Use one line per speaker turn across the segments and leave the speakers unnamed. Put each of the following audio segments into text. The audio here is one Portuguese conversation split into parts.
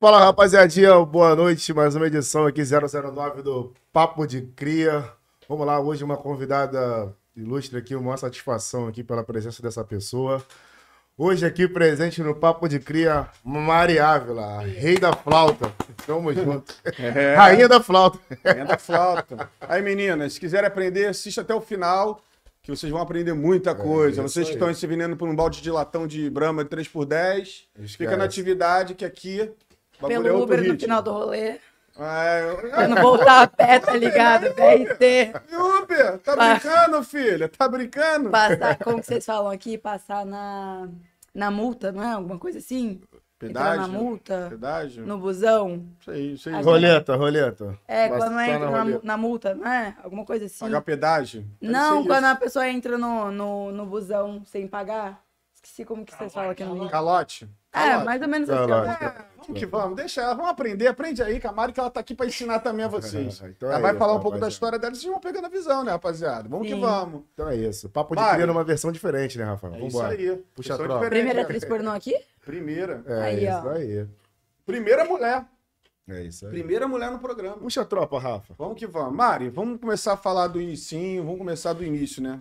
Fala rapaziadinha, boa noite. Mais uma edição aqui 009 do Papo de Cria. Vamos lá, hoje uma convidada ilustre aqui, uma satisfação aqui pela presença dessa pessoa. Hoje aqui presente no Papo de Cria, Mari Ávila, a rei da flauta. Tamo junto.
É,
Rainha da flauta.
renda flauta. Aí, meninas, se quiserem aprender, assista até o final, que vocês vão aprender muita coisa.
É, isso
vocês que
aí.
estão se vendendo por um balde de latão de Brahma de 3x10, fica na
caras.
atividade que aqui... o bagulho é
pelo
outro
Uber no
ritmo.
final do rolê.
É,
Pra não voltar a pé, tá ligado? BRT.
é, Uber, tá
Pá.
brincando, filha? Tá brincando?
Passar, como que vocês falam aqui, passar na, na multa, não é? Alguma coisa assim? Entrar na
Pedágio?
multa,
Pedágio?
no busão.
Isso aí, isso aí.
Agora-
Roleta, roleta.
É,
Passa
quando entra
na
na, mu-
roleta.
na multa, não é? Alguma coisa assim.
Pagar pedágio? Deve
Não,
ser
quando
isso.
a pessoa entra no, no, no busão sem pagar. Esqueci como que vocês falam aqui no Rio.
Calote?
É,
Calote.
mais ou menos assim.
Calote.
ó.
É, Vamos que vamos, deixa ela, vamos aprender, aprende aí, Camara, que ela tá aqui pra ensinar também a vocês.
É, então
ela
é
vai
isso,
falar um pouco da
rapaziada.
história dela, vocês vão pegando a visão, né, rapaziada? Vamos que
Sim.
vamos.
Então é isso. Papo de
Mari.
Cria numa versão diferente, né, Rafael?
É
Vamos
isso aí.
Puxa a
Pessoa
troca.
diferente,
Primeira
né?
atriz pornô aqui?
Primeira.
É
Aí,
isso
ó.
aí.
Primeira mulher.
É isso aí.
Primeira mulher no programa.
Puxa a tropa, Rafa.
Vamos que vamos. Mari, vamos começar a falar do inicinho, vamos começar do início, né?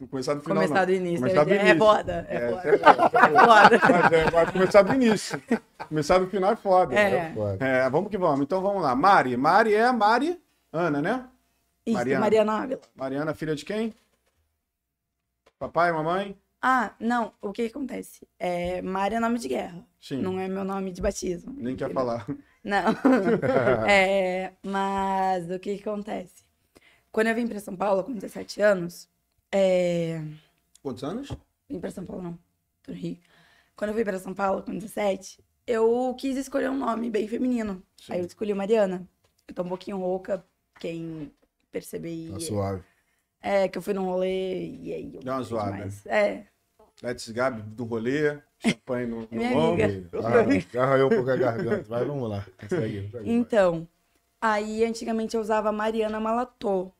Vamos começar do final,
Começar
não.
do início.
Começar do
é,
início.
é foda. É,
É,
foda.
até foda.
É foda.
Mas é, vai começar do início. Começar do final é foda.
É.
Foda.
É, vamos que vamos. Então vamos lá. Mari. Mari é Mari Ana, né?
Isso,
Mariana.
Mariana Ávila.
Mariana, filha de quem? Papai, mamãe?
Ah, não, o que que acontece? É, Mari é nome de guerra,
Sim.
não é meu nome de batismo.
Nem quer
entendeu?
falar.
Não. É, mas o que que acontece? Quando eu vim pra São Paulo com 17 anos, é,
Quantos anos?
vim pra São Paulo não, tô no Rio. Quando eu vim pra São Paulo com 17, eu quis escolher um nome bem feminino.
Sim.
Aí eu escolhi Mariana. Eu tô um pouquinho rouca, quem perceber aí,
Tá suave.
é que eu fui num rolê e aí eu
Dá uma
fiquei
zoada.
demais. É,
Let's Gabi do rolê, champanhe no, no
Minha
ombro.
amiga.
Eu
Ah,
sei.
já arranhou um pouco a garganta. Vai, vamos lá. Consegue, consegue.
Então, aí antigamente eu usava Mariana Malatô,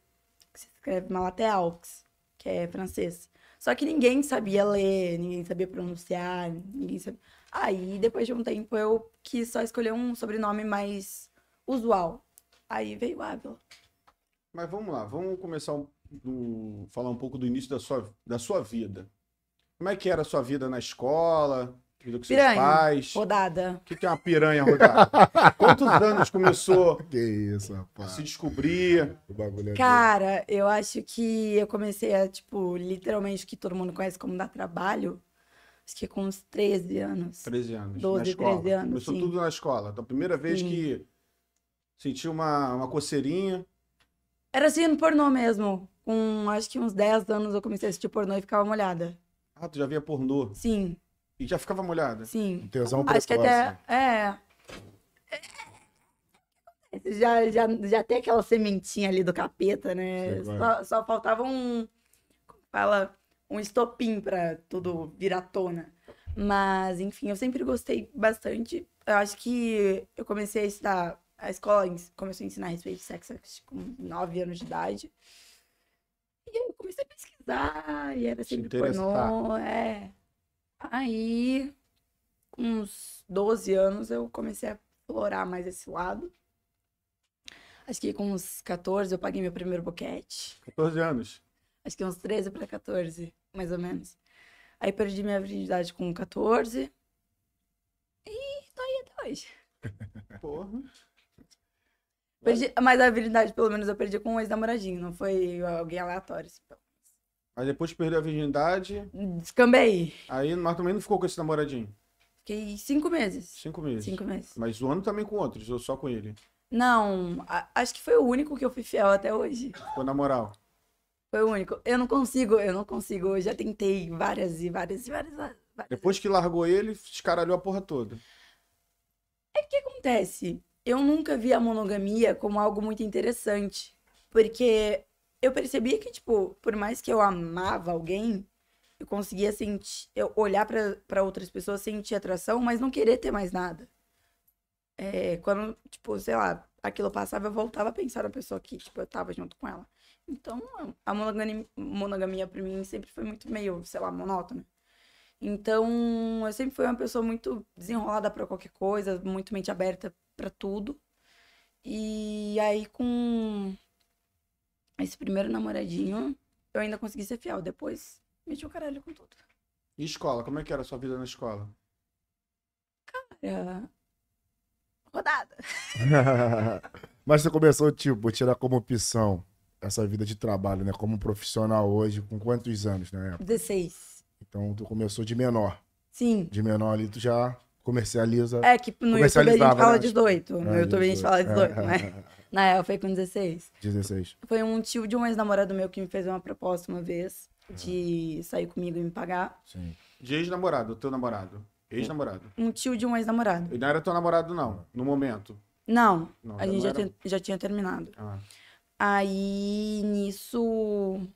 que se escreve Malateaux, que é francês. Só que ninguém sabia ler, ninguém sabia pronunciar, ninguém sabia. Aí, depois de um tempo, eu quis só escolher um sobrenome mais usual. Aí veio Ávila.
Mas vamos lá, vamos começar um- do- falar um pouco do início da sua, da sua vida. Como é que era a sua vida na escola? Vida com seus
Piranha.
pais? O
Rodada.
que que é uma piranha rodada? Quantos anos começou
Que isso,
a
rapaz.
se descobrir?
O bagulho é
Cara, eu acho que eu comecei a, tipo, literalmente o que todo mundo conhece como dar trabalho. Acho que com uns 13 anos.
13 anos.
12,
na escola.
13 anos,
Começou
sim.
tudo na escola. Então, a primeira vez
Sim.
que sentiu uma, uma coceirinha.
Era assistindo pornô mesmo. Com acho que uns 10 anos eu comecei a assistir pornô e ficava molhada.
Ah, tu já via pornô.
Sim,
E já ficava molhada.
sim.
Tesão
Acho que
precoce. né?
até. É. É. Já, já, já tem aquela sementinha ali do capeta,
Sei,
né?
vai.
Só, só faltava um. Como fala? Um estopim pra tudo virar à tona. Mas, enfim, eu sempre gostei bastante. Eu acho que eu comecei a estudar. A escola ens- começou a ensinar a respeito de sexo acho que com 9 anos de idade. E aí eu comecei a pesquisar, e era
Se
sempre
interessar.
pornô, é. Aí, com uns 12 anos, eu comecei a explorar mais esse lado. Acho que com uns 14 eu paguei meu primeiro boquete.
14 anos.
Acho que uns 13 para 14, mais ou menos. Aí perdi minha virgindade com 14. E tô aí até hoje.
É.
Porra.
Perdi- mas a virgindade, pelo menos, eu perdi com um ex-namoradinho, não foi alguém aleatório. assim.
Aí depois perdeu a virgindade,
Descambei.
aí mas também não ficou com esse namoradinho.
Fiquei cinco meses.
Cinco meses.
Cinco meses.
Mas
um
o ano também com outros, ou só com ele.
Não, a- acho que foi o único que eu fui fiel até hoje.
Ficou na moral.
Foi o único. Eu não consigo, eu não consigo. Eu já tentei várias e várias e várias. várias.
Depois que largou ele, escaralhou a porra toda.
O que acontece? Eu nunca vi a monogamia como algo muito interessante. Porque eu percebia que, tipo, por mais que eu amava alguém, eu conseguia sentir, eu olhar pra pra outras pessoas, sentir atração, mas não querer ter mais nada. É, quando, tipo, sei lá, aquilo passava, eu voltava a pensar na pessoa que, tipo, eu tava junto com ela. Então, a monogami- monogamia pra mim sempre foi muito meio, sei lá, monótona. Então, eu sempre fui uma pessoa muito desenrolada pra qualquer coisa, muito mente aberta pra tudo. E aí, com esse primeiro namoradinho, eu ainda consegui ser fiel. Depois, meti o caralho com tudo.
E escola, como é que era a sua vida na escola?
Era rodada.
Mas você começou, tipo, tirar como opção essa vida de trabalho, né? Como profissional hoje, com quantos anos, né?
16.
Então, tu começou de menor.
Sim.
De menor ali, tu já comercializa.
É que no YouTube a gente
Comercializava,
fala
né?
18. No
É,
YouTube a gente fala 18, né?
É,
Na real, foi com 16.
16.
Foi um tio de um ex-namorado meu que me fez uma proposta uma vez de sair comigo e me pagar.
Sim.
De ex-namorado, teu namorado. Ex-namorado.
Um tio de um ex-namorado.
Ele não era teu namorado, não, no momento.
Não,
Não,
a gente
não
já,
era.
tinha- já tinha terminado.
Ah,
Aí, nisso, o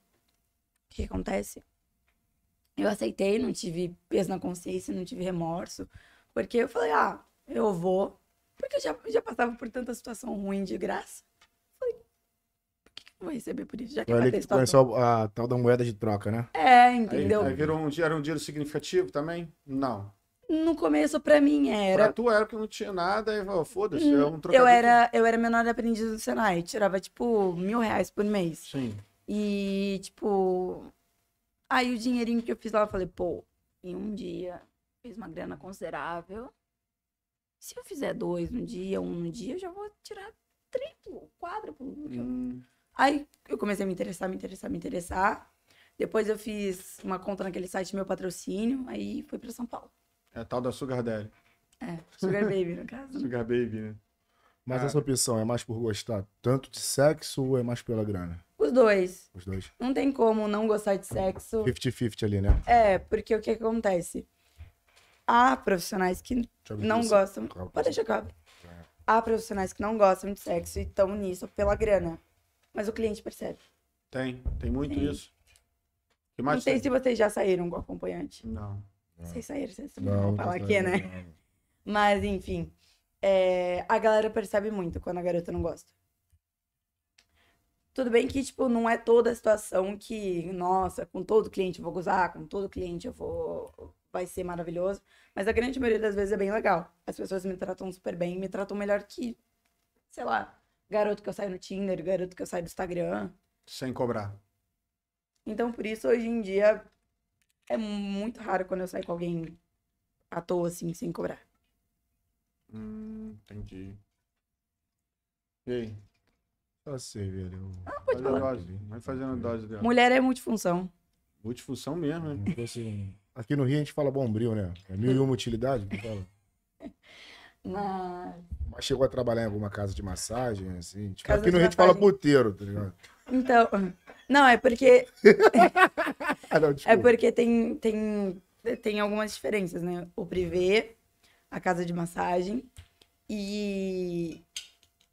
que acontece? Eu aceitei, não tive peso na consciência, não tive remorso. Porque eu falei, ah, eu vou. Porque eu já, já passava por tanta situação ruim de graça. Falei, por que, que eu vou receber por isso? Já que
Foi
vai
ali
ter
que tu
situação.
conheceu a, a tal da moeda de troca, né?
É,
aí,
entendeu?
aí virou um, dinheiro- era um dinheiro significativo também? Não.
No começo, pra mim, era. Hum,
Pra tu era que não tinha nada, aí falou, foda-se, é um trocadilho.
Eu era, eu era menor aprendiz do Senai, tirava, tipo, mil reais por mês.
Sim.
E, tipo, aí o dinheirinho que eu fiz lá, eu falei, pô, em um dia, fiz uma grana considerável. Se eu fizer dois no dia, um no dia, eu já vou tirar triplo, quádruplo. do que
Uhum.
eu-
Hum,
Aí eu comecei a me interessar, me interessar, me interessar. Depois eu fiz uma conta naquele site meu patrocínio, aí fui pra São Paulo.
é a tal da Sugar Daddy.
É, Sugar Baby, no caso. né?
Sugar Baby, né?
Mas
Cara.
essa opção é mais por gostar tanto de sexo ou é mais pela grana?
Os dois.
Os dois.
Não tem como não gostar de sexo.
50-50 ali, né?
É, porque o que que acontece? Há profissionais que
Deixa eu abrir
não
esse-
gostam.
Calma.
Pode deixar que eu abra. Há profissionais que não gostam de sexo e estão nisso pela grana. Mas o cliente percebe.
Tem, tem muito
Tem.
isso. O que
Não
mais
sei
tem?
se vocês já saíram com o acompanhante.
Não.
Vocês saíram, vocês também não
Não, tá
vão falar aqui, né? Mas, enfim. é, a galera percebe muito quando a garota não gosta. Tudo bem que, tipo, não é toda a situação que, nossa, com todo cliente eu vou gozar, com todo cliente eu vou. Vai ser maravilhoso. Mas a grande maioria das vezes é bem legal. As pessoas me tratam super bem, me tratam melhor que, sei lá, garoto que eu saio no Tinder, garoto que eu saio do Instagram.
Sem cobrar.
Então, por isso, hoje em dia, é muito raro quando eu saio com alguém à toa, assim, sem cobrar.
Hum, entendi. E aí?
Eu sei, Tá velho.
Pode
Fazendo
falar.
dose. Vai fazendo a dose dela.
Mulher é multifunção.
Multifunção mesmo,
Ah.
né?
Não fosse um- Aqui no Rio a gente fala bombril, né? É mil e uma utilidade. que fala.
Mas...
Mas chegou a trabalhar em alguma casa de massagem, assim. Tipo,
Casa
aqui no
de
Rio a gente fala
massagem.
puteiro, tá ligado?
Então, não, é porque
Ah, não,
é
desculpa.
porque tem, tem, tem algumas diferenças, né? O privê, a casa de massagem e,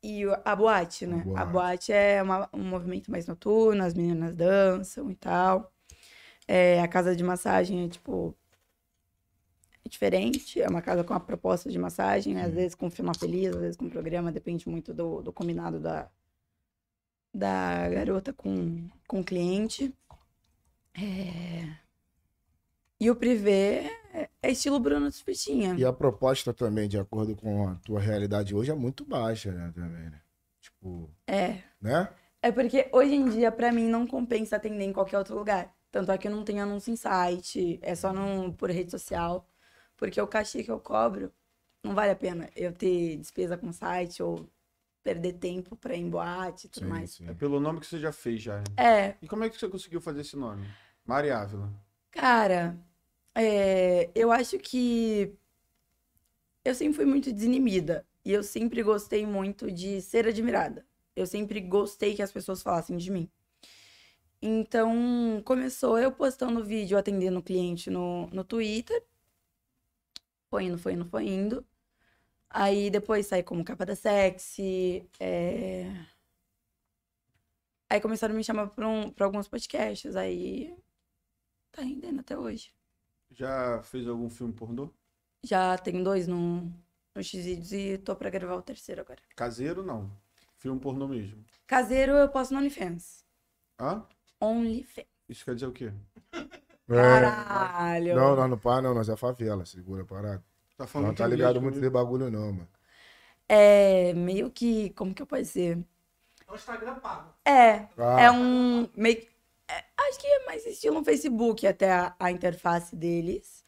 e o- a boate, né?
Boate.
A boate é uma- um movimento mais noturno, as meninas dançam e tal. É, a casa de massagem é tipo. É diferente, é uma casa com a proposta de massagem, né? às vezes com final feliz, às vezes com programa, depende muito do, do combinado da, da garota com, com o cliente. É, E o privê é- é estilo Bruno Sufitinha.
E a proposta também, de acordo com a tua realidade hoje, é muito baixa, né? Também, né? Tipo,
É.
né?
É porque hoje em dia, pra mim, não compensa atender em qualquer outro lugar. Tanto é que eu não tenho anúncio em site, é só num- por rede social. Porque o cachê que eu cobro, não vale a pena eu ter despesa com site ou perder tempo pra ir em boate e tudo
Sim,
mais.
sim.
É pelo nome que você já fez, já. né?
É,
E como é que você conseguiu fazer esse nome? Mari Ávila.
cara, é, eu acho que eu sempre fui muito desinibida. E eu sempre gostei muito de ser admirada. Eu sempre gostei que as pessoas falassem de mim. Então, começou eu postando vídeo, atendendo o cliente no, no Twitter. Foi indo, foi indo, foi indo. Aí depois saí como capa da sexy. é. Aí começaram a me chamar pra, um- pra alguns podcasts. Aí tá rendendo até hoje.
Já fez algum filme pornô?
Já tem dois no, no X-Vídeos e tô pra gravar o terceiro agora.
Caseiro, não. Filme pornô mesmo.
Caseiro eu posso no OnlyFans.
Hã?
OnlyFans.
Isso quer dizer o quê?
É.
Caralho.
Não, nós não para, não, nós é favela, segura, parado.
Tá falando
Não tá
muito
ligado
inglês
muito de
comigo.
bagulho, não, mano.
É meio que. Como que eu posso dizer?
É um Instagram pago.
É.
Ah,
É um. Meio, que- é, acho que é mais estilo um Facebook até a, a interface deles.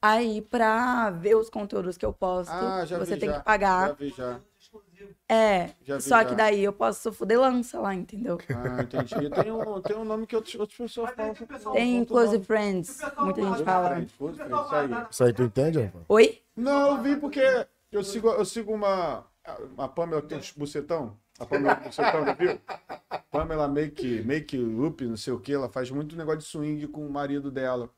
Aí, pra ver os conteúdos que eu posto,
Ah, já
você
vi,
tem
já.
que pagar.
Já vi, já.
Exclusivo.
É.
Já vi,
Só
já.
que daí eu posso fuder lança lá, entendeu?
Ah, entendi. Tem um, tem um nome que outros- outras pessoas
Mas
falam.
aí
que
tem
eu
pessoal-
Tem
outro
Close
nome.
Friends.
E o pessoal
Muita gente
lá,
fala.
Friends, Close
O
Friends,
pessoal
isso aí.
vai dar-
Isso aí tu entende, rapaz?
Oi?
Não, eu vi porque eu sigo, eu sigo uma. A Pamela que tem uns bucetão. A Pamela com bucetão, já viu? Pamela make, make up, não sei o que. Ela faz muito negócio de swing com o marido dela.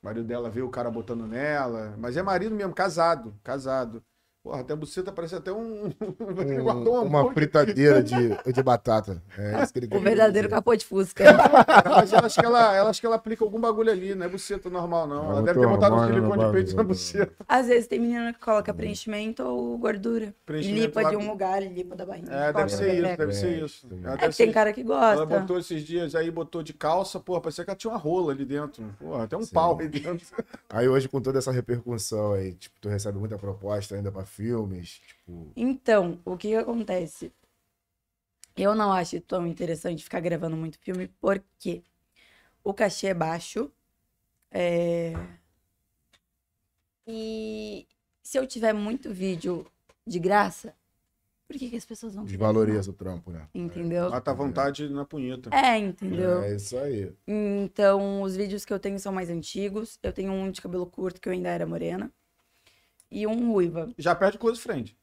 O marido dela vê o cara botando nela. Mas é marido mesmo, casado. Casado. Porra, até a buceta parece até um. Ele guardou um
uma
hambúrguer.
fritadeira de, de batata. É isso que ele
O
ganha.
verdadeiro capô de fusca.
Cara, mas eu acho, que ela, eu acho que ela aplica algum bagulho ali, não é buceta normal, não.
Ela
Ela deve ter
botou
botado um
hormônio no
silicone de
bagulho.
peito na buceta.
Às vezes tem menina que coloca preenchimento ou gordura.
Preenchimento
lipa
lá-
de um lugar, lipa da barriga.
É,
coloca
deve
na
ser isso,
pepeca.
deve ser isso. Ela
É
deve
que tem
ser-
cara que
Ela
gosta.
botou esses dias aí, botou de calça, porra, parecia que ela tinha uma rola ali dentro. Porra, até um
Sim.
pau aí dentro.
Aí hoje, com toda essa repercussão aí, tipo, tu recebe muita proposta ainda pra filmes, tipo...
Então, o que que acontece? Eu não acho tão interessante ficar gravando muito filme, porque o cachê é baixo. é, E se eu tiver muito vídeo de graça, por que, que as pessoas vão querer assinar?
Desvaloriza o trampo, né?
Entendeu?
Mata a tá vontade na punheta.
É, entendeu?
É isso aí.
Então, os vídeos que eu tenho são mais antigos. Eu tenho um de cabelo curto, que eu ainda era morena. E um ruiva.
Já perde o close friend.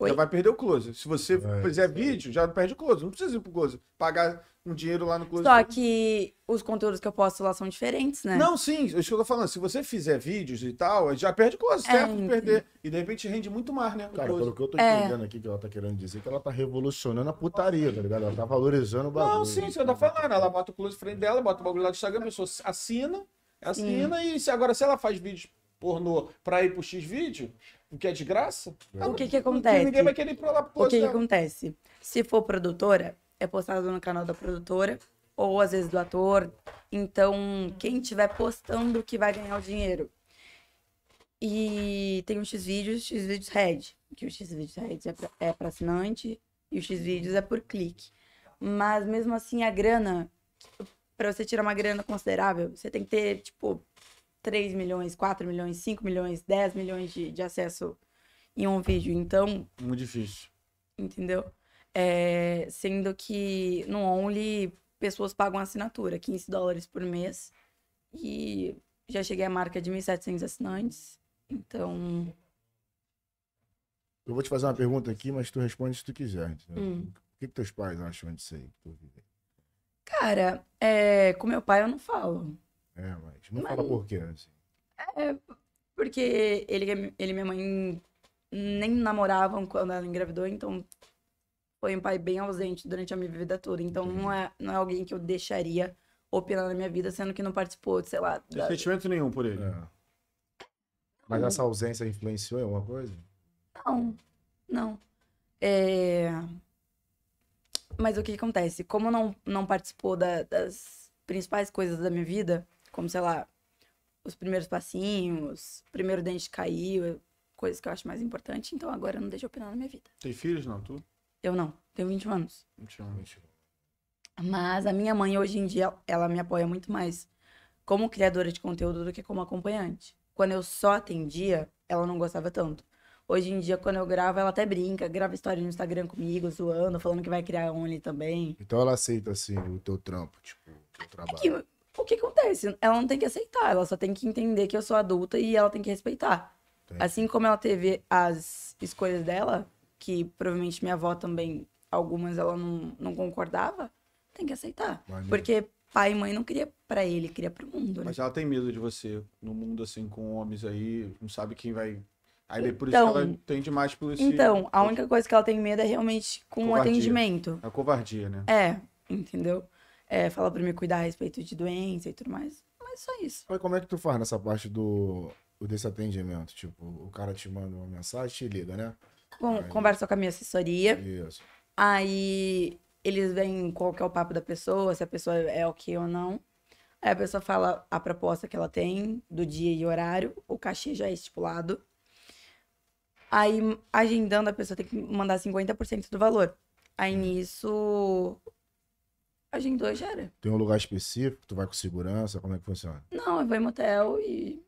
Oi?
Já vai perder o close. Se você
É,
fizer
isso aí.
vídeo, já perde o close. Não precisa ir pro close. Pagar um dinheiro lá no close.
Só que os conteúdos que eu posto lá são diferentes, né?
Não, sim, isso que eu tô falando. Se você fizer vídeos e tal, já perde o close,
É,
certo? De
entendi.
perder. E de repente rende muito mais, né? O
Cara,
close.
pelo que eu tô
É.
entendendo aqui, que ela tá querendo dizer que ela tá revolucionando a putaria, tá ligado? Ela tá valorizando o bagulho.
Não, sim, você tá falando. Ela bota o close friend dela, bota o bagulho lá do Instagram, a pessoa assina, assina, e se, agora se ela faz vídeos pornô pra ir pro X vídeo, o que é de graça,
O que que
não-
acontece?
Ninguém vai querer ir pra lá pro
O
close
que, que
dela.
acontece? Se for produtora, é postado no canal da produtora ou às vezes do ator. Então, quem tiver postando que vai ganhar o dinheiro. E tem o X-Vídeos, X-Vídeos Red, que o X-Vídeos Red é pra, é pra assinante e o X-Vídeos é por clique. Mas mesmo assim, a grana, pra você tirar uma grana considerável, você tem que ter, tipo, 3 milhões, 4 milhões, 5 milhões, 10 milhões de, de acesso em um vídeo. Então,
Muito difícil.
entendeu? É, sendo que no Only pessoas pagam assinatura, 15 dólares por mês. E já cheguei à marca de 1.700 assinantes. Então,
Eu vou te fazer uma pergunta aqui, mas tu responde se tu quiser. entendeu?
Hum.
O que, que teus pais acham disso aí?
cara, é, com meu pai eu não falo.
É, mas não
Mas-
fala por quê, assim.
Porque ele, e a mi- ele e minha mãe nem namoravam quando ela engravidou, então foi um pai bem ausente durante a minha vida toda. Então não é, não é alguém que eu deixaria opinar na minha vida, sendo que não participou, de, sei lá,
Não tem
da-
sentimento nenhum por ele.
É. Mas essa ausência influenciou em alguma coisa?
Não, não. É... Mas o que acontece? Como não, não participou da- das principais coisas da minha vida, como, sei lá, os primeiros passinhos, o primeiro dente caiu, coisas que eu acho mais importante, então agora eu não deixa opinar na minha vida.
Tem filhos,
É.
não? Tu?
Eu não, tenho 21 anos.
Não tinha.
Mas a minha mãe, hoje em dia, ela me apoia muito mais como criadora de conteúdo do que como acompanhante. Quando eu só atendia, ela não gostava tanto. Hoje em dia, quando eu gravo, ela até brinca, grava história no Instagram comigo, zoando, falando que vai criar Only também.
Então ela aceita, assim, o teu trampo, tipo, o teu
É que
trabalho.
o que acontece? Ela não tem que aceitar, ela só tem que entender que eu sou adulta e ela tem que respeitar.
Entendi.
Assim como ela teve as escolhas dela, que provavelmente minha avó também, algumas ela não, não concordava, tem que aceitar.
Maneiro.
Porque pai e mãe não cria pra ele, cria pro mundo, né?
Mas ela tem medo de você no mundo assim, com homens aí, não sabe quem vai. Aí daí por isso
Então-
que ela tende mais por isso.
Então, a única coisa que ela tem medo é realmente com o
Covardia.
atendimento.
A covardia, né?
É, entendeu? É, fala pra me cuidar a respeito de doença e tudo mais. Mas só isso.
Mas como é que tu faz nessa parte do desse atendimento? Tipo, o cara te manda uma mensagem, te liga, né?
Con-
Aí.
Conversa com a minha assessoria.
Isso.
Aí eles veem qual que é o papo da pessoa, se a pessoa é ok ou não. Aí a pessoa fala a proposta que ela tem, do dia e horário, o cachê já é estipulado. Aí, agendando, a pessoa tem que mandar 50% do valor.
Hum.
Aí nisso. Agendou e já era.
Tem um lugar específico, tu vai com segurança, como é que funciona?
Não, eu vou em motel e.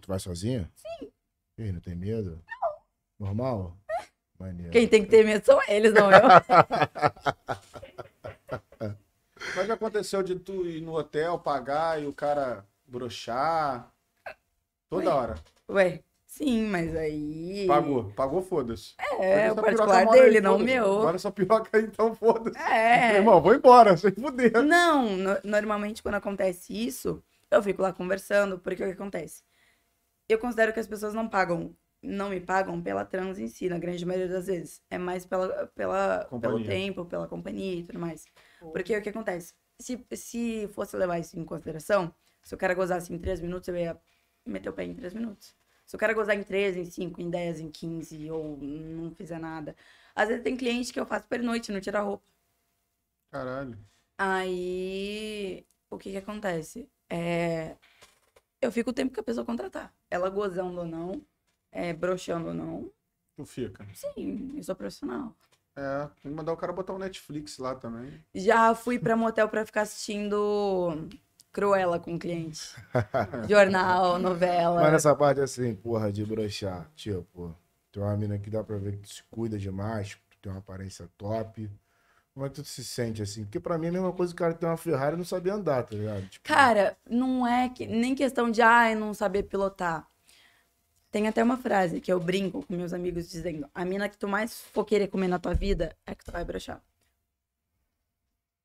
Tu vai sozinha? Sim. Ih, não tem medo? Não. Normal? Maneiro.
É. Quem tem que ter medo são eles, não eu.
Mas já aconteceu de tu ir no hotel, pagar e o cara broxar. Toda
Ué.
hora.
Ué, sim, mas aí.
Pagou. Pagou, foda-se.
É,
Essa
o
piroca
particular
mora aí,
dele, não o
foda-se.
meu.
Agora essa piroca aí, então foda-se. Meu
É.
Irmão, vou embora, sem fuder.
Não, no- normalmente quando acontece isso, eu fico lá conversando, porque o que acontece? Eu considero que as pessoas não pagam, não me pagam pela trans em si, na grande maioria das vezes. É mais pela, pela, pelo
Companhia.
tempo, pela companhia e tudo mais. Porque o que acontece? Se, se fosse levar isso em consideração, se o cara gozasse em 3 minutos, eu ia meter o pé em 3 minutos. Se o cara gozar em 3, em 5, em 10, em 15, ou não fizer nada. Às vezes tem cliente que eu faço pernoite, não tira a roupa.
Caralho.
Aí, o que que acontece? É, eu fico o tempo que a pessoa contratar. Ela gozando ou não, é, broxando ou não.
Tu fica.
Sim, eu sou profissional.
É, tem que mandar o cara botar um Netflix lá também.
Já fui pra motel pra ficar assistindo Cruella com cliente. Jornal,
Mas
novela.
nessa parte assim, porra, de broxar. Tipo, tem uma mina que dá pra ver que tu se cuida demais, que tu tem uma aparência top. Como é que tu se sente assim? Porque pra mim é a mesma coisa que o cara que tem uma Ferrari e não sabe andar, tá ligado? Tipo,
Cara, não é que, nem questão de, ai, não saber pilotar. Tem até uma frase que eu brinco com meus amigos dizendo: a mina que tu mais for querer comer na tua vida é que tu vai broxar.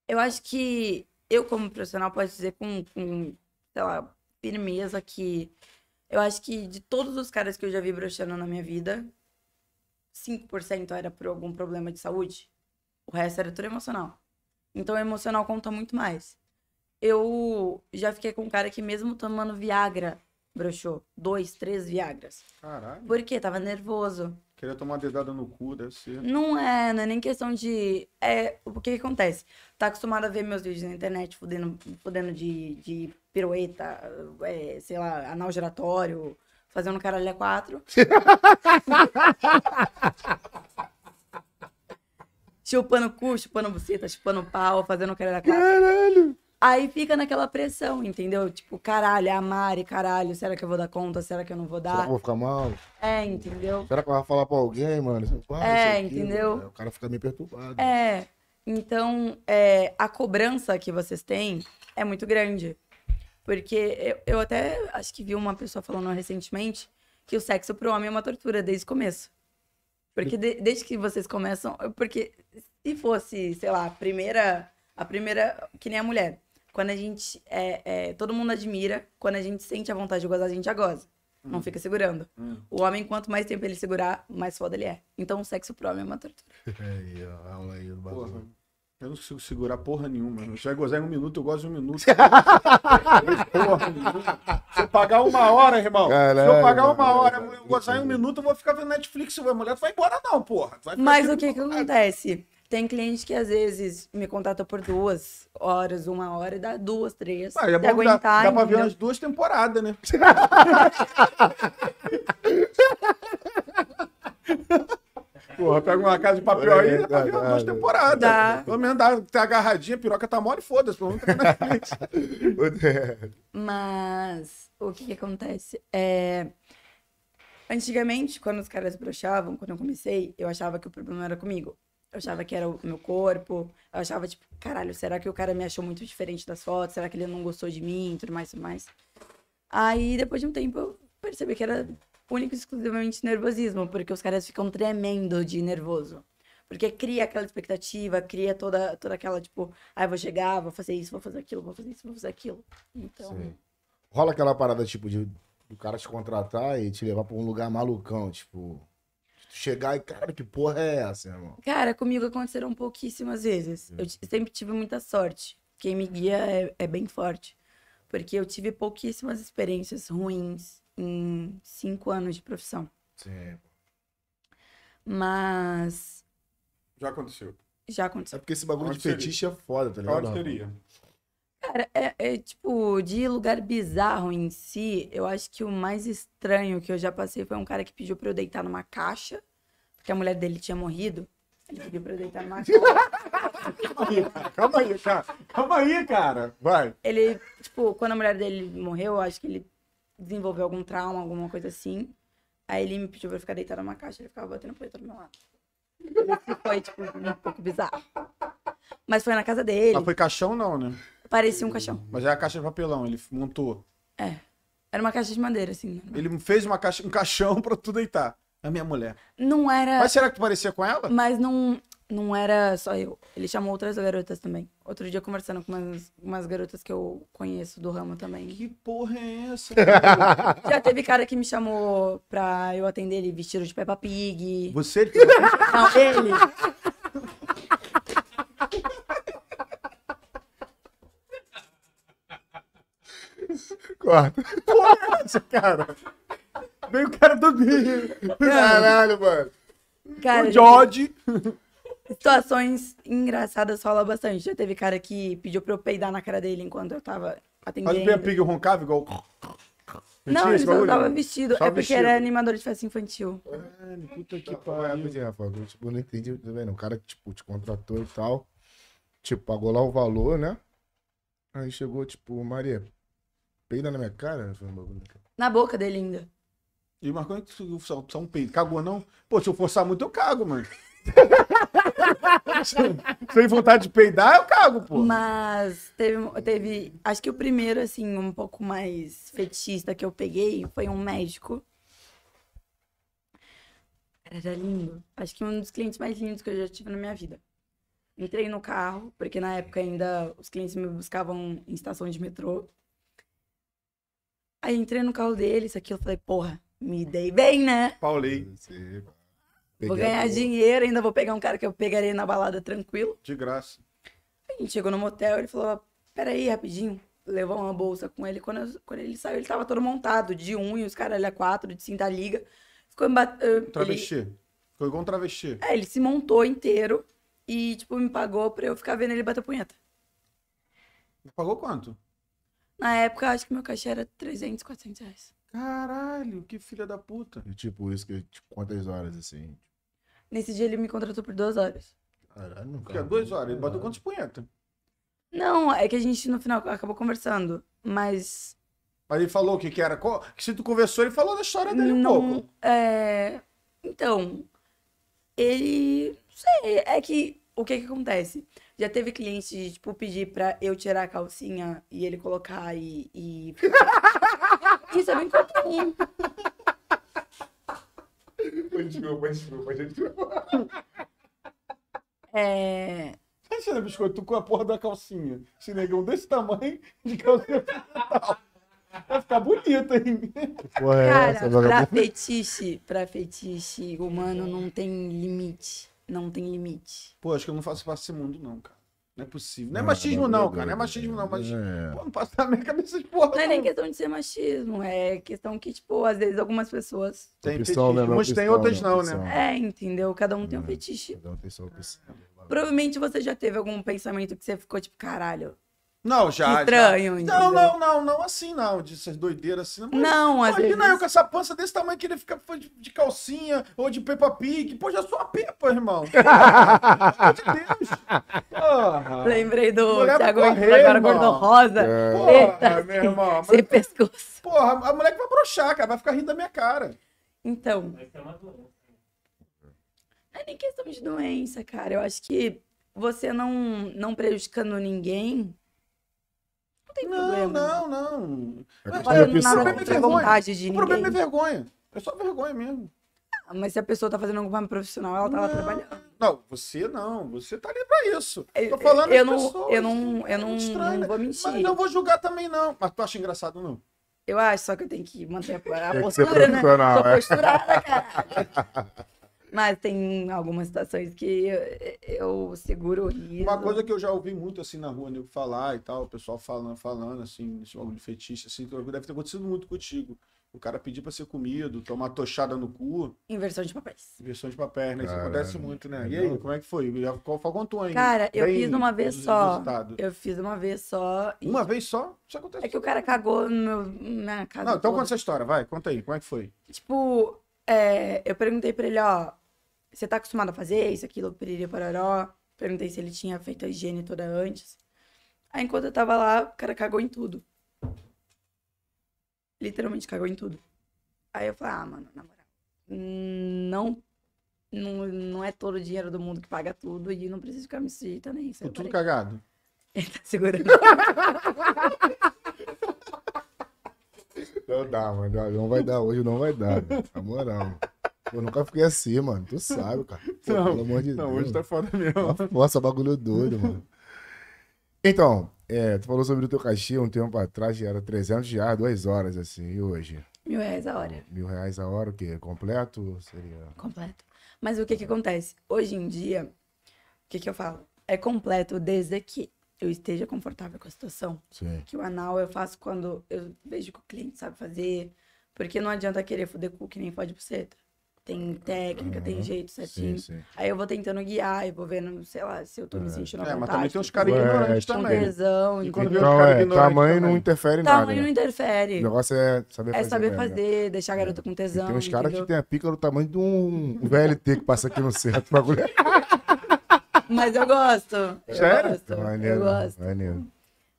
Eu acho que eu, como profissional, posso dizer com, com, sei lá, firmeza que eu acho que de todos os caras que eu já vi broxando na minha vida, 5% era por algum problema de saúde, o resto era tudo emocional. Então, o emocional conta muito mais. Eu já fiquei com um cara que, mesmo tomando Viagra, broxou. Dois, três Viagras.
Caralho.
Porque tava nervoso.
Queria tomar uma dedada no cu, deve ser.
Não é, não é nem questão de. É, o que, que acontece? Tá acostumado a ver meus vídeos na internet fudendo, fudendo de, de pirueta, é, sei lá, anal giratório, fazendo um caralho a quatro. chupando cu, chupando buceta, chupando pau, fazendo um caralho a quatro.
Caralho!
Aí fica naquela pressão, entendeu? Tipo, caralho, é a Mari, caralho, será que eu vou dar conta? Será que eu não vou
Será que eu
dar?
vou ficar mal?
É, entendeu?
Será que ela vai falar pra alguém, mano? Ah, não
É,
sei o quê,
entendeu?
mano. O cara fica meio perturbado.
É. Então, é, a cobrança que vocês têm é muito grande. Porque eu, eu até acho que vi uma pessoa falando recentemente que o sexo pro homem é uma tortura desde o começo. Porque de- desde que vocês começam. Porque se fosse, sei lá, a primeira. A primeira. Que nem a mulher. Quando a gente. É, é, todo mundo admira. Quando a gente sente a vontade de gozar, a gente já goza. Não fica segurando.
Hum.
O homem, quanto mais tempo ele segurar, mais foda ele é. Então o sexo pro homem é uma tortura.
Aí, ó, a aula aí do
Porra.
bagulho.
Eu não consigo segurar porra nenhuma. mano. Se vai gozar em um minuto, eu gosto de um minuto. porra nenhuma. Se eu pagar uma hora, irmão. se eu
Caralho,
pagar
mano.
uma hora, eu gozar em um minuto, eu vou ficar vendo Netflix. A mulher não vai embora, não, porra. Tu vai ficar
Mas
aqui-
o que que acontece? Tem cliente que às vezes me contata por duas horas, uma hora, e dá duas, três.
Ah, é
se
bom que dá,
aguentar,
dá pra ver
entendeu?
umas duas temporadas, né? Porra, pega uma casa de papel aí, dá pra ver umas duas temporadas.
Dá.
Pelo menos dá, tá agarradinha, a piroca tá mole, foda-se. Pelo menos tá na frente.
Mas o que que acontece? É... Antigamente, quando os caras broxavam, quando eu comecei, eu achava que o problema era comigo. Eu achava que era o meu corpo. Eu achava, tipo, caralho, será que o cara me achou muito diferente das fotos? Será que ele não gostou de mim? Tudo mais, tudo mais. Aí, depois de um tempo, eu percebi que era único e exclusivamente nervosismo, porque os caras ficam tremendo de nervoso. Porque cria aquela expectativa, cria toda, toda aquela, tipo, ai, vou chegar, vou fazer isso, vou fazer aquilo, vou fazer isso, vou fazer aquilo. Então.
Sim. Rola aquela parada, tipo, de do cara te contratar e te levar pra um lugar malucão, tipo. Tu chegar e, cara, que porra é essa, irmão?
Cara, comigo aconteceram pouquíssimas vezes. Eu ti- sempre tive muita sorte. Quem me guia é, é bem forte. Porque eu tive pouquíssimas experiências ruins em cinco anos de profissão.
Sim.
Mas
Já aconteceu.
já
É
aconteceu.
porque esse bagulho
Onde
de fetiche é foda, tá
Qual
ligado?
a teoria?
Cara, é, é, tipo, de lugar bizarro em si, eu acho que o mais estranho que eu já passei foi um cara que pediu pra eu deitar numa caixa, porque a mulher dele tinha morrido. Ele pediu pra eu deitar numa caixa.
Calma aí, cara. Calma aí, cara. Vai.
Ele, tipo, quando a mulher dele morreu, eu acho que ele desenvolveu algum trauma, alguma coisa assim. Aí ele me pediu pra eu ficar deitada numa caixa, ele ficava batendo punheta do meu lado. Isso foi, tipo, um pouco bizarro. Mas foi na casa dele,
Mas foi caixão, não, né?
parecia um caixão.
Mas é a caixa de papelão, ele montou.
Era uma caixa de madeira, assim. normal.
Ele fez uma caixa, um caixão pra tu deitar. A minha mulher.
Não era.
Mas será que tu parecia com ela?
Mas não, não era só eu. Ele chamou outras garotas também. Outro dia, conversando com umas, umas garotas que eu conheço do ramo também.
Que porra é essa?
Já teve cara que me chamou pra eu atender ele vestido de Peppa Pig.
Você
Não, ele.
Corta.
cara. Veio o cara do Rio.
Caralho, mano.
Cara,
O
já teve-
George.
situações engraçadas rola bastante. Já teve cara que pediu pra eu peidar na cara dele enquanto eu tava
Mas o
atendendo.
Peppa Pig roncava igual.
não,
tinha
ele
esse
só
bagulho?
tava vestido.
Só
é porque
vestido.
era animador de festa infantil.
Caralho, puta que
Calma aí,
pariu.
rapidinho, Rafa. Eu, tipo, eu não entendi muito bem, não. O cara que, tipo, te contratou e tal. Tipo, pagou lá o valor, né? Aí chegou, tipo, Maria, peida na minha cara. Foi um bagulho.
Na boca dele ainda.
E mas como é que tu só, só um peito? Cagou, não? Pô, se eu forçar muito, eu cago, mano. Sem vontade de peidar, eu cago, pô.
Mas teve, um, teve. Acho que o primeiro, assim, um pouco mais fetichista que eu peguei foi um médico. Cara, Era lindo. Acho que um dos clientes mais lindos que eu já tive na minha vida. Entrei no carro, porque na época ainda os clientes me buscavam em estação de metrô. Aí entrei no carro dele, isso aqui, eu falei, porra, me dei bem, né?
Paulei,
Você-
Vou
assim, Peguei a
ganhar
boa.
dinheiro, ainda vou pegar um cara que eu pegarei na balada tranquilo.
de graça.
A gente chegou no motel, ele falou, peraí, rapidinho. Levou uma bolsa com ele. Quando, eu- quando ele saiu, ele tava todo montado, de um e os caras ele é quatro, de cinta liga. Ficou embat... eh, ele...
Travesti. Ficou igual um travesti.
É, ele se montou inteiro e, tipo, me pagou pra eu ficar vendo ele bater punheta.
Pagou quanto?
Na época, acho que meu cachê era 300, 400 reais.
Caralho, que filha da puta.
E, tipo, isso que tipo, quantas horas, assim?
Nesse dia ele me contratou por duas horas.
Caralho, não
Porque é duas horas. Ele bateu quantos punheta?
Não, é que a gente no final acabou conversando, mas
Aí ele falou o que, que era. qual- Que se tu conversou, ele falou da história dele um
Não,
pouco.
é... Então, ele... Não sei, é que... O que que acontece? Já teve cliente de, tipo, pedir pra eu tirar a calcinha e ele colocar e... e- Isso é bem comum.
Desculpa, desculpa, desculpa.
É...
Imagina, biscoito, tu com a porra da calcinha. Esse negão desse tamanho, de calcinha tal. Vai ficar bonito, hein?
Porra, é essa,
Cara, pra
vagabundo?
fetiche, pra fetiche humano não tem limite. Não tem limite.
Pô, acho que eu não faço parte desse mundo, não, cara. Não é possível. Não é
Ah,
machismo,
bagulho
não,
doido,
cara. Não é machismo, não. Mas,
É.
pô, não passa na minha cabeça de porra.
Não é nem
não.
questão de ser machismo, é questão que, tipo, às vezes algumas pessoas...
Tem
Opção, né?
fetiche.
Não,
Umas tem,
opção,
outras não,
opção.
né?
É, entendeu? Cada um tem
Uhum.
um fetiche.
Cada um tem sua opção.
Provavelmente você já teve algum pensamento que você ficou tipo, caralho,
Não, já.
que estranho.
já.
entendeu?
Não, não, não, não assim, não. Dessas doideiras assim. Não,
Não, às
Imagina eu
vezes.
com essa pança desse tamanho que ele fica de, de calcinha ou de Peppa Pig. Pô, já sou a Peppa, irmão. Pelo amor de Deus. Porra.
Lembrei do
Mulher
Thiago
pra
Ventura, agora
correr,
gordo
irmão. É.
rosa.
Porra, meu irmão. A
Sem
mulher-
pescoço.
Porra, a mulher que vai broxar, cara. Vai ficar rindo da minha cara.
Então,
Mas isso é uma doença. né?
não é nem questão de doença, cara. Eu acho que você não, não prejudicando ninguém. Não tem
Não,
problema. né?
não, não.
É questão
Mas
de
Fazendo
opção.
nada
problema é
contra a
vergonha.
vontade de
O problema é
ninguém.
vergonha. É só vergonha mesmo.
Ah, Mas se a pessoa tá fazendo alguma profissional, ela tá lá
Não.
trabalhando.
Não, você não. Você tá ali pra isso.
Eu-
Tô falando
É, eu
das
não-
pessoas.
eu não- eu
É
não-
muito estranho,
não vou
né?
mentir.
Mas não vou julgar também, não. Mas tu acha engraçado, não?
Eu acho, só que eu tenho que manter a, a
Tem que ser
postura, né?
profissional,
Sou
é.
posturada, caralho. Mas tem algumas situações que eu, eu seguro o riso.
Uma coisa que eu já ouvi muito assim na rua, nego falar e tal, o pessoal falando, falando, assim, esse bagulho de fetiche, assim, que deve ter acontecido muito contigo. O cara pedir pra ser comido, tomar tochada no cu,
Inversão de papéis.
versão de papéis, né? Isso
Caralho.
acontece muito, né? E aí, como é que foi? Já- Qual foi conta aí?
Cara, eu
Bem,
fiz uma vez
os
só.
resultados.
Eu fiz uma vez só. e-
Uma vez só? Isso acontece.
É que o cara cagou no meu, na casa.
Não, então
toda.
conta essa história, vai, conta aí, como é que foi?
Tipo, é, eu perguntei pra ele, ó, você tá acostumado a fazer isso, aquilo, piriri, pororó. Perguntei se ele tinha feito a higiene toda antes. Aí, enquanto eu tava lá, o cara cagou em tudo. Literalmente cagou em tudo. Aí eu falei, ah, mano, na moral, não, não, não é todo o dinheiro do mundo que paga tudo e não precisa ficar me sujeitando a isso. Aí
Ficou
eu
tudo
parei.
cagado.
Ele tá segurando.
Não dá, mano. Não, não vai dar hoje, não vai dar. mano. Na moral. Eu nunca fiquei assim, mano. Tu sabe, cara. Pô,
Não,
pelo amor de
Não,
Deus.
hoje tá foda mesmo.
Nossa, bagulho doido, mano. Então, é, tu falou sobre o teu cachê um tempo atrás, que era 300 reais, duas horas, assim. E hoje?
Mil reais a hora.
Mil reais a hora, o quê? Completo? Seria...
Completo. Mas o que que acontece? Hoje em dia, o que que eu falo? É completo desde que eu esteja confortável com a situação.
Sim.
Que o anal eu faço quando eu vejo que o cliente sabe fazer. Porque não adianta querer foder cu que nem pode buceta. Tem técnica, tem
Uhum.
Aham,
jeito
Sim,
certinho.
sim.
Aí eu vou tentando guiar, eu vou vendo, sei lá, se eu tô me sentindo à
É,
vontade.
mas também tem uns
tô
caras
Ué,
ignorantes
tem-
com
também.
tesão.
E
entendeu?
quando vê os
Então,
caras
é,
ignorantes
tamanho não
também.
interfere em nada.
Tamanho
né?
não
O
interfere.
negócio é saber
É
fazer.
saber
né?
fazer, deixar a
É.
garota com tesão,
Tem uns caras que
entendeu?
tem a pica do tamanho de um VLT que passa aqui no centro. O bagulho é
Mas eu gosto. Eu
Sério? é
gosto. Eu
maneiro.
gosto.
maneiro.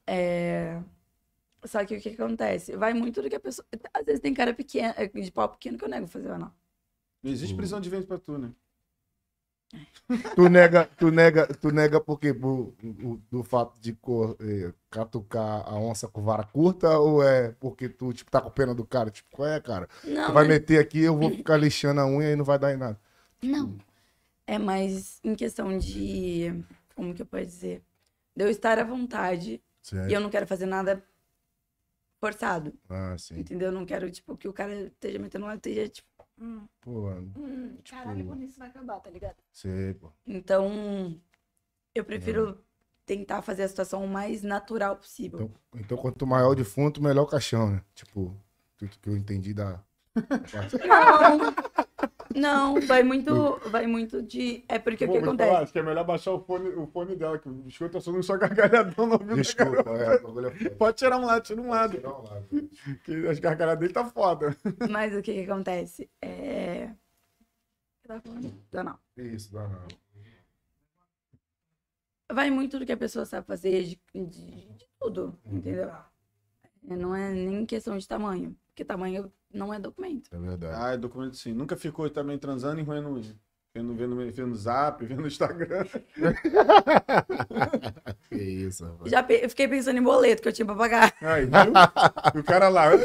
É... Só que o que que acontece? Vai muito do que a pessoa. Às vezes tem cara pequena, é, de pau pequeno que eu nego fazer ou não.
Não existe prisão de ventre pra tu, né?
Tu nega, tu nega, tu nega por quê? Por- o- do fato de cor- eh, catucar a onça com vara curta ou é porque tu tipo, tá com pena do cara? Tipo, qual é, cara? Tu
Não,
vai
mas-
meter aqui, eu vou ficar lixando a unha e não vai dar em nada.
não. É mais em questão de. Como que eu posso dizer? De eu estar à vontade e
Certo.
eu não quero fazer nada forçado,
Ah, sim.
entendeu? Eu não quero, tipo, que o cara esteja metendo lá e esteja, tipo, hum,
Pô,
hum, caralho, quando isso vai acabar, tá ligado?
sei, pô.
Então, eu
Uhum.
prefiro tentar fazer a situação o mais natural possível.
Então, então, quanto maior o defunto, melhor o caixão, né? Tipo, o que eu entendi da. Então
Não. Não, vai muito, vai muito de. É porque o que acontece?
acho que é melhor baixar o fone, o fone dela, que o biscoito tá sonando só gargalhadão no ouvido da
Desculpa,
garota.
é, o bagulho é foda.
Pode tirar um lado, tira um lado.
Tirar um lado.
Que as gargalhadas dele tá foda.
Mas o que, que acontece? É. Eu tava falando? Não, não.
Isso, dá não.
Vai muito do que a pessoa sabe fazer, de, de- de tudo, entendeu? É, Não é nem questão de tamanho, porque tamanho não é documento.
É verdade.
Ah, é documento sim. Nunca ficou também transando e roendo unha. Vendo, vendo, vendo no zap, vendo no Instagram.
Ah.
Que isso, rapaz.
Já pe- eu fiquei pensando em boleto que eu tinha pra pagar.
Aí, viu? E o cara lá. E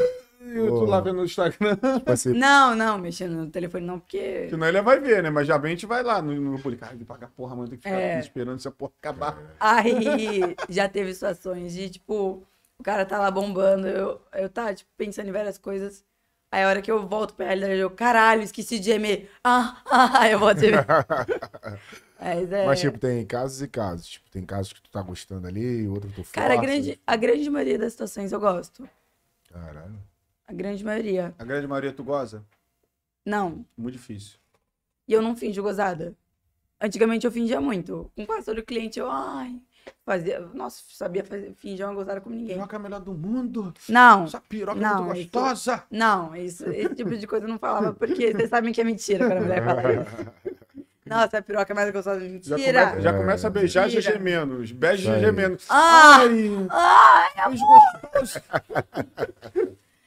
eu tô lá
Porra.
vendo no Instagram.
Então,
Passei
Não, não, mexendo no telefone não, porque.
Senão ele vai ver, né? Mas já bem a gente vai lá. No, no publicar. Ai, pagar porra, mano. Tem que ficar
É.
aqui esperando essa porra acabar.
Aí já teve situações de, tipo, o cara tá lá bombando, eu, eu tá, tipo, pensando em várias coisas. Aí a hora que eu volto pra realidade, eu, caralho, esqueci de gemer. Ah, ah, ah", eu volto a gemer. Mas é.
Mas, tipo, tem casos e casos. Tipo, tem casos que tu tá gostando ali, e outro tu força.
cara, a grande, a grande maioria das situações eu gosto.
Caralho.
A grande maioria.
A grande maioria tu goza?
Não.
Muito difícil.
E eu não finjo gozada. Antigamente eu fingia muito. Com quase todo cliente, eu, ai, fazia. Nossa, sabia fazer, fingir uma gozada como ninguém.
Piroca é a melhor do mundo.
Não.
Essa piroca é
Não,
muito
isso-
gostosa.
Não, isso, esse tipo de coisa eu não falava, porque vocês sabem que é mentira quando a mulher fala isso. Nossa, a piroca é mais gostosa.
Já
Mentira!
começa, assim. já começa a beijar já
Tira.
gemendo. os Beijos já
Aí.
gemendo.
Ah!
Ai! beijo gostoso.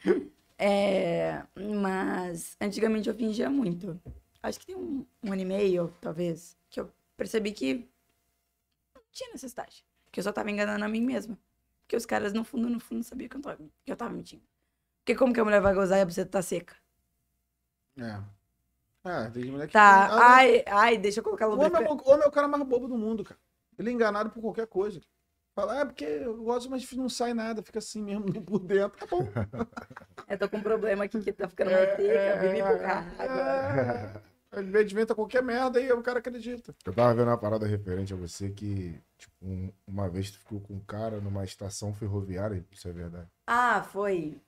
É, mas antigamente eu fingia muito. Acho que tem um, um ano e meio, talvez, que eu percebi que não tinha necessidade. Que eu só tava enganando a mim mesma. Porque os caras, no fundo, no fundo, sabiam que eu tava, que eu tava mentindo. Porque como que a mulher vai gozar e a buceta tá seca?
É. Ah, tem mulher que.
Tá,
Ah,
ai, ai, deixa eu colocar
O homem, é,
lubrificante.
o homem é o cara mais bobo do mundo, cara. Ele é enganado por qualquer coisa. Fala, é porque eu gosto, mas não sai nada, fica assim mesmo por dentro. Tá bom.
Eu tô com um problema aqui que tá ficando mais seca, eu vim me empurrar agora.
É, Ele inventa qualquer merda e o cara acredita.
Eu tava vendo uma parada referente a você que, tipo, um- uma vez tu ficou com um cara numa estação ferroviária, isso é verdade.
Ah, foi.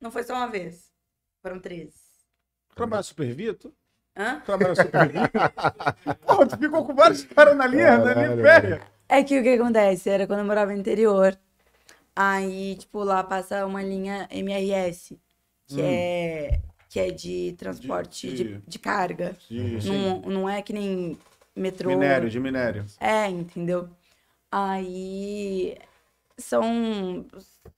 Não foi só uma vez. Foram 13.
Trabalha supervito?
Hã?
Trabalha supervito? Porra, tu ficou com vários caras na linha, na linha
Caralho,
velha.
É que o que acontece era quando eu morava no interior. Aí, tipo, lá passa uma linha MRS, que, é, que é de transporte de,
de-
de carga.
De,
Não, não é que nem metrô.
Minério, de minério.
É, entendeu? Aí são,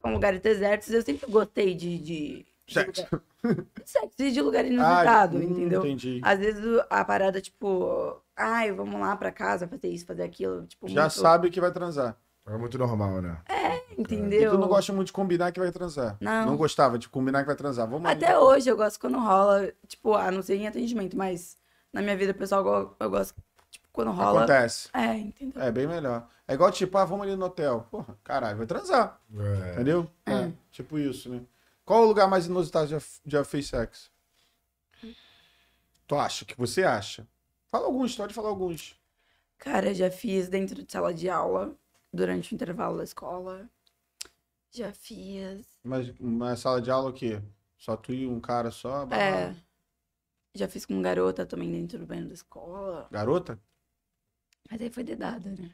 são lugares desertos. Eu sempre gostei de. de de
Sexo.
lugar- sexo e de lugar inusitado,
hum,
entendeu?
Entendi.
Às vezes o- a parada, tipo, ai, vamos lá pra casa fazer isso, fazer aquilo. Tipo,
Já
muito-
sabe que vai transar.
É muito normal, né?
E
Entendeu?
tu não gosta muito de combinar que vai transar.
Não.
Não gostava de combinar que vai transar. Vamos
Até hoje eu gosto quando rola, tipo, ah, não sei em atendimento, mas na minha vida pessoal eu go- eu gosto, tipo, quando rola.
Acontece.
É, entendeu?
É bem melhor. É igual tipo, ah, vamos ali no hotel. Porra, caralho, vai transar.
É.
Entendeu? É. Tipo isso, né? Qual o lugar mais inusitado já, já fez sexo? Tu acha? O que você acha? Fala alguns, pode falar alguns.
Cara, já fiz dentro de sala de aula, durante o intervalo da escola. Já fiz.
Mas na sala de aula o quê? Só tu e um cara só?
É.
babado?
Já fiz com garota também dentro do banheiro da escola.
Garota?
Mas aí foi dedada, né?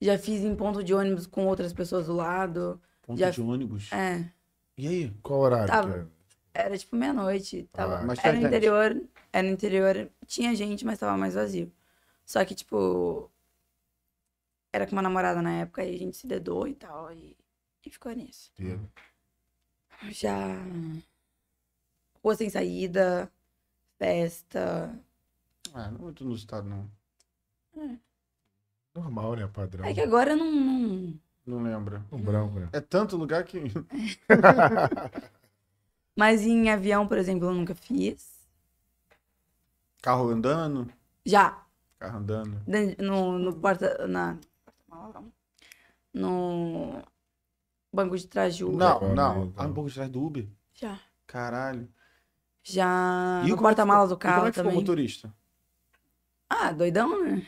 Já fiz em ponto de ônibus com outras pessoas do lado.
Ponto
Já-
de ônibus.
É.
E aí?
Qual horário?
Tá.
que é?
Era tipo meia-noite. Tava...
Ah,
Mas tu
Era É. no
entende?
interior, era no interior, tinha gente, mas tava mais vazio. Só que, tipo, era com uma namorada na época e a gente se dedou e tal, e, e ficou nisso.
Sim.
Já. Rua sem saída, festa.
Ah, não é muito inusitado, não.
Normal, né? Padrão.
É que agora não. não-
Não lembra.
Um branco, né?
É tanto lugar que.
Mas em avião, por exemplo, eu nunca fiz.
Carro andando,
Já.
carro andando.
Dan- No, no porta. Na. porta-mala, não. No. Banco de trás de Uber.
Não,
Uber,
não.
né,
Ah, um
então.
pouco atrás do Uber.
Já.
Caralho.
Já.
E
no
como é que
porta-mala do
ficou- e Como
carro
é que ficou o
também.
motorista?
Ah, doidão, né?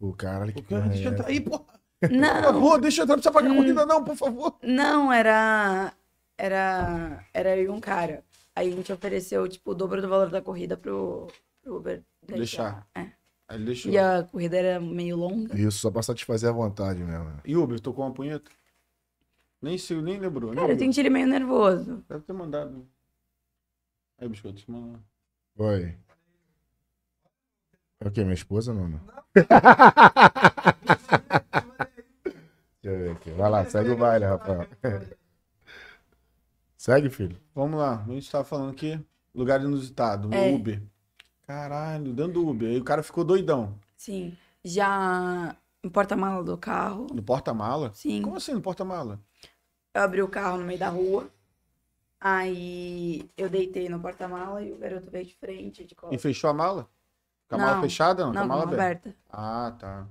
O cara que. é
O cara, deixa eu entrar aí, porra. Por
Não,
favor, deixa eu entrar, não precisa pagar
Hum.
corrida, não, por favor.
não, era. Era. Era eu e um cara. Aí a gente ofereceu, tipo, o dobro do valor da corrida pro, pro Uber.
Deixar.
É.
Aí ele deixou.
E a corrida era meio longa.
Isso, só pra satisfazer a vontade mesmo. né?
E Uber, tocou uma punheta? Nem sei, nem lembrou. nem
Cara, eu
lembrou.
senti ele meio nervoso.
Deve ter mandado. Aí, biscoito, te manda. lá.
Oi. É o quê? Minha esposa, não? não? Deixa eu ver aqui. Vai lá, segue o baile, rapaz. Segue, filho.
Vamos lá, a gente tava falando aqui. Lugar inusitado, no
É.
Uber. Caralho, dentro do Uber. Aí o cara ficou doidão.
Sim. Já no porta-mala do carro.
No porta-mala?
Sim.
Como assim no porta-mala?
Eu abri o carro no meio da rua. Aí eu deitei no porta-mala e o garoto veio de frente, de
E
costas.
fechou a mala? Com a
Não.
mala fechada? Não, com a
Não,
mala
mão
aberta.
aberta.
Ah, tá.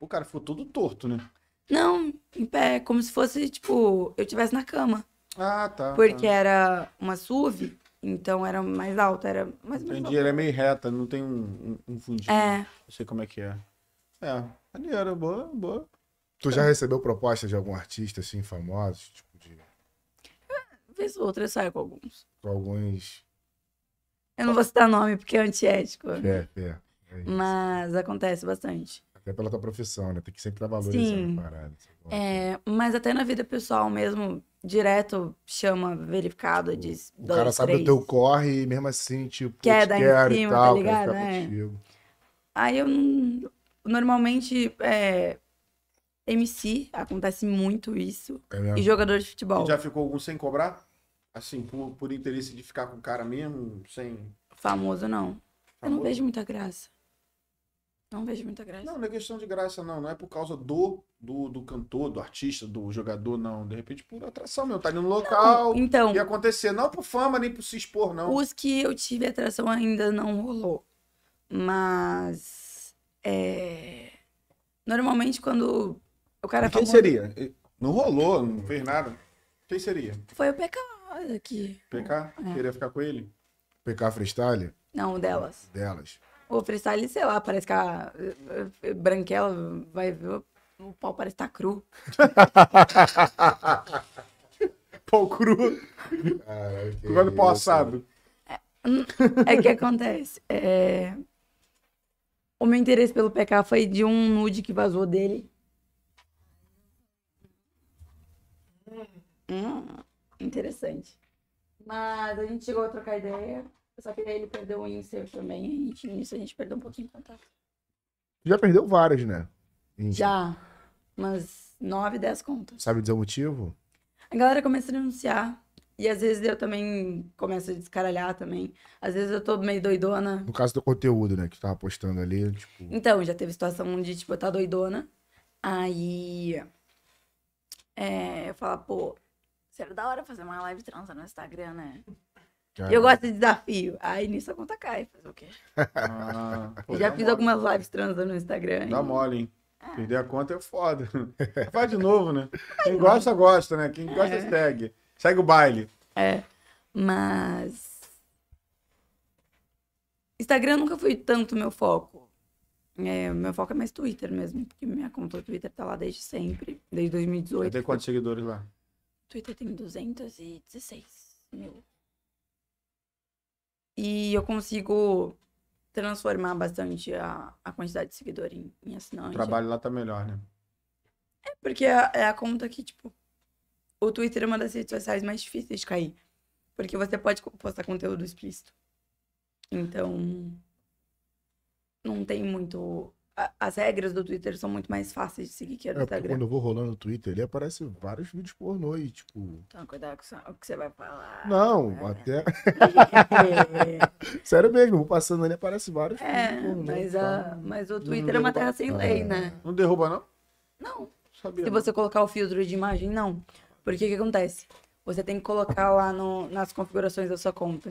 O cara ficou todo torto, né?
Não, em pé, como se fosse, tipo, eu estivesse na cama.
Ah, tá.
Porque
tá.
era uma SUV, então era mais alta, era mais ou menos
Entendi, ela é meio reta, não tem um, um, um fundinho.
alta. É,
Não sei como é que é. É, maneiro, boa, boa.
Tu já recebeu proposta de algum artista, assim, famoso? Tipo, de
vez ou outra eu saio com alguns.
com alguns.
Eu não vou citar nome porque é antiético,
É, é. é isso.
mas acontece bastante.
Até pela tua profissão, né? Tem que sempre estar valorizando
Sim.
a parada.
É, mas até na vida pessoal mesmo, direto chama verificado,
Tipo,
diz
O
dois,
cara sabe
três.
o teu corre e mesmo assim, tipo,
Quer
eu te
dar em
quero e
cima, tá
tal, quero
ligado?
ficar
É.
contigo.
Aí eu não- normalmente é, MC, acontece muito isso,
É mesmo?
e jogador de futebol.
E Já ficou algum sem cobrar? Assim, por, por interesse de ficar com o cara mesmo, sem.
Famoso não. Eu não
famoso?
vejo muita graça. Não vejo muita graça.
Não, não é questão de graça, não. Não é por causa do, do, do cantor, do artista, do jogador, não. De repente, por atração mesmo. Tá ali no local.
Então,
E acontecer, não por fama nem por se expor, não.
os que eu tive atração ainda não rolou. Mas. É... Normalmente, quando o cara
Quem
É famoso-
seria? Não rolou, não fez nada. Quem seria?
Foi o pecado aqui.
PK?
É.
Queria ficar com ele?
PK Freestyle?
Não, o delas.
Delas.
O freestyle, sei lá, parece que a eh, eh, branquela vai ver. O pau parece estar cru.
Pau cru,
Caralho, que
agora
isso. é
pau assado.
É que acontece. é, O meu interesse pelo PK foi de um nude que vazou dele. Hum, interessante. Mas a gente chegou a trocar ideia. Só que daí ele perdeu o Insta também. E a gente- nisso a gente perdeu um pouquinho de contato.
Já perdeu várias, né? Em-
Já. Umas 9, 10 contas.
Sabe dizer o motivo?
A galera começa a denunciar. E às vezes eu também começo a descaralhar também. Às vezes eu tô meio doidona.
No caso do conteúdo, né? Que tu tava postando ali, tipo...
Então, já teve situação de, tipo, eu tá doidona. Aí. É, eu falo, pô, será da hora fazer uma live transa no Instagram, né? E eu gosto de desafio. Aí nisso a conta cai. Fazer o quê?
Ah, pô,
já
dá
fiz
mole.
algumas lives transa no Instagram.
Dá
e-
mole, hein? Perder a conta é foda. Faz de novo, né? Quem gosta, gosta, né? Quem gosta,
É.
segue. Segue o baile.
Mas. Instagram nunca foi tanto meu foco. É, meu foco é mais Twitter mesmo, porque minha conta do Twitter tá lá desde sempre, desde
Eu
2018.
tenho quantos seguidores lá?
Twitter tem 216 mil. E eu consigo transformar bastante a, a quantidade de seguidor em, em
O
assinante.
trabalho lá tá melhor, né?
Porque é, é a conta que, tipo, o Twitter é uma das redes sociais mais difíceis de cair. Porque você pode co- postar conteúdo explícito. Então, não tem muito. a- as regras do Twitter são muito mais fáceis de seguir que a
É,
do
porque
Instagram.
quando eu vou rolando no Twitter, ele aparece vários vídeos pornô e, tipo...
Então, cuidado com o que você vai falar. é.
Não, até... Sério mesmo, vou passando ali, aparece vários
É,
vídeos pornô.
mas,
tá?
a, mas o Twitter é uma terra sem lei, né?
Não derruba, não?
Não.
Sabia.
Se
não.
você colocar o filtro de imagem, não. Porque o que acontece? Você tem que colocar lá no- nas configurações da sua conta.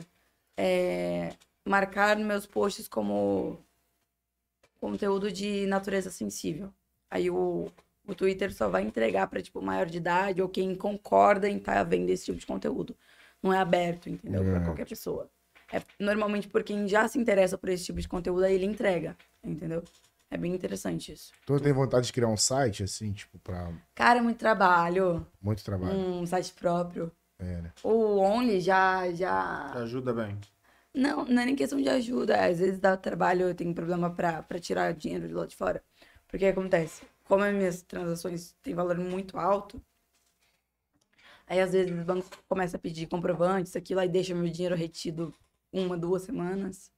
É, marcar meus posts como conteúdo de natureza sensível. Aí o, o Twitter só vai entregar para tipo, maior de idade ou quem concorda em estar vendo esse tipo de conteúdo. Não é aberto, entendeu? Para
É.
qualquer pessoa. É normalmente por quem já se interessa por esse tipo de conteúdo, aí ele entrega, entendeu? É bem interessante isso.
Então tem vontade de criar um site, assim, tipo, pra
Cara, é muito trabalho.
muito trabalho.
Um site próprio.
É, né?
O Only já, já.
Ajuda bem.
Não, não é nem questão de ajuda. Às vezes dá trabalho, eu tenho problema pra, pra tirar dinheiro de lá de fora. Porque acontece, como as minhas transações têm valor muito alto, aí às vezes o banco começa a pedir comprovantes, aquilo, aí deixa meu dinheiro retido uma, duas semanas.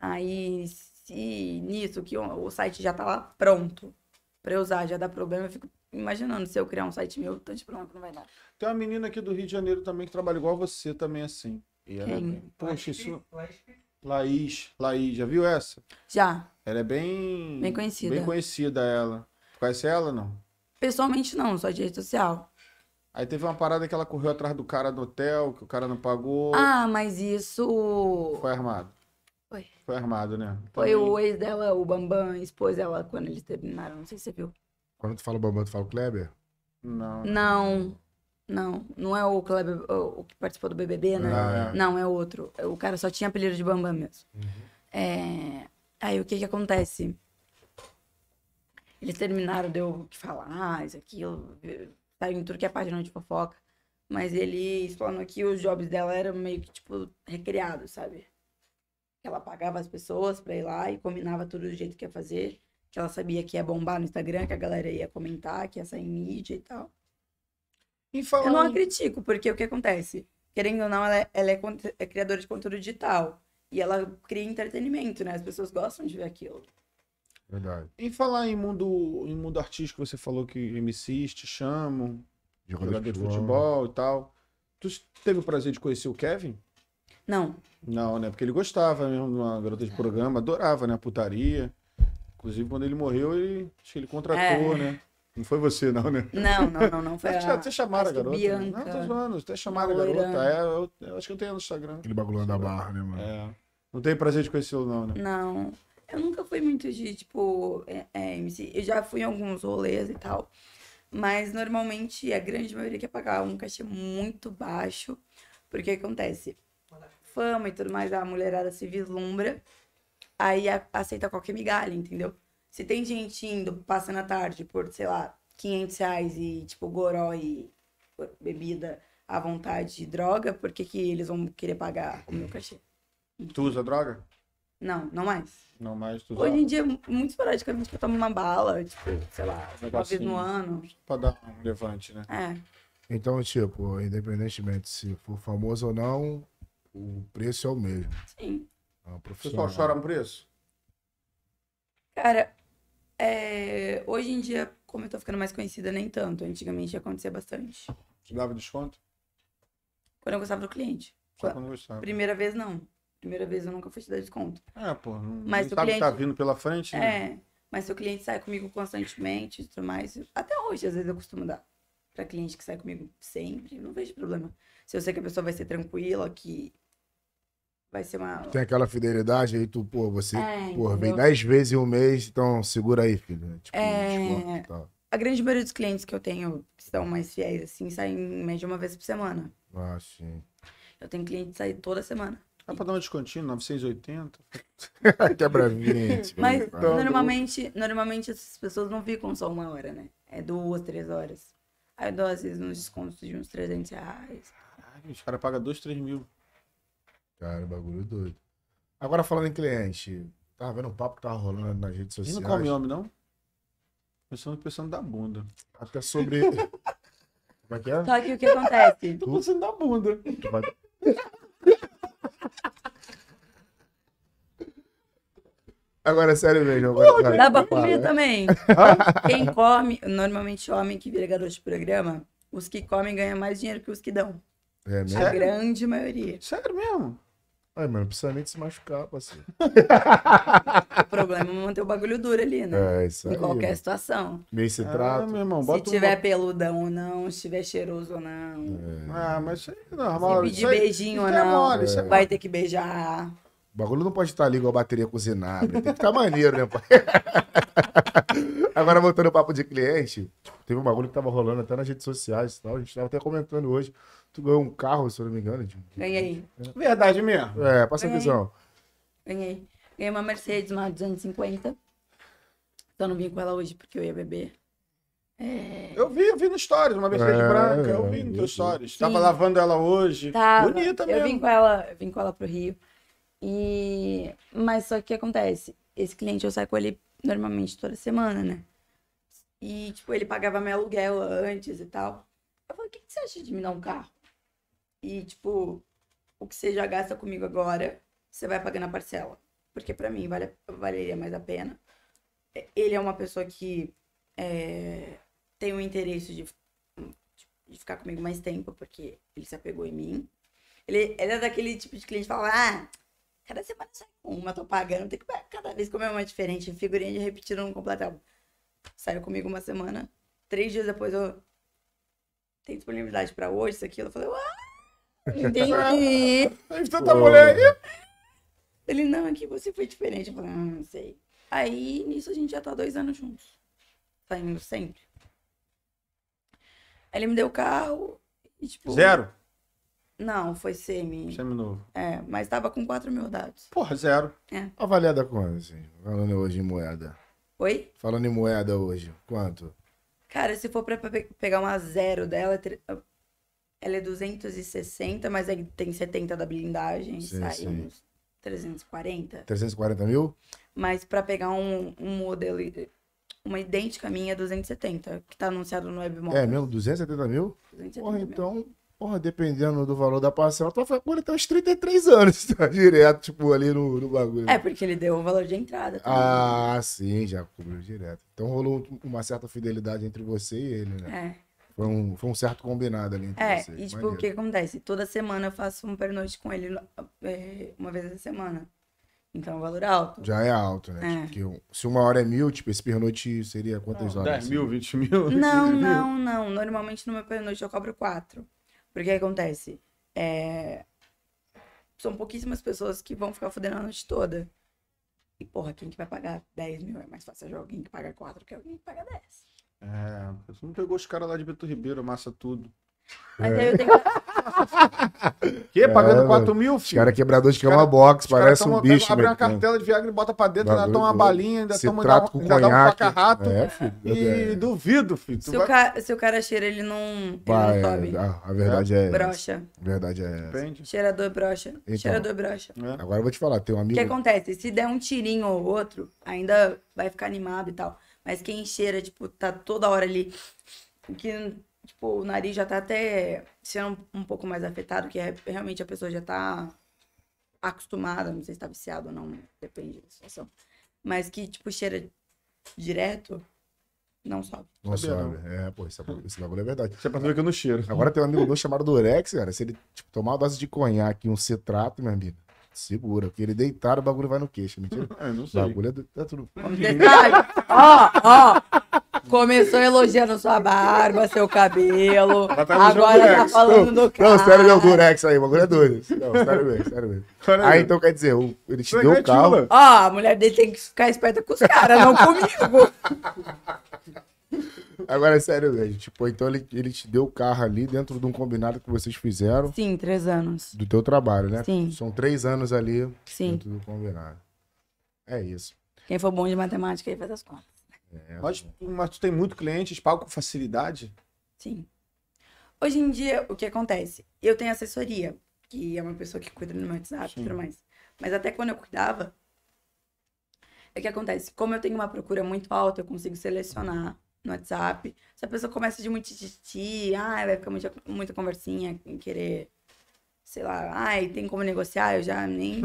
Aí, se nisso que o o site já tá lá pronto pra eu usar, já dá problema, eu fico imaginando se eu criar um site meu, tanto de problema que não vai dar.
Tem uma menina aqui do Rio de Janeiro também que trabalha igual você, também assim. E ela é
Quem?
bem- Poxa, isso.
Lespe.
Laís. Laís, já viu essa?
Já.
Ela é bem.
Bem conhecida.
Bem conhecida, ela. Conhece ela, não?
Pessoalmente não, só de rede social.
Aí teve uma parada que ela correu atrás do cara do hotel, que o cara não pagou.
Ah, mas isso.
Foi armado.
Foi.
Foi armado, né?
Foi
Também-
o ex dela, o Bambam, expôs ela quando eles terminaram. Não sei se você viu.
Quando tu fala Bambam, tu fala Kleber?
Não.
Não, não. Não é o Kleber, o o que participou do BBB, né?
Não,
Ah,
é.
Não, é outro. O cara só tinha apelido de Bambam mesmo. É, Aí o que que acontece? Eles terminaram, deu o que falar, isso, aquilo, eh, saiu em tudo que é página de fofoca. Mas ele explanou que os jobs dela eram meio que, tipo, recriados, sabe? Ela pagava as pessoas pra ir lá e combinava tudo do jeito que ia fazer. Que ela sabia que ia bombar no Instagram, que a galera ia comentar, que ia sair em mídia e tal.
E
Eu não
falar.
a critico, porque o que acontece? Querendo ou não, ela é, ela é conte- é criadora de conteúdo digital. E ela cria entretenimento, né? As pessoas gostam de ver aquilo.
é, Verdade.
Em, falar em mundo, em mundo artístico, você falou que MCs te chamam, jogador de futebol e tal. Tu teve o prazer de conhecer o Kevin?
Não,
Não, né? Porque ele gostava mesmo de uma garota de
É.
programa, adorava, né? A putaria. Inclusive, quando ele morreu, ele, acho que ele contratou,
É.
né? Não foi você, não, né?
não, não, não, não. Foi
Acho que
a...
até chamaram
acho
a
que
garota. né?
Bianca,
Não, tô zoando, até chamaram a
uma
garota.
loira.
É, eu, eu acho que eu tenho no Instagram.
Aquele bagulho lá da barra, né, mano?
É. Não tenho prazer de conhecê-lo, não, né?
Não. Eu nunca fui muito de, tipo, é, é, MC. Eu já fui em alguns rolês e tal. Mas normalmente a grande maioria quer pagar um cachê muito baixo. Porque acontece? Fama e tudo mais, a mulherada se vislumbra. Aí a- aceita qualquer migalha, entendeu? Se tem gente indo, passando a tarde por, sei lá, 500 reais e, tipo, goró e bebida à vontade e droga, por que que eles vão querer pagar o meu cachê?
Tu usa droga?
Não, não mais.
Não, mas tu usa.
Hoje em dia, é mu- muito esporadicamente que eu tomo uma bala, tipo, sei lá, uma vez no
Negocinho.
ano.
Pra dar um levante, né?
É.
Então, tipo, independentemente se for famoso ou não, o preço é o mesmo.
Sim.
É uma
O
profissão.
pessoal chora um preço?
Cara, é, hoje em dia, como eu tô ficando mais conhecida, nem tanto. Antigamente acontecia bastante.
Te dava desconto?
Quando eu gostava do cliente.
Só
Qua-
quando gostava.
Primeira vez, não. Primeira vez eu nunca fui te dar desconto.
É, pô. Não,
Mas
não
o
sabe que tá
cliente-
vindo pela frente, né?
É. Mas se o cliente sai comigo constantemente e tudo mais. Até hoje, às vezes, eu costumo dar. Pra cliente que sai comigo sempre, não vejo problema. Se eu sei que a pessoa vai ser tranquila, que vai ser uma.
Tem aquela fidelidade aí, tu, pô, você,
É,
pô, vem
entendeu?
10 vezes em um mês, então segura aí, filho. Tipo,
É.
desconto e tal.
A grande maioria dos clientes que eu tenho, que são mais fiéis, assim, saem em média uma vez por semana.
Ah, sim.
Eu tenho cliente que sai toda semana.
Dá pra dar um descontinho, 980.
Quebra 20.
Mas
cara.
normalmente, normalmente essas pessoas não ficam só uma hora, né? É duas, três horas. Aí eu dou, às vezes, uns descontos de uns 300 reais.
Caralho, os caras pagam 2, 3 mil.
Cara, bagulho doido. Agora falando em cliente, tava vendo um papo que tava rolando nas redes
E
sociais.
não come homem, não? Pensando, pensando da bunda.
Até sobre. Como é que é?
Só que o que acontece?
Tô pensando da bunda.
Tu vai- Agora, sério mesmo. Agora, vai.
Dá
Fala.
pra comer também. Quem come, normalmente homem que vira garoto de programa, os que comem ganham mais dinheiro que os que dão.
É mesmo.
A
Sério?
grande maioria.
Sério mesmo?
Ai, mano, não precisa nem de se machucar, parceiro.
O problema é manter o bagulho duro ali, né?
É, isso aí.
Em qualquer
mano.
situação.
Meio se
Ah,
trata.
meu irmão,
Se
bota
tiver peludão ou não, se tiver cheiroso ou não,
um... Ah, mas isso aí é
se
normal.
pedir
isso aí-
beijinho ou
isso é
não,
mole, isso é mole.
vai ter que beijar.
O bagulho não pode estar ali igual a bateria cozinada. Tem que estar maneiro, né, pai? Agora, voltando ao papo de cliente, teve um bagulho que tava rolando até nas redes sociais e tal. A gente tava até comentando hoje. Tu ganhou um carro, se eu não me engano. de-
Ganhei,
Verdade mesmo.
É, passa a
Ganhei.
visão.
ganhei. Ganhei uma Mercedes uma dos anos 50. Então não vim com ela hoje porque eu ia beber. É...
Eu vi, eu vi no Stories, uma Mercedes
É,
branca, eu vi
eu
no teu
vi.
Stories.
Sim.
Tava lavando ela hoje.
Tava.
Bonita
eu
mesmo.
Vim com ela, eu vim com ela pro Rio. E mas só que o que acontece, esse cliente eu saio com ele normalmente toda semana, né? E tipo, ele pagava meu aluguel antes e tal. Eu falei, o que, que você acha de me dar um carro? E tipo, o que você já gasta comigo agora, você vai pagando a parcela. Porque pra mim vale, valeria mais a pena. É, Ele é uma pessoa que é, tem o interesse de de ficar comigo mais tempo, porque ele se apegou em mim. Ele, ele é daquele tipo de cliente que fala, ah, cada semana sai uma, tô pagando, tem que pagar cada vez comer uma diferente, figurinha de repetido não completa. álbum." Saiu comigo uma semana, três dias depois eu tem disponibilidade pra hoje, isso, aquilo. Eu falei, uau, entendi.
Aí tanta
Pô.
tá mulher aí.
ele, não, aqui você foi diferente. Eu falei, ah, não sei. Aí, nisso, a gente já tá dois anos juntos. Saindo sempre. Aí ele me deu o carro e, tipo...
Zero.
Não, foi semi.
Seminovo.
É, mas tava com 4 mil dados.
Porra, zero.
É Avaliada quanto, assim? Falando hoje em moeda.
Oi?
Falando em moeda hoje, quanto?
Cara, se for pra pe- pegar uma zero dela, é tre- ela é 260, mas aí tem 70 da blindagem,
Sim,
sai
sim.
uns 340.
340 mil?
Mas pra pegar um, um modelo, i- uma idêntica minha, é 270, que tá anunciado no Webmóvel.
É mesmo? 270 mil?
270
Porra,
mesmo.
então, porra, dependendo do valor da parcela, tu vai ficar com ele até uns 33 anos, tá? Direto, tipo, ali no, no bagulho.
É, porque ele deu o valor de entrada. tá também.
Ah, sim, já cobriu direto. Então rolou um- uma certa fidelidade entre você e ele, né?
É.
Foi um, foi um certo combinado ali entre
É,
vocês.
e tipo, o
Maneiro.
que acontece? Toda semana eu faço um pernoite com ele no- é, uma vez a semana. Então, é um valor alto.
Já é alto, né?
É.
Tipo, que um- se uma hora é mil, tipo, esse pernoite seria quantas horas?
10 É mil, 20 mil.
Não, não, não. Normalmente no meu pernoite eu cobro quatro. Porque o que acontece? É, São pouquíssimas pessoas que vão ficar fudendo a noite toda. E, porra, quem que vai pagar 10 mil? É mais fácil achar alguém que paga 4 que alguém que paga 10.
É, tu não pegou os caras lá de Beto Ribeiro, massa tudo.
Mas aí eu tenho que.
Que? Pagando
É,
4 mil,
Os
filho?
caras quebrador de
Os cara-
cama box,
Os caras
parece
tomam-
um bicho.
Abre uma
mano.
cartela de Viagra e bota pra dentro, ainda
Bagulho
toma uma
doido.
balinha, ainda
Se
toma ainda
trata
dá um-
com
ainda dá um
conhaque.
faca-rato.
É, filho.
E duvido, filho. Tu
Se, o
vai...
ca... se o cara cheira, ele não.
Vai,
ele não sobe.
é, a, a verdade é. essa.
Brocha.
A verdade é. essa.
Depende.
Cheirador brocha.
Então.
Cheirador brocha.
né?
Agora eu vou te falar, tem um
O
amigo.
que acontece? Se der um tirinho ou outro, ainda vai ficar animado e tal. Mas quem cheira, tipo, tá toda hora ali. Que, tipo, o nariz já tá até sendo um um pouco mais afetado, que é, realmente a pessoa já tá acostumada, não sei se tá viciado ou não, depende da situação. Mas que, tipo, cheira direto, não sobe.
Não
Sabia,
sabe. É, pô, esse bagulho, esse bagulho é verdade.
Você é pra ver que eu não cheiro.
Agora tem um amigo meu chamado Durex, cara. Se ele tipo, tomar uma dose de conhaque e um citrato, meu amigo, segura. Porque ele deitar, o bagulho vai no queixo. Mentira.
Ah, eu não
O
sei.
bagulho é, do- é tudo.
Detalhe, ó, ó. Começou elogiando sua barba, seu cabelo.
Ela tá elogiando o
agora tá
Rex.
falando do cara.
Não, sério mesmo, Durex aí, o bagulho é doido. Não, sério mesmo, sério mesmo.
Olha
Aí então quer dizer, o- ele te
Isso é
deu o
gatilho,
carro.
mano.
Ó, a mulher dele tem que ficar esperta com os caras, não comigo.
Agora, é sério mesmo. Tipo, então ele, ele te deu o carro ali dentro de um combinado que vocês fizeram
Sim, três anos.
do teu trabalho, né?
Sim.
São três anos ali
Sim.
dentro do combinado. É isso.
Quem for bom de matemática aí faz as contas.
É.
Mas, mas tu tem muito cliente, eles pagam com facilidade.
Sim. Hoje em dia, o que acontece? Eu tenho assessoria, que é uma pessoa que cuida do meu WhatsApp e
Sim.
tudo mais. Mas até quando eu cuidava, é que acontece. Como eu tenho uma procura muito alta, eu consigo selecionar no WhatsApp. Se a pessoa começa de muito tititi, ah, vai ficar muita, muita conversinha, em querer, sei lá, ai, tem como negociar, eu já nem,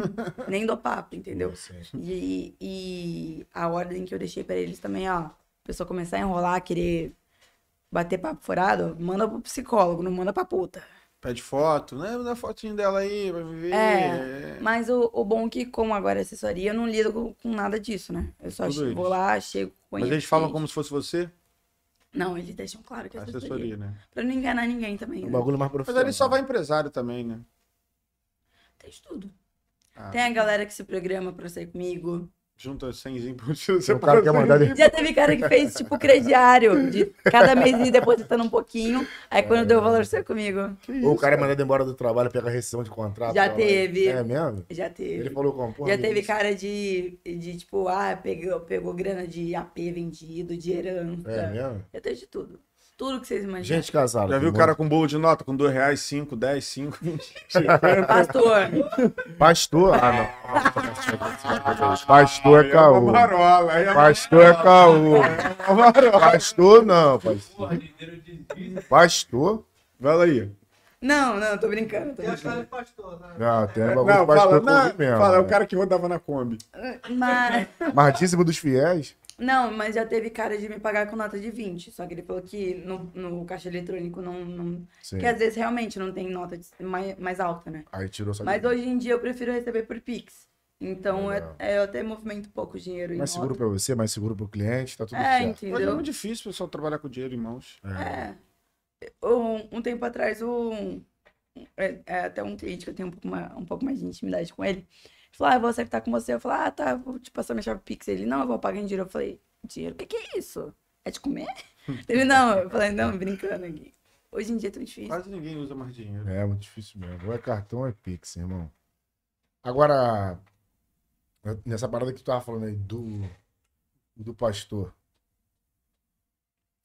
nem dou papo, entendeu?
Sim.
E, e a ordem que eu deixei pra eles também, ó. A pessoa começar a enrolar, querer bater papo furado, manda pro psicólogo, não manda pra puta.
Pede foto, né? Dá a fotinho dela aí, vai viver.
É. Mas o, o bom é que, como agora é assessoria, eu não lido com, com nada disso, né? Eu só
Tudo
che-
eles.
vou lá, chego, conheço.
Mas eles falam
cliente.
como se fosse você?
Não, eles deixam claro que é assessoria.
Assessoria, né?
Pra não enganar ninguém também.
Um
Né?
bagulho mais
Mas
profissional.
ele só vai empresário também, né?
Tem de tudo.
Ah.
Tem a galera que se programa pra sair comigo.
Junta 100 por dia.
O um cara é quer mandar ele.
Já teve cara que fez, tipo, crediário, de cada mês ir depositando um pouquinho. Aí quando deu o valor, sai comigo.
Ou o cara é mandado embora do trabalho, pega a rescisão de contrato.
Já
fala,
teve.
É mesmo?
Já teve.
Ele falou como? porra,
Já
amigo,
teve
isso-
cara de, de tipo, ah, pegou, pegou grana de AP vendido, de herança.
É mesmo?
Já teve de tudo. Tudo que vocês imaginam.
Gente casada.
Já viu o
tem
cara com bolo de nota com 2 reais, 5, 10, 5, 20?
é-
Pastor,
muito- Pastor. Ah, não. Pastor é
uma
caô.
marola. Aí é uma
Pastor é caô.
marola.
Pastor não, pastor.
Cordeiro de Disney
Pastor?
Vai lá aí.
não, não, tô brincando. Tô
e a história
brincando.
do pastor, né?
Não, tem um
Não,
bagulho de
fala,
pastor
não,
comigo mesmo.
fala, é
né?
o cara que rodava na Kombi.
Mas,
Mas dízimo dos fiéis?
não, mas já teve cara de me pagar com nota de 20. Só que ele falou que no, no caixa eletrônico não. não
Sim.
que às vezes realmente não tem nota de- mais, mais alta, né?
Aí tirou só de-
Mas hoje em dia eu prefiro receber por Pix. Então é,
Legal.
é, eu até movimento pouco dinheiro em
Mais seguro
nota.
pra você, mais seguro pro cliente, tá tudo
um É,
certo.
Mas é
entendeu?
muito difícil o pessoal trabalhar com dinheiro em mãos.
É. Um, um tempo atrás, um, é- é até um cliente que eu tenho um pouco, mais, um pouco mais de intimidade com ele. Ele falou, ah, eu vou acertar com você. Eu falei, ah, tá, vou te passar minha chave Pix. Ele, não, eu vou pagar em dinheiro. Eu falei, dinheiro? O que, que é isso? É de comer? Ele, não. Eu falei, não, brincando aqui. Hoje em dia é tão difícil.
Quase ninguém usa mais dinheiro.
É, muito difícil mesmo. Ou é cartão ou é Pix, irmão. Agora, nessa parada que tu tava falando aí do, do pastor.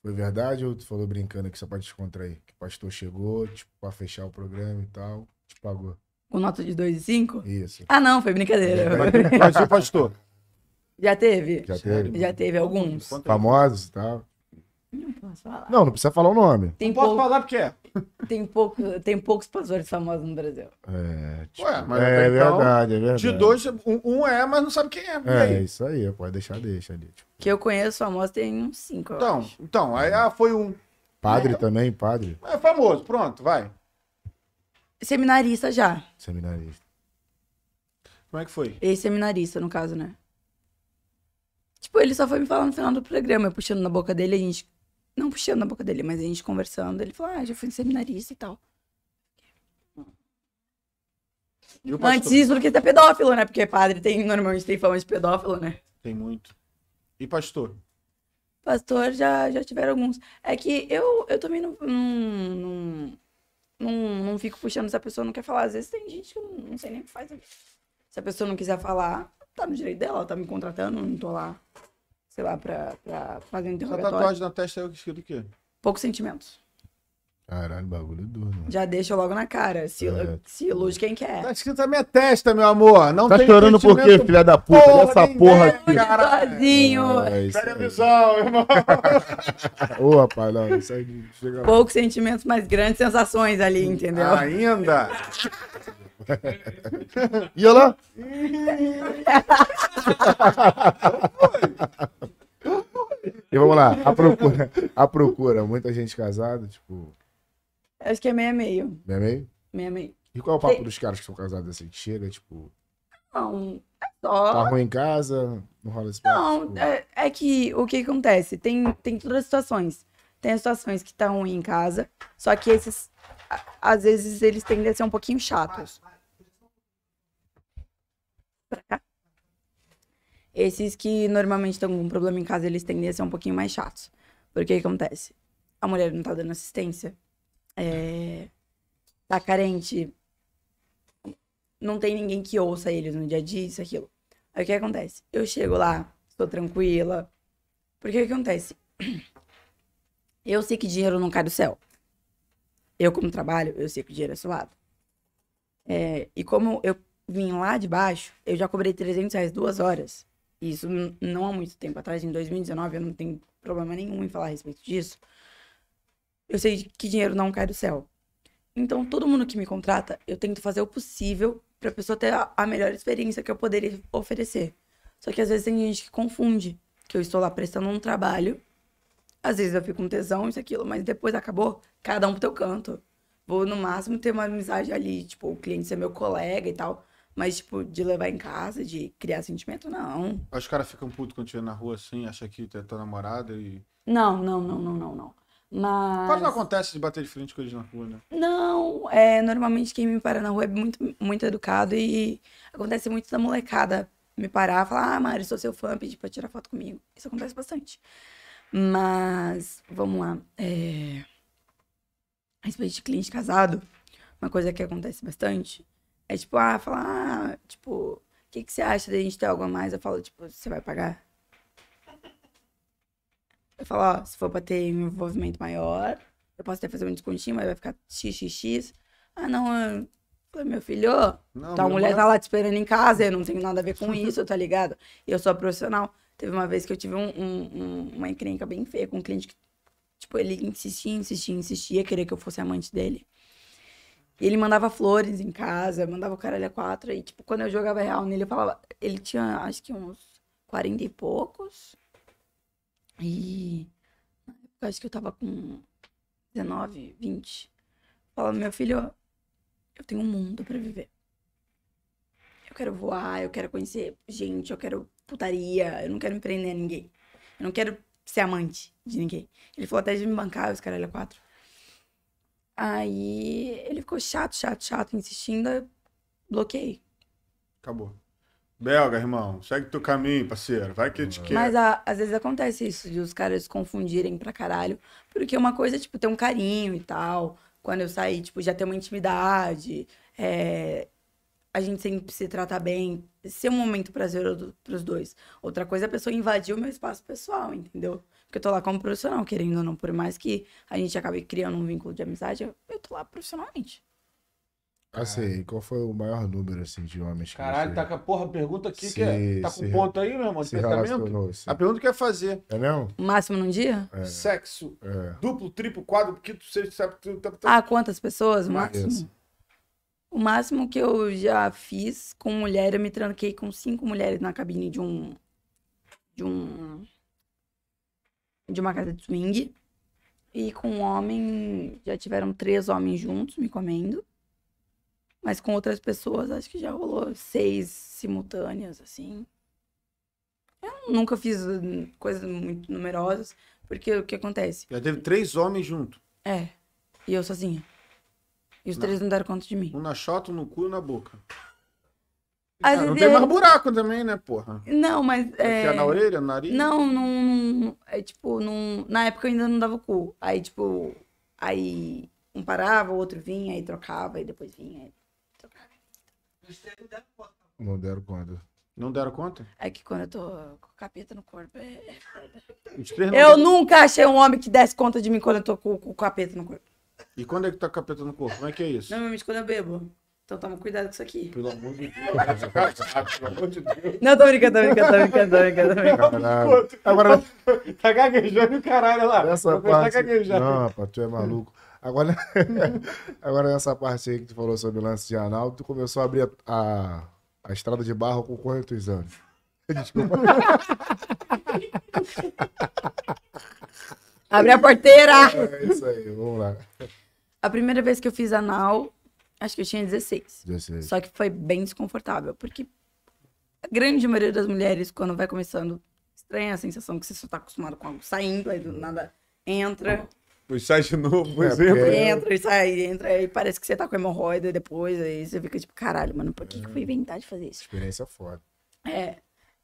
Foi verdade ou tu falou brincando aqui só pra descontrair? Que o pastor chegou, tipo, pra fechar o programa e tal, te pagou.
Com nota de 2,5?
Isso.
Ah, não, foi
É.
brincadeira.
Mas e o pastor?
Já teve?
Já
Sério?
teve?
Já teve alguns.
Quanto-
Tá Famosos e tal.
Não posso falar.
Não, não precisa falar o nome.
Tem,
Não posso
pou-
falar porque é.
tem, pouco, tem poucos pastores famosos no Brasil.
É, tipo,
Ué, mas
é
até então,
verdade, é verdade.
De dois, um, um é, mas não sabe quem é. E
É,
aí?
isso aí, pode deixar, deixa ali. Tipo,
Que eu conheço famosos tem uns 5.
Então, então aí ah, foi um.
padre também, padre,
É famoso, pronto, vai.
Seminarista já.
seminarista.
Como é que foi?
Ex-seminarista, no caso, né? Tipo, ele só foi me falar no final do programa, eu puxando na boca dele, a gente. Não puxando na boca dele, mas a gente conversando. Ele falou, ah, já fui seminarista e tal.
E o
Antes
pastor?
disso, porque tá pedófilo, né? Porque padre tem, normalmente tem fama de pedófilo, né?
Tem muito. E pastor?
Pastor já, já tiveram alguns. É que eu, eu também não, não, não, não, não fico puxando se a pessoa não quer falar. Às vezes tem gente que eu não, não sei nem o que faz. Se a pessoa não quiser falar, tá no direito dela, ela tá me contratando, eu não tô lá, sei lá, pra, pra fazer um
Essa
interrogatório.
tatuagem na testa é escrito o quê?
Poucos sentimentos.
Caralho, bagulho duro, mano.
Já deixa logo na cara. Se,
É.
se ilude quem quer.
Tá escrito na minha testa, meu amor. Não
Tá
tem
chorando por quê,
sentimento.
filha da puta?
Porra, é
Olha essa
nem
porra
ideia.
aqui.
Caralho.
Sozinho.
É isso
Pera a
aí.
visão, irmão.
Ô, rapaz, não, isso aí chega lá.
Poucos sentimentos, mas grandes sensações
Hum,
ali, entendeu?
Ainda.
E olha lá. E vamos lá, a procura, a procura, muita gente casada, tipo,
Acho que é meia meio.
né, meio?
Meia meio.
E qual é o papo dos caras que são casados assim? Que chega, tipo,
Não, é só.
tá ruim em casa, não rola esse papo?
Não,
tipo,
é, é que o que acontece? Tem, tem todas as situações. Tem as situações que tá ruim em casa, só que esses, a- às vezes, eles tendem a ser um pouquinho chatos. Pra cá. Esses que normalmente estão com problema em casa, eles tendem a ser um pouquinho mais chatos. Porque o que acontece? A mulher não tá dando assistência, é, tá carente, não tem ninguém que ouça eles no dia a dia, isso, aquilo. Aí o que acontece? Eu chego lá, estou tranquila. Porque o que acontece? Eu sei que dinheiro não cai do céu. Eu, como trabalho, eu sei que o dinheiro é suado. É, e como eu vim lá de baixo, eu já cobrei 300 reais duas horas. E isso n- não há muito tempo atrás, em 2019, eu não tenho problema nenhum em falar a respeito disso. Eu sei que dinheiro não cai do céu. Então, todo mundo que me contrata, eu tento fazer o possível pra pessoa ter a, a melhor experiência que eu poderia oferecer. Só que às vezes tem gente que confunde que eu estou lá prestando um trabalho. Às vezes eu fico com tesão, isso, aquilo, mas depois acabou, cada um pro teu canto. Vou, no máximo, ter uma amizade ali, tipo, o cliente ser meu colega e tal. Mas, tipo, de levar em casa, de criar sentimento, não.
Os caras ficam putos quando tiver na rua assim, acha que tá tua namorada e.
Não, não, não, não, não, não. Ah, Mas.
Quase não acontece de bater de frente com eles na rua, né?
Não, é, normalmente quem me para na rua é muito, muito educado e acontece muito da molecada me parar, falar, ah, Mari, sou seu fã, pedir pra tirar foto comigo. Isso acontece bastante. Mas, vamos lá. é, A respeito de cliente casado, uma coisa que acontece bastante é tipo, ah, falar, ah, tipo, o que, que você acha da gente ter algo a mais? Eu falo, tipo, você vai pagar? Eu falo, ó, se for pra ter um envolvimento maior, eu posso até fazer um descontinho, mas vai ficar xxx. Ah, não, eu... Falei, meu filho, ó,
Não,
tua
meu
mulher
namorado-
tá lá te esperando em casa, eu não tenho nada a ver com isso, tá ligado? Eu sou a profissional. Teve uma vez que eu tive um- um- um- uma encrenca bem feia com um cliente que, tipo, ele insistia, insistia, insistia, queria que eu fosse amante dele. E ele mandava flores em casa, mandava o caralho a quatro, e, tipo, quando eu jogava real nele, eu falava. Ele tinha, acho que uns 40 e poucos. E. Eu acho que eu tava com 19, 20. Falava, meu filho, eu tenho um mundo pra viver. Eu quero voar, eu quero conhecer gente, eu quero putaria, eu não quero me prender a ninguém. Eu não quero ser amante de ninguém. Ele falou até de me bancar, os caralho, a quatro. Aí ele ficou chato, chato, chato, insistindo, eu bloqueei. tá
Acabou. Belga, irmão, segue teu caminho, parceiro. Vai que eu te quero.
Mas a- às vezes acontece isso, de os caras confundirem pra caralho. Porque uma coisa é, tipo, ter um carinho e tal. Quando eu saí, tipo, já ter uma intimidade. é, A gente sempre se tratar bem. Ser um momento prazeroso pros dois. Outra coisa é a pessoa invadir o meu espaço pessoal, entendeu? Porque eu tô lá como profissional, querendo ou não. Por mais que a gente acabe criando um vínculo de amizade, eu, eu tô lá profissionalmente.
Assim, qual foi o maior número, assim, de homens que
Caralho,
você
tá com a porra pergunta aqui
Se-
que é. Tá com tá
se-
ponto aí, meu irmão? de
se
Pensamento?
relacionou, assim?
A pergunta que eu ia fazer:
É mesmo?
O máximo num dia?
É.
sexo,
É.
duplo, triplo, quadro, quinto, sexto, sétimo, tá, tá,
Ah, quantas pessoas? O máximo?
Isso.
O máximo que eu já fiz com mulher, eu me tranquei com cinco mulheres na cabine de um. De um. De uma casa de swing. E com um homem, já tiveram três homens juntos me comendo. Mas com outras pessoas, acho que já rolou seis simultâneas, assim. Eu nunca fiz hum, coisas muito numerosas, porque o que acontece?
Já teve três homens junto.
É. E eu sozinha. E os
Não.
três não deram conta de mim.
Um na chota, um no cu e um na boca.
Às
Ah, não
vezes
tem
é-
mais buraco também, né, porra?
Não, mas.
É...
É...
na orelha, no nariz?
Não, não, não. É tipo, não. Na época eu ainda não dava o cu. Aí, tipo. Aí Um parava, o outro vinha e trocava, e depois vinha e trocava.
Não deram conta.
Não deram conta?
É que quando eu tô com o capeta no corpo. é-
Os três não
Eu
deram.
nunca achei um homem que desse conta de mim quando eu tô com, com o capeta no corpo.
E quando é que tá com capeta no corpo? Como é que é isso?
Normalmente quando eu bebo. Então toma cuidado com isso aqui.
Pelo amor de Deus. Pelo amor de Deus.
Não, tô brincando, tô brincando, tô brincando, tô brincando. Tô brincando.
Caralho. Agora,
Tá gaguejando o caralho olha lá.
essa
O professor Tá
parte.
gaguejando.
Não, rapaz, tu é maluco. Agora, agora nessa parte aí que tu falou sobre o lance de anal, tu começou a abrir a, a, a estrada de barro com quantos anos? Desculpa.
Abre a porteira!
É isso aí, vamos lá.
A primeira vez que eu fiz anal, acho que eu tinha 16.
16.
Só que foi bem desconfortável, porque a grande maioria das mulheres, quando vai começando, estranha a sensação que você só tá acostumado com algo saindo, aí do nada entra,
Pois sai de novo, por
É,
exemplo.
porque-
entra e sai, entra, aí parece que você tá com hemorroida e depois, aí você fica tipo, caralho, mano, por que, que eu fui inventar de fazer isso?
Experiência foda.
É.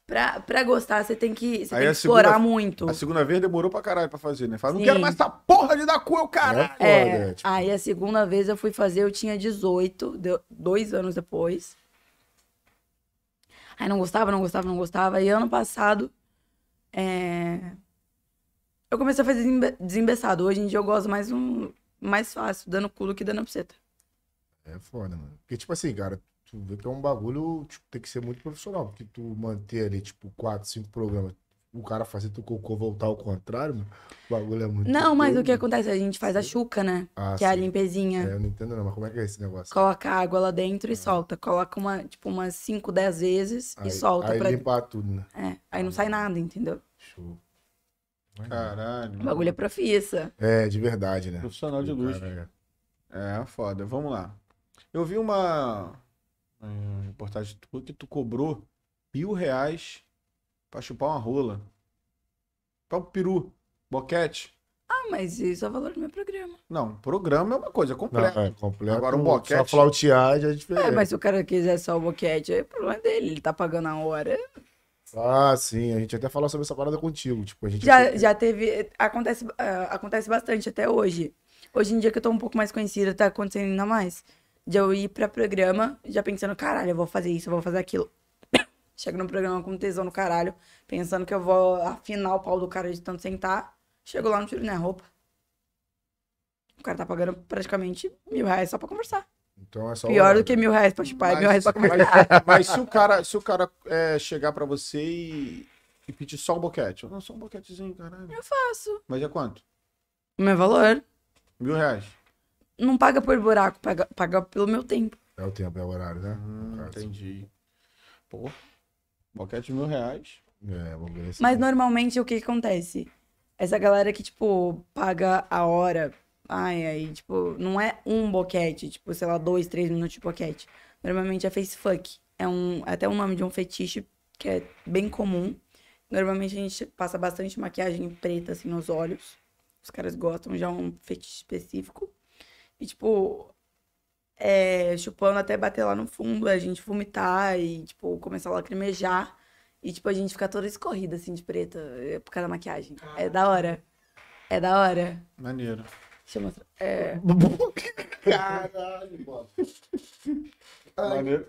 Pra, pra gostar, você tem que, você
Aí
tem
a
que explorar
segunda-
muito.
A segunda vez demorou pra caralho pra fazer, né? Fala, não
Sim.
quero mais essa porra de dar cu, eu
É
caralho.
foda,
É,
é, tipo,
aí a segunda vez eu fui fazer, eu tinha 18, deu dois anos depois. Aí não gostava, não gostava, não gostava. E ano passado, é, eu comecei a fazer desembe- desembeçado. Hoje em dia eu gosto mais um mais fácil, dando cu do que dando pseta.
é foda, mano. Porque, tipo assim, cara, tu vê que é um bagulho, tipo, tem que ser muito profissional. Porque tu manter ali, tipo, 4, 5 programas, o cara fazer tu cocô voltar ao contrário, mano, o bagulho é muito.
Não, mas o
doido.
que acontece? A gente faz a chuca, né?
Ah,
que é a
sim.
limpezinha.
É, eu não entendo não, mas como é que é esse negócio?
Coloca a água lá dentro e solta. Coloca uma, tipo, umas 5, 10 vezes
Aí,
e solta.
Aí
pra-
limpar tudo, né?
É, aí não sai nada, entendeu?
Show.
O
Caralho.
bagulho é profissa.
É, de verdade, né?
Profissional de luz.
Cara,
É, foda. Vamos lá. Eu vi uma eh, reportagem tua que tu cobrou mil reais pra chupar uma rola. Pra um peru. Boquete.
Mas isso é o valor do meu programa.
Não, programa é uma coisa
Não,
completa.
é completo.
Agora um
Só
boquete.
flautear já é diferente.
É, mas se o cara quiser só o boquete, aí o problema é dele, ele tá pagando a hora.
Ah, sim, a gente até falou sobre essa parada contigo. Tipo, a gente.
Já, já teve. Acontece, ah, acontece bastante até hoje. Hoje em dia que eu tô um pouco mais conhecida, tá acontecendo ainda mais. De eu ir pra programa, já pensando, caralho, eu vou fazer isso, eu vou fazer aquilo. Chego no programa com tesão no caralho, pensando que eu vou afinar o pau do cara de tanto sentar. Chego lá, não tiro nem a roupa. O cara tá pagando praticamente mil reais só pra conversar.
Então é só.
Pior do que mil reais pra chupar, é mil reais pra conversar.
mas- mas se o cara, se o cara eh, chegar pra você e, e pedir só um boquete. Não, só um boquetezinho, caralho.
Eu faço.
Mas é quanto?
O meu valor
Mil reais.
não paga por buraco, paga, paga pelo meu tempo.
É o tempo, é o horário, né?
Hum,
Cara,
entendi. Pô, boquete de mil reais.
É, vamos ver se-
Mas normalmente o que que acontece? Essa galera que, tipo, paga a hora, ai, aí, tipo, não é um boquete, tipo, sei lá, dois, três minutos de boquete. Normalmente é face fuck. É um, é até o nome de um fetiche que é bem comum. Normalmente a gente passa bastante maquiagem preta, assim, nos olhos. Os caras gostam, já é um fetiche específico. E, tipo, é, chupando até bater lá no fundo, a gente vomitar e, tipo, começar a lacrimejar. E, tipo, a gente ficar toda escorrida, assim, de preta, é, por causa da maquiagem. É da hora. É da hora.
Maneiro.
Deixa eu mostrar. É,
Caralho, mano.
Maneiro.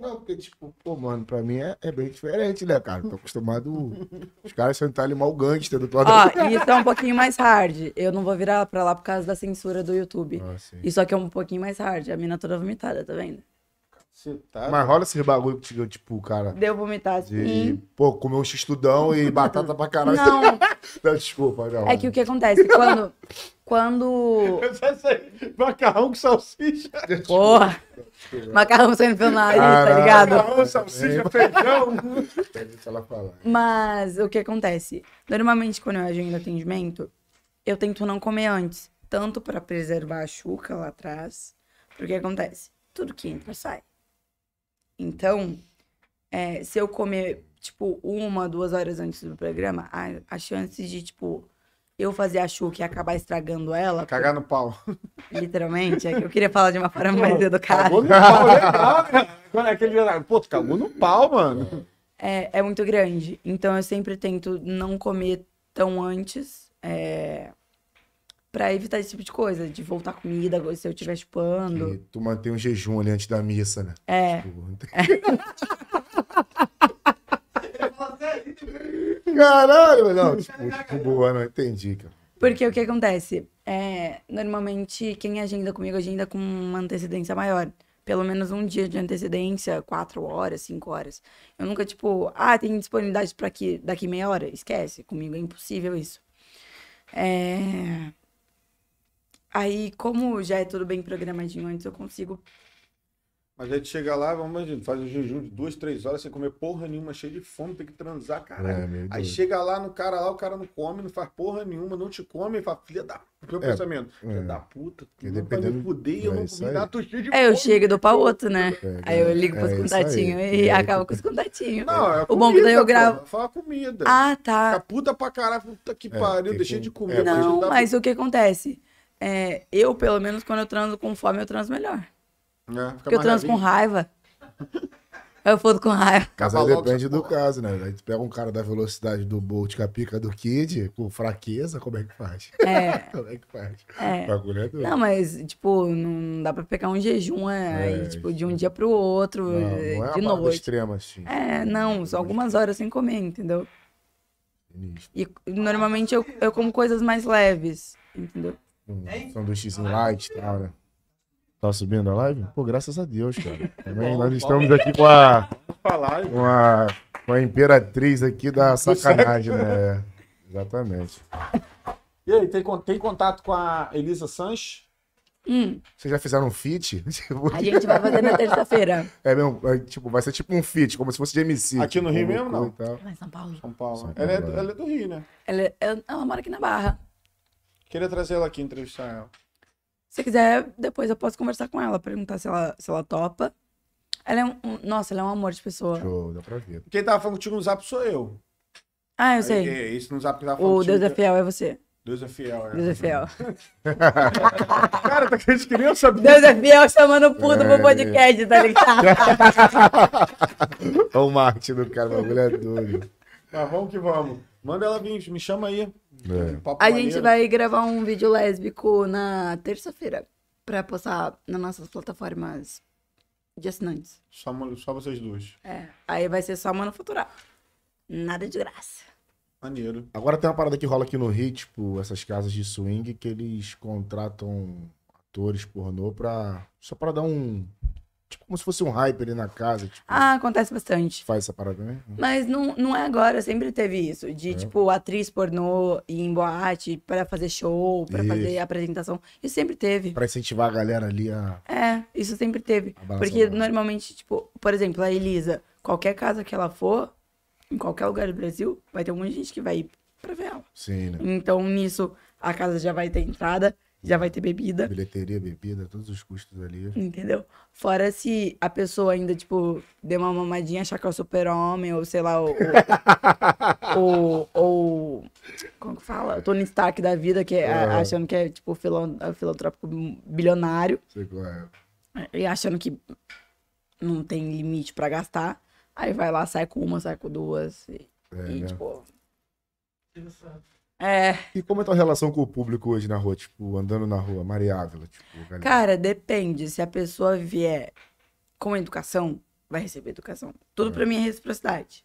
Não, porque, tipo, pô, mano, pra mim é, é bem diferente, né, cara? Tô acostumado. Os caras sentarem mal gangster
Ah,
do lado
Ó, isso é um pouquinho mais hard. Eu não vou virar pra lá por causa da censura do YouTube.
Ah, sim.
Isso aqui é um pouquinho mais hard. A mina toda vomitada, tá vendo?
Você tá.
Mas rola esses bagulho que, te- tipo, o cara.
Deu vomitar
De,
assim.
pô, comer um xistudão e batata pra caralho. tá
Não,
Não, desculpa, não.
é que o que acontece? Quando. Quando.
Macarrão com salsicha.
Porra! Macarrão saindo pelo nariz, tá
Caralho.
ligado?
Macarrão, salsicha, feijão.
Deixa ela falar.
Mas o que acontece? Normalmente, quando eu agendo atendimento, eu tento não comer antes. Tanto pra preservar a chuca lá atrás. Porque acontece? Tudo que entra sai. Então, é, se eu comer, tipo, uma, duas horas antes do programa, a, a chance de, tipo, eu fazer a chuca e acabar estragando ela,
Cagar no pau.
literalmente, é que eu queria falar de uma forma mais educada.
Cagou no pau, é legal, cara. Quando é aquele dia, Pô, tu cagou no pau, mano.
É, é muito grande. Então eu sempre tento não comer tão antes. é, pra evitar esse tipo de coisa, de voltar comida se eu estiver chupando.
E tu mantém um jejum ali antes da missa, né?
É.
Caralho, não, tipo, de boa, não entendi, cara. É,
Porque o que acontece? É, normalmente, quem agenda comigo agenda com uma antecedência maior. Pelo menos um dia de antecedência, quatro horas, cinco horas. Eu nunca, tipo, ah, tem disponibilidade pra aqui, daqui meia hora? Esquece, comigo é impossível isso. É... Aí, como já é tudo bem programadinho antes, eu consigo.
Mas a gente chega lá, vamos imaginar, faz um jejum de duas, três horas, sem comer porra nenhuma, cheio de fome, tem que transar, caralho.
É, meu
Aí
Deus.
chega lá no cara lá, o cara não come, não faz porra nenhuma, não te come, e fala, filha da. Meu
É,
pensamento, filha
é.
da puta,
E
tu não vai me
dependendo-
fuder, eu
é
não
isso
comi
aí.
nada, tô cheio de
Aí É, eu
fome.
chego e dou pra outro, né?
É,
Aí eu ligo
é
pros
isso aí.
contatinhos
E
e
aí- É, tipo
acabo com os contatinhos.
Não, é
O bom que daí eu gravo-
pô, Fala comida.
Ah,
Fica
tá.
puta pra caralho, puta que
É,
pariu,
tem
deixei
que-
de
é,
comer.
Não,
dá-
mas o que acontece? É, eu, pelo menos, quando eu transo com fome, eu transo melhor.
É, fica
Porque eu
mais
transo com
levinho.
raiva. Eu fodo com raiva.
Mas
Acaba
aí
logo
depende
essa
do
porra.
caso, né? Aí tu pega um cara da velocidade do Bolt com a pica do Kid, com fraqueza, como é que faz?
É,
Como é que faz? O
é.
bagulho é doido.
Não, mas, tipo, não dá pra pegar um jejum aí,
É,
tipo, de um dia pro outro,
Não, não é uma
de
parada
noite.
extrema, assim.
É, não, só algumas horas sem comer, entendeu?
Sinistro.
E normalmente eu, eu como coisas mais leves, entendeu?
Um sanduíchezinho light e tal, né? Tá subindo a live? Pô, graças a Deus, cara. Também
Bom,
nós
bom.
estamos aqui com a,
Falar, é
com a, com a imperatriz aqui da sacanagem, né? Exatamente.
E aí, tem, con- tem contato com a Elisa Sanches?
Hum,
Vocês já fizeram um feat? Tipo,
a gente vai fazer na terça-feira.
é mesmo, é, tipo, vai ser tipo um feat, como se fosse de MC.
Aqui no
tipo,
Rio mesmo, não?
e tal.
Vai, São Paulo.
São Paulo.
São Paulo,
ela, é do,
é.
ela é do Rio, né?
Ela, ela, ela mora aqui na Barra.
Queria trazer ela aqui entrevistar ela.
Se quiser, depois eu posso conversar com ela, perguntar se ela, se ela topa. Ela é um, um- Nossa, ela é um amor de pessoa.
Show, dá pra ver.
Quem tava falando contigo no zap sou eu.
Ah, eu sei.
É, é, esse no zap que tava falando
O
contigo.
Deus é fiel é você.
Deus é fiel, é.
Deus
Ah.
é fiel.
Cara, tá querendo que nem eu sabia.
Deus é fiel chamando o puto pro
É.
podcast, tá ligado?
Olha o marketing do cara, o bagulho é doido.
Mas Tá, vamos que vamos. Manda ela vir, me chama aí.
É.
Um papo
A gente
maneiro.
vai gravar um vídeo lésbico na terça-feira pra postar nas nossas plataformas de assinantes.
Só, mo- só vocês duas.
É. Aí vai ser só manufaturar. Nada de graça.
Maneiro.
Agora tem uma parada que rola aqui no Rio, tipo, essas casas de swing que eles contratam atores pornô pra. Só pra dar um. Tipo, como se fosse um hype ali na casa. Tipo,
Ah, acontece bastante.
faz essa parada, né?
Mas não, não é agora, sempre teve isso. De,
É.
tipo, atriz pornô ir em boate pra fazer show, pra
Isso.
fazer apresentação. Isso sempre teve.
Pra incentivar a galera ali a.
É, isso sempre teve.
a balançar
Porque
o braço.
normalmente, tipo, por exemplo, a Elisa, qualquer casa que ela for, em qualquer lugar do Brasil, vai ter um monte de gente que vai ir pra ver ela.
Sim, né?
Então, nisso, a casa já vai ter entrada, já vai ter bebida,
Bilheteria, bebida, todos os custos ali.
entendeu? Fora se a pessoa ainda, tipo, der uma mamadinha, achar que é o super-homem, ou sei lá, o. ou, ou. Como que fala? O Tony Stark da vida, que é,
É.
achando que é, tipo, filão- filantrópico bilionário.
Sei qual é.
e achando que não tem limite pra gastar. Aí vai lá, sai com uma, sai com duas. E,
É,
e,
né?
tipo. É,
E como é a tua relação com o público hoje na rua? Tipo, andando na rua, Mariávila, tipo, galera.
cara, depende. Se a pessoa vier com educação, vai receber educação. Tudo pra mim é reciprocidade.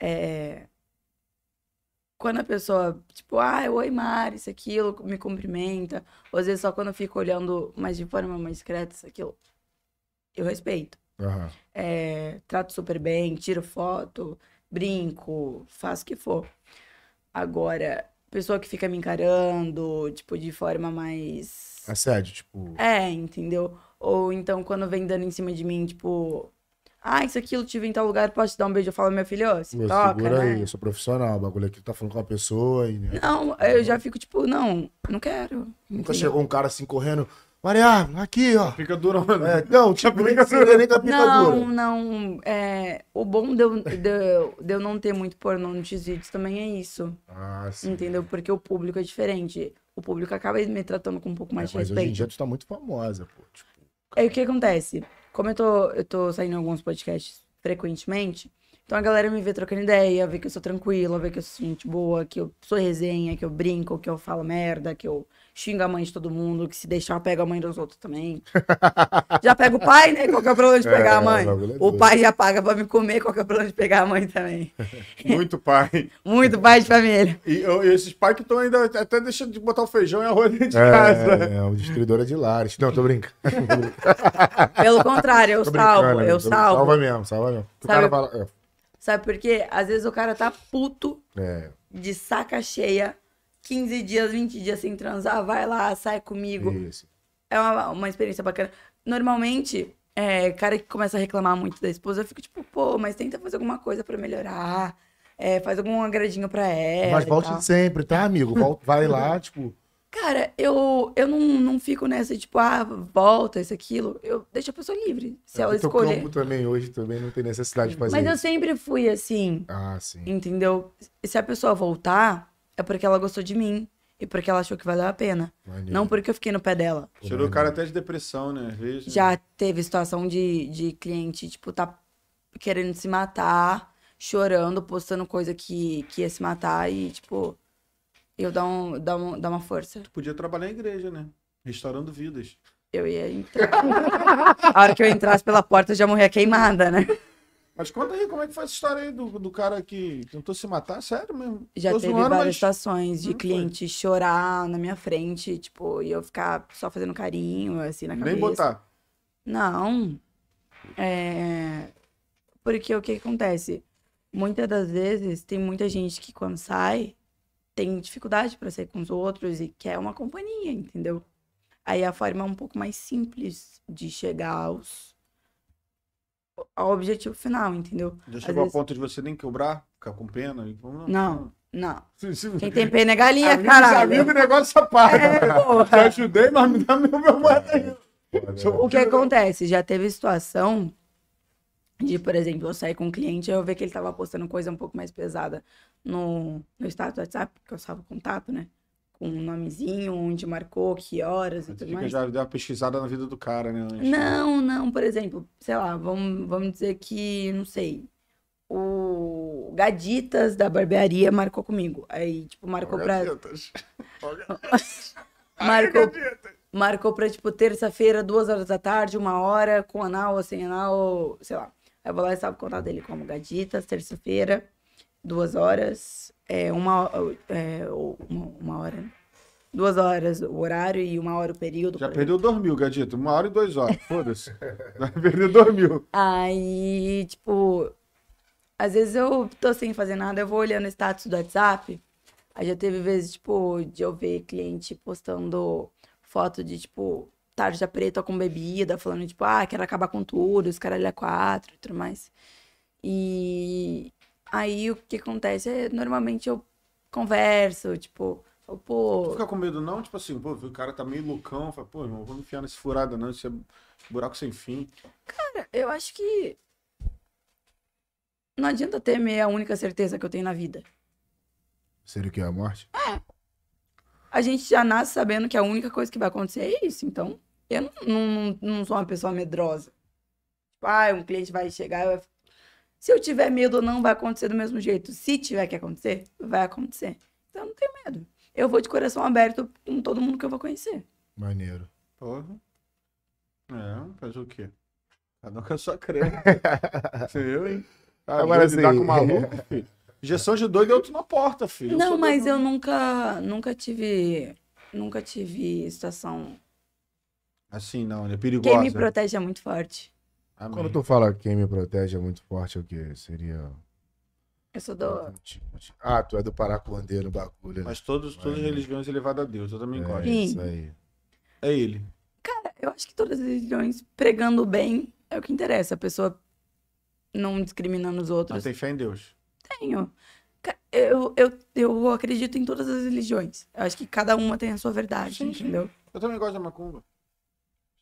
É. Quando a pessoa, tipo, ah, oi Mari, isso, aquilo, me cumprimenta. Ou às vezes só quando eu fico olhando, mas de forma mais discreta, isso, aquilo. Eu respeito.
Aham.
É, trato super bem, tiro foto, brinco, faço o que for. Agora, pessoa que fica me encarando, tipo, de forma mais.
Assédio, tipo.
É, entendeu? Ou então quando vem dando em cima de mim, tipo. Ah, isso aqui eu tive em tal lugar, posso te dar um beijo? Eu falo, meu filho, ó, se
Pô,
toca,
segura aí,
né?
eu sou profissional. O bagulho aqui tu tá falando com uma pessoa e. né?
Não, eu já fico tipo, não, não quero.
Nunca
entendeu?
chegou um cara assim correndo. Mariávila, aqui, ó.
Fica durando.
É, não, tipo, nem que seria nem da
Não,
picadura.
não. é, o bom de eu, de eu- de eu não ter muito pornô nos vídeos também é isso.
Ah, sim.
Entendeu? Porque o público é diferente. O público acaba me tratando com um pouco
É,
mais de
mas hoje em
respeito.
dia tu tá muito famosa, pô. Tipo,
Aí o que acontece? Como eu tô, eu tô saindo em alguns podcasts frequentemente, Então a galera me vê trocando ideia, vê que eu sou tranquila, vê que eu sou gente boa, que eu sou resenha, que eu brinco, que eu falo merda, que eu xingo a mãe de todo mundo, que se deixar eu pego a mãe dos outros também. já pego o pai, né? Qual que é o problema de pegar
É,
a mãe?
o bagulho é
O
doido.
pai já paga pra me comer, qual que é o problema de pegar a mãe também?
Muito pai.
Muito pai de família.
E, eu- e esses pais que estão ainda até deixando de botar o feijão e arroz dentro de casa.
É, é, um destruidor de lares. Não, tô brincando.
Pelo contrário, eu
Tô
salvo,
brincando,
eu
tô- Salva
salvo.
mesmo, salva mesmo. O cara
Sabe-
fala.
Sabe por quê? Às vezes o cara tá puto
É, é,
de saca cheia, 15 dias, 20 dias sem transar, vai lá, sai comigo.
isso.
É uma, uma experiência bacana. Normalmente, é, cara que começa a reclamar muito da esposa, eu fico tipo, pô, mas tenta fazer alguma coisa pra melhorar. é, faz algum agradinho pra ela.
Mas
é, e
volte
tal.
sempre, tá, amigo? Vol- Vai lá, tipo.
Cara, eu, eu não, não fico nessa, tipo, ah, volta, isso, aquilo. Eu deixo a pessoa livre, se ela
é, o teu
escolher.
campo também hoje também não tem necessidade de fazer
Mas eu
isso.
sempre fui assim.
Ah, sim.
Entendeu? E se a pessoa voltar, é porque ela gostou de mim e porque ela achou que valeu a pena.
Maneiro.
Não porque eu fiquei no pé dela.
Tirou o cara até de depressão, né? Às vezes.
Já teve situação de, de cliente, tipo, tá querendo se matar, chorando, postando coisa que, que ia se matar e, tipo, eu dar, um, dar, um, dar uma força.
Podia trabalhar em igreja, né? Restaurando vidas.
Eu ia entrar. a hora que eu entrasse pela porta, eu já morria queimada, né?
Mas conta aí, como é que foi essa história aí do, do cara que tentou se matar? Sério mesmo?
Já
Tô
teve
zoando,
várias
um mas...
situações de
Hum, foi.
cliente chorar na minha frente, tipo, e eu ficar só fazendo carinho, assim, na cabeça.
Nem botar.
Não. É... Porque o que que acontece? Muitas das vezes tem muita gente que quando sai tem dificuldade para sair com os outros e quer uma companhia, entendeu? Aí a forma é um pouco mais simples de chegar aos ao objetivo final, entendeu?
Já
Às
chegou
vezes-
ao ponto de você nem quebrar, ficar com pena? e- Não.
Não, não.
Se- se-
Quem tem pena é galinha,
Amigo, amigo,
caralho.
o negócio é pago.
É,
Te
porra.
ajudei, mas me dá meu, meu moeda aí.
O que acontece? Já teve situação de, por exemplo, eu sair com um cliente e eu ver que ele tava postando coisa um pouco mais pesada no, no status do WhatsApp, porque eu salvo contato, né? Com um nomezinho, onde marcou, que horas e tudo
Fica
mais.
já deu uma pesquisada na vida do cara, né? antes.
Não, não, por exemplo, sei lá, vamos, vamos dizer que, não sei, o Gaditas da barbearia marcou comigo. Aí, tipo, marcou pra.
Gavetas.
Marcou, marcou pra, tipo, terça-feira, duas horas da tarde, uma hora, com anal ou sem anal, sei lá. Aí eu vou lá e salvo o contato dele como Gaditas, terça-feira, duas horas, é, uma, ho- é, ou uma, uma hora, né? duas horas o horário e uma hora o período.
Já
por
perdeu dois mil, Gadito. Uma hora e duas horas. Foda-se. Já perdeu dois mil.
Aí, tipo, às vezes eu tô sem fazer nada, eu vou olhando o status do WhatsApp. Aí já teve vezes, tipo, de eu ver cliente postando foto de, tipo, tarja preta com bebida, falando, tipo, ah, quero acabar com tudo, os caralho é quatro e tudo mais. E aí o que acontece é, normalmente eu converso, tipo, falo,
Tu
pô,
fica com medo, não? Tipo assim, pô, o cara tá meio loucão. Fala, pô, irmão, vou me enfiar nesse furada, não. Isso é buraco sem fim.
cara, eu acho que não adianta temer a única certeza que eu tenho na vida.
Seria o que? é A morte?
a gente já nasce sabendo que a única coisa que vai acontecer é isso. Então, eu não, não, não sou uma pessoa medrosa. Tipo, ah, um cliente vai chegar. eu- Se eu tiver medo ou não, vai acontecer do mesmo jeito. Se tiver que acontecer, vai acontecer. Então, eu não tenho medo. Eu vou de coração aberto com todo mundo que eu vou conhecer.
Maneiro.
Porra. É, fazer o quê? Cada um com a sua crença. eu, hein? Ah,
Agora
Agora lidar
sim.
com maluco, filho. Injeção de doido é outro na porta, filho. Eu
não,
sou
mas
doido.
eu nunca, nunca tive. Nunca tive situação.
Assim, não, ele é
Quem
perigosa.
me protege é muito forte.
Amém.
Quando tu fala quem me protege é muito forte, é o quê? Seria.
Eu sou do.
Ah, tu é do Paracondeiro no bagulho. né?
Mas todos, todas as religiões elevadas a Deus, eu também
É
gosto.
Sim.
isso aí.
É ele.
Cara, eu acho que todas as religiões pregando o bem é o que interessa. A pessoa não discriminando os
Mas é-
outros.
tem fé em Deus.
Tenho. Ca- Eu, eu, eu acredito em todas as religiões. Eu acho que cada uma tem a sua verdade,
Sim, sim.
entendeu?
Eu também gosto da macumba.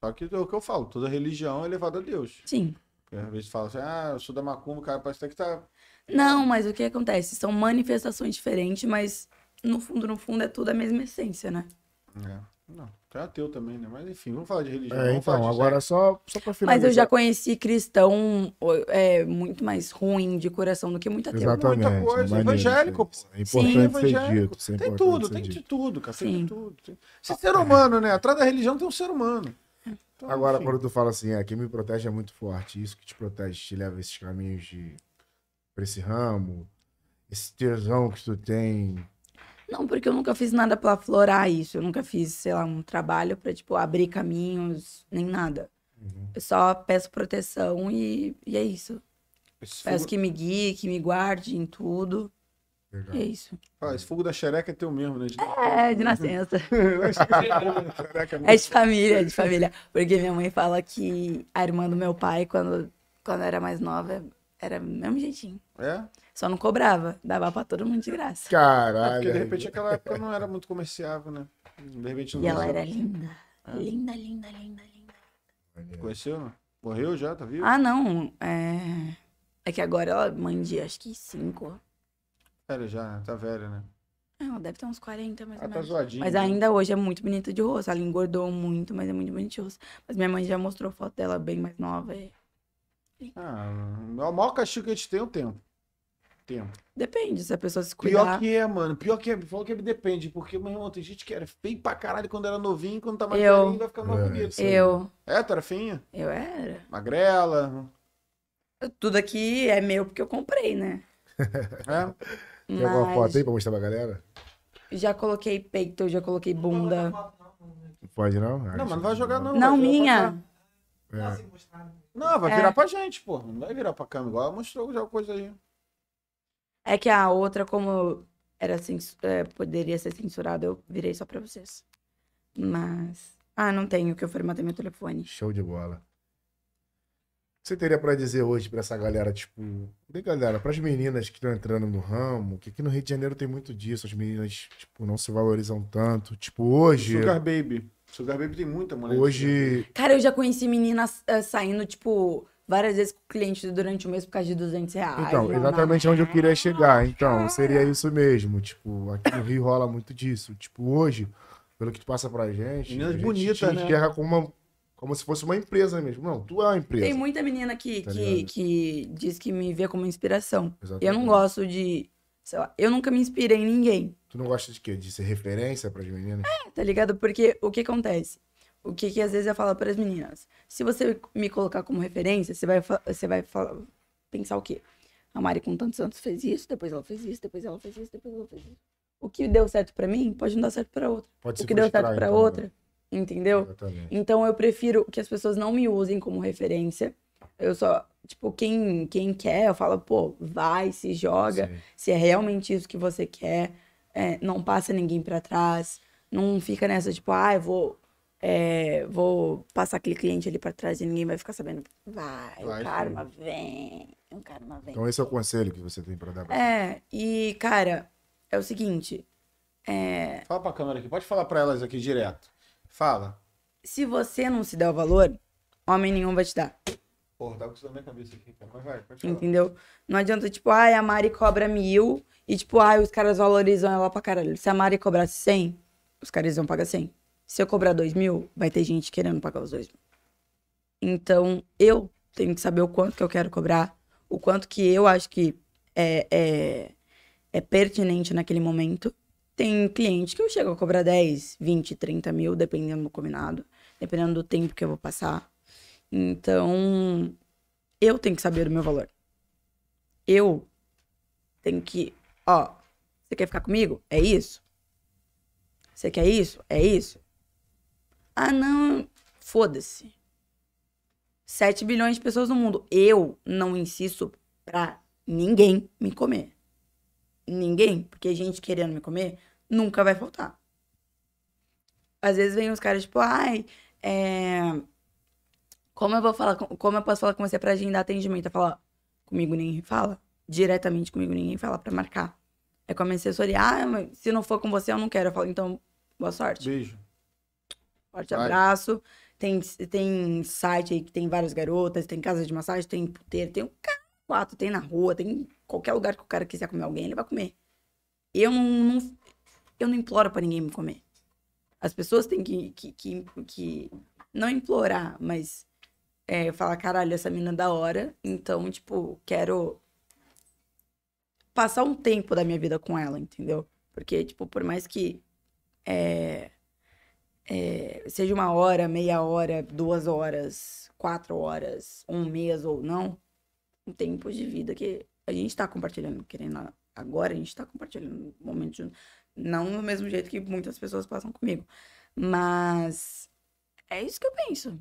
Só que é o que eu falo, toda religião é elevada a Deus.
Sim.
Porque às vezes fala assim, ah, eu sou da macumba, cara, parece até que tá.
Não, mas o que acontece? São manifestações diferentes, mas no fundo, no fundo, é tudo a mesma essência, né?
É. Não, tu é ateu também, né? Mas enfim, vamos falar de religião.
É,
vamos falar
então,
de
agora só, só pra finalizar.
Mas eu já conheci cristão ó, é, muito mais ruim de coração do que muito ateu.
Exato.
Exatamente.
muita coisa,
maneiro,
evangélico,
isso É importante
Sim,
ser dito.
evangélico.
isso é
Tem
importante
tudo,
ser
tem de
dito.
tudo, cara. Tem
Sim.
de tudo. Tem... Esse ser humano, né? Atrás da religião tem um ser humano. Então,
Agora,
enfim.
quando tu fala assim, é, quem me protege é muito forte, isso que te protege, te leva a esses caminhos de. pra esse ramo, esse tesão que tu tem.
Não, porque eu nunca fiz nada pra aflorar isso. Eu nunca fiz, sei lá, um trabalho pra, tipo, abrir caminhos, nem nada. Eu só peço proteção e, e é isso.
Esse
Peço
fogo,
que me guie, que me guarde em tudo.
Legal.
E é isso.
ah, esse fogo da xereca é teu mesmo, né? De-
É, de nascença.
Xereca
É de família, é de família. Porque minha mãe fala que a irmã do meu pai, quando, quando era mais nova, era do mesmo jeitinho.
É? É
Só não cobrava, dava pra todo mundo de graça.
Caralho.
É, porque de repente aquela época não era muito comerciável, né? De repente não
E ela
conheceu.
era linda. Linda, linda, linda, linda.
Conheceu, né? Morreu já, tá vivo?
Ah, não. É, é que agora ela é mãe de, acho que cinco. Ah. É,
Velha já, né? Tá velha, né?
Ela deve ter uns 40, mais ou
Ah, tá
menos.
zoadinha.
Mas
né?
ainda hoje é muito bonita de rosto. Ela engordou muito, mas é muito bonita de rosto. Mas minha mãe já mostrou foto dela bem mais nova. é. e-
Ah, o maior castigo que a gente tem é o tempo. Tempo.
Depende, se a pessoa se
Pior
cuidar.
que é, mano. Pior que é. Falou que depende. Porque, meu irmão, tem gente que era feio pra caralho quando era novinho. Quando tá mais
Eu.
velhinho, vai ficar mais
É,
bonito.
isso aí.
Eu,
É, tu era feinha?
eu era.
Magrela.
Tudo aqui é meu porque eu comprei, né?
É.
Tem alguma foto aí
Mas
pra mostrar pra galera?
já coloquei peito, já coloquei bunda.
Não pode não? Ah,
Não, mas
isso
não vai jogar, não.
Não,
vai virar pra
minha.
cá.
É.
Não, vai
É.
virar pra gente, pô. Não vai virar pra câmera. Igual ela mostrou já coisa aí.
É que a outra, como era cens- é, poderia ser censurada, eu virei só pra vocês. Mas. Ah, não tenho, que eu formatei meu telefone.
Show de bola. O que você teria pra dizer hoje pra essa galera, tipo, de galera, pras meninas que estão entrando no ramo, que aqui no Rio de Janeiro tem muito disso, as meninas, tipo, não se valorizam tanto. Tipo, hoje,
Sugar Baby. Sugar Baby tem muita mulher.
hoje,
Cara, eu já conheci meninas eh, saindo, tipo, várias vezes com cliente durante o mês por causa de 200
né?
reais.
então,
blá, blá,
exatamente onde eu queria chegar. Então, seria isso mesmo, tipo, aqui no Rio rola muito disso. Tipo, hoje, pelo que tu passa pra gente,
Meninas
a gente
bonitas,
te
né?
enxerga como uma- como se fosse uma empresa mesmo. Não, tu é uma empresa.
Tem muita menina que,
Tá
que,
ligado?
que diz que me vê como inspiração.
Exatamente.
Eu não gosto de. Sei lá, eu nunca me inspirei em ninguém,
Tu não gosta de quê? De ser referência pras meninas?
tá ligado? Porque o que acontece? O que, que às vezes eu falo para as meninas? Se você me colocar como referência, você vai, fa- você vai falar, pensar o quê? A Mari com tantos anos fez isso, depois ela fez isso, depois ela fez isso, depois ela fez isso. O que deu certo para mim pode não dar certo para outra.
Pode
o
se
que deu
frustrar,
certo pra
então, né?
outra, entendeu?
Exatamente.
Então eu prefiro que as pessoas não me usem como referência. Eu só, tipo, quem, quem quer, eu falo, pô, vai, se joga.
Sim.
Se é realmente isso que você quer, é, não passa ninguém pra trás. Não fica nessa, tipo, ah, eu vou, é, vou passar aquele cliente ali pra trás e ninguém vai ficar sabendo. Vai,
Vai,
o karma vem, o karma vem.
Então esse é o conselho que você tem pra dar pra
É, e, cara, é o seguinte, é,
Fala pra câmera aqui. Pode falar pra elas aqui direto. Fala.
se você não se der o valor, homem nenhum vai te dar.
Porra, tá com isso na minha cabeça aqui, cara. Mas vai, pode falar.
Entendeu? Não adianta, tipo, ai, a Mari cobra mil e, tipo, ai, os caras valorizam ela pra caralho. Se a Mari cobrasse 100, os caras iam pagar 100. Se eu cobrar dois mil, vai ter gente querendo pagar os dois mil. Então, eu tenho que saber o quanto que eu quero cobrar, o quanto que eu acho que é, é, é pertinente naquele momento. Tem cliente que eu chego a cobrar 10, 20, 30 mil, dependendo do combinado, dependendo do tempo que eu vou passar. Então, eu tenho que saber o meu valor. Eu tenho que, ó, você quer ficar comigo? É isso. Você quer isso? É isso. Ah, não, foda-se. 7 bilhões de pessoas no mundo. Eu não insisto pra ninguém me comer. Ninguém, porque gente querendo me comer nunca vai faltar. Às vezes vem os caras tipo, ai, é, como eu vou falar, com- como eu posso falar com você pra agendar atendimento? Eu falo, ó, comigo ninguém fala. Diretamente comigo ninguém fala pra marcar. É com a minha assessoria. Ah, mas se não for com você, eu não quero. Eu falo, então, boa sorte.
Beijo.
Forte
Vai.
abraço. Tem, tem site aí que tem várias garotas, tem casa de massagem, tem puteiro, tem um cara quatro, tem na rua, tem em qualquer lugar que o cara quiser comer alguém, ele vai comer. Eu não, não- eu não imploro pra ninguém me comer. As pessoas têm que, que, que, que não implorar, mas é, falar, caralho, essa mina é da hora, então, tipo, quero passar um tempo da minha vida com ela, entendeu? Porque, tipo, por mais que é, é, seja uma hora, meia hora, duas horas, quatro horas, um mês ou não, um tempo de vida que a gente tá compartilhando, querendo agora, a gente tá compartilhando um momento junto. Não do mesmo jeito que muitas pessoas passam comigo. Mas é isso que eu penso.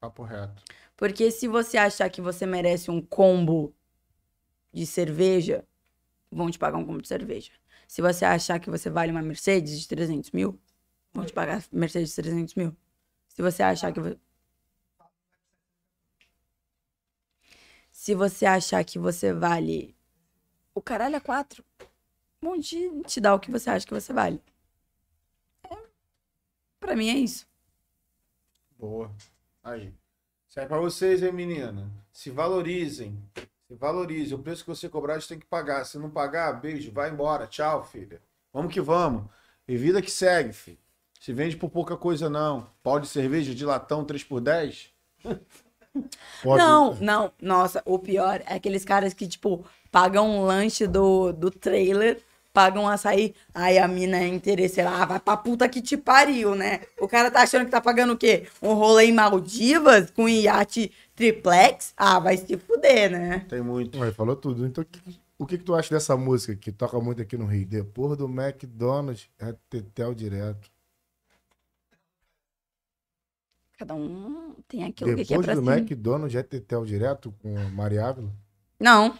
Papo reto.
Porque se você achar que você merece um combo de cerveja, vão te pagar um combo de cerveja. Se você achar que você vale uma Mercedes de 300 mil, vão te pagar Mercedes de 300 mil. Se você achar que você... Se você achar que você vale Um o caralho é quatro, vão te, te dar o que você acha que você vale. É... Pra mim é isso.
Boa. Aí. Serve pra vocês, hein, menina? Se valorizem. Se valorizem. O preço que você cobrar, a gente tem que pagar. Se não pagar, beijo, vai embora. Tchau, filha. Vamos que vamos. E vida que segue, filho. Se vende por pouca coisa, não. Pau de cerveja de latão 3 por 10
Pode-
É, Não, não. Nossa, o pior é aqueles caras que, tipo, pagam um lanche do, do trailer, pagam um açaí. Aí a mina é interesseira. Ah, vai pra puta que te pariu, né? O cara tá achando que tá pagando o quê? Um rolê em Maldivas com um iate triplex? Ah, vai se fuder, né?
Tem muito.
Ué, falou tudo. Então, o que- o que, que tu acha dessa música que toca muito aqui no Rio? Depois do McDonald's, é Tetel direto.
Cada um tem aquilo que quer
Depois
pra
do
si.
McDonald's, é Tetel direto com a Maria Ávila?
Não.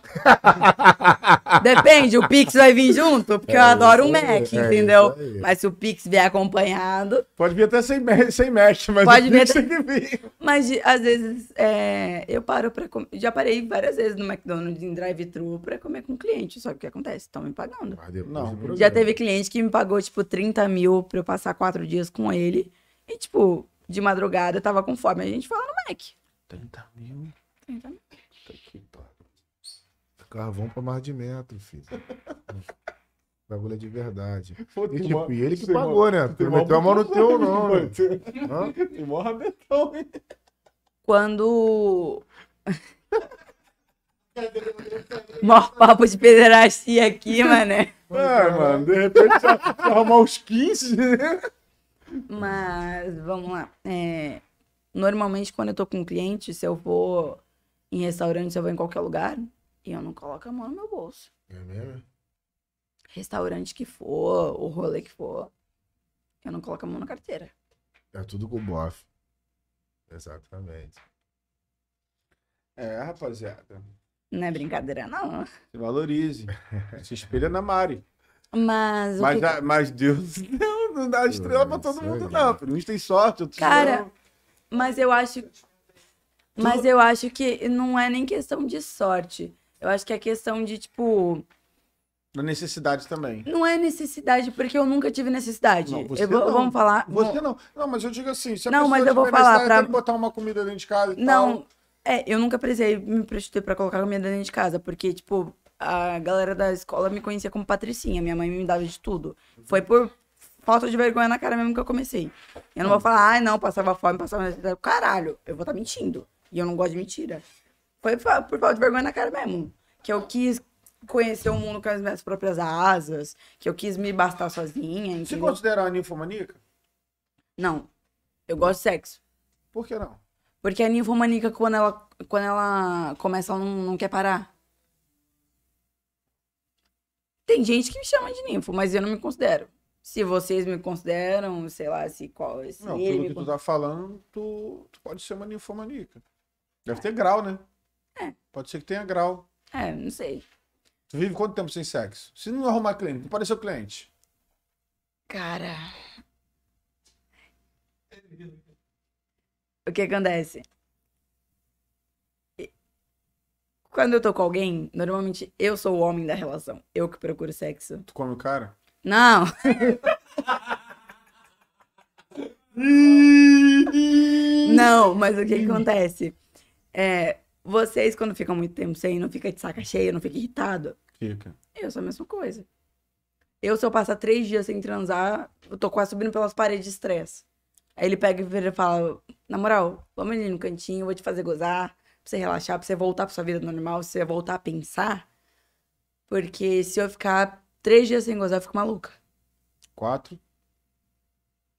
Depende, o Pix vai vir junto, porque
É
eu adoro o
isso aí, é
Mac,
isso
entendeu?
aí.
Mas se o Pix vier acompanhado,
Pode vir até sem, me- sem mexe, mas
Pode
o
vir
Pix
até-
tem que vir.
Mas de- às vezes é, eu paro pra comer. Já parei várias vezes no McDonald's em drive-thru pra comer com cliente. Só que o que acontece? Estão me pagando.
Mas depois
Não,
do programa.
Já teve cliente que me pagou, tipo, 30 mil pra eu passar quatro dias com ele. E, tipo, de madrugada eu tava com fome. A gente fala no Mac.
30 mil.
30 mil.
Tá aqui, pá.
Carvão pra mais de metro, filho. Bagulho é de verdade.
Pô,
E,
tu
tipo,
mó-
e ele que
tu mó-
pagou, né?
tu
Tu
mó
meteu a mão no
bonito,
teu, não.
pô,
né?
tu-
Hã?
Tu mó rabetão, hein?
Quando. Mó papo de pederastia aqui, mané.
É, mano, de repente só só arrumar uns 15, né?
Mas vamos lá. É, normalmente, quando eu tô com um cliente, se eu vou em restaurante, se eu vou em qualquer lugar, e eu não coloco a mão no meu bolso.
É mesmo?
Restaurante que for, o rolê que for, eu não coloco a mão na carteira.
É tudo com bofe. Exatamente.
É, rapaziada.
Não é brincadeira, não.
Se valorize. Se espelha na Mari.
Mas o
Mas,
que-
dá- mas Deus não, não dá estrela pra todo
Isso
mundo,
aí.
não. Uns tem sorte, outros
Cara,
não.
Mas eu acho. Mas eu acho que não é nem questão de sorte. Eu acho que é questão de, tipo.
Na necessidade também.
Não é necessidade, porque eu nunca tive necessidade.
Não, você
eu vou,
não.
Vamos falar.
Você não. Não, mas eu digo assim, se a
Não,
pessoa
mas eu vou
tiver
falar
necessidade,
pra-
tem que botar uma comida dentro de casa e
Não,
tal.
é, eu nunca precisei me prostituir pra colocar comida dentro de casa, porque, tipo, a galera da escola me conhecia como patricinha, minha mãe me dava de tudo. Foi por falta de vergonha na cara mesmo que eu comecei. Eu não vou falar, ai não, passava fome, passava necessidade. Caralho, eu vou estar mentindo. E eu não gosto de mentira. Foi fa- por falta de vergonha na cara mesmo. Que eu quis conhecer o mundo com as minhas próprias asas, que eu quis me bastar sozinha,
Se
entendeu?
considerar uma ninfomaníaca,
Não, eu gosto de sexo.
por que não?
Porque a ninfomaníaca, quando ela, quando ela começa, ela não, não quer parar. Tem gente que me chama de ninfo, mas eu não me considero. Se vocês me consideram, sei lá, se, qual, se
Não,
ele
pelo
me
que tu
considera.
tá falando, tu, tu pode ser uma ninfomaníaca. Deve ter grau, né?
É.
Pode ser que tenha grau.
É, não sei.
Tu vive quanto tempo sem sexo? Se não arrumar cliente, não pareceu cliente.
Cara. O que acontece? E- Quando eu tô com alguém, normalmente eu sou o homem da relação. Eu que procuro sexo.
Tu come o cara?
Não. não, mas o que que acontece? É, vocês, quando ficam muito tempo sem, não fica de saca cheia, não fica irritado.
Fica.
Eu sou a mesma coisa. Eu, se eu passar três dias sem transar, eu tô quase subindo pelas paredes de estresse. Aí ele pega e vira e fala: Na moral, vamos ali no cantinho, eu vou te fazer gozar, pra você relaxar, pra você voltar pra sua vida normal, pra você voltar a pensar. Porque se eu ficar três dias sem gozar, eu fico maluca.
Quatro,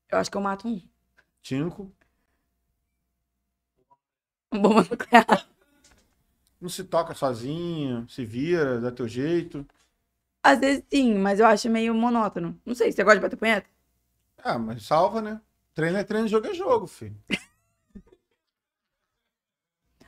Eu acho que eu mato um.
cinco.
Um bomba nuclear.
Não se toca sozinho, se vira, dá teu jeito.
Às vezes sim, mas eu acho meio monótono. Não sei, você gosta de bater punheta?
Ah, mas salva, né? Treino é treino, jogo é jogo, filho.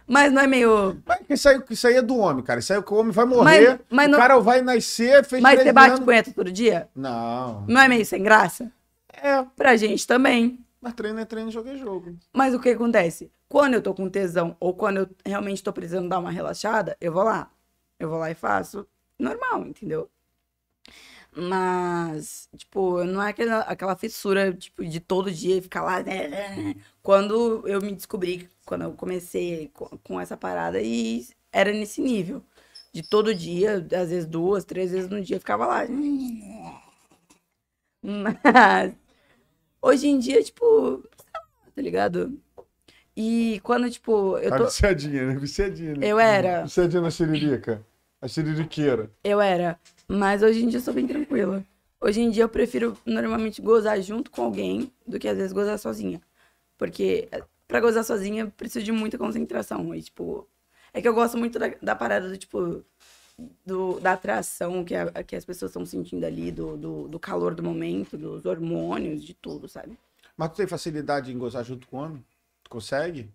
Mas não é meio.
Mas isso aí, isso aí é do homem, cara. Isso aí é que o homem vai
Mas,
morrer.
mas,
o
não,
cara vai nascer, fez
mas você
três
bate
anos-
punheta todo dia?
Não.
Não é meio sem graça?
É,
Pra gente também.
mas treino é treino, jogo é jogo.
Mas o que acontece? Quando eu tô com tesão ou quando eu realmente tô precisando dar uma relaxada, eu vou lá. Eu vou lá e faço normal, entendeu? Mas, tipo, não é aquela, aquela fissura, tipo, de todo dia ficar lá. né, né. Quando eu me descobri, quando eu comecei co- com essa parada, e era nesse nível. De todo dia, às vezes duas, três vezes no dia, eu ficava lá. Mas, hoje em dia, tipo, tá ligado? E quando, tipo, eu
Tá
tô.
viciadinha, né? Viciadinha, né?
Eu era.
Viciadinha na siririca. A siririqueira.
Eu era. Mas hoje em dia eu sou bem tranquila. Hoje em dia eu prefiro normalmente gozar junto com alguém do que às vezes gozar sozinha. Porque eh, pra gozar sozinha eu preciso de muita concentração. E, tipo, é que eu gosto muito da, da parada do tipo. do- da atração que, a- que as pessoas estão sentindo ali, do, do, do calor do momento, dos hormônios, de tudo, sabe?
Mas tu tem facilidade em gozar junto com o homem? Tu consegue?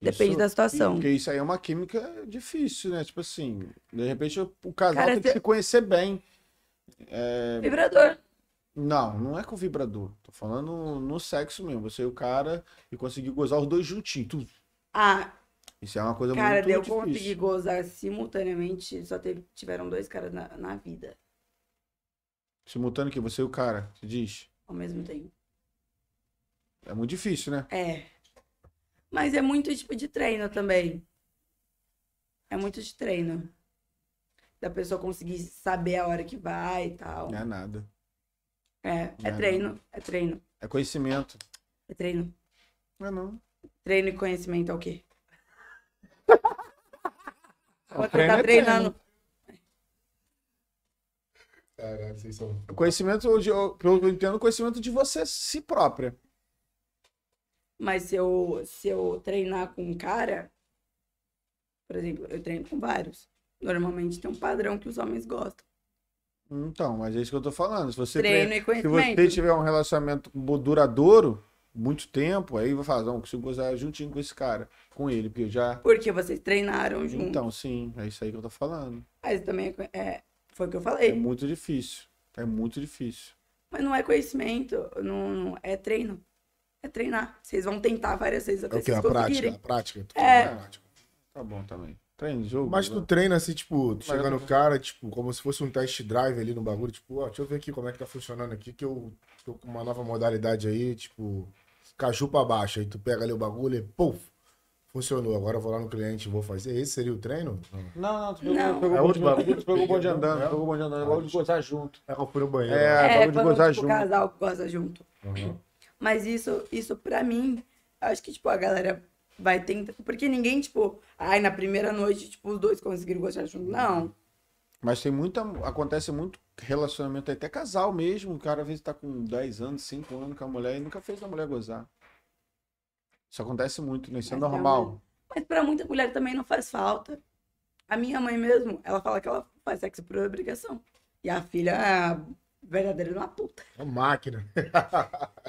Depende
Isso-
da situação.
Porque isso aí é uma química difícil, né? Tipo assim, de repente o casal
Cara,
tem que
se-
se conhecer bem. é
Vibrador.
Não, não é com vibrador. Tô falando no sexo mesmo. Você e o cara e conseguir gozar os dois juntinhos. Tu-
Ah,
Isso é uma coisa
cara,
muito
deu
difícil.
conseguir gozar simultaneamente, só teve- tiveram dois caras na, na vida
Simultâneo que você e o cara, se diz.
ao mesmo tempo.
É muito difícil, né?
É. Mas é muito tipo de treino também. É muito de treino. Da pessoa conseguir saber a hora que vai e tal.
Não é nada.
É, é
Não.
treino, é treino,
É conhecimento.
é treino.
Não é não.
Treino e conhecimento é o quê? Quando você
treino
tá
é treino.
treinando.
Caralho, vocês são.
O conhecimento, hoje, eu- pelo que eu entendo, é o conhecimento de você si própria.
Mas se eu, se eu treinar com um cara, por exemplo, eu treino com vários. Normalmente tem um padrão que os homens gostam.
Então, mas é isso que eu tô falando. Se você
Treino e
Se você
conhecimento.
tiver um relacionamento bo- duradouro, muito tempo, aí vai falar, não, consigo gozar juntinho com esse cara, com ele, porque eu já.
Porque vocês treinaram junto.
Então, sim, é isso aí que eu tô falando.
Mas também é co- é, foi o que eu
É
falei.
muito difícil. É muito difícil.
Mas não é conhecimento, não, não- é treino. É treinar. Vocês vão tentar várias vezes
É
até
o que?
vocês
A prática?
conseguirem.
A prática? Tu-
É.
a prática.
Tá bom também. Treino, jogo. né? É
Mas tu treina assim, tipo, tu
Mas
chega
eu-
no cara, tipo, como se fosse um test drive ali no bagulho, tipo, ó, deixa eu ver aqui como é que tá funcionando aqui, que eu tô com uma nova modalidade aí, tipo, caju pra baixo. Aí tu pega ali o bagulho e, pum, funcionou. Agora eu vou lá no cliente e vou fazer. Esse seria o treino? Não.
Não, não, tu
Não.
pegou,
É
pegou,
outro
o bonde-
bagulho?
tu pegou o bonde andando,
É?
pegou o bonde andando, logo de gozar junto.
É o banheiro.
É.
né?
acabou de
quando,
gozar
tipo,
junto.
casal que goza junto.
Aham.
Mas isso, isso pra mim, acho que, tipo, a galera vai tentar. Porque ninguém, tipo, ai, na primeira noite, tipo, os dois conseguiram gozar junto. Não.
Mas tem muita. Acontece muito relacionamento, é até casal mesmo. O cara às vezes tá com 10 anos, 5 anos com a mulher e nunca fez a mulher gozar. Isso acontece muito, né? Isso é
Mas é
normal.
Mas pra muita mulher também não faz falta. A minha mãe mesmo, ela fala que ela faz sexo por obrigação. E a filha é verdadeira de uma puta.
É máquina.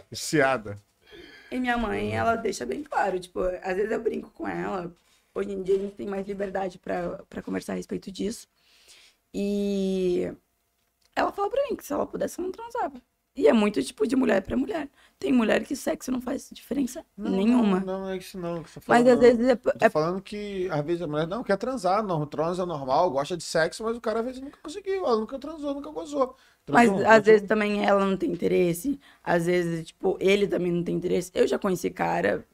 Viciada.
E minha
Uhum.
mãe, ela deixa bem claro, tipo, às vezes eu brinco com ela. Hoje em dia a gente tem mais liberdade pra pra conversar a respeito disso. E ela fala pra mim que se ela pudesse, ela não transava. E é muito tipo de mulher pra mulher. Tem mulher que sexo não faz diferença
Não,
nenhuma.
Não, não é isso não. Que você tá
Mas
falando,
às
não.
vezes é,
Eu
é
Tô falando que às vezes a mulher não quer transar, não transa normal, gosta de sexo, mas o cara às vezes nunca conseguiu, ela nunca transou, nunca gozou.
Mas
Transou, um
às
transou.
vezes também ela não tem interesse, às vezes, tipo, ele também não tem interesse. Eu já conheci cara,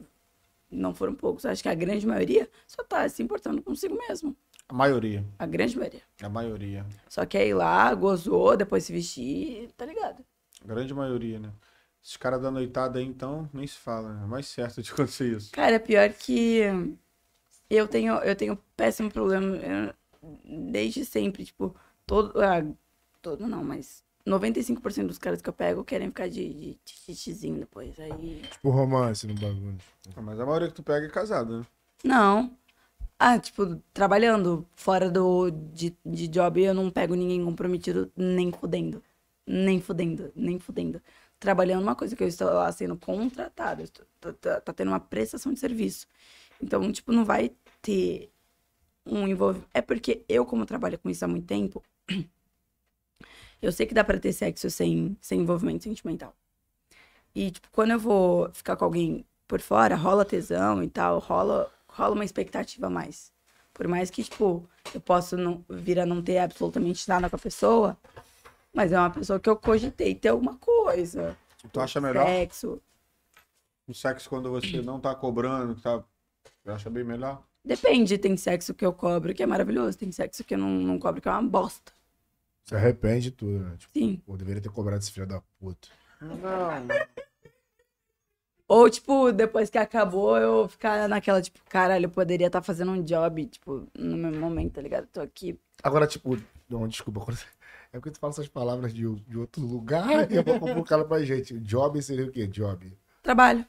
não foram poucos, acho que a grande maioria só tá se importando consigo mesmo.
A maioria.
A grande maioria.
A maioria.
Só quer ir lá, gozou, depois se vestir, tá ligado?
A grande maioria, né? Esses caras da noitada aí, então, nem se fala, né? É mais certo de acontecer isso.
Cara, é pior que eu tenho, eu tenho péssimo problema eu- desde sempre, tipo, todo, ah, todo não, mas 95% dos caras que eu pego querem ficar de, de, titizinho depois, aí...
Tipo romance no bagulho.
Ah, Mas a maioria que tu pega é casada, né?
Não. Ah, tipo, trabalhando fora do, de, de job, eu não pego ninguém comprometido nem fudendo. Nem fudendo, nem fudendo. Trabalhando é uma coisa que eu estou lá sendo contratada, eu estou- tá, tá, tá tendo uma prestação de serviço. Então, tipo, não vai ter um envolvimento. É porque eu, como trabalho com isso há muito tempo, eu sei que dá pra ter sexo sem, sem envolvimento sentimental. E, tipo, quando eu vou ficar com alguém por fora, rola tesão e tal, rola, rola uma expectativa a mais. Por mais que, tipo, eu possa não, vir a não ter absolutamente nada com a pessoa, mas é uma pessoa que eu cogitei ter alguma coisa.
Tu acha melhor
Sexo.
o sexo quando você não tá cobrando, que tá. Tu acha bem melhor?
Depende, tem sexo que eu cobro que é maravilhoso, tem sexo que eu não, não cobro que é uma bosta.
Se arrepende de tudo, né? Tipo,
Sim.
pô, deveria ter cobrado esse filho da puta.
Não.
Ou, tipo, depois que acabou, eu ficar naquela, tipo, caralho, eu poderia estar fazendo um job, tipo, no meu momento, tá ligado? Tô aqui.
Agora, tipo, não, desculpa. quando- É porque tu fala essas palavras de, de outro lugar e eu vou complicar pra gente. Job seria o quê? Job.
Trabalho.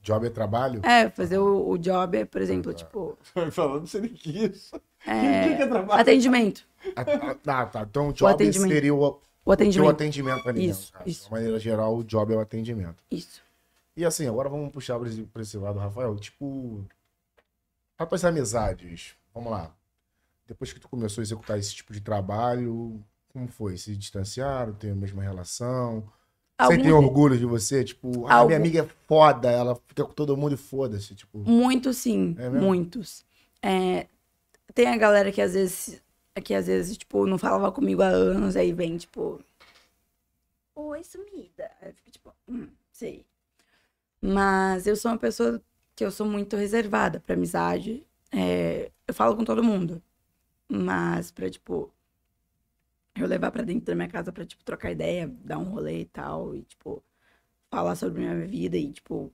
Job é trabalho?
É, fazer o, o job, é, por exemplo, tipo,
Falando sem isso.
é,
que é trabalho?
atendimento.
A- a- Ah, tá. Então, job
atendimento.
seria o,
O
o
atendimento.
atendimento ali. né?
Isso, isso.
De uma maneira geral, o job é o atendimento.
Isso.
E assim, agora vamos puxar pra esse- pra esse lado, Rafael. Tipo, para tuas amizades, vamos lá. Depois que tu começou a executar esse tipo de trabalho, como foi? Se distanciaram? Tem a mesma relação? Você
Alguns-
tem orgulho de você? Tipo, ah,
Algum-
minha amiga é foda, ela fica com todo mundo e foda-se. Tipo,
Muitos, sim.
É mesmo?
muitos. É, tem a galera que às vezes, que às vezes, tipo, não falava comigo há anos, aí vem, tipo. Oi, sumida. Aí eu fico, tipo, hum, sei. Mas eu sou uma pessoa que eu sou muito reservada pra amizade. É, eu falo com todo mundo. Mas pra, tipo, eu levar pra dentro da minha casa pra, tipo, trocar ideia, dar um rolê e tal, e, tipo, falar sobre minha vida e, tipo,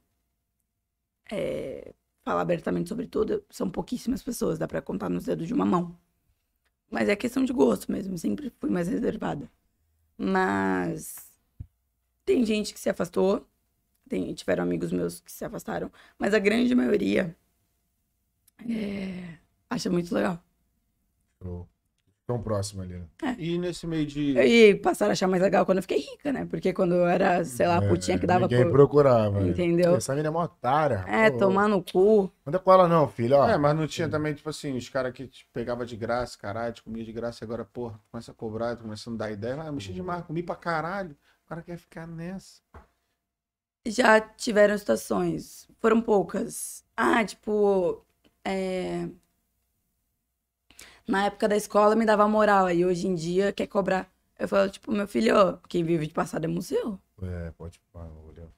falar abertamente sobre tudo, são pouquíssimas pessoas, dá pra contar nos dedos de uma mão. Mas é questão de gosto mesmo, sempre fui mais reservada. Mas tem gente que se afastou, tem- tiveram amigos meus que se afastaram, mas a grande maioria é, acha muito legal.
eu- tão próximo ali. né?
E nesse meio de.
E passaram a achar mais legal quando eu fiquei rica, né? Porque quando eu era, sei lá, a
É,
putinha que dava
Ninguém
por...
procurava. né?
Entendeu?
Essa menina é uma otária.
É,
pô.
tomar no cu.
Anda com ela não, filho. Ó,
É, mas não tinha também, tipo assim, os caras que te pegava de graça, caralho, te comia de graça, e agora, porra, tu começa a cobrar, tu começa a não dar ideia, vai, mexer demais, comi pra caralho, o cara quer ficar nessa.
Já tiveram situações, foram poucas. Ah, tipo, é, na época da escola me dava moral, aí hoje em dia quer cobrar. Eu falo, tipo, meu filho, ó, quem vive de passado é museu.
é, pode falar, olha.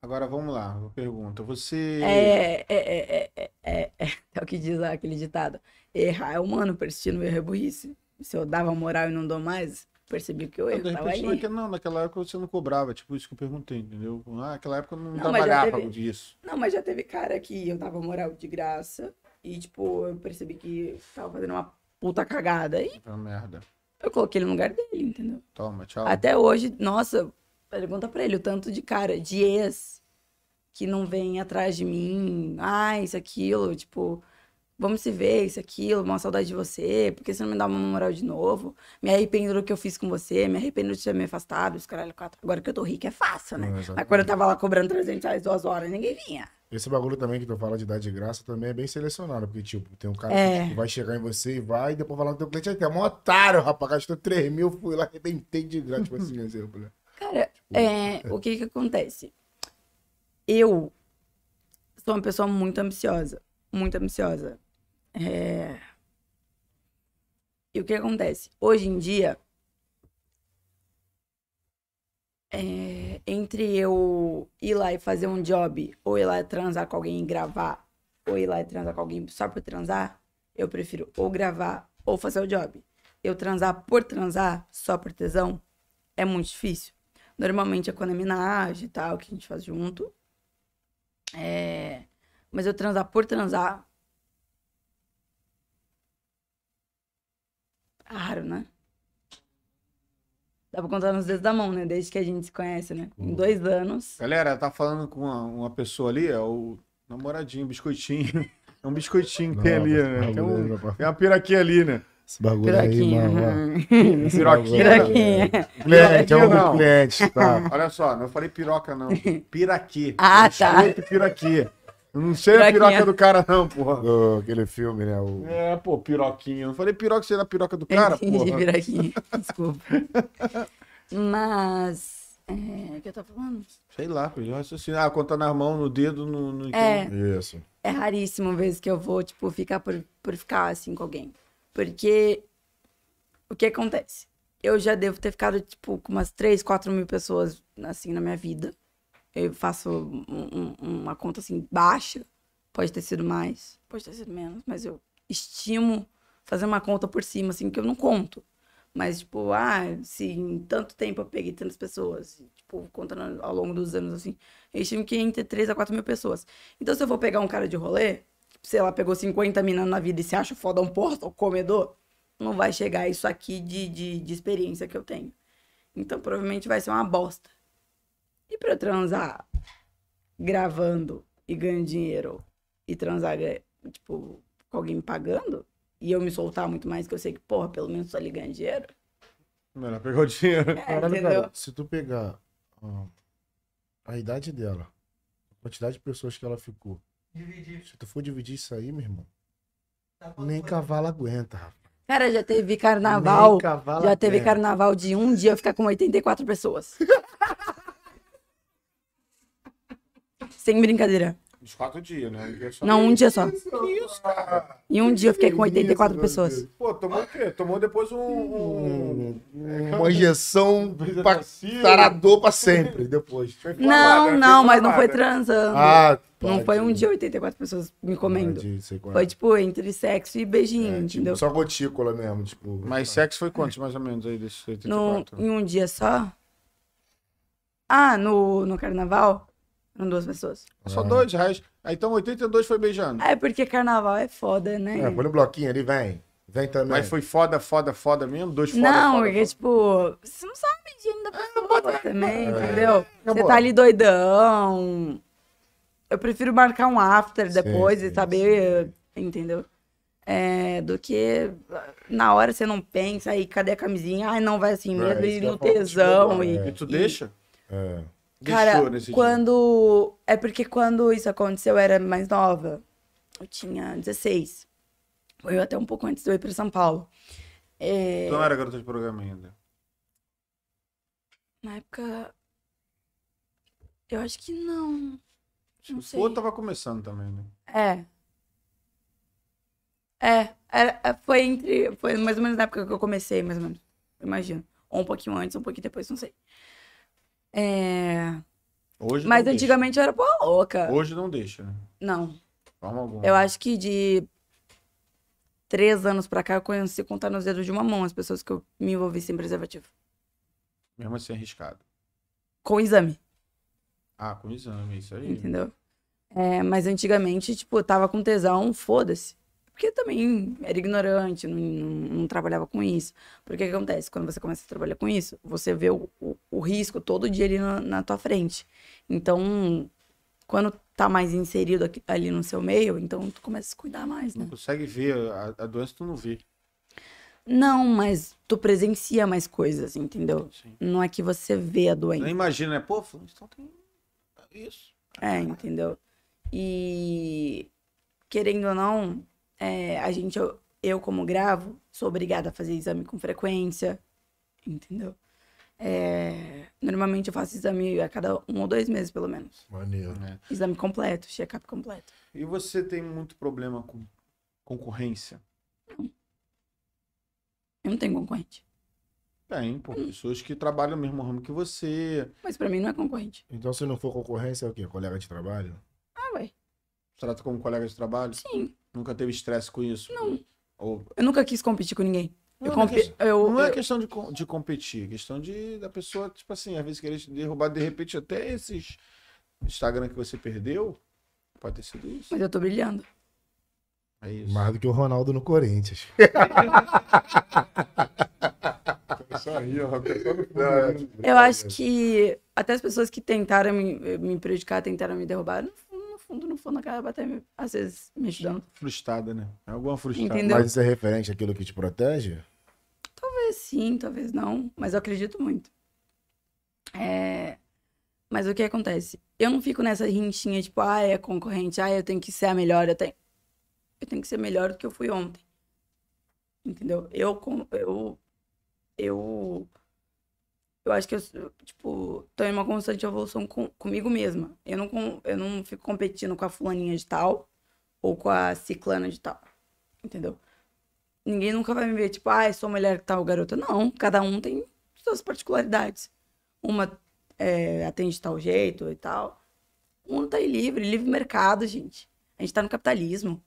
Agora vamos lá, uma pergunta. Você.
É, é, é, é, é, é, é, é o que diz lá aquele ditado. Errar é humano, persistir no erro é burrice. Se eu dava moral e não dou mais, percebi que o
Não, é
erro
Ah, de
tava
repente,
ali.
naquela, não, naquela época você não cobrava, tipo isso que eu perguntei, entendeu? Ah, naquela época eu
Não,
não,
mas já
trabalhava
teve-
disso.
Não, mas já teve cara que eu dava moral de graça e, tipo, eu percebi que tava fazendo uma puta cagada. E
Então, merda.
eu coloquei ele no lugar dele, entendeu?
Toma, tchau.
Até hoje, nossa, pergunta pra ele o tanto de cara, de ex, que não vem atrás de mim, ah, isso, aquilo, tipo, vamos se ver, isso, aquilo, uma saudade de você, por que você não me dá uma moral de novo? Me arrependo do que eu fiz com você, me arrependo de ter me afastado, os caralho, quatro. Agora que eu tô rica é fácil, né?
Não,
Mas
exatamente.
quando eu tava lá cobrando 300 reais duas horas, ninguém vinha.
Esse bagulho também que tu fala de dar de graça também é bem selecionado, porque, tipo, tem um cara
É.
que tipo, vai chegar em você e vai, e depois vai lá no teu cliente, aí tem um otário, rapaz, gastou 3 mil, fui lá, arrebentei de graça, tipo assim, exemplo, né?
Cara, é, o que que acontece? Eu sou uma pessoa muito ambiciosa, muito ambiciosa. É, E o que acontece? Hoje em dia, é, entre eu ir lá e fazer um job, ou ir lá e transar com alguém e gravar, ou ir lá e transar com alguém só por transar, Eu prefiro ou gravar ou fazer o job. Eu transar por transar, só por tesão, é muito difícil. Normalmente é quando é minagem e tal, que a gente faz junto. É, Mas eu transar por transar. Raro, né? Dá pra contar nos dedos da mão, né? Desde que a gente se conhece, né? Em dois anos.
Galera, tá falando com uma, uma pessoa ali, é o namoradinho, biscoitinho. É um biscoitinho que tem ali, né? Tem, um, tem uma piraquinha ali, né?
Esse bagulho aí,
Piraquinha.
mano.
Piroquinha. né?
Piraquinha.
Cliente, é
Não,
um
não.
cliente, tá?
Olha só, não falei piroca, não. Piraquê.
Ah,
Eu
tá.
chamo de Piraquê. Eu não sei a
Piroquinha.
piroca do cara, não, porra.
Do- aquele filme, né? O...
É, pô, piroquinha. Eu não falei piroca, você é da piroca do cara,
Entendi,
porra.
piraquinha. Desculpa. Mas. É, o que eu tô falando?
Sei lá, pô, eu raciocínio. Ah, contar na mão, no dedo, no. no-
É,
Isso.
é raríssimo vezes que eu vou, tipo, ficar por, por ficar assim com alguém. Porque o que acontece? Eu já devo ter ficado, tipo, com umas 3, 4 mil pessoas, assim, na minha vida. Eu faço um- um- uma conta, assim, baixa. Pode ter sido mais, pode ter sido menos, mas eu estimo fazer uma conta por cima, assim, que eu não conto. Mas, tipo, ah, se em tanto tempo eu peguei tantas pessoas, tipo, contando ao longo dos anos, assim, eu estimo que entre 3 a 4 mil pessoas. Então, se eu for pegar um cara de rolê, tipo, sei lá, pegou 50 minas na vida e se acha foda um porta ou comedor, não vai chegar isso aqui de, de, de experiência que eu tenho. Então, provavelmente vai ser uma bosta. E pra eu transar gravando e ganhando dinheiro e transar, gra- tipo, com alguém me pagando, e eu me soltar muito mais, que eu sei que, porra, pelo menos tô ali ganhando dinheiro.
então, Melhor pegar o dinheiro.
É,
Caralho,
entendeu?
cara, se tu pegar ah, a idade dela, a quantidade de pessoas que ela ficou,
Dividir.
se tu for dividir isso aí, meu irmão,
Tá bom,
nem
pode-
cavalo aguenta, rapaz.
Cara, já teve
Nem
carnaval.
cavalo
Já teve
aguenta.
carnaval de um dia eu ficar com 84 pessoas. Sem brincadeira.
Uns quatro dias, né? Porque é só-
Não, um dia só.
Que isso, cara?
Em um dia eu fiquei com
Que isso,
84
meu
pessoas.
Deus.
Pô, tomou o quê? Tomou depois um. um...
Hum.
Uma injeção pra tarador pra sempre, depois.
Foi inflamado, né?
Não,
Foi
não, mas não foi
inflamado, né?
transando. não
Ah, tadinho.
foi um dia 84 pessoas me comendo.
Tadinho, sei qual é.
Foi tipo entre sexo e beijinho,
É, tipo,
entendeu?
só gotícula mesmo, tipo.
Mas sexo foi quantos, mais ou menos, aí, desses
Num-
84?
em um dia só? Ah, no, no carnaval? Eram duas pessoas.
É. Só dois reais. Ah, então 82 foi beijando.
Ah, É porque carnaval é foda, né?
É, põe no bloquinho ali, vem. Vem também.
Mas foi foda, foda, foda mesmo? Dois foda,
É. Não,
foda,
porque,
foda.
tipo, você não sabe de ainda
Ah,
pessoa também,
É,
entendeu? Você
Acabou.
tá ali doidão. Eu prefiro marcar um after
Sim,
depois
sim,
e saber, entendeu? É, do que na hora você não pensa, aí cadê a camisinha? Ai, não vai assim
É,
mesmo,
isso
e
que eu
no
ia falar,
tesão.
tipo,
E,
E tu
e-
deixa?
É.
Cara,
nesse dia.
quando. É porque quando isso aconteceu, eu era mais nova. Eu tinha 16. Foi até um pouco antes de eu ir pra São Paulo. É,
Tu Então não era garota de programa ainda.
Na época. Eu acho que não. Não sei.
Ou tava começando também, né?
É. É, era- é, foi entre. Foi mais ou menos na época que eu comecei, mais ou menos. eu Imagino. Ou um pouquinho antes, ou um pouquinho depois, não sei. É,
Hoje
Mas
não
antigamente eu era porra louca.
deixa. Hoje não deixa, né?
Não.
Forma alguma.
Eu acho que de três anos pra cá eu conheci contar nos dedos de uma mão as pessoas que eu me envolvi sem preservativo.
Mesmo assim arriscado.
Com exame.
Ah, com exame, isso aí.
Entendeu? É, mas antigamente, tipo, eu tava com tesão, foda-se. Porque também era ignorante, não, não- não trabalhava com isso. Porque o que acontece? Quando você começa a trabalhar com isso, você vê o, o- o risco todo dia ali na, na tua frente. Então, quando tá mais inserido aqui- ali no seu meio, então tu começa a se cuidar mais, né?
Não consegue ver, a, a doença tu não vê.
Não, mas tu presencia mais coisas, entendeu?
Sim.
Não é que você vê a doença.
Não imagina, né? Pô, fulano, então tem isso.
É, entendeu? E querendo ou não, é, a gente, eu, eu como gravo, sou obrigada a fazer exame com frequência, entendeu? É, normalmente eu faço exame a cada um ou dois meses, pelo menos.
Maneiro.
É.
Exame completo, check-up completo.
E você tem muito problema com concorrência?
Eu não tenho concorrente.
Tem, pô.
Hum.
Pessoas que trabalham no mesmo ramo que você.
Mas pra mim não é concorrente.
Então, se não for concorrência, é o quê? Colega de trabalho?
Ah, vai.
Trata como colega de trabalho?
Sim.
Nunca teve estresse com isso?
Não.
Ou...
Eu nunca quis competir com ninguém.
Não,
eu
não é
compi-
questão-
eu-
Não é
eu-
questão de, com- de competir, é questão de da pessoa, tipo assim, às vezes querer te derrubar de repente até esses Instagram que você perdeu. Pode ter sido isso.
Mas eu tô brilhando.
É isso.
Mais do que o Ronaldo no Corinthians.
Só aí, ó, só no fundo, né?
Eu acho que até as pessoas que tentaram me, me prejudicar, tentaram me derrubar, no fundo, no fundo, no fundo, acabaram até me- às vezes me ajudando.
Frustrada, né? É alguma frustrada.
Entendeu?
Mas isso é referente àquilo que te protege?
Talvez sim, talvez não, mas eu acredito muito. É, Mas o que acontece? Eu não fico nessa rinchinha, tipo, ah, é concorrente, ah, eu tenho que ser a melhor, eu tenho... Eu tenho que ser melhor do que eu fui ontem. Entendeu? Eu... com- Eu... Eu... Eu acho que eu, tipo, tô em uma constante evolução com- comigo mesma. Eu não, com- eu não fico competindo com a fulaninha de tal ou com a ciclana de tal. Entendeu? Ninguém nunca vai me ver, tipo, ah, sou mulher que tal garota. Não, cada um tem suas particularidades. Uma é, atende de tal jeito e tal. O mundo tá aí livre, livre mercado, gente. A gente tá no capitalismo.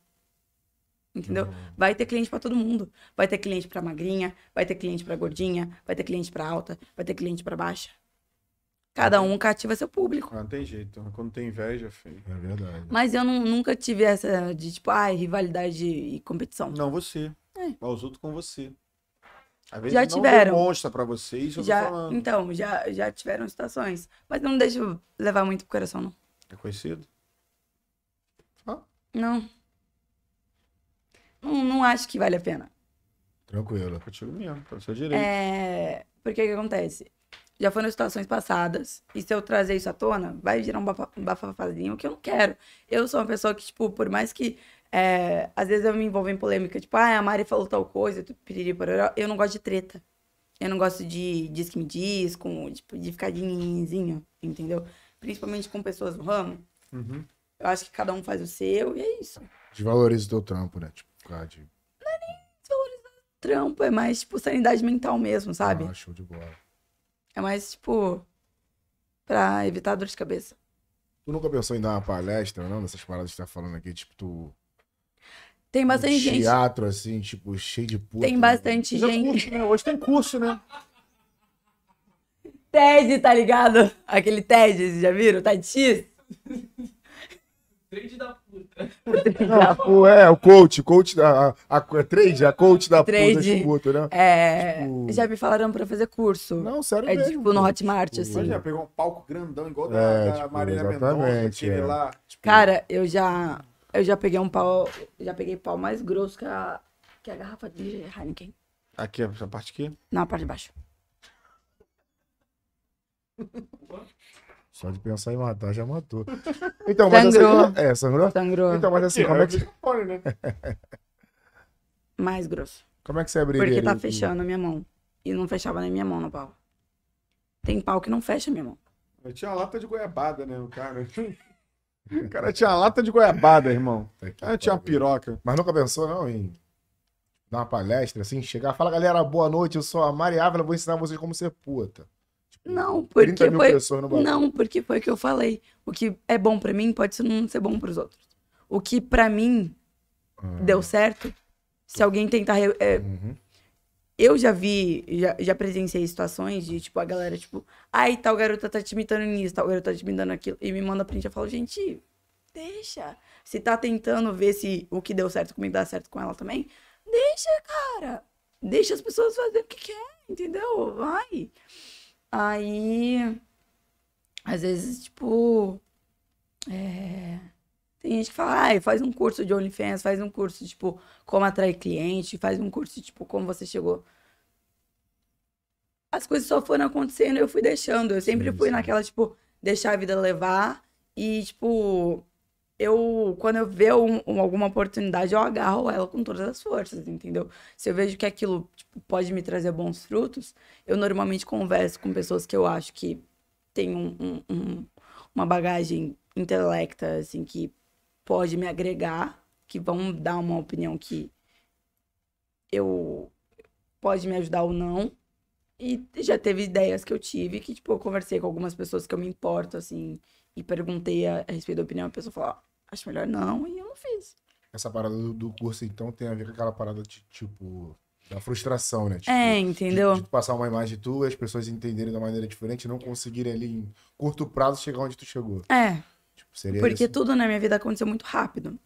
Entendeu?
É,
Vai ter cliente pra todo mundo. Vai ter cliente pra magrinha, vai ter cliente pra gordinha, vai ter cliente pra alta, vai ter cliente pra baixa. Cada um cativa seu público.
Ah, não tem jeito. Quando tem inveja, filho.
É verdade.
Mas eu não- nunca tive essa de, tipo, ah, rivalidade e competição.
Não você.
É.
Os outros com você. Às vezes
Já
não
tiveram.
demonstra pra vocês, eu tô
Já,
falando.
então, já, já tiveram situações. Mas não deixa eu levar muito pro coração, não.
É conhecido?
Não. Não, não acho que vale a pena.
Tranquilo.
Contigo mesmo, pra seu direito.
É. Porque o que acontece? Já foram situações passadas. E se eu trazer isso à tona, vai virar um bafa- bafafazinho que eu não quero. Eu sou uma pessoa que, tipo, por mais que. é, às vezes eu me envolvo em polêmica, tipo, ah, a Mari falou tal coisa, tu- piriri, pororó. Eu não gosto de treta. Eu não gosto de diz que me diz, com, tipo, de ficar de ninhinzinho, entendeu? Principalmente com pessoas no ramo.
Uhum.
Eu acho que cada um faz o seu e é isso.
Desvaloriza o teu trampo, né? Tipo, por causa de...
Trampo é mais, tipo, sanidade mental mesmo, sabe?
Ah, show de bola.
É mais, tipo, pra evitar dor de cabeça.
Tu nunca pensou em dar uma palestra, não? Dessas paradas que tu tá falando aqui, tipo, tu...
Tem bastante
um
gente.
Teatro, assim, tipo, cheio de puta.
Tem bastante
Hoje é
gente.
curso, né? Hoje tem curso, né?
TED, tá ligado? Aquele TED, vocês já viram? TED X?
Trade da puta.
Ah, pô, é, o coach, coach da... A, a, a trade, a coach da
Trade.
puta, das putas, né?
É.
Tipo-
Já me falaram pra fazer curso.
Não, sério
é
mesmo.
tipo no
pô.
Hotmart,
Tipo,
assim.
Imagina, pegar um palco grandão igual da,
É,
da
tipo,
Marina Mendonça,
exatamente,
aquele
é.
lá. Tipo,
Cara, eu já. Eu já peguei um pau. Já peguei pau mais grosso que a, que a garrafa de Heineken.
Aqui, essa parte aqui.
Na parte de baixo.
Só de pensar em matar, já matou. Então, mas
Sangrou.
assim... É, sangrou?
Sangrou.
Então, mas assim, como é que,
microfone, né?
Mais grosso.
como é que você abriria
Porque tá
ali?
fechando a minha mão. E não fechava nem minha mão no pau. Tem pau que não fecha a minha mão.
Eu tinha uma lata de goiabada, né, o cara? O cara tinha uma lata de goiabada, irmão.
Puta que
Ah, tinha uma
pariu.
piroca.
Mas nunca pensou, não, em dar uma palestra, assim, chegar, fala, galera, boa noite, eu sou a Mari Ávila, vou ensinar vocês como ser puta. Tipo,
Não, porque
30 mil
foi-
pessoas no bagulho.
Não, porque foi o que eu falei. O que é bom pra mim pode não ser bom pros outros. O que pra mim
Ah,
deu certo, se alguém tentar. re- é,
uhum.
eu já vi, já, já presenciei situações de, tipo, a galera, tipo, ai, tal garota tá te imitando nisso, tal garota tá te imitando aquilo. E me manda print, eu falo, gente, deixa. Se tá tentando ver se o que deu certo comigo dá certo com ela também, deixa, cara. Deixa as pessoas fazerem o que quer, entendeu? Vai. Aí, às vezes, tipo, é, Tem gente que fala, ai, faz um curso de OnlyFans, faz um curso, tipo, como atrair cliente, faz um curso, tipo, como você chegou. As coisas só foram acontecendo e eu fui deixando. Eu sempre
Sim,
fui
sim.
naquela, tipo, deixar a vida levar. E, tipo, eu, quando eu ver um- um- alguma oportunidade, eu agarro ela com todas as forças, entendeu? Se eu vejo que aquilo, tipo, pode me trazer bons frutos, eu normalmente converso com pessoas que eu acho que têm um- um- um- uma bagagem intelecta, assim, que pode me agregar que vão dar uma opinião que eu pode me ajudar ou não. E já teve ideias que eu tive que, tipo, eu conversei com algumas pessoas que eu me importo, assim, e perguntei a, a respeito da opinião, a pessoa falou, ó, acho melhor não, e eu não fiz.
Essa parada do, do curso, então, tem a ver com aquela parada de, tipo, da frustração, né? Tipo,
É,
de-
entendeu?
De, tu passar uma imagem tua e as pessoas entenderem da maneira diferente e não conseguirem ali, em curto prazo, chegar onde tu chegou.
É,
Tipo, seria
Porque
isso.
tudo na minha vida aconteceu muito rápido.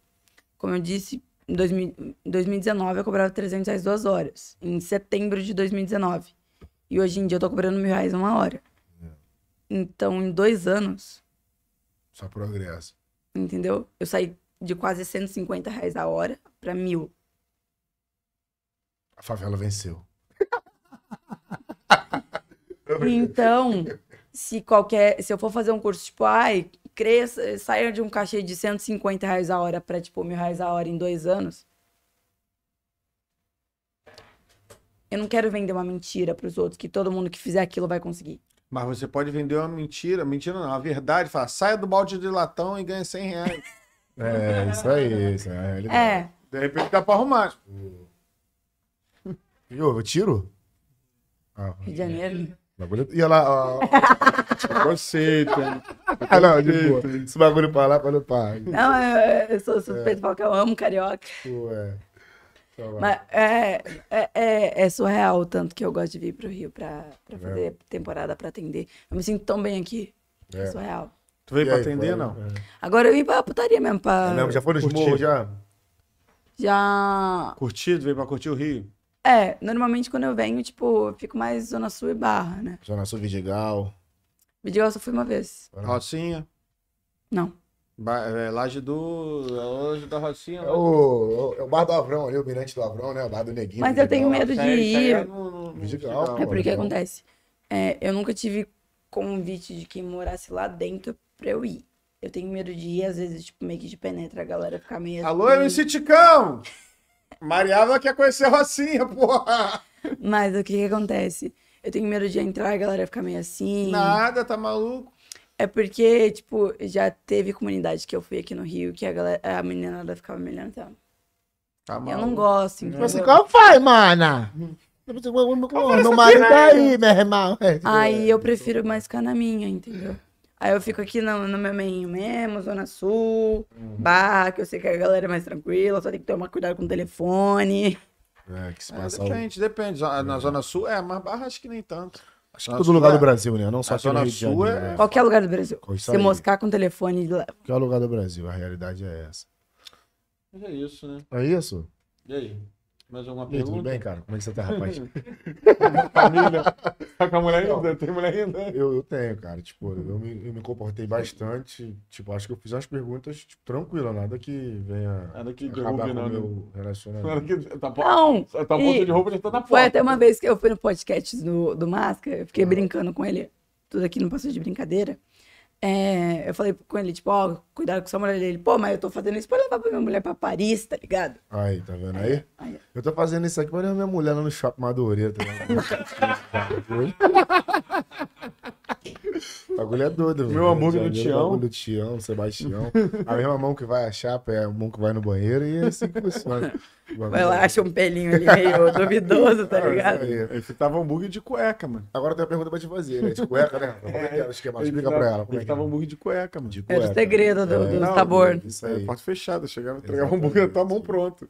Como eu disse, em 2000 em 2019 eu cobrava 300 reais duas horas. Em setembro de 2019. E hoje em dia eu tô cobrando mil reais uma hora. Então, em dois anos,
Só progresso.
entendeu? Eu saí de quase 150 reais a hora pra mil.
A favela venceu.
Então, se qualquer. Se eu for fazer um curso, tipo, ai, cresça, saia de um cachê de 150 reais a hora pra, tipo, mil reais a hora em dois anos. Eu não quero vender uma mentira pros outros que todo mundo que fizer aquilo vai conseguir.
Mas você pode vender uma mentira, mentira não, a verdade, fala, saia do balde de latão e ganha 100 reais.
É, isso aí. Isso é a realidade.
É,
De repente dá pra arrumar.
Viu? Eu tiro? Ah,
Rio de Janeiro.
bagulho... E ela... ó,
Você, tem.
Ah, não, de boa. Esse bagulho pra lá, pra lá, pra lá.
Não, é, eu, eu sou suspeito porque eu amo carioca.
Tipo, é... Só vai.
Mas é, é, é, é surreal o tanto que eu gosto de vir pro Rio pra, pra fazer temporada pra atender. Eu me sinto tão bem aqui. É surreal.
Tu
E
veio pra
aí,
atender,
qual é?
não?
É.
Agora eu ia pra putaria mesmo, pra.
É mesmo, já foi nos
Curtiu?
morros, já?
Já.
Curtido, veio pra curtir o Rio.
É, normalmente quando eu venho, tipo, eu fico mais Zona Sul e Barra, né?
Zona Sul Vidigal.
Vidigal eu só fui uma vez.
Ah.
Rocinha.
Não.
Ba- é, laje do. é Laje da Rocinha.
É o, é o bar do Avrão ali, o Mirante do Avrão, né? O bar do Neguinho.
Mas eu tenho
Vidigal.
medo de
É, isso aí é
ir.
no- no- no
Vidigal,
Vidigal.
É porque
legal.
acontece. É, eu nunca tive convite de quem morasse lá dentro pra eu ir. Eu tenho medo de ir, às vezes, tipo, meio que de penetra a galera ficar meio.
Alô,
assim.
MC Ticão! Mariava quer conhecer a Rocinha, porra!
Mas o que que acontece? Eu tenho medo de entrar e a galera ficar meio assim.
Nada, tá maluco?
É porque, tipo, já teve comunidade que eu fui aqui no Rio que a galera, a menina ela ficava me olhando. Tá?
Tá
Eu não gosto,
Tipo
entendeu?
assim, qual foi, mana? Meu marido tá aí, meu irmão. é.
Aí eu prefiro mais ficar na minha,
Uhum.
entendeu? Aí eu fico aqui no, no meu meinho mesmo, Zona Sul, bar, que eu sei que a galera é mais tranquila, só tem que tomar cuidado com o telefone.
É, que se
É,
passa. o-
depende, depende. Zo- Na Zona Sul é, mas Barra acho que nem tanto.
Acho que todo lugar do Brasil, né? Não
A
só aqui no
Zona
Rio de
Sul
Janeiro.
é-
né?
Qualquer lugar do Brasil.
Com isso
Se
aí.
moscar com o telefone, lá-
Qualquer lugar do Brasil, a realidade é essa.
Brasil. É isso, né?
É isso?
E aí? Mais alguma
E aí, tudo
pergunta?
bem, cara? Como é que você tá, rapaz?
Família. Tá com a mulher ainda? Tem mulher ainda?
Eu, eu tenho, cara. Tipo, eu me, eu me comportei bastante. Tipo, acho que eu fiz umas perguntas tipo, tranquila, nada que venha
Nada que
acabar com o
derrube, não. né?
meu
Nada
relacionamento.
que. Tá
Não,
Tá bom,
e-
de roupa já tá na
Foi
porta.
até uma vez que eu fui no podcast do, do Máscara, eu fiquei
Uhum.
brincando com ele. Tudo aqui não passou de brincadeira. É, eu falei com ele, tipo, ó, cuidado com sua mulher. Ele, pô, mas eu tô fazendo isso pra levar pra minha mulher pra Paris, tá ligado?
Aí, tá vendo aí?
Aí,
Eu tô fazendo isso aqui pra levar minha mulher lá no shopping Madureira. Tá ligado? O bagulho é doido.
Meu hambúrguer do Tião.
O do Tião, Sebastião. A mesma mão que vai à chapa é a mão que vai no banheiro e é assim que funciona. O bagulho
Vai
é
lá, acha um pelinho ali meio duvidoso, tá
doido.
ligado?
É isso aí.
Ele fitava hambúrguer de cueca, mano.
Agora tem uma pergunta pra te fazer, né? De cueca, né? Como é que era o esquema? Explica pra ela. Como é
Ele
que era?
fitava hambúrguer de cueca, É. mano.
De
Era o É segredo do, do sabor.
Isso
É,
aí.
porta fechada, chegava, entregava
Exatamente.
um hambúrguer com a mão pronto.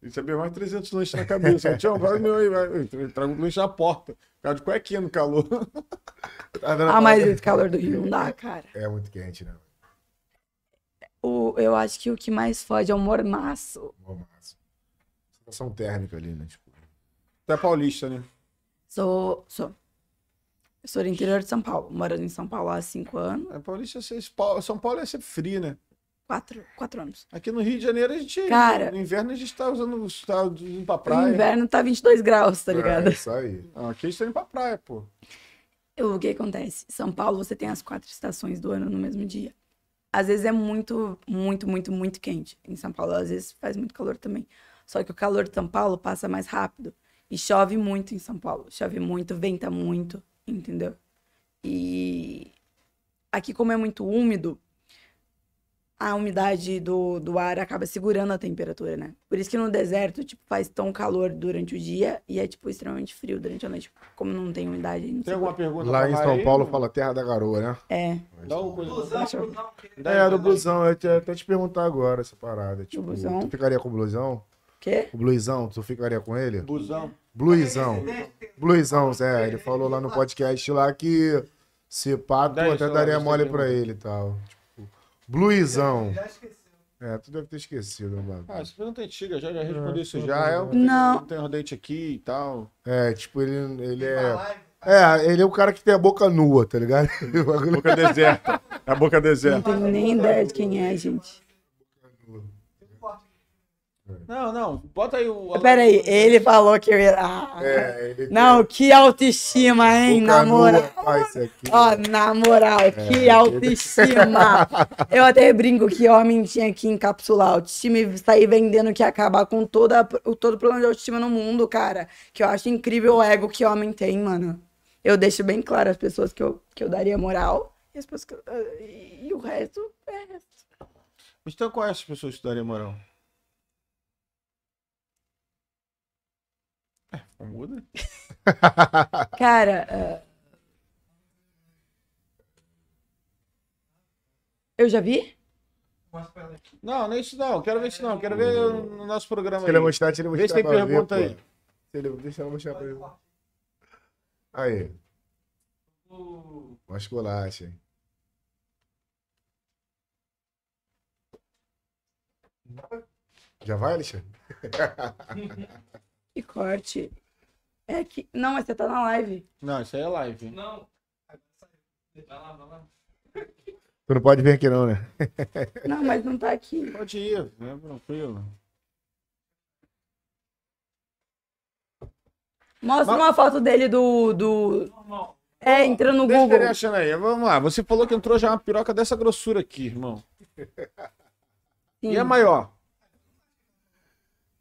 E sabia mais 300 lanches na cabeça. Tião, vai o meu aí, vai. Eu Trago o lanche na porta. Cara de cuequinha no calor.
Tá vendo a
Ah, mas
parada?
esse calor do Rio não dá, cara.
É muito quente, né?
O, eu acho que o que mais fode é o mormaço.
Bom, mas- Sensação térmica ali, né? Tipo,
Tu é paulista, né?
Sou, sou. Eu sou do interior de São Paulo, morando em São Paulo há cinco anos,
É paulista, vocês- Pau- São Paulo é sempre frio, né?
quatro, quatro anos.
Aqui no Rio de Janeiro a gente.
Cara.
No inverno a gente tá usando. Tá indo pra
No
praia.
inverno tá 22 graus, tá
É
ligado?
isso aí.
Ah, aqui a gente tá indo pra praia, pô.
O que acontece? São Paulo, você tem as quatro estações do ano no mesmo dia. Às vezes é muito, muito, muito, muito quente. Em São Paulo, às vezes faz muito calor também. Só que o calor de São Paulo passa mais rápido. E chove muito em São Paulo. Chove muito, venta muito, entendeu? E aqui, como é muito úmido, a umidade do, do ar acaba segurando a temperatura, né? Por isso que no deserto, tipo, faz tão calor durante o dia e é, tipo, extremamente frio durante a noite. Como não tem umidade, não
Tem
sei
alguma pergunta
Lá
pra
em
Maria
São
aí,
Paulo
mano?
fala Terra da Garoa, né?
É,
Dá uma coisa.
Blusão,
Deixa eu-
blusão, querido.
Tá, então
É,
um
do blusão. Eu ia até te perguntar agora essa parada. Tipo,
blusão?
tu ficaria com o blusão?
o quê?
O blusão, tu ficaria com ele?
Busão.
Bluizão. Bluizão, Zé. Ele falou lá no podcast lá que se pá, tu
Dez
até
horas,
daria
tem
mole
que
pra ele e tal. Tipo, Bluizão.
Já esqueceu.
É, tu deve ter esquecido, mano.
Ah, essa pergunta é antiga, já, já respondi isso já. É um Eu
Não.
tenho- Tenho ordente aqui e tal.
É, tipo, ele, ele
Tá
é.
live.
É, ele é o cara que tem a boca nua, tá ligado? O bagulho
Boca deserta. É a boca
Não
deserta.
tenho nem ideia de quem é, gente.
Não, não. Bota aí o.
Pera aí, É, ele falou que eu ia... Ah,
É, ele tem
Não, que autoestima, hein,
boca
na moral.
nua, faz isso aqui.
Ó, na moral, que autoestima. Eu até brinco que homem tinha que encapsular a autoestima e sair vendendo que ia acabar com toda, o- todo problema de autoestima no mundo, cara. Que eu acho incrível o ego que homem tem, mano. Eu deixo bem claro as pessoas que eu, que eu daria moral e, as pessoas que eu- e- e o resto é resto.
Mas então qual é essas pessoas que daria moral? É, muda.
Cara. é, Eu já vi?
Mostra pra ela aqui.
Não, não é isso não. Quero ver isso não. Quero ver no nosso programa
Se ele
aí.
mostrar, se ele mostrar.
Vê se tem
pra ver,
pergunta
pô.
aí.
Se ele- Deixa eu mostrar pra ele. Aí,
O-
uma esculacha, hein? Já vai, Alexandre?
Que corte. É que. Não, mas você tá na live.
Não, isso aí é live.
Não. Vai lá, vai lá.
Tu não pode vir aqui, não, né?
Não, mas não tá aqui.
Pode ir, é tranquilo.
Mostra uma foto dele do. do...
Normal.
É, entra no
Deixa
Google.
ele achando aí. Vamos lá. Você falou que entrou já uma piroca dessa grossura aqui, irmão.
Sim.
E é maior.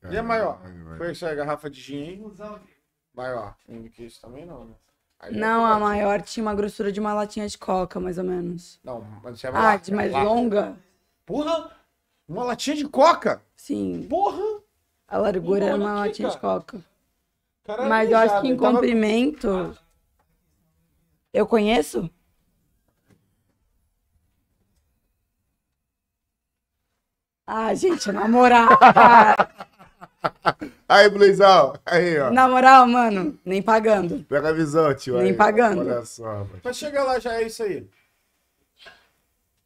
Caralho,
E é maior.
velho.
Foi essa garrafa de gin aí?
Blusão, querido.
Maior. Não, Que isso também não, né? Aí é
Não, a
forte.
maior tinha uma grossura de uma latinha de coca, mais ou menos.
Não, mas isso é
Ah,
larga,
de mais
larga.
longa?
Porra! Uma latinha de coca?
Sim.
Porra!
A largura era
Olha
uma
aqui,
latinha de coca.
Tá
Caralho,
Mas eu acho que em
ele tava-
comprimento. Eu conheço? Ah, gente, ah, na moral. cara.
Aí, Blizão. Aí, ó.
na moral, mano, nem pagando.
Pega a visão, tio.
Nem
aí.
pagando.
Olha só, mano.
Mas chega lá, já é isso aí.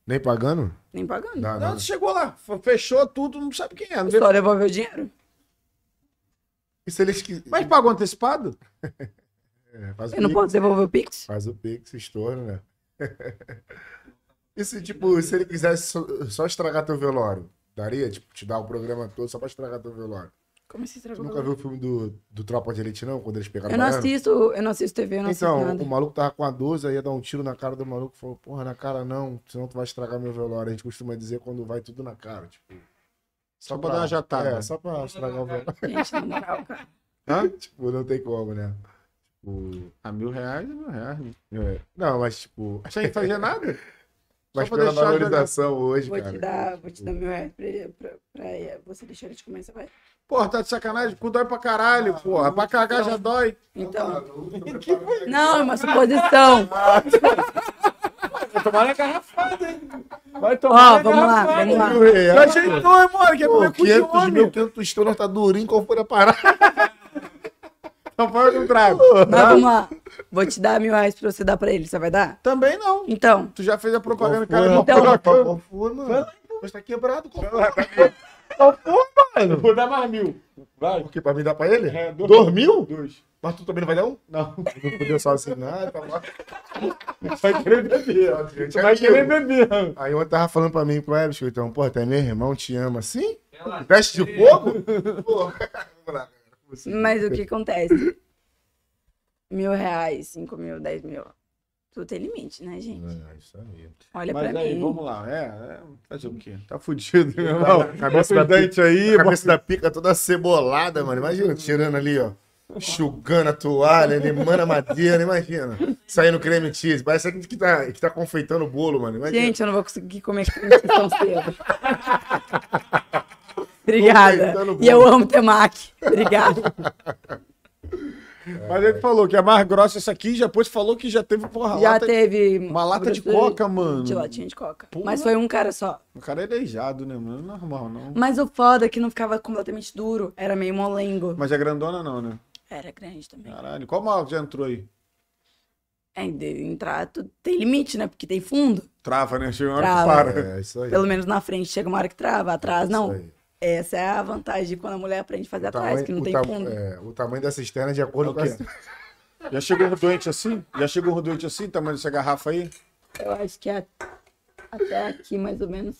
Nem pagando?
Nem pagando.
Dá,
Não,
não.
tu chegou lá, f- fechou tudo, não sabe quem é. Não vê...
Só devolveu o dinheiro?
E se eles que...
Mas pagou antecipado?
É, faz o
Eu não
Pix.
posso devolver o Pix?
Faz o Pix, estorno, né? e se, tipo, se ele quisesse só, só estragar teu velório? Daria? Tipo, te dar o programa todo só pra estragar teu velório.
Como se
Tu nunca viu o filme do, do Tropa de Elite, não? Quando eles pegaram
Eu não
baiano?
assisto, eu não assisto TV, eu não assisto
Então,
nada.
o maluco tava com a 12, aí ia dar um tiro na cara do maluco e falou, porra, na cara não, senão tu vai estragar meu velório. A gente costuma dizer quando vai tudo na cara, tipo.
Só pra dar uma jatada.
É, só pra estragar o velório.
Gente, na moral, cara.
tipo, não tem como, né? Tipo,
Ah, mil reais é mil reais. né?
é. Não, mas tipo.
Sem fazer nada?
Mas
pra
pela
deixar jogar.
valorização hoje,
Vou
cara.
te dar, vou te dar meu reais pra, ele- pra, pra ele- você deixar ele te comer, você vai.
Porra, tá de sacanagem? O cu dói pra caralho, porra. Pra cagar já dói.
tá,
Então.
Que foi?
Não, é uma suposição.
Vai tomar na garrafada, hein? Vai
Ó,
tomar na
vamos lá,
garrafada.
vamos lá.
Mil
é,
reais.
ajeitou, hein, mano? Quer
Pô,
comer cu de
500 mil,
homem?
500 estornos tá durinho, qual foi a parada?
Não foi um trago.
Mas vamos lá. Vou te dar mil reais pra você dar pra ele, você vai dar?
Também não.
Então.
Tu já fez a propaganda,
Qual
cara.
foi,
então-
rapaz? Qual foi, mano? Mas tá quebrado, qual foi?
Vou dar mais mil. Vai.
O quê? Pra me dar pra ele?
É, dois.
Dormiu?
Dois.
Mas tu também não vai dar um?
Não.
Não podia só assinar, tá bom.
Vai querer beber.
Gente,
Vai querer
amigo.
beber.
Aí ontem tava falando pra mim, pro Ebsco, então, pô, até meu irmão te ama assim?
Relaxa.
Veste de fogo? Pô, vamos lá.
Mas o que acontece? Mil reais, cinco mil, dez mil. Tudo tem limite, né, gente?
É, isso aí.
Olha
Mas
pra
aí,
mim.
vamos lá. É, é, fazer o quê? Tá fudido, meu irmão.
Cabeça
Bota os
da
dentes aí.
A cabeça da pica toda cebolada, mano. Imagina, tirando ali, ó. Enxugando a toalha, limando a madeira, imagina. Saindo creme cheese. Parece aquele que tá, que tá confeitando o bolo, mano.
é
Imagina.
Gente, eu não vou conseguir comer crunch tão cedo. Obrigada.
Aproveitando o
E eu
bolo.
amo temaki. Obrigada.
Mas ele falou que é mais grossa essa aqui, já depois falou que já teve porra
Já
lata.
teve.
Uma lata de
grossura
coca, mano.
De latinha de coca.
Porra.
Mas foi um cara só.
O cara é aleijado, né, mano? Não é normal, não.
Mas o foda é que não ficava completamente duro. Era meio molengo.
Mas é grandona, não, né?
Era grande também.
Caralho. Qual mal já entrou aí?
É, de entrar, tu- tem limite, né? Porque tem fundo.
Trava, né? Chega uma hora
Trava.
que para.
É, isso aí.
Pelo menos na frente chega uma hora que trava, atrás
Isso
não.
aí.
Essa é a vantagem de quando a mulher aprende a fazer
O
atrás,
tamanho-
que não
o
tem assim.
tam-
fundo.
é, o tamanho da cisterna é de
É
acordo
o
com a...
quê? Já chegou um doente assim? Já chegou um doente assim, tamanho dessa garrafa aí?
Eu acho que é até aqui, mais ou menos.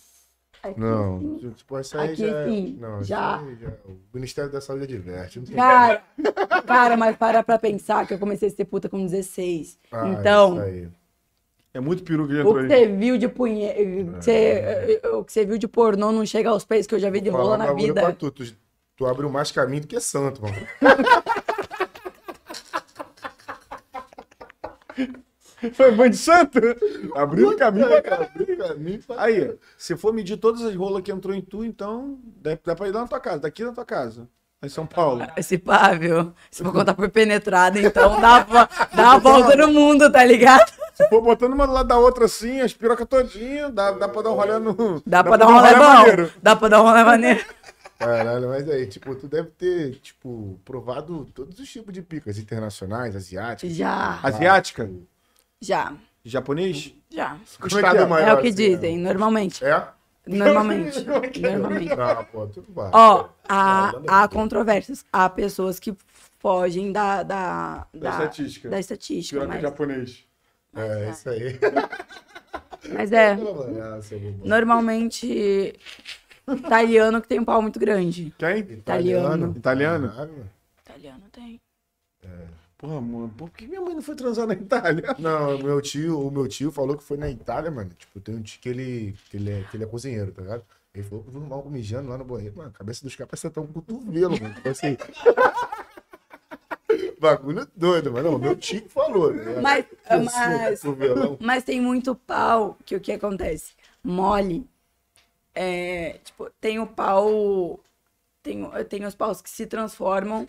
Aqui,
Não,
assim.
tipo, essa aí
Aqui,
já é-
sim,
Não,
já.
isso aí já- é- O Ministério da Saúde adverte. Não tem
Cara, cara, mas para pra pensar que eu comecei a ser puta com 16.
Ah,
então,
isso aí.
É muito peru que já
o
entrou
que
aí.
você viu de punhe... eh, que você- eh, O que você viu de pornô não chega aos pés que eu já vi de
É. Falar
rola
um
na
bagulho pra
vida.
tu, tu, tu abriu mais caminho do que santo, mano.
Foi banho de santo? Abriu o caminho pra caralho.
Abriu caminho pra
Aí, se for medir todas as rolas que entrou em tu, então dá, dá pra ir lá na tua casa, daqui na tua casa, lá em São Paulo.
Esse pá, viu? Se for contar por penetrada, então dá, a vo- dá a volta
um
no mundo, tá ligado?
Se for botando uma do lado da outra assim, as pirocas todinha, dá, dá pra dar um rolê no.
Dá pra dar um
rolê
rolê
maneiro.
bom. Dá pra dar um rolê maneiro.
Caralho, mas aí, tipo, tu deve ter, tipo, provado todos os tipos de picas internacionais, asiáticas.
Já,
Asiática?
já,
Japonês?
já.
O
Como é que é?
É o que
assim,
dizem, normalmente.
É? É?
Normalmente. Normalmente.
Não, pô, tu não vai. Não,
Ó,
não
há,
é
há controvérsias. Há pessoas que fogem da. Da,
Da estatística.
Da estatística,
Piroca
mas,
japonês.
É, isso aí.
mas é.
Ah, seu bobo.
Normalmente. Italiano que tem um pau muito grande.
Quem?
Tá. Italiano.
Italiano?
Caralho, mano.
Italiano tem.
Porra, mano, por que minha mãe não foi transar na Itália?
Não, o meu tio, o meu tio falou que foi na Itália, mano. Tipo, tem um tio que ele, que ele, é, que ele é cozinheiro, tá ligado? Ele falou que viu um maluco mijando lá no banheiro. Mano, a cabeça dos caras parece até um cotovelo, mano. Tipo assim. Bagulho doido, mano. Não, meu tio que falou. né?
Mas, mas,
Esse um cotovelão.
mas tem muito pau que o que acontece? Mole. É, tipo, tem o pau. Tem, tem os paus que se transformam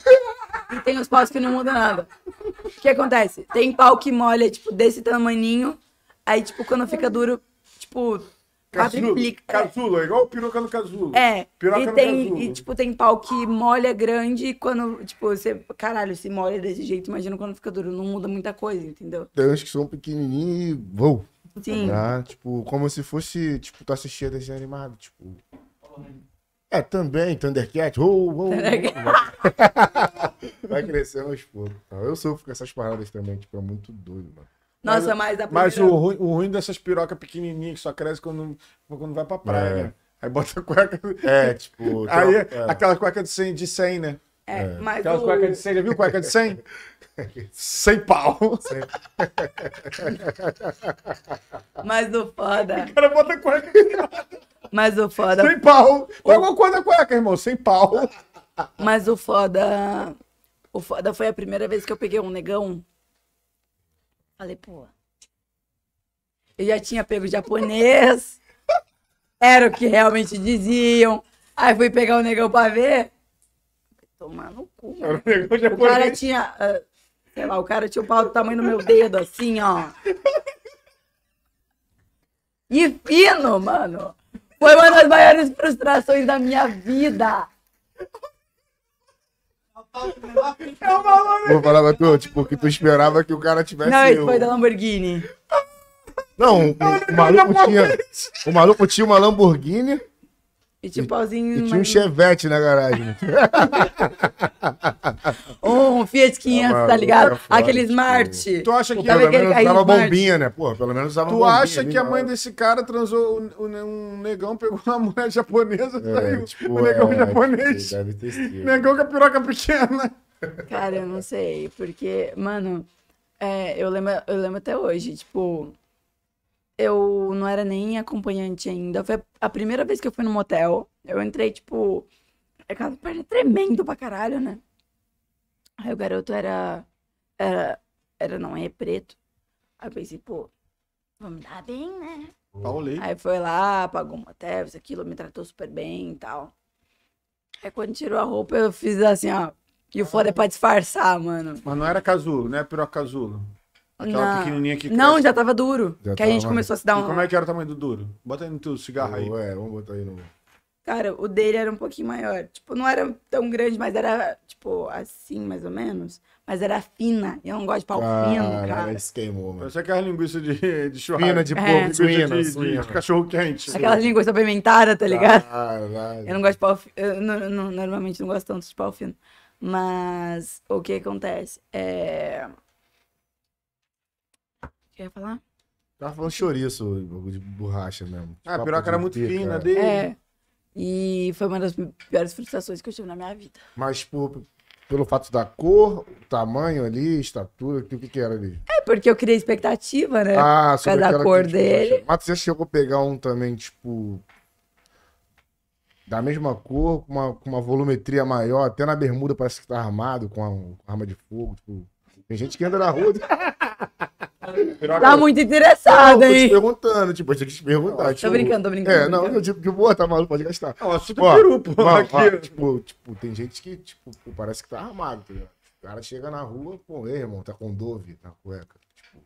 e tem os paus que não mudam nada. O que acontece? Tem pau que molha, tipo, desse tamaninho. Aí, tipo, quando fica duro, tipo,
Casulo.
quadriplica.
Casulo, é igual o piroca no casulo.
É,
Piroca
e
no casulo.
tem, e, tipo, tem pau que molha grande e quando, tipo, você, caralho, se molha desse jeito, imagina quando fica duro, não muda muita coisa, entendeu?
Tem uns que são pequenininhos e vou.
Sim.
Tá? Tipo, como se fosse, tipo, tu assistia desenho animado, tipo.
né?
É, também, Thundercat. Oh, oh,
Ah.
oh. Vai crescendo aos poucos. tá? Eu sofro com essas paradas também, tipo, é muito doido, mano.
Nossa, mas a
Mas o
primeira-
ruim, o ruim dessas pirocas pequenininhas que só cresce quando, quando vai pra praia,
É.
né? Aí bota a cueca.
É, tipo. tem
Aí
uma-
aquela cueca de 100, de 100, né?
É, mas
Aquela
o...
cueca de 100, já viu cueca de 100? Sem pau. O
Mas o foda,
cara bota a cueca
mas o foda,
sem pau. Qual é a cor da cueca, irmão? Sem pau.
mas o foda... O foda foi a primeira vez que eu peguei um negão. Falei, pô... Eu já tinha pego japonês. Era o que realmente diziam. Aí fui pegar o negão pra ver. Tomar no cu, mano.
Negócio
O
é
cara
japonês.
tinha. ah, sei lá, o cara tinha o pau do tamanho do meu dedo, assim, ó. E fino, mano. Foi uma das maiores frustrações da minha
Assim,
vida.
É o maluco.
Vou falar pra tu, tipo, que tu esperava que o cara tivesse.
Não, isso
o-
foi da Lamborghini.
Não, o, o maluco tinha. O maluco tinha uma Lamborghini
E tinha um pauzinho.
e tinha um
mais-
Chevette na garagem. né? Tipo,
um Fiat 500,
Ah,
tá
maluco,
ligado?
é foda,
Aquele
tipo,
Smart.
Tu acha que,
Tá
Pelo
vendo aquele
menos
carrinho
usava
Smart?
bombinha, né? Pô, pelo menos usava
tu
bombinha
acha
ali
que a
na
mãe
hora.
desse cara transou o- o- um negão, pegou uma mulher japonesa e saiu.
É, tipo,
o negão
é,
japonês.
tipo, Deve ter sido.
Negão com a piroca pequena.
Cara, eu não sei, porque, mano, é, eu lembro, eu lembro até hoje, tipo, eu não era nem acompanhante ainda. Foi a primeira vez que eu é fui no motel, eu entrei, tipo, aquela perna tremendo pra caralho, né? Aí o garoto era. Era, era não, é preto. Aí eu pensei, pô, vamos me dar bem, né?
Paulei.
Aí foi lá, pagou um motel, isso, aquilo, me tratou super bem e tal. Aí quando tirou a roupa, eu fiz assim, ó. E o foda é pra disfarçar, mano.
Mas não era casulo, né? Piroca casulo. Aquela
Não,
pequenininha que
não
cresce.
já tava duro.
Já
que a gente
tava.
começou a se dar
E
um.
como é que era o tamanho do duro? Bota aí no teu cigarro aí.
Ué, é, vamos botar aí no.
Cara, o dele era um pouquinho maior. Tipo, não era tão grande, mas era, tipo, assim, mais ou menos. Mas era fina. E eu não gosto de pau fino, cara.
esse queimou, mano.
Parece aquelas linguiças é de, de churrasco.
Fina de
É.
porco,
Linguiça
suína,
de,
suína.
de cachorro quente.
Aquela língua apimentada, tá ligado?
Caralho.
Eu não gosto de pau fino. Eu não- não- normalmente não gosto tanto de pau fino. Mas o que acontece? É. Quer falar?
Tava falando chouriço, bagulho de borracha mesmo.
Ah, a
Papo
piroca
de
era muito
pica,
fina né?
é.
dele.
É. E foi uma das piores frustrações que eu tive na minha vida.
Mas por, pelo fato da cor, tamanho ali, estatura, o que, o que que era ali?
É porque eu criei expectativa, né?
ah,
por causa da
aquela
cor
tipo,
dele.
você- Mas você chegou a pegar um também, tipo. Da mesma cor, com uma, com uma volumetria maior, até na bermuda parece que tá armado com, a, com arma de fogo. tipo. Tem gente que anda na rua.
Piroca-
Tá muito
Não,
interessada,
tô te
hein?
perguntando, tipo, eu tinha que te
Ah,
perguntar.
Tô
tipo,
brincando, tô brincando.
É,
tô
não,
brincando.
eu tipo, de boa, tá maluco, pode gastar.
Não, o assunto
Ó,
é peru, pô.
Mas,
Aqui,
mas,
ó.
tipo, tipo, tem gente que, tipo, pô, parece que tá armado, tá ligado? O cara chega na rua, pô, ei, irmão, tá com Dove na cueca. Tipo,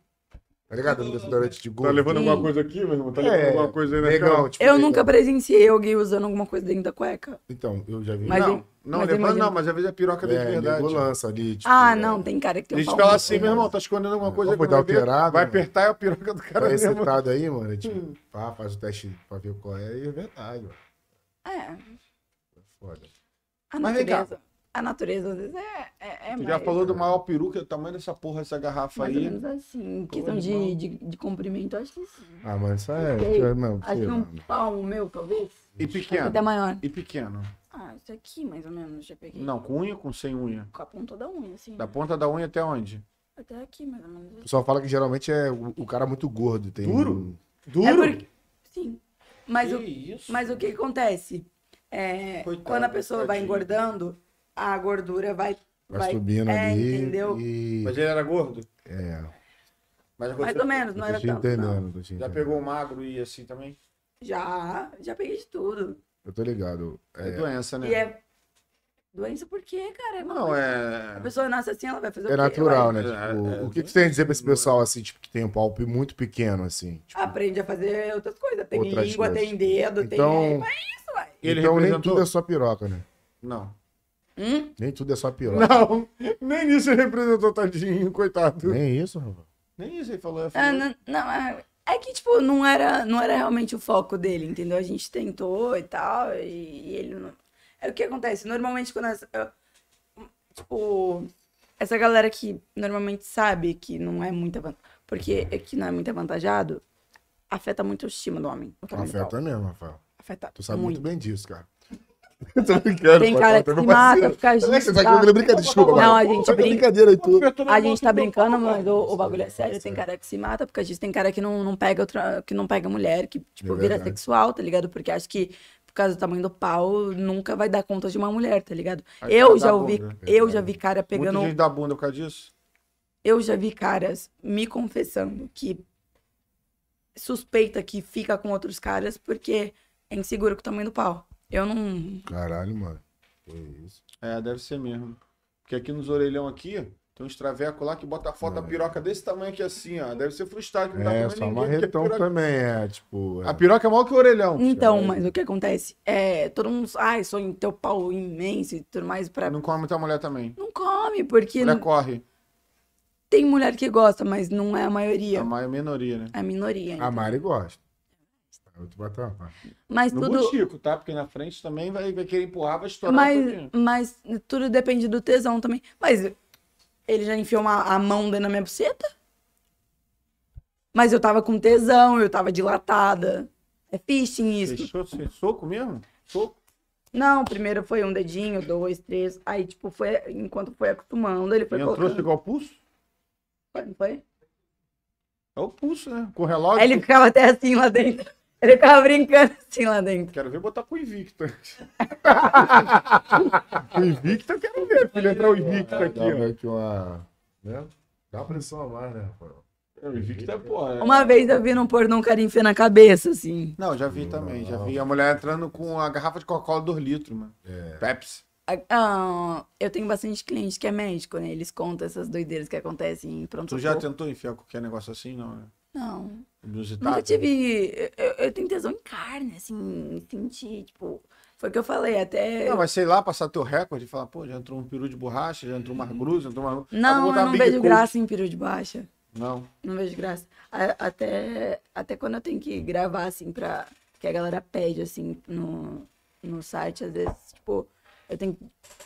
tá ligado? No desodorante de
Tá
gordo.
levando
Sim.
alguma coisa aqui, meu irmão? Tá levando
É,
alguma coisa aí na
Negão,
cama?
tipo,
Eu
negão.
nunca presenciei alguém usando alguma coisa dentro da cueca.
Então, eu já vi.
Mas
não,
eu-
não
mas eu
levando
imagino-
não, mas às vezes é piroca
é,
dele de verdade.
nego lança ali, tipo,
Ah,
é,
não, tem cara que
A
tem um
gente
pau
fala
muito
assim, meu irmão, tá escondendo alguma coisa.
Vamos
que não
dar
vai ver.
alterado,
Vai
né?
apertar é a piroca do cara
Tá
mesmo. Hum.
excitado aí, mano. é Tipo, pá, faz o teste pra ver qual é e é verdade, mano.
grande. É,
É Foda.
a
Mas vem cá.
natureza. A natureza, às vezes, é, é, é
Tu
mais...
já falou do maior peru, que é o tamanho dessa porra, essa garrafa
mais ou
aí.
menos assim.
Pô,
questão de,
animal.
de, de comprimento, eu acho que sim.
Ah, mano, isso é.
Sei.
é, Não,
Acho
sei,
que
mano.
né?
um palmo meu, talvez.
E pequeno.
Até maior.
E pequeno.
Ah, isso aqui, mais ou menos, já peguei.
Não, com unha ou com sem unha?
Com a ponta da unha, assim.
Da
né?
ponta da unha até onde?
Até aqui, mais ou menos.
O pessoal fala que geralmente é o, o cara muito gordo. Tem um,
Duro?
É
Duro?
porque... Sim. Mas o,
isso?
mas o que acontece? É,
Coitado,
quando a pessoa vai
tadinho.
engordando, a gordura vai.
Vai, subindo
é,
ali.
Entendeu?
E...
Mas ele era gordo?
É,
Mas
Mais ou menos, não
não tô
era
te
tanto. não.
entendendo. tô te
Já
entendendo.
pegou o magro e assim também?
Já, já peguei de tudo.
Eu tô ligado.
É,
É,
doença, né?
E é. Doença por quê, cara? É uma
Não,
coisa-
é...
A pessoa nasce assim, ela vai fazer o
é
quê?
natural,
Vai-
né?
É,
Tipo,
é,
o que, que você tem a dizer pra esse pessoal, assim, tipo, que tem um palpe muito pequeno, assim? Tipo,
Aprende a fazer outras coisas. Tem
Outras
língua,
coisas.
tem é, dedo,
então,
tem. Isso, ué.
Ele
então nem
representou?
tudo é só piroca, né?
é- Não.
Hum?
Nem tudo é só piroca.
Não, nem isso ele representou, tadinho, coitado.
Nem isso, rapaz.
Nem isso ele falou. ele
Ah,
falou.
não, não, é- é que, tipo, não era, não era realmente o foco dele, entendeu? A gente tentou e tal, e, e ele não. É o que acontece. Normalmente, quando. Essa, eu- tipo. Essa galera que normalmente sabe que não é muito. avan- Porque é que não é muito avantajado, afeta muito a estima do homem. o tamanho do pau.
Afeta mesmo, Rafael.
Afeta.
Tu sabe muito,
muito.
bem disso, cara. Eu tô brincando.
Tem
pô,
cara
tô
tá
que se
meu parceiro.
mata,
Como é
fica
que você tá
justo, tá?
jogando brincadeira? Desculpa,
Não, a gente
Tá
brinca.
brincadeira e tudo.
Apertou na
A
mão
gente
do
tá
meu
brincando,
pau,
mas
cara.
o, o bagulho é sério. Tem cara que se mata, porque disso tem cara que não, não pega outra, que não pega mulher, que tipo,
É
vira
verdade.
sexual, tá ligado? Porque acho que por causa do tamanho do pau, nunca vai dar conta de uma mulher, tá ligado?
Aí
Eu
fica
já
da
ouvi,
bunda.
eu já vi cara pegando,
Muita né? gente dá bunda por causa disso?
eu já vi caras me confessando que suspeita que fica com outros caras porque é inseguro com o tamanho do pau. Eu não.
Caralho, mano. Que isso.
É, deve ser mesmo. Porque aqui nos orelhão aqui, tem uns travecos lá que bota a foto da piroca desse tamanho aqui assim, ó. Deve ser frustrado que não dá
É,
pra
só
ninguém. porque
marretão
a, piroca...
também é, tipo. é.
a piroca é maior que o orelhão.
Então, mas o que acontece? É, todo mundo. Ai, sonho teu pau imenso e tudo mais pra.
Não come muita mulher também.
Não come, porque
Mulher
não-
corre.
tem mulher que gosta, mas não é a
É
maioria.
a minoria, né?
É a minoria.
A
então.
Mari gosta. Eu te bato uma pá.
Mas
No
tudo.
botico, tá? Porque na frente também vai, vai querer empurrar, vai estourar.
Mas,
tudinho.
mas tudo depende do tesão também. Mas ele já enfiou uma- a mão dentro da minha buceta? Mas eu tava com tesão, eu tava dilatada. É fishing isso.
Fechou, sem soco mesmo? Soco?
Não, primeiro foi um dedinho, dois, três. Aí, tipo, foi. Enquanto foi acostumando, ele
E
foi
entrou,
colocando.
chegou ao pulso?
Foi, não foi?
É o pulso, né? Com o relógio.
Aí ele ficava até assim lá dentro. Ele ficava brincando assim lá dentro.
Quero ver botar pro Invicto. o Invicto eu quero ver, filho. Entrar o Invicto
Dá-
aqui,
dá
ó.
meio que uma. Né? Dá uma pressão a mais, né, Rafael?
É, O Invicto é porra.
Uma vez eu vi num pornô um cara enfiando na cabeça, assim.
Não, já vi também. Já vi a mulher entrando com a garrafa de Coca-Cola 2 litros, mano.
É.
Pepsi.
A- ah, eu tenho bastante cliente que é médico, né? Eles contam essas doideiras que acontecem em pronto
Tu já tentou enfiar qualquer negócio assim, não? né?
Não.
Inusitado.
Nunca tive. Eu, eu tenho tesão em carne, assim, em sentir, tipo. Foi o que eu falei, até.
Não, mas sei lá, passar teu recorde e falar, pô, já entrou um peru de borracha, já entrou uma grusa, já entrou uma... Ah, vou
Uhum. Não,
botar
eu não
Big
vejo
Coke.
graça em peru de baixa.
Não.
Não vejo graça. A- Até, até quando eu tenho que gravar, assim, pra. Que a galera pede, assim, no, no site, às vezes, tipo, eu tenho que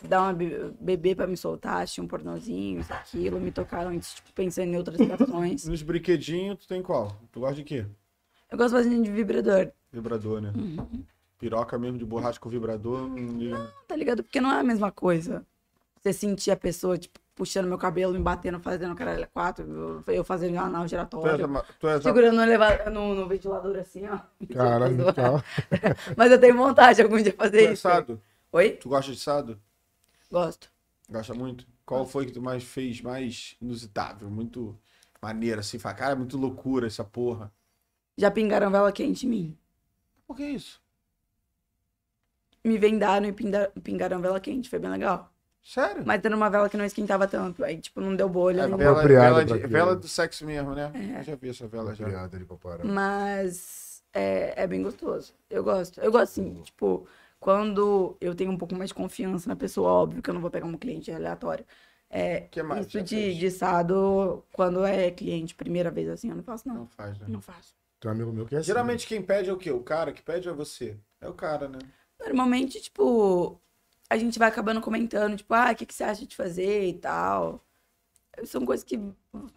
dar uma be- bebê pra me soltar, assistir um pornozinho, isso, aquilo, me tocar antes, tipo, pensando em outras situações.
Nos brinquedinhos, tu tem qual? Tu gosta de quê?
Eu gosto bastante de vibrador,
Vibrador, né?
Uhum.
Piroca mesmo de borracha com vibrador. hum, e-
tá ligado? Porque não é a mesma coisa. Você sentir a pessoa, tipo, puxando meu cabelo, me batendo, fazendo caralho quatro, eu- eu fazendo anal
Tu és,
giratório,
ama- tu és a-
segurando no, eleva- no, no ventilador assim, ó.
Caralho,
então.
tá.
Mas eu tenho vontade algum dia
tu
fazer
és
isso.
sado?
Oi?
Tu gosta de sado?
Gosto.
Gosta muito? Qual foi que tu mais fez mais inusitável? Muito maneiro, assim, fala, cara, é muito loucura essa porra.
Já pingaram vela quente em mim.
Por que isso?
Me vendaram e pinda- pingaram vela quente, foi bem legal.
Sério?
Mas era uma vela que não esquentava tanto, aí tipo, não deu bolha.
É
não- É.
vela,
Apropriado
vela,
pra
de-
aquilo.
vela do sexo mesmo, né? Eu já vi essa vela já.
Obrigado ali pra
Tá.
parar.
Hum. Mas é, é bem gostoso. Eu gosto. Eu gosto
Uhum.
assim, tipo, quando eu tenho um pouco mais de confiança na pessoa, óbvio que eu não vou pegar um cliente aleatório. É,
Que mais
isso
já
de,
fez?
de sado, quando é cliente, primeira vez assim, eu não faço, não.
Não faz, né?
Não faço.
Tem um amigo meu que é assim.
Geralmente quem pede é o quê? O cara que pede ou é você? É o cara, né?
Normalmente, tipo, a gente vai acabando comentando, tipo, ah, o que, que você acha de fazer e tal. São coisas que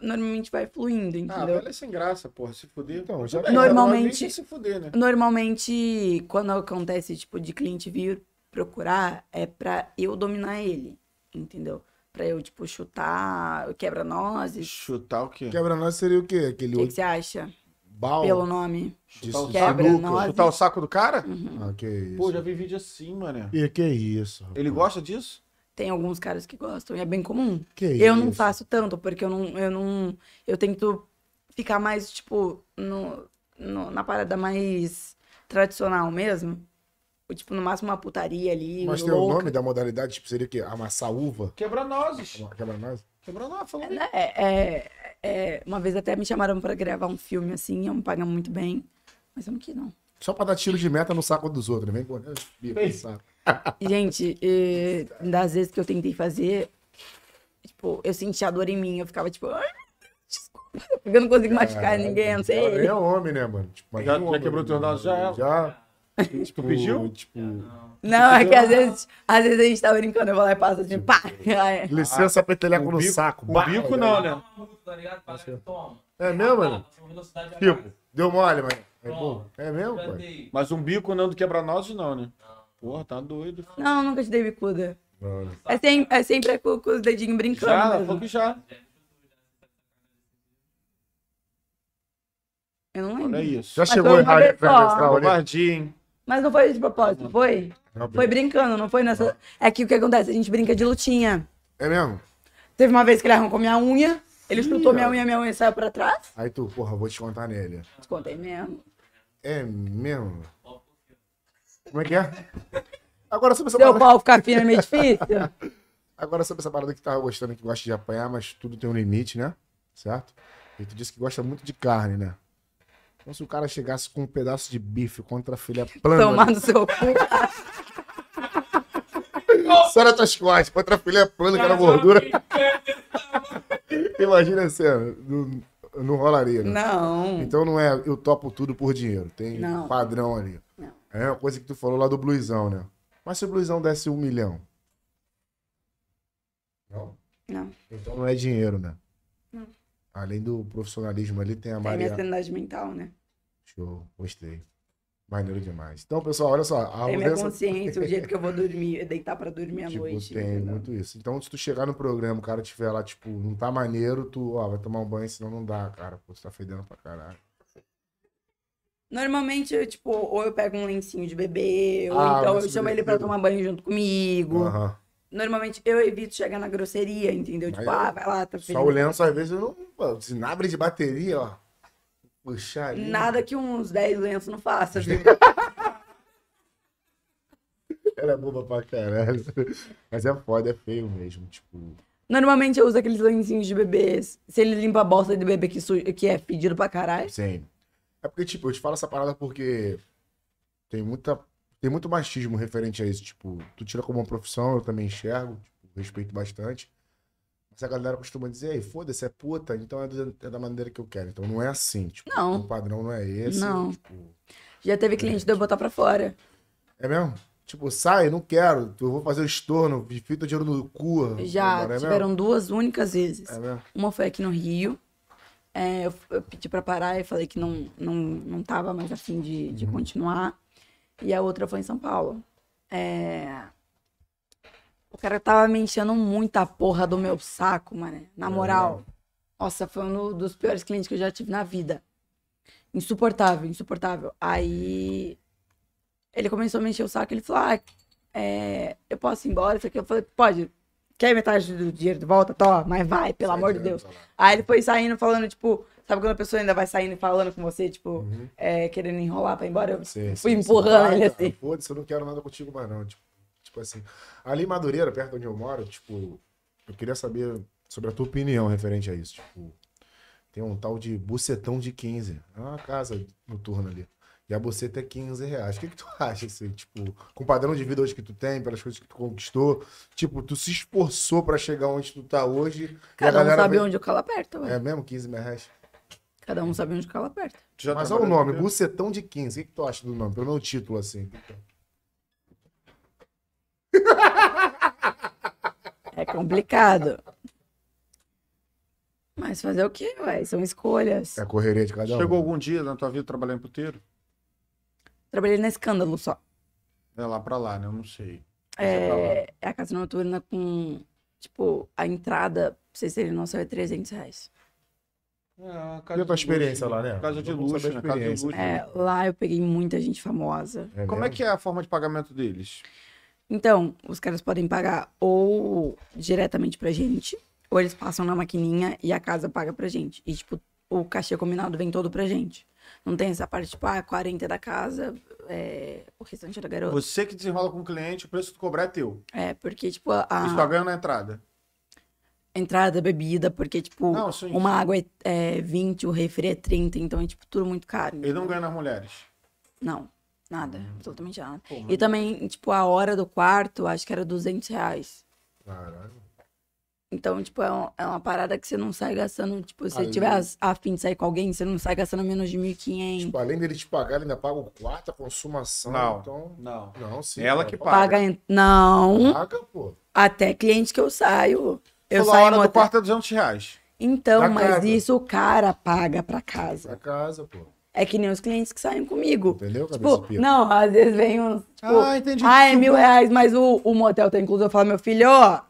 normalmente vai fluindo,
Ah,
entendeu?
velho é sem graça, porra. Se fuder.
Então, já
Tudo bem,
Normalmente-
cada um tem que se fuder, né?
Normalmente, quando acontece, tipo, de cliente vir procurar, é pra eu dominar ele, entendeu? Pra eu, tipo, chutar, quebra-nozes.
Chutar o quê?
Quebra nós seria o quê? Aquele
O que, que
outro
você acha?
bal.
Pelo nome.
de
Chutar o
Quebra
saco.
nós.
Chutar o saco do cara?
Ah, que isso.
Pô, já vi vídeo assim, mané.
E que isso? rapaz.
Ele gosta disso?
Tem alguns caras que gostam, e é bem comum.
Que
Eu não
isso?
faço tanto, porque eu não. Eu, não, eu tento ficar mais, tipo, no, no- na parada mais tradicional mesmo. Tipo, no máximo uma putaria ali. um
Mas tem o
louca.
nome da modalidade, tipo, seria o quê? Amassar uva?
Quebra nozes.
Quebra nós?
Quebra nozes, falou.
Né, é- é- uma vez até me chamaram pra gravar um filme assim, eu me pagar muito bem. Mas eu não quis, não.
Só pra dar tiro de meta no saco dos outros, né? Vem com bico,
Ei.
saco.
E, Gente, eh, das vezes que eu tentei fazer, tipo, eu sentia dor em mim, eu ficava tipo, "Ai, desculpa, porque eu não consigo
Ah,
machucar ninguém, não
Ela
sei.
nem é homem, né, mano? Tipo, mas
Já-
nem é
já
homem,
quebrou
né?
teu nós, já é?
Já.
Tu
Tipo,
pediu?
Tipo,
Não, é que às vezes, às vezes a gente tá brincando, eu vou lá e passo assim, pá. Aí,
licença peteleco
um
no
bico-
saco.
um
Bah,
bico
né?
não, né?
Tá ligado? Parece que toma.
É mesmo, mano?
Sua velocidade é
Tipo,
básica.
deu mole, mano. É,
Ó,
pô, é mesmo,
Já
pai?
dei.
Mas um bico não do quebra nozes, não, né? Porra, tá doido.
Não, nunca te dei bicuda.
Mano.
É, sem, é sempre com, com os dedinhos brincando.
Já, ela
mesmo.
falou que Tá já.
Eu não lembro.
Olha É isso.
Já
Mas
chegou
foi
a
uma
errar
vez só.
transversal ali?
Covardia, hein?
Mas não foi de propósito, foi?
Não,
Foi
bico.
brincando, não foi nessa. É que o que acontece? A gente brinca de lutinha.
É mesmo?
Teve uma vez que ele arrancou minha unha, ele chutou minha unha, minha unha saiu pra trás.
Aí tu, porra, vou te contar nele.
Descontei mesmo.
É mesmo? Como é que é? Agora sobre essa
Seu
parada.
pau ficar fino é meio difícil.
Agora sobre essa parada que tava gostando, que gosta de apanhar, mas tudo tem um limite, né? Certo? E tu disse que gosta muito de carne, né? Então se o cara chegasse com um pedaço de bife contra a filha plana.
Tomar no seu cu.
Só na tua squat, contra a filha é plana, aquela gordura. Imagina a cena. Não, não rolaria, né?
Não.
Então não é eu topo tudo por dinheiro. Tem
Não.
padrão ali.
Não.
É a mesma coisa que tu falou lá do Bluizão, né? Mas se o Bluizão desse um milhão. Não?
Não.
Então não é dinheiro, né?
Não.
Além do profissionalismo ali, tem a
Tem
Maria.
minha sanidade mental, né?
Show, gostei. Maneiro demais. Então, pessoal, olha só. A
Tem minha
ausência-
consciência, o jeito que eu vou dormir, deitar pra dormir à
Tipo,
noite.
tem
entendeu?
muito isso. Então, se tu chegar no programa, o cara tiver lá, tipo, não tá maneiro, tu, ó, vai tomar um banho, senão não dá, cara. Pô, tu tá fedendo pra caralho.
Normalmente, eu, tipo, ou eu pego um lencinho de bebê, ou
Ah,
então eu
lenço
chamo
de
ele pra
bebê.
tomar banho junto comigo.
Aham.
Normalmente, eu evito chegar na grosseria, entendeu?
Mas
Tipo,
eu-
ah, vai lá, tá
Só o lenço, às vezes, não. pô, Desnabre de bateria, ó. Puxa aí.
Nada que uns 10 lenços não faça, viu?
Ela é boba pra caralho. Mas é foda, é feio mesmo. Tipo.
Normalmente, eu uso aqueles lencinhos de bebês. Se ele limpa a bosta de bebê que, su... que é pedido pra caralho.
Sim. É porque, tipo, eu te falo essa parada porque tem muita. Tem muito machismo referente a isso. Tipo, tu tira como uma profissão, eu também enxergo, tipo, respeito bastante. Mas a galera costuma dizer, ei, foda-se, é puta, então é, do- é da maneira que eu quero. Então não é assim, tipo,
Não.
o padrão não é esse.
Não.
tipo,
Já teve cliente de eu botar pra fora.
é mesmo? Tipo, sai, não quero, eu vou fazer o estorno, fita o dinheiro no cu.
Já
agora, é
tiveram duas únicas vezes.
Mesmo? É mesmo?
Uma foi aqui no Rio. É, eu, eu pedi pra parar e falei que não, não, não tava mais afim de,
Uhum.
de continuar. E a outra foi em São Paulo. É, O cara tava me enchendo muito a porra do meu saco, mano. Na
Uhum.
moral. Nossa, foi um dos piores clientes que eu já tive na vida. Insuportável, insuportável. Aí ele começou a me encher o saco. Ele falou: Ah, é, eu posso ir embora? Isso aqui. Eu falei: Pode. Quer metade do dinheiro de volta? Tó, mas vai, pelo
Sai
amor de
dinheiro,
Deus.
sei lá.
Aí ele foi saindo falando, tipo, sabe quando a pessoa ainda vai saindo e falando com você, tipo,
Uhum.
é, querendo enrolar pra ir embora? Eu
Sim,
fui
sim, sim.
empurrando
Ah,
ele
cara,
assim.
Foda-se, eu não quero nada contigo mais não. Tipo, tipo assim, ali em Madureira, perto de onde eu moro, tipo, eu queria saber sobre a tua opinião referente a isso. Tipo, tem um tal de bucetão de 15. É uma casa noturna ali. E a buceta é 15 reais. O que, que tu acha, assim, tipo, com o padrão de vida hoje que tu tem, pelas coisas que tu conquistou, tipo, tu se esforçou pra chegar onde tu tá hoje.
Cada um sabe
vem-
onde o calo aperta, ué.
É mesmo 15 mil reais?
Cada um sabe onde o calo aperta.
Tu já
Mas olha
trabalhou
o nome,
com-
Bucetão de 15. O que, que tu acha do nome? Pelo meu título, assim.
É complicado. Mas fazer o quê, ué? São escolhas.
É a correria de cada um.
Chegou algum dia na tua vida trabalhando em puteiro?
Trabalhei na Escândalo só.
É lá pra lá, né? Eu não sei.
É, é a casa noturna com, tipo, a entrada, pra vocês terem noção, é 300 reais.
É, uma
E a tua experiência lá, né?
Casa de
Vamos
luxo,
saber a
né? Casa de
experiência.
É,
luxo.
lá eu peguei muita gente famosa.
Como é
mesmo?
que é a forma de pagamento deles?
Então, os caras podem pagar ou diretamente pra gente, ou eles passam na maquininha e a casa paga pra gente. E, tipo, o cachê combinado vem todo pra gente. Não tem essa parte, tipo, ah, 40 é da casa, é, o restante é da garota.
Você que desenrola com o cliente, o preço que tu cobrar é teu.
É, porque, tipo, a
Eles só ganham na entrada.
entrada, bebida, porque, tipo,
Não, sim.
uma água é, é 20, o refri é 30, então é, tipo, tudo muito caro.
Ele não ganha nas mulheres.
Não, nada, absolutamente nada.
Pô,
E também, tipo, a hora do quarto, acho que era 200 reais.
é?
Caralho.
Então, tipo, é, um- é uma parada que você não sai gastando. Tipo, se
Aí.
você tiver as- a fim de sair com alguém, você não sai gastando menos de 1.500.
Tipo, além dele te pagar, ele ainda paga o quarto, a consumação.
Não.
Então,
Não.
não, sim.
Ela
cara.
que paga.
Paga. en- Não.
Paga, pô.
Até cliente que eu saio. Eu
Falou, a
saio
hora
em
do
hotel.
quarto é 200 reais.
Então,
Da
mas
casa.
isso o cara paga pra
Pra
casa.
casa, pô.
É que nem os clientes que saem comigo.
Entendeu, cabeça
Tipo,
pira?
não, às vezes vem uns. Tipo,
Ah, entendi.
Ah, é mil reais, mas o, o motel tá incluso. Eu falo, meu filho, ó,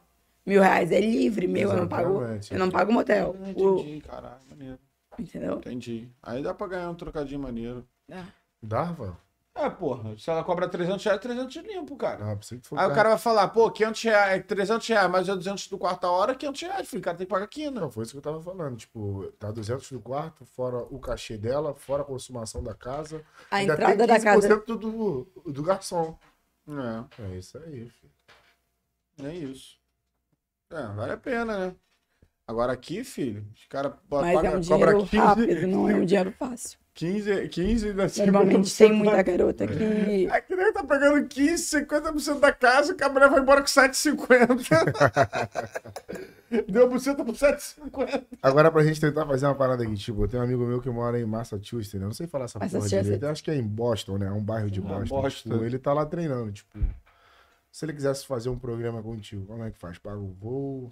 mil reais é livre, meu. Eu não pago.
Exatamente.
Eu não pago motel.
Ah,
O-
Entendi, caralho. Maneiro.
entendeu?
Entendi. Aí dá pra ganhar um trocadinho maneiro.
Dava?
É, porra. Se ela cobra 300 reais, 300 de limpo, cara.
Não, pensei que foi
Aí Ah, o cara vai falar, pô, 500 reais, é 300 reais, mas é 200 do quarto a hora, 500 reais, filho, o cara tem que pagar quina.
Não, foi isso que eu tava falando. Tipo, tá 200 do quarto, fora o cachê dela, fora a consumação da casa.
A
ainda
entrada
tem
da casa.
15% do, do garçom.
É,
É isso aí, filho.
é isso. É, vale a pena, né? Agora aqui, filho, os caras
Mas é um
cobra
dinheiro
15,
rápido, não é um dinheiro fácil.
15, 15 da
Normalmente
50%
tem muita
da-
garota que.
A criança tá pagando 15, 50% da casa, o cabra vai embora com 7,50. Deu buceta por 7,50.
Agora, pra gente tentar fazer uma parada aqui, tipo, tem um amigo meu que mora em Massachusetts, né? Eu não sei falar essa porra
Massachusetts.
direito. Eu acho que é em Boston, né? É um bairro de
Ah,
Boston.
Boston.
Tipo, ele tá lá treinando, tipo. Se ele quisesse fazer um programa contigo, como é que faz? Paga o voo,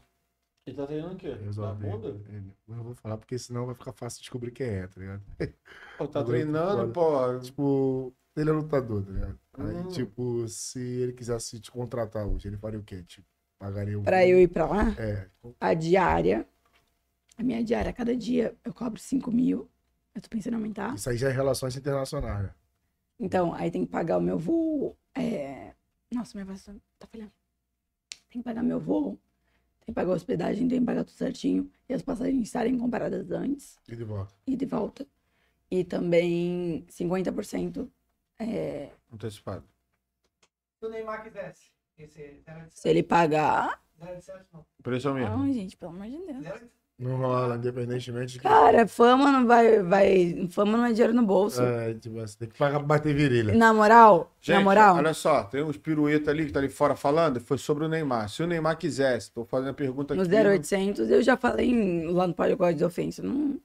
Ele tá treinando o quê?
resolve. Ele- Eu não vou falar porque senão vai ficar fácil descobrir quem é, tá ligado?
Pô, tá treinando, pô.
Tipo, ele é lutador, tá ligado? Aí,
Hum.
tipo, se ele quisesse te contratar hoje, ele faria o quê? Tipo, pagaria um.
Pra eu ir pra lá,
É.
a diária. A minha diária, a cada dia eu cobro 5 mil. Eu tô pensando em aumentar.
Isso aí já é relações internacionais. né?
Então, aí tem que pagar o meu voo. é, Nossa, minha voz tá, tá falhando. Tem que pagar meu voo, tem que pagar a hospedagem, tem que pagar tudo certinho. E as passagens estarem comparadas antes
E de volta.
e de volta. E também 50%
Antecipado.
Se o Neymar quisesse. Esse zero de
se ele pagar.
zero de sete, não.
Preço mesmo.
Ai, gente, pelo amor de Deus.
Zero de-
Não rola, independentemente de que.
Cara, fama não vai, vai. Fama não é dinheiro no bolso.
É, tipo, você tem que pagar pra bater virilha.
Na moral,
Gente,
na moral.
olha só, tem uns pirueta ali que tá ali fora falando, foi sobre o Neymar. Se o Neymar quisesse, tô fazendo a pergunta
No
aqui.
0800, eu já falei em- lá no Código de Ofensa. Não,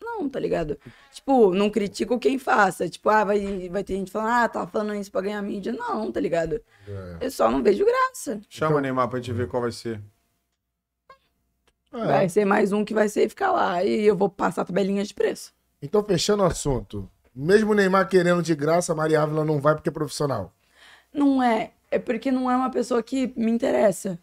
não, tá ligado? Tipo, não critico quem faça. Tipo, ah, vai, vai ter gente falando, ah, tá falando isso pra ganhar mídia. Não, tá ligado? Eu só não vejo graça.
Chama o Neymar pra gente ver qual vai ser.
É.
Vai ser mais um que vai ser ficar lá e eu vou passar tabelinhas de preço.
Então, fechando o assunto. Mesmo o Neymar querendo de graça, a Maria Ávila não vai porque é profissional.
Não é. É porque não é uma pessoa que me interessa.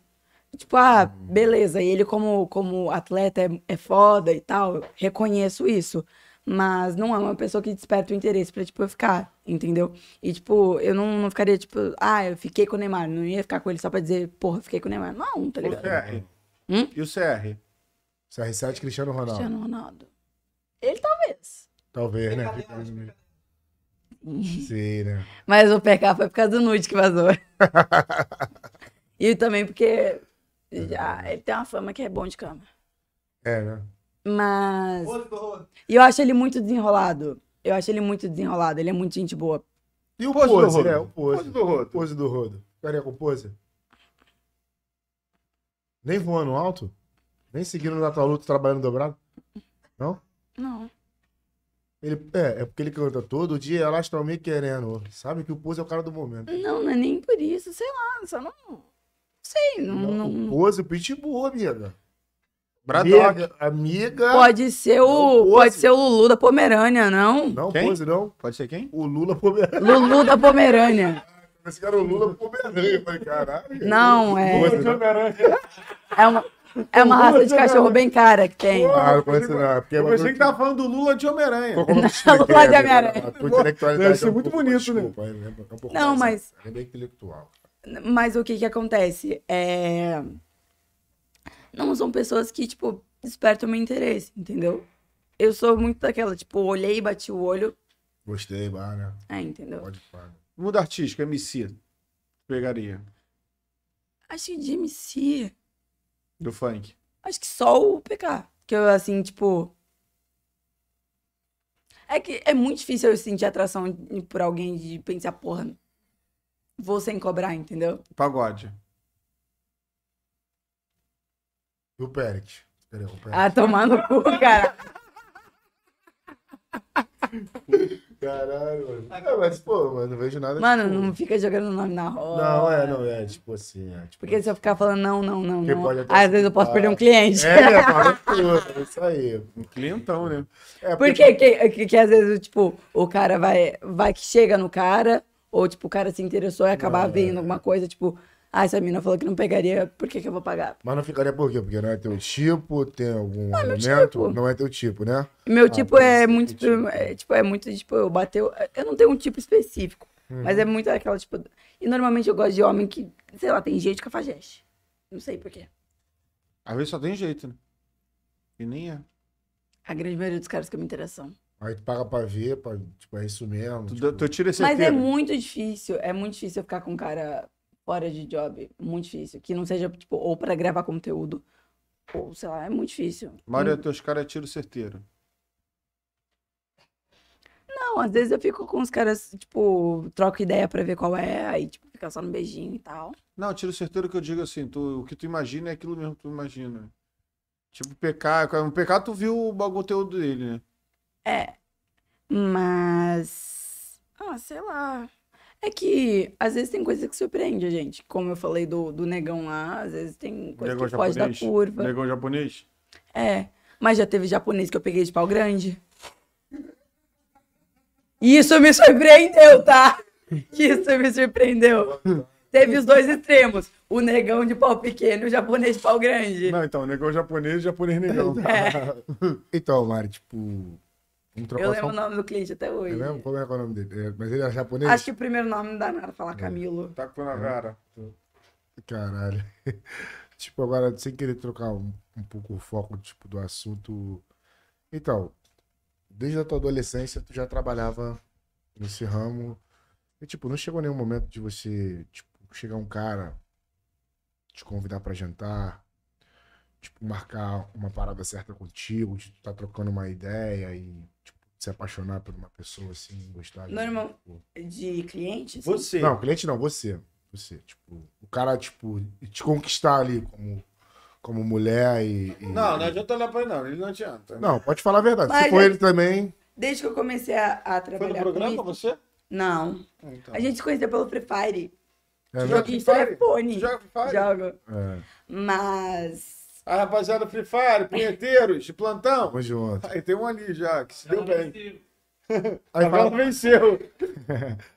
Tipo, ah, beleza, e ele como, como atleta é, é foda e tal, eu reconheço isso. Mas não é uma pessoa que desperta o interesse pra, tipo, eu ficar, entendeu? E, tipo, eu não, não ficaria, tipo, ah, eu fiquei com o Neymar. Não ia ficar com ele só pra dizer, porra, fiquei com o Neymar. Não, tá
E o
ligado?
CR?
Hum?
E o CR?
CR7 Cristiano Ronaldo.
Cristiano Ronaldo. Ele talvez.
Talvez, né?
Brincadeira, brincadeira.
Sim, né?
Mas o PK foi por causa do nude que vazou. e também porque já, ele tem uma fama que é bom de cama.
É, né?
Mas.
Outro do Rodo.
E eu acho ele muito desenrolado. Eu acho ele muito desenrolado. Ele é muito gente boa.
E o
Pose
pose,
do Rodo.
é, o pose.
Pose do Rodo.
Pose do rodo. Ficaria com pose? Nem voando alto? Nem seguindo na taluta, trabalhando dobrado?
Não.
Ele, é, é porque ele canta todo dia, elas estão me querendo. Sabe que o pose é o cara do momento.
Não, não é nem por isso. Sei lá. Só não. Sei. Não, não-
O pose, o pitbull, amiga.
Bradock.
Amiga, amiga.
Pode ser o.
Ah, Não,
Pode
pose.
ser o Lulu da Pomerânia, não?
Não,
Quem?
pose não.
Pode ser quem?
O Lula Pomerânia.
Lulu da Pomerânia.
Esse cara é o Lula Pomerânia. Eu falei, caralho.
Não, é.
Pose, não.
É uma, é uma raça de cachorro bem cara que tem.
Ah, não conheço não. é Porque é
Eu
bagulho
pensei que tava falando do Lula de Homem-Aranha.
Pô, como eu te
Não,
expliquei,
Lula de
né,
Homem-Aranha.
a tua intelectualidade
Deve ser
é um
muito
pouco-
bonito, né?
desculpa, é, é um pouco
Não,
mais,
mas-
É bem intelectual.
Mas o que que acontece? É... Não são pessoas que, tipo, despertam meu interesse, entendeu? Eu sou muito daquela, tipo, olhei, bati o olho.
Gostei, bah, né?
É, entendeu?
Pode falar.
Mundo artístico, MC. Pegaria.
Acho que de MC,
Do funk.
acho que só o PK. Que eu, assim, tipo... É que é muito difícil eu sentir atração por alguém de pensar, porra, vou sem cobrar, entendeu?
Pagode.
E o Pérez? Cadê o Pérez?
Ah, tomar no cu, cara.
Caralho, mano. É, mas, pô, mano, não vejo nada.
Mano,
tipo-
não fica jogando nome na roda.
Não, é, não, é, tipo assim, é, tipo...
Porque se eu ficar falando não, não, não,
Porque
não.
pode até
Às
se
vezes eu posso
culpar.
perder um cliente.
É, é, fala tudo, é isso aí.
Um clientão, né?
É,
Porque que, que, que às vezes, tipo, o cara vai, vai que chega no cara, ou tipo, o cara se interessou e acabar
Não, é.
vendo alguma coisa, tipo, ah, essa mina falou que não pegaria, por que, que eu vou pagar?
Mas não ficaria por quê? Porque não é teu tipo, tem algum
meu
argumento?
tipo.
Não é teu tipo, né?
Meu tipo
pode
é
ser que
muito,
tipo.
é, tipo, é muito, tipo, eu bateu. Eu não tenho um tipo específico, mas
Uhum.
é muito aquela, tipo. E normalmente eu gosto de homem que, sei lá, tem jeito com a fageste. Não sei por quê.
Às vezes só tem jeito, né? E nem é.
A grande maioria dos caras que eu me interessam.
Aí tu paga pra ver, pra, tipo, é isso mesmo.
Tu,
tipo,
tu tira esse
Mas é muito difícil, é muito difícil eu ficar com um cara fora de job, muito difícil, que não seja, tipo, ou pra gravar conteúdo, ou sei lá, é muito difícil.
A maioria dos teus caras é tiro certeiro.
Não, às vezes eu fico com os caras, tipo, troco ideia pra ver qual é, aí, tipo, fica só no beijinho e tal.
Não, tiro certeiro que eu digo assim, tu- o que tu imagina é aquilo mesmo que tu imagina. Tipo, PK, no PK tu viu o bagulho conteúdo dele, né?
Mas. Ah, sei lá. É que às vezes tem coisa que surpreende a gente. Como eu falei do, do negão lá, às vezes tem coisa
Negão
que foge da
japonês.
curva.
Negão japonês.
É, mas já teve japonês que eu peguei de pau grande. E Isso me surpreendeu, tá? Isso me surpreendeu. Teve os dois extremos, o negão de pau pequeno e o japonês de pau grande.
Não, então, negão japonês, japonês negão.
É.
Então, Mari, tipo, Um
Eu lembro
trocação.
o nome do cliente até hoje.
Eu lembro como é que é o nome dele. É, mas ele é japonês?
Acho que o primeiro nome não dá nada falar Camilo.
Tá com a cara.
Caralho. tipo, agora, sem querer trocar um, um pouco o foco, tipo, do assunto. Então, desde a tua adolescência, tu já trabalhava nesse ramo. E, tipo, não chegou nenhum momento de você, tipo, chegar um cara, te convidar pra jantar, tipo, marcar uma parada certa contigo, de tu tá trocando uma ideia e, tipo, se apaixonar por uma pessoa, assim, gostar. de-
Normal.
tipo-
De clientes?
Você.
não, cliente não, você. Você, tipo, o cara, tipo, te conquistar ali como, como mulher e. e-
Não, é não adianta olhar pra ele, não. Ele não adianta.
Não, pode falar a verdade.
Mas
Se for
é-
ele também.
Desde que eu comecei a, a
Foi
trabalhar
no
com
programa
isso.
você?
Não.
Ah, Então.
A gente se conheceu pelo Free Fire.
É,
Joga
né?
Joguinho de
Free Fire?
telefone.
Joga Free Fire?
Jogo.
É,
Mas.
A rapaziada Free Fire, punheteiros, de plantão.
tamo junto.
Aí tem um ali já, que se deu bem.
Aí
A Bela
fala,
venceu.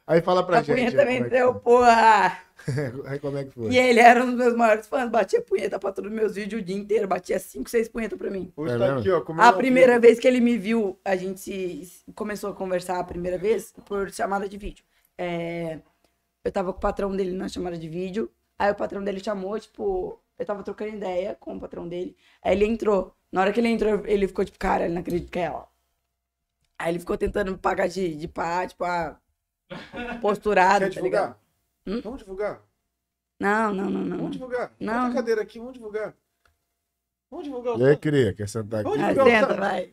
aí fala pra
a
gente.
punheta
aí, como é que
venceu, porra!
foi. aí como é que foi?
E ele era um dos meus maiores fãs. Batia punheta pra todos os meus vídeos o dia inteiro. Batia cinco, seis punhetas pra mim.
Hoje
É
tá
mesmo?
aqui, ó. comendo
A
um
primeira
bico.
vez que ele me viu, a gente se- começou a conversar a primeira vez por chamada de vídeo. É, eu tava com o patrão dele na chamada de vídeo, aí o patrão dele chamou, tipo, eu tava trocando ideia com o patrão dele, aí ele entrou. Na hora que ele entrou, ele ficou tipo, cara, ele não acredita que é ela. Aí ele ficou tentando me pagar de, de pá, tipo, ah, posturado,
Quer
tá ligado?
divulgar? Vamos divulgar?
Não, não, não, não.
Vamos divulgar?
Não.
Bota a cadeira aqui, vamos divulgar. Vamos
é-
divulgar o
E aí, queria, quer sentar aqui?
Onde?
Ah,
divulgar o
senta,
santo.
vai.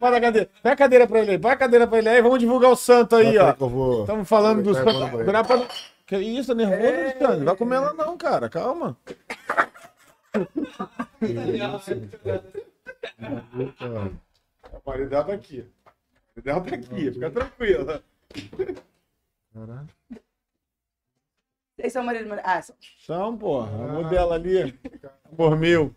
Vai a cadeira. Vai a cadeira pra ele aí. Vai a cadeira pra ele aí. Vamos divulgar o santo aí,
Pera
ó. Tá
aí que eu vou.
Estamos falando do
Vai, vai, vai.
Grapa... Que isso, tá nervoso, Alexandre? Não vai comer ela não, cara. Calma.
Puta.
A parede dela tá aqui. A parede dela tá aqui. Fica tranquila.
Caralho.
Vocês são marido e mulher. Ah, são.
Então, porra. O
Ah.
amor dela ali. Amor meu.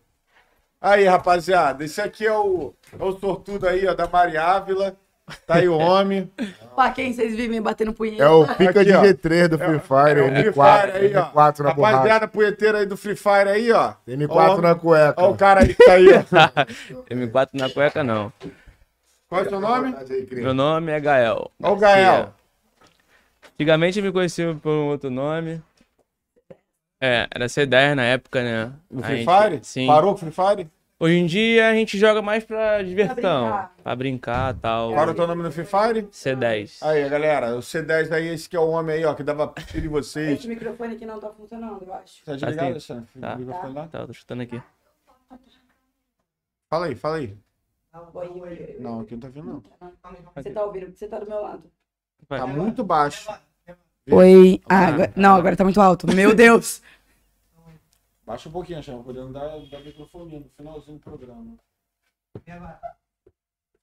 Aí, rapaziada. Esse aqui é o, é o sortudo aí, ó, da Mari Ávila. Tá aí o homem.
Pra quem vocês vivem batendo punheta.
É o pica
Aqui,
de
ó.
G3 do Free Fire,
É o Free
M4,
Fire aí, ó.
M4 na borracha.
Rapaziada punheteira aí do Free Fire aí, ó.
M4
Ó,
na cueca.
Ó o cara aí que tá aí. ó.
M4 na cueca, não.
Qual é o seu nome?
Meu nome é Gael. é.
Ó o Gael.
Antigamente eu me conhecia por um outro nome. É, era C10 na época, né?
Do
A
Free
gente-
Fire?
Sim.
Parou o Free Fire?
Hoje em dia a gente joga mais pra diversão.
brincar.
Pra brincar e tal.
Parou o teu nome no Free Fire?
C10.
Aí, galera, o C10 aí, esse que é o homem aí, ó, que dava tiro em vocês.
Esse microfone aqui não tá funcionando, eu acho.
Tá
Tá
desligado,
sim.
Alexandre?
Tá.
O microfone lá?
Tá, eu tô chutando aqui.
Fala aí, fala aí.
Oi, oi, oi,
Não, aqui não tá vindo, não.
Você tá ouvindo, porque você tá do meu lado.
Vai.
Tá muito baixo.
Oi. Ah, agora- não, agora tá muito alto. Meu Deus.
Baixa um pouquinho, Alexandre, podendo dar, dar microfonia no finalzinho do programa.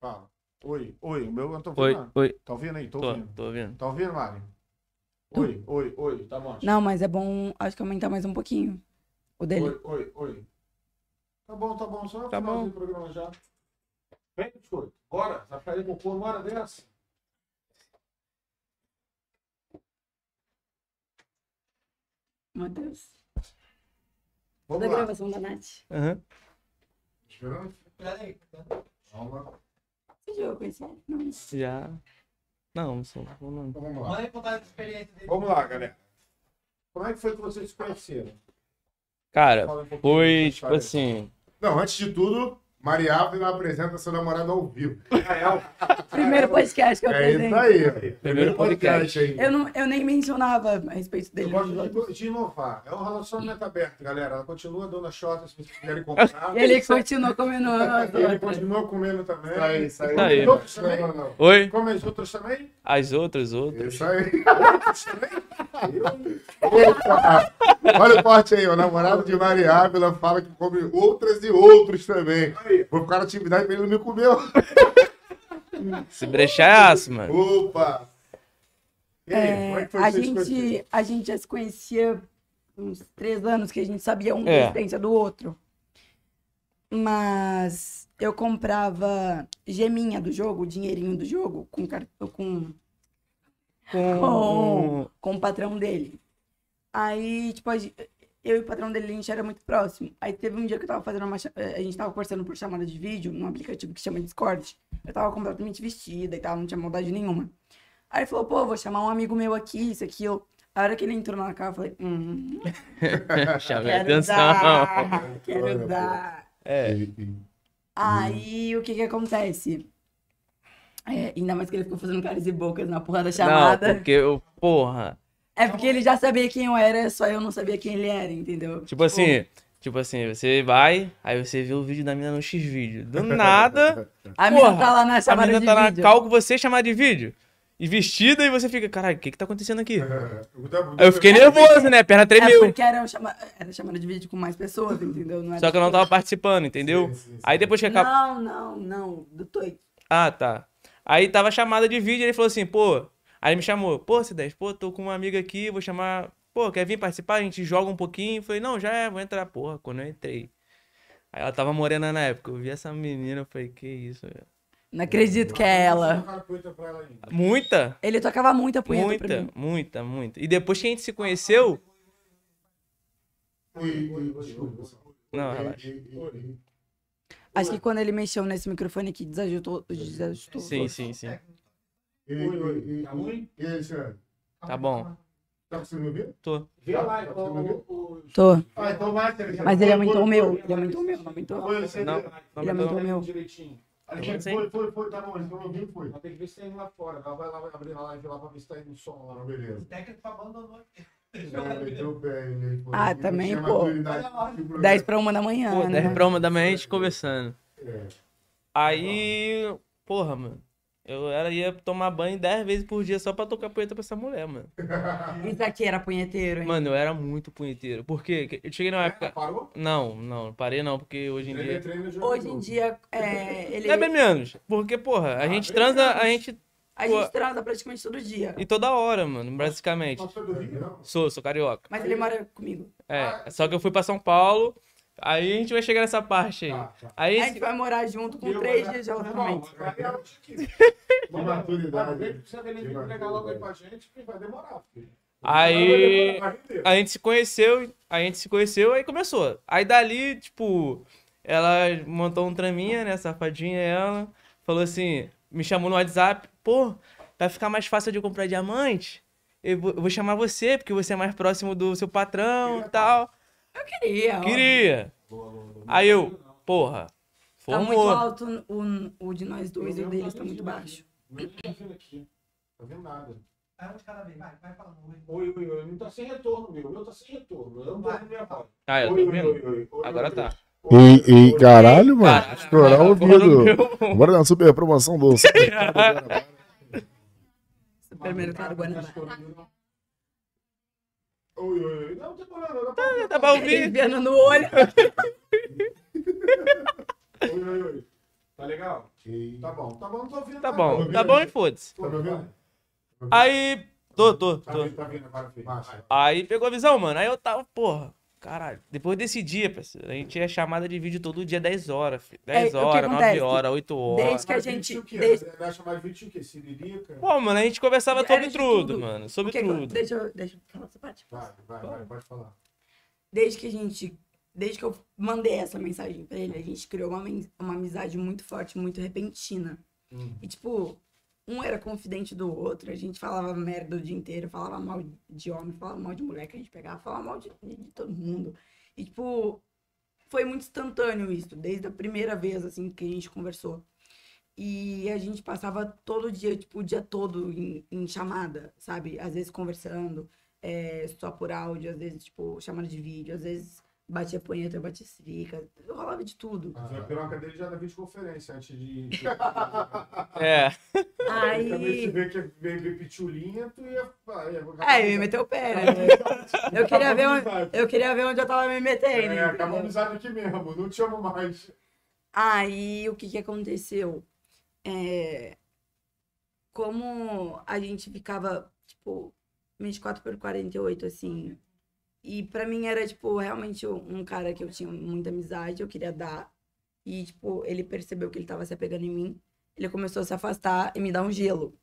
Fala. Oi, oi, o meu não tá
Oi,
ouvindo? não.
oi.
Tá ouvindo aí? Tô
Tô,
ouvindo.
tô ouvindo.
Tá ouvindo, Mari? Oi, oi, oi, tá bom.
Não, mas é bom, acho que aumentar mais um pouquinho. O dele.
Oi, oi, oi. Tá bom, tá bom, só
Tá
finalzinho do programa já. Vem, biscoito, bora, vai ficar aí com uma hora dessa.
Meu Deus.
Vamos
Da
lá.
gravação da Nath.
Aham.
Esperando? Calma.
Você já conheci? Não.
Já. Não, não sou. Não.
Então vamos lá.
Manda contar as experiências dele.
Vamos lá, galera. Como é que foi que vocês se conheceram?
Cara,
Fala um pouquinho
foi
dessa
tipo
história.
assim.
Não, antes de tudo, Maria Ávila apresenta seu namorado ao vivo.
Ah,
Primeiro podcast
Tá
que eu
É isso
apresento.
aí.
Primeiro podcast.
aí.
Eu, não, eu nem mencionava a respeito
Eu
dele.
gosto É de, de inovar. É um relacionamento aberto, galera. Ela continua dando a shota se vocês quiserem comprar.
E ele continuou comendo.
Ele continua comendo também.
Isso aí, isso aí.
Tá aí.
Os outros também?
Não, não,
Oi?
Como as outras também?
As outras,
não.
outras.
Isso aí. Opa! Olha o corte aí, o namorado de Maria Ávila fala que come outras e outros também. Vou ficar na atividade pra ele não me comer.
Se brechar é aço, mano.
Opa!
E aí, como é que foi
a,
que vocês se conheceram?
gente, a gente já se conhecia uns três anos, que a gente sabia um da
É.
existência do outro. Mas eu comprava geminha do jogo, dinheirinho do jogo, com, car- com, com, com o patrão dele. Aí, tipo, a gen- eu e o patrão dele, a gente era muito próximo. Aí teve um dia que eu tava fazendo uma. cha- eh, A gente tava conversando por chamada de vídeo, num aplicativo que chama Discord. Eu tava completamente vestida e tal, não tinha maldade nenhuma. Aí ele falou, pô, vou chamar um amigo meu aqui, isso, aquilo. A hora que ele entrou na casa, eu falei, hum,
Chamei
quero
atenção.
dar,
Olha,
quero
pô.
dar.
É.
E- e-
Aí o que que acontece? É, ainda mais que ele ficou fazendo caras e bocas na porra da
Não,
chamada.
porque eu, porra.
É porque ele já sabia quem eu era, só eu não sabia quem ele era, entendeu?
Tipo assim, tipo assim, você vai, aí você vê o vídeo da mina no X vídeo. Do nada,
A mina
porra,
tá lá na
a
chamada
mina
de
tá na
vídeo.
cal com você chamar de vídeo. E vestida, e você fica, caralho, o que que tá acontecendo aqui?
É.
Aí eu fiquei
um-
nervoso, né? A perna
É
tremeu.
porque era, um chama... era chamada de vídeo com mais pessoas, entendeu? Não era
Só que eu não
tipo-
tava participando, entendeu?
Sim, sim, sim.
Aí depois que acabou.
Não, não, não. Do Toy.
Ah, tá. Aí tava chamada de vídeo, ele falou assim, pô. Aí me chamou, pô, C10, pô, tô com uma amiga aqui, vou chamar. Pô, quer vir participar? A gente joga um pouquinho. Eu Falei, não, já é, vou entrar. Porra, quando eu entrei. Aí ela tava morena na época. Eu vi essa menina, eu falei, que isso, velho.
Não acredito que é ela.
Muita?
Ele tocava muita punheta pra
Muita,
mim.
muita, muita. E depois que a gente se conheceu. Não, relaxa.
Acho que quando ele mexeu nesse microfone aqui, desajustou. desajustou.
Sim, sim, sim.
E- e- e- e- e, Alexandre,
Tá bom.
tá conseguindo me ouvir?
Tô.
Vê lá, o- o- o-
Tô.
Ah, então vai, Alexandre.
Mas ele é muito
Foi, foi,
meu. Ele é muito meu, não aumentou.
foi, Alexandre.
Não,
Ele é
não,
muito
não.
meu.
direitinho.
Alexandre,
Sim.
foi, foi, foi, tá bom, eles estão ouvindo, foi.
Mas tem que ver se tá indo lá fora. Ela vai lá, vai abrir a live lá pra ver se tá indo som
Ah,
lá. O
beleza.
técnico tá abandonou.
Não, meteu o pé, ele, pô.
Ah,
Ele
também,
chama
pô.
a prioridade, tipo,
10 pra uma da manhã,
Pô,
né?
10 pra uma da manhã a gente conversando.
É.
Aí, porra, mano. Eu era, ia tomar banho 10 vezes por dia só pra tocar punheta pra essa mulher, mano.
Isso aqui era punheteiro, hein?
Mano, eu era muito punheteiro. Por quê? Eu cheguei numa época.
É, Parou?
Não, não, parei não, porque hoje em
Treina,
dia.
treina, joga
Hoje em
tudo.
dia, é, ele,
É bem menos. Porque, porra,
Ah,
a gente transa, a gente.
a
pô.
gente transa praticamente todo dia.
E toda hora, mano, basicamente.
Passou do Rio, não?
Sou, sou carioca.
Mas ele mora comigo.
Ah,
É. Só que eu fui pra São Paulo. Aí a gente vai chegar nessa parte aí.
Tá,
Aí.
A gente vai morar junto com
Eu,
três
né?
mas-
dias de
Meu irmão,
relacionamento.
agora é hoje aqui.
Que maturidade.
Vem pro Santo Helena vir
Que
entregar logo aí pra
maturidade.
gente, que vai demorar, filho.
Aí.
Vai render.
A gente se conheceu, a gente se conheceu, aí começou. Aí dali, tipo, ela montou um traminha, né, safadinha ela, falou assim, me chamou no WhatsApp, pô, vai ficar mais fácil de eu comprar diamante? Eu vou, eu vou chamar você, porque você é mais próximo do seu patrão e tal.
Eu queria, ó.
Queria. Aí eu, porra, um
Tá muito
formou.
alto o, o de nós dois e o deles tá
né?
muito baixo.
O meu não tá vindo aqui. Tá vendo nada.
Vai um de cada vez, vai, vai falando. vai.
Oi, oi, oi. Não tá sem retorno, meu. O meu tá sem retorno. Eu não tô ouvindo minha voz.
Ah, eu
Oi,
tô
oi,
vendo?
oi, oi, oi,
Agora
oi,
tá.
E, e caralho, mano,
Caralho,
estourar o
porra do
ouvido.
meu.
Bora na super promoção do Tá
Primeiro, tá claro,
né?
Guaraná.
tá Oi, oi, oi. Não, tem problema, não.
Dá pra
Ele
ouvir?
enfiando no olho.
Oi, oi, oi. Tá legal?
Que-
Tá bom. Tá bom, não tô ouvindo.
Tá
nada.
bom, tá bom e foda-se.
Tá me ouvindo?
Aí, tô, tô,
Tá
tô.
vindo, tá vindo agora, filho.
Baixa.
Aí pegou a visão, mano. Aí eu tava, porra, caralho. Depois desse dia, parceiro, a gente é chamada de vídeo todo dia 10 horas, filho.
É,
10
o que
horas, 9
acontece?
horas, 8 horas.
Desde que a
Mas
gente.
vídeo o quê?
Desde,
Vai chamar de vídeo o quê? Siririca?
Pô, mano, a gente conversava
Era
sobre
É, de
tudo,
tudo.
mano.
o
Sobre
que acon-
tudo.
Deixa, eu- deixa eu falar essa parte.
Vai, vai, vai, pode falar.
Desde que a gente. Desde que eu mandei essa mensagem pra ele, a gente criou uma, men- uma amizade muito forte, muito repentina. E, tipo, um era confidente do outro, a gente falava merda o dia inteiro, falava mal de homem, falava mal de mulher que a gente pegava, falava mal de, de todo mundo. E, tipo, foi muito instantâneo isso, desde a primeira vez, assim, que a gente conversou. E a gente passava todo dia, tipo, o dia todo em, em chamada, sabe? Às vezes conversando, é, só por áudio, às vezes, tipo, chamada de vídeo, às vezes batia punheta, batia civica, rolava de tudo.
Ah, a piroca dele já era videoconferência antes de.
É.
Aí. Também se
Aí.
vê que é baby pitulinha, tu ia. ah, ia-
É, eu ia meter o pé, né? Eu queria, ver um né? onde, eu queria ver onde eu tava me metendo.
É, acabou a
entendeu?
amizade aqui mesmo, não te amo mais.
Aí, o que que aconteceu? É, Como a gente ficava, tipo, 24 por 48, assim. E pra mim era, tipo, realmente um um cara que eu tinha muita amizade, eu queria dar. E, tipo, ele percebeu que ele tava se apegando em mim. Ele começou a se afastar e me dar um gelo.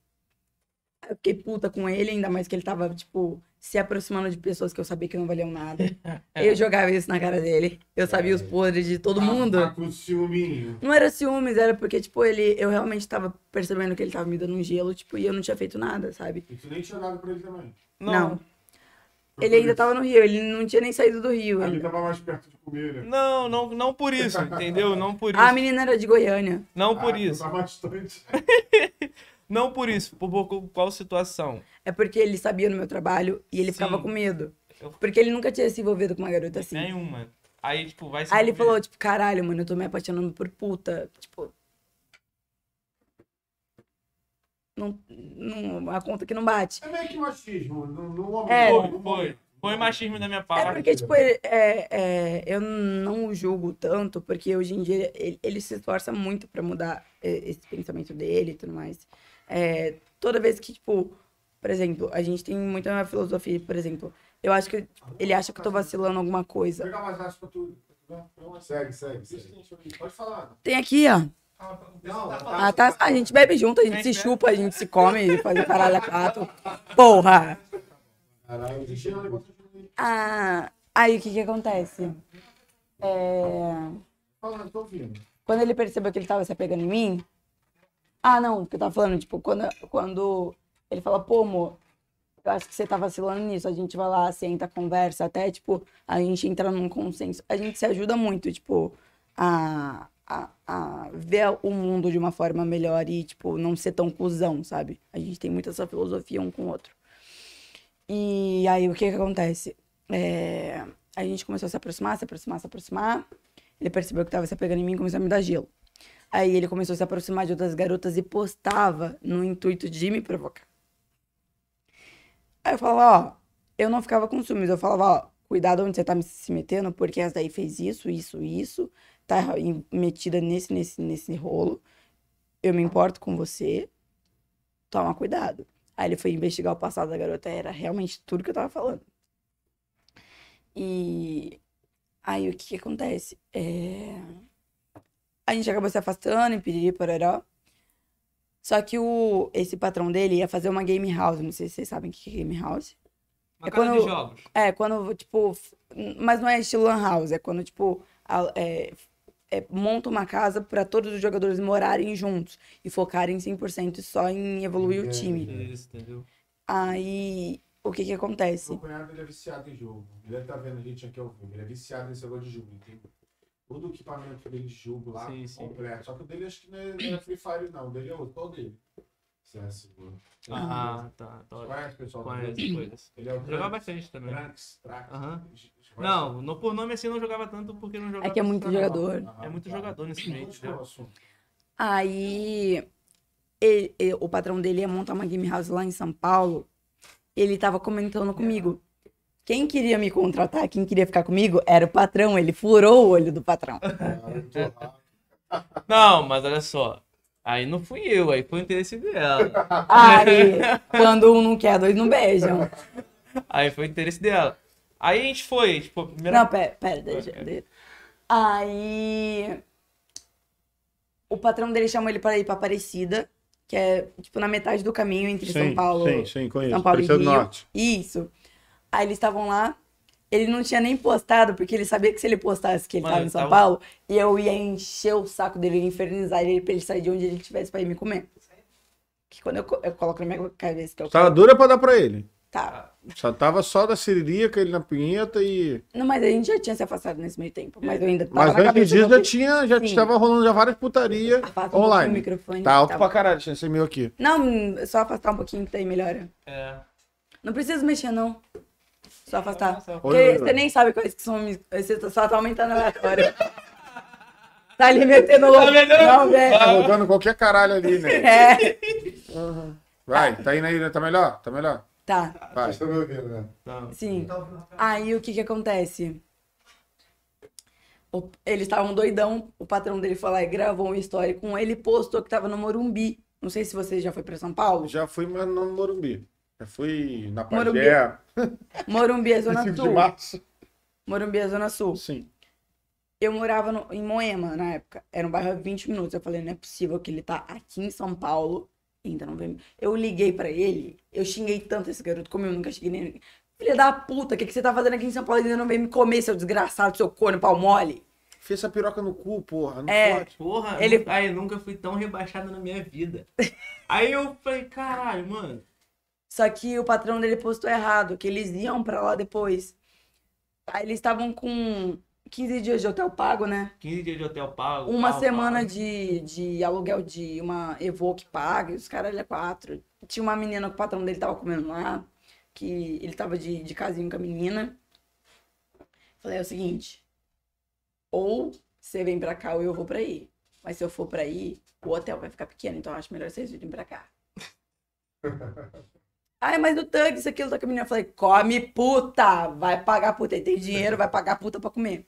Eu fiquei puta com ele, ainda mais que ele tava, tipo, se aproximando de pessoas que eu sabia que não valiam nada. Eu jogava isso na cara dele. Eu sabia os podres de todo mundo.
Tá com ciúminho.
Não era ciúmes, era porque, tipo, ele. Eu realmente tava percebendo que ele tava me dando um gelo, tipo, e eu não tinha feito nada, sabe?
E tu nem tinha dado pra ele também.
Não. Ele ainda tava no Rio, ele não tinha nem saído do Rio.
Ele
ainda.
tava mais perto de comer, né?
Não, não, não por isso, entendeu? Não por isso.
A menina era de Goiânia.
Não por
Ah,
isso.
Tá bastante.
Não por isso. Por, por qual situação?
É porque ele sabia no meu trabalho e ele
Sim.
ficava com medo.
Eu-
Porque ele nunca tinha se envolvido com uma garota assim.
Nenhuma. Aí, tipo, vai se
Aí ele
envolver.
falou, tipo, caralho, mano, eu tô me apaixonando por puta. Tipo. Não, não, a conta que não bate.
É meio que machismo. No, no momento.
É.
Foi, foi. Foi machismo da minha
É
parte.
porque, tipo, ele- é, é, eu não o julgo tanto, porque hoje em dia ele, ele se esforça muito pra mudar é, esse pensamento dele e tudo mais. É, toda vez que, tipo, por exemplo, a gente tem muita uma filosofia, por exemplo, eu acho que ele acha que eu tô vacilando alguma coisa.
Pega mais aspas tudo.
Segue, segue, segue.
Pode falar.
Tem aqui, ó.
Não,
Ah, tá. A gente bebe junto, a gente se chupa, a gente se come, faz o caralho a quatro. Porra!
Caralho, deixa eu levantar.
Ah, aí o que que acontece? É...
Fala, eu tô ouvindo.
Quando ele percebeu que ele tava se apegando em mim. Ah, não, porque eu tava falando, tipo, quando, quando ele fala, pô, amor, eu acho que você tá vacilando nisso, a gente vai lá, senta, conversa, até, tipo, a gente entrar num consenso. A gente se ajuda muito, tipo, a, a, a ver o mundo de uma forma melhor e, tipo, não ser tão cuzão, sabe? A gente tem muito essa filosofia um com o outro. E aí, o que que acontece? É, a gente começou a se aproximar, se aproximar, se aproximar. Ele percebeu que tava se apegando em mim e começou a me dar gelo. Aí ele começou a se aproximar de outras garotas e postava no intuito de me provocar. Aí eu falava, ó, eu não ficava com ciúmes, eu falava, ó, cuidado onde você tá me- se metendo, porque essa daí fez isso, isso, isso, tá em- metida nesse, nesse, nesse rolo. Eu me importo com você, toma cuidado. Aí ele foi investigar o passado da garota, era realmente tudo que eu tava falando. E aí o que que acontece? É... A gente acabou se afastando e piriri pororó. Só que o, esse patrão dele ia fazer uma game house, não sei se vocês sabem o que que é game house.
Uma
é
casa
quando-
de jogos.
É, quando, tipo. f- Mas não é estilo Lan House, é quando, tipo. a- é, f- é, monta uma casa pra todos os jogadores morarem juntos e focarem 100% só em evoluir o time.
Isso, entendeu?
Aí, o que que acontece?
Meu cunhado ele é viciado em jogo. Ele deve tá vendo a gente aqui ao vivo. Ele é viciado nesse negócio de jogo, entendeu? Todo o equipamento dele de jogo lá,
Sim, sim.
completo. Só que o dele acho que não é, não é Free Fire, não. O dele é outro. Qual o dele? CSGO.
Ah, tá. tá. ótimo.
Conhece, pessoal?
Conhece coisas.
Ele é o
Jogava
Tranks.
bastante também.
Tranks, Trax.
Aham.
Eles- eles conhecem?
Não, no, por nome assim eu não jogava tanto porque eu não jogava.
É que é muito
profissional.
jogador.
Aham,
É
Ah, tá.
muito
claro.
jogador né? nesse meio,
Continua
entendeu?
o assunto.
Aí, ele- ele- o patrão dele ia montar uma game house lá em São Paulo. Ele tava comentando comigo. Quem queria me contratar, quem queria ficar comigo, era o patrão. Ele furou o olho do patrão.
Caralho, tô rápido.
Não, mas olha só. Aí não fui eu, aí foi o interesse dela.
Aí, quando um não quer, dois não beijam.
Aí foi o interesse dela. Aí a gente foi, tipo, a primeira.
Não, pera, pera, deixa.
Ok.
de- Aí. O patrão dele chamou ele pra ir pra Aparecida, que é, tipo, na metade do caminho entre São Paulo.
Sim, sim, conheço.
São Paulo e Rio.
Parecia do Norte.
Isso. Aí eles estavam lá. Ele não tinha nem postado, porque ele sabia que se ele postasse que ele
Mano,
tava em São
tava-
Paulo, eu ia encher o saco dele, eu ia infernizar ele pra ele sair de onde ele tivesse pra ir me comer. Que quando eu, co- eu coloco na minha cabeça que eu
Tava dura pra dar pra ele.
Tá.
Só tava só da siririca, ele na pinheta e.
Não, mas a gente já tinha se afastado nesse meio tempo. Mas eu ainda tava
Mas
na
antes
cabeça
disso
do
já
que-
tinha, já
Sim.
estava rolando já várias putaria
Afasta um pouquinho o
online.
microfone.
Tá alto
Tá
pra caralho, tinha esse meu aqui.
Não, só afastar um pouquinho que daí melhora.
É.
Não preciso mexer, não. Só afastar.
Nossa,
Oi,
Porque
oi,
você
oi.
nem sabe quais que são. Você só tá aumentando a aleatória. tá ali metendo louco.
Tá metendo Tá.
Não, velho.
Tá rodando qualquer caralho ali, né?
É.
Vai, tá indo aí, né? Tá melhor? Tá melhor?
Tá,
Vai.
Vocês estão me ouvindo, né?
Não.
sim.
Então,
Aí o que que acontece? O- eles estavam doidão. O patrão dele foi lá e gravou um story com ele e postou que tava no Morumbi. Não sei se você já foi pra São Paulo.
Já fui mas não no Morumbi. Já fui na
Morumbi,
Pajé,
Morumbi é Zona
5 tipo de
Sul.
março.
Morumbi é Zona Sul.
Sim.
Eu morava no- em Moema na época. Era um bairro a 20 minutos. Eu falei, não é possível que ele tá aqui em São Paulo Ainda não vem. Eu liguei pra ele, eu xinguei tanto esse garoto, como eu nunca xinguei nem. Filha da puta, o que, que você tá fazendo aqui em São Paulo? Ainda não vem me comer, seu desgraçado, seu corno, pau mole.
Fez essa piroca no cu, porra. Não
É.
pode.
Porra,
Ele-
ele... aí eu nunca fui tão rebaixado na minha vida. aí eu falei, caralho, mano.
Só que o patrão dele postou errado, que eles iam pra lá depois. Aí eles estavam com 15 dias de hotel pago, né?
15 dias de hotel pago.
Uma
pago,
semana
pago.
de, de aluguel de uma Evoque paga, e os caras é quatro. Tinha uma menina que o patrão dele tava comendo lá, que ele tava de, de casinho com a menina. Falei, é o seguinte, ou você vem pra cá ou eu vou pra aí. Mas se eu for pra aí, o hotel vai ficar pequeno, então eu acho melhor vocês virem pra cá. Ai, mas no tanque, isso aquilo, tá com a menina. Eu falei, come puta, vai pagar puta. Ele tem dinheiro, vai pagar puta pra comer.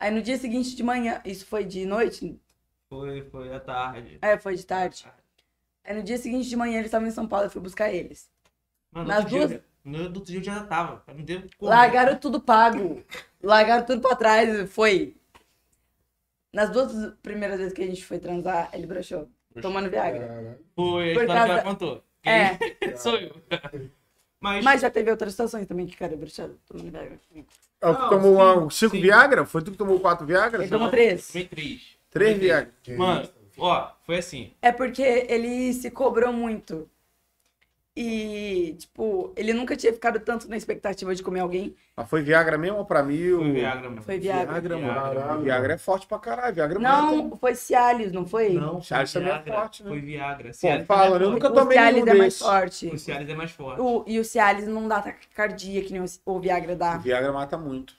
Aí no dia seguinte de manhã, isso foi de noite?
Foi, foi à tarde.
É, foi de tarde. Aí no dia seguinte de manhã eles estavam em São Paulo, eu fui buscar eles.
Mano,
Nas
outro dia,
duas-
No outro dia eu já tava. pra Me deu como.
Largaram tudo pago. Largaram tudo pra trás, foi. Nas duas primeiras vezes que a gente foi transar, ele broxou. Tomando Viagra.
Cara,
Foi, a
Por
história que
causa-
ela contou.
É,
Sou eu. Mas,
mas já teve outras situações também que cara broxado tomando Viagra.
Ah,
Não,
tomou
sim,
uma- cinco
sim.
Viagra? Foi tu que tomou quatro Viagra?
Ele tomou três.
me triste.
Três Viagra.
que
Mano,
isso.
ó, foi assim.
É porque ele se cobrou muito. E, tipo, ele nunca tinha ficado tanto na expectativa de comer alguém.
Mas foi Viagra mesmo ou pra mil?
Foi Viagra, mano.
Foi Viagra.
Hum. mano.
Viagra.
Viagra, é forte pra caralho. Viagra mata.
Não, foi Cialis, não foi?
Não, foi
Charles também é
Viagra.
forte, né?
Foi Viagra.
Pô,
Cialis
fala,
também é
eu nunca
forte.
O
tomei nenhum
Cialis é mais
desses.
forte.
O Cialis é mais forte.
O- e o Cialis não dá taquicardia, que nem o, o Viagra dá.
Viagra mata muito.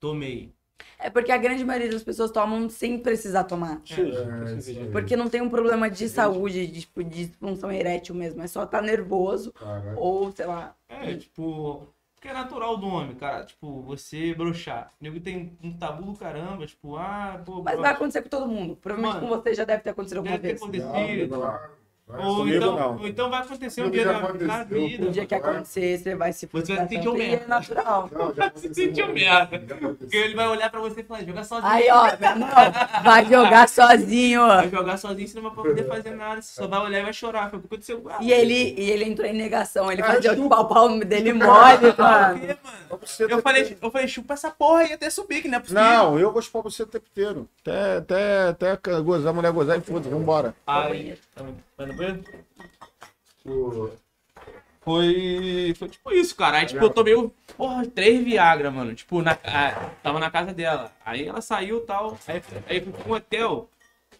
Tomei.
É porque a grande maioria das pessoas tomam sem precisar tomar.
É, isso aí.
Porque não tem um problema de saúde, de, tipo, de disfunção erétil mesmo. É só tá nervoso
Cara,
ou, sei lá.
É, tipo, porque é natural do homem, cara. Tipo, você broxar. O nego tem um tabu do caramba, tipo, ah, pô,
Mas
broxa.
vai acontecer com todo mundo. Provavelmente
Mano,
com você já deve ter acontecido alguma
deve ter
vez.
acontecido.
claro, vai.
Ou
Comigo,
então,
não.
ou então vai acontecer um
Comigo já
dia na, na
aconteceu,
vida.
pô.
O Um dia que acontecer, você vai se
Você vai
frustrar
sentir
tanto,
o
e
merda.
é natural.
Não, já
Você
aconteceu
sentiu
muito.
merda.
Já aconteceu.
Porque ele vai olhar pra você e falar, joga sozinho.
Aí, ó, meu irmão, vai jogar sozinho.
Vai jogar sozinho, você não vai poder fazer nada. Você só vai olhar e vai chorar. Foi o que aconteceu. Ah,
E ele, e ele entrou em negação. Ele
Ah,
fazia
chupa.
o pau-pau dele mole, mano.
por quê, mano?
Pra você
Eu
ter-
falei, eu falei, chupa essa porra e até subir, que não é possível.
Não, eu vou chupar você o tempo inteiro. Até, até, até ca- gozar, a mulher gozar e foda-se, vambora.
Aí, tá bom. Tá bom?
Tipo,
Foi. Foi tipo isso, cara. Aí, tipo, eu tomei, o- porra, três Viagra, mano. Tipo, na, a- tava na casa dela. Aí ela saiu e tal. Aí, aí fui pra um hotel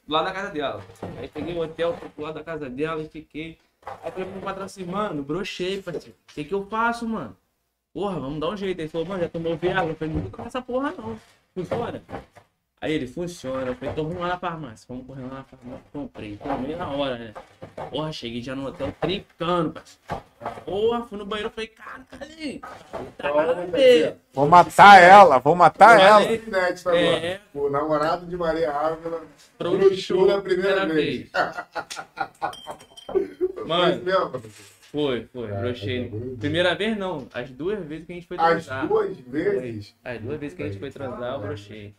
lá da casa dela. Aí peguei um hotel fui pro lado da casa dela e fiquei. Aí falei pro patrão assim, mano, brochei, parceiro. O que que eu faço, mano? Porra, vamos dar um jeito. Ele falou, mano, já tomou Viagra. Eu falei, não vou tomar essa porra, não. Funciona. Aí ele funciona. Eu falei, então vamos lá na farmácia. Vamos correr lá na farmácia. Comprei. Tomei na hora, né? Porra, cheguei já no hotel trincando, parceiro. Porra, fui no banheiro e falei, cara, Carlinhos,
né,
tá nada a ver.
Vou matar ela, vou matar
Olha
ela.
aí.
Inédito
É.
agora. O namorado de Maria Ávila
Trouxou
bruxou na primeira vez. Mas,
Mano,
meu,
foi, foi,
é
brochei. Primeira vez não, as duas vezes que a gente foi
as
transar.
duas vezes.
As duas vezes que a gente foi transar, eu brochei.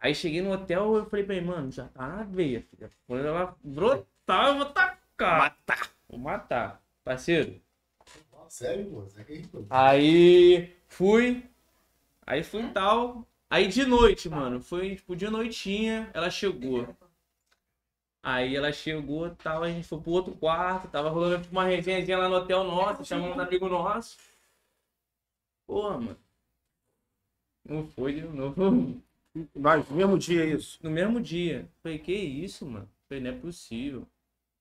Aí cheguei no hotel eu falei pra ele, mano, já tá na veia, filha. Quando ela brotar, eu vou tacar. Matar. Vou matar. Parceiro,
Sério, pô? Você que é rico.
Aí fui. Aí fui e tal. Aí de noite, mano. Foi tipo de noitinha. Ela chegou. Aí ela chegou e tal. A gente foi pro outro quarto. Tava rolando tipo, uma resenhazinha lá no hotel nosso. Chamamos um amigo nosso. Porra, mano. Não foi de novo.
Mas, mesmo dia é isso.
No mesmo dia. Falei, que isso, mano? Falei, não é possível.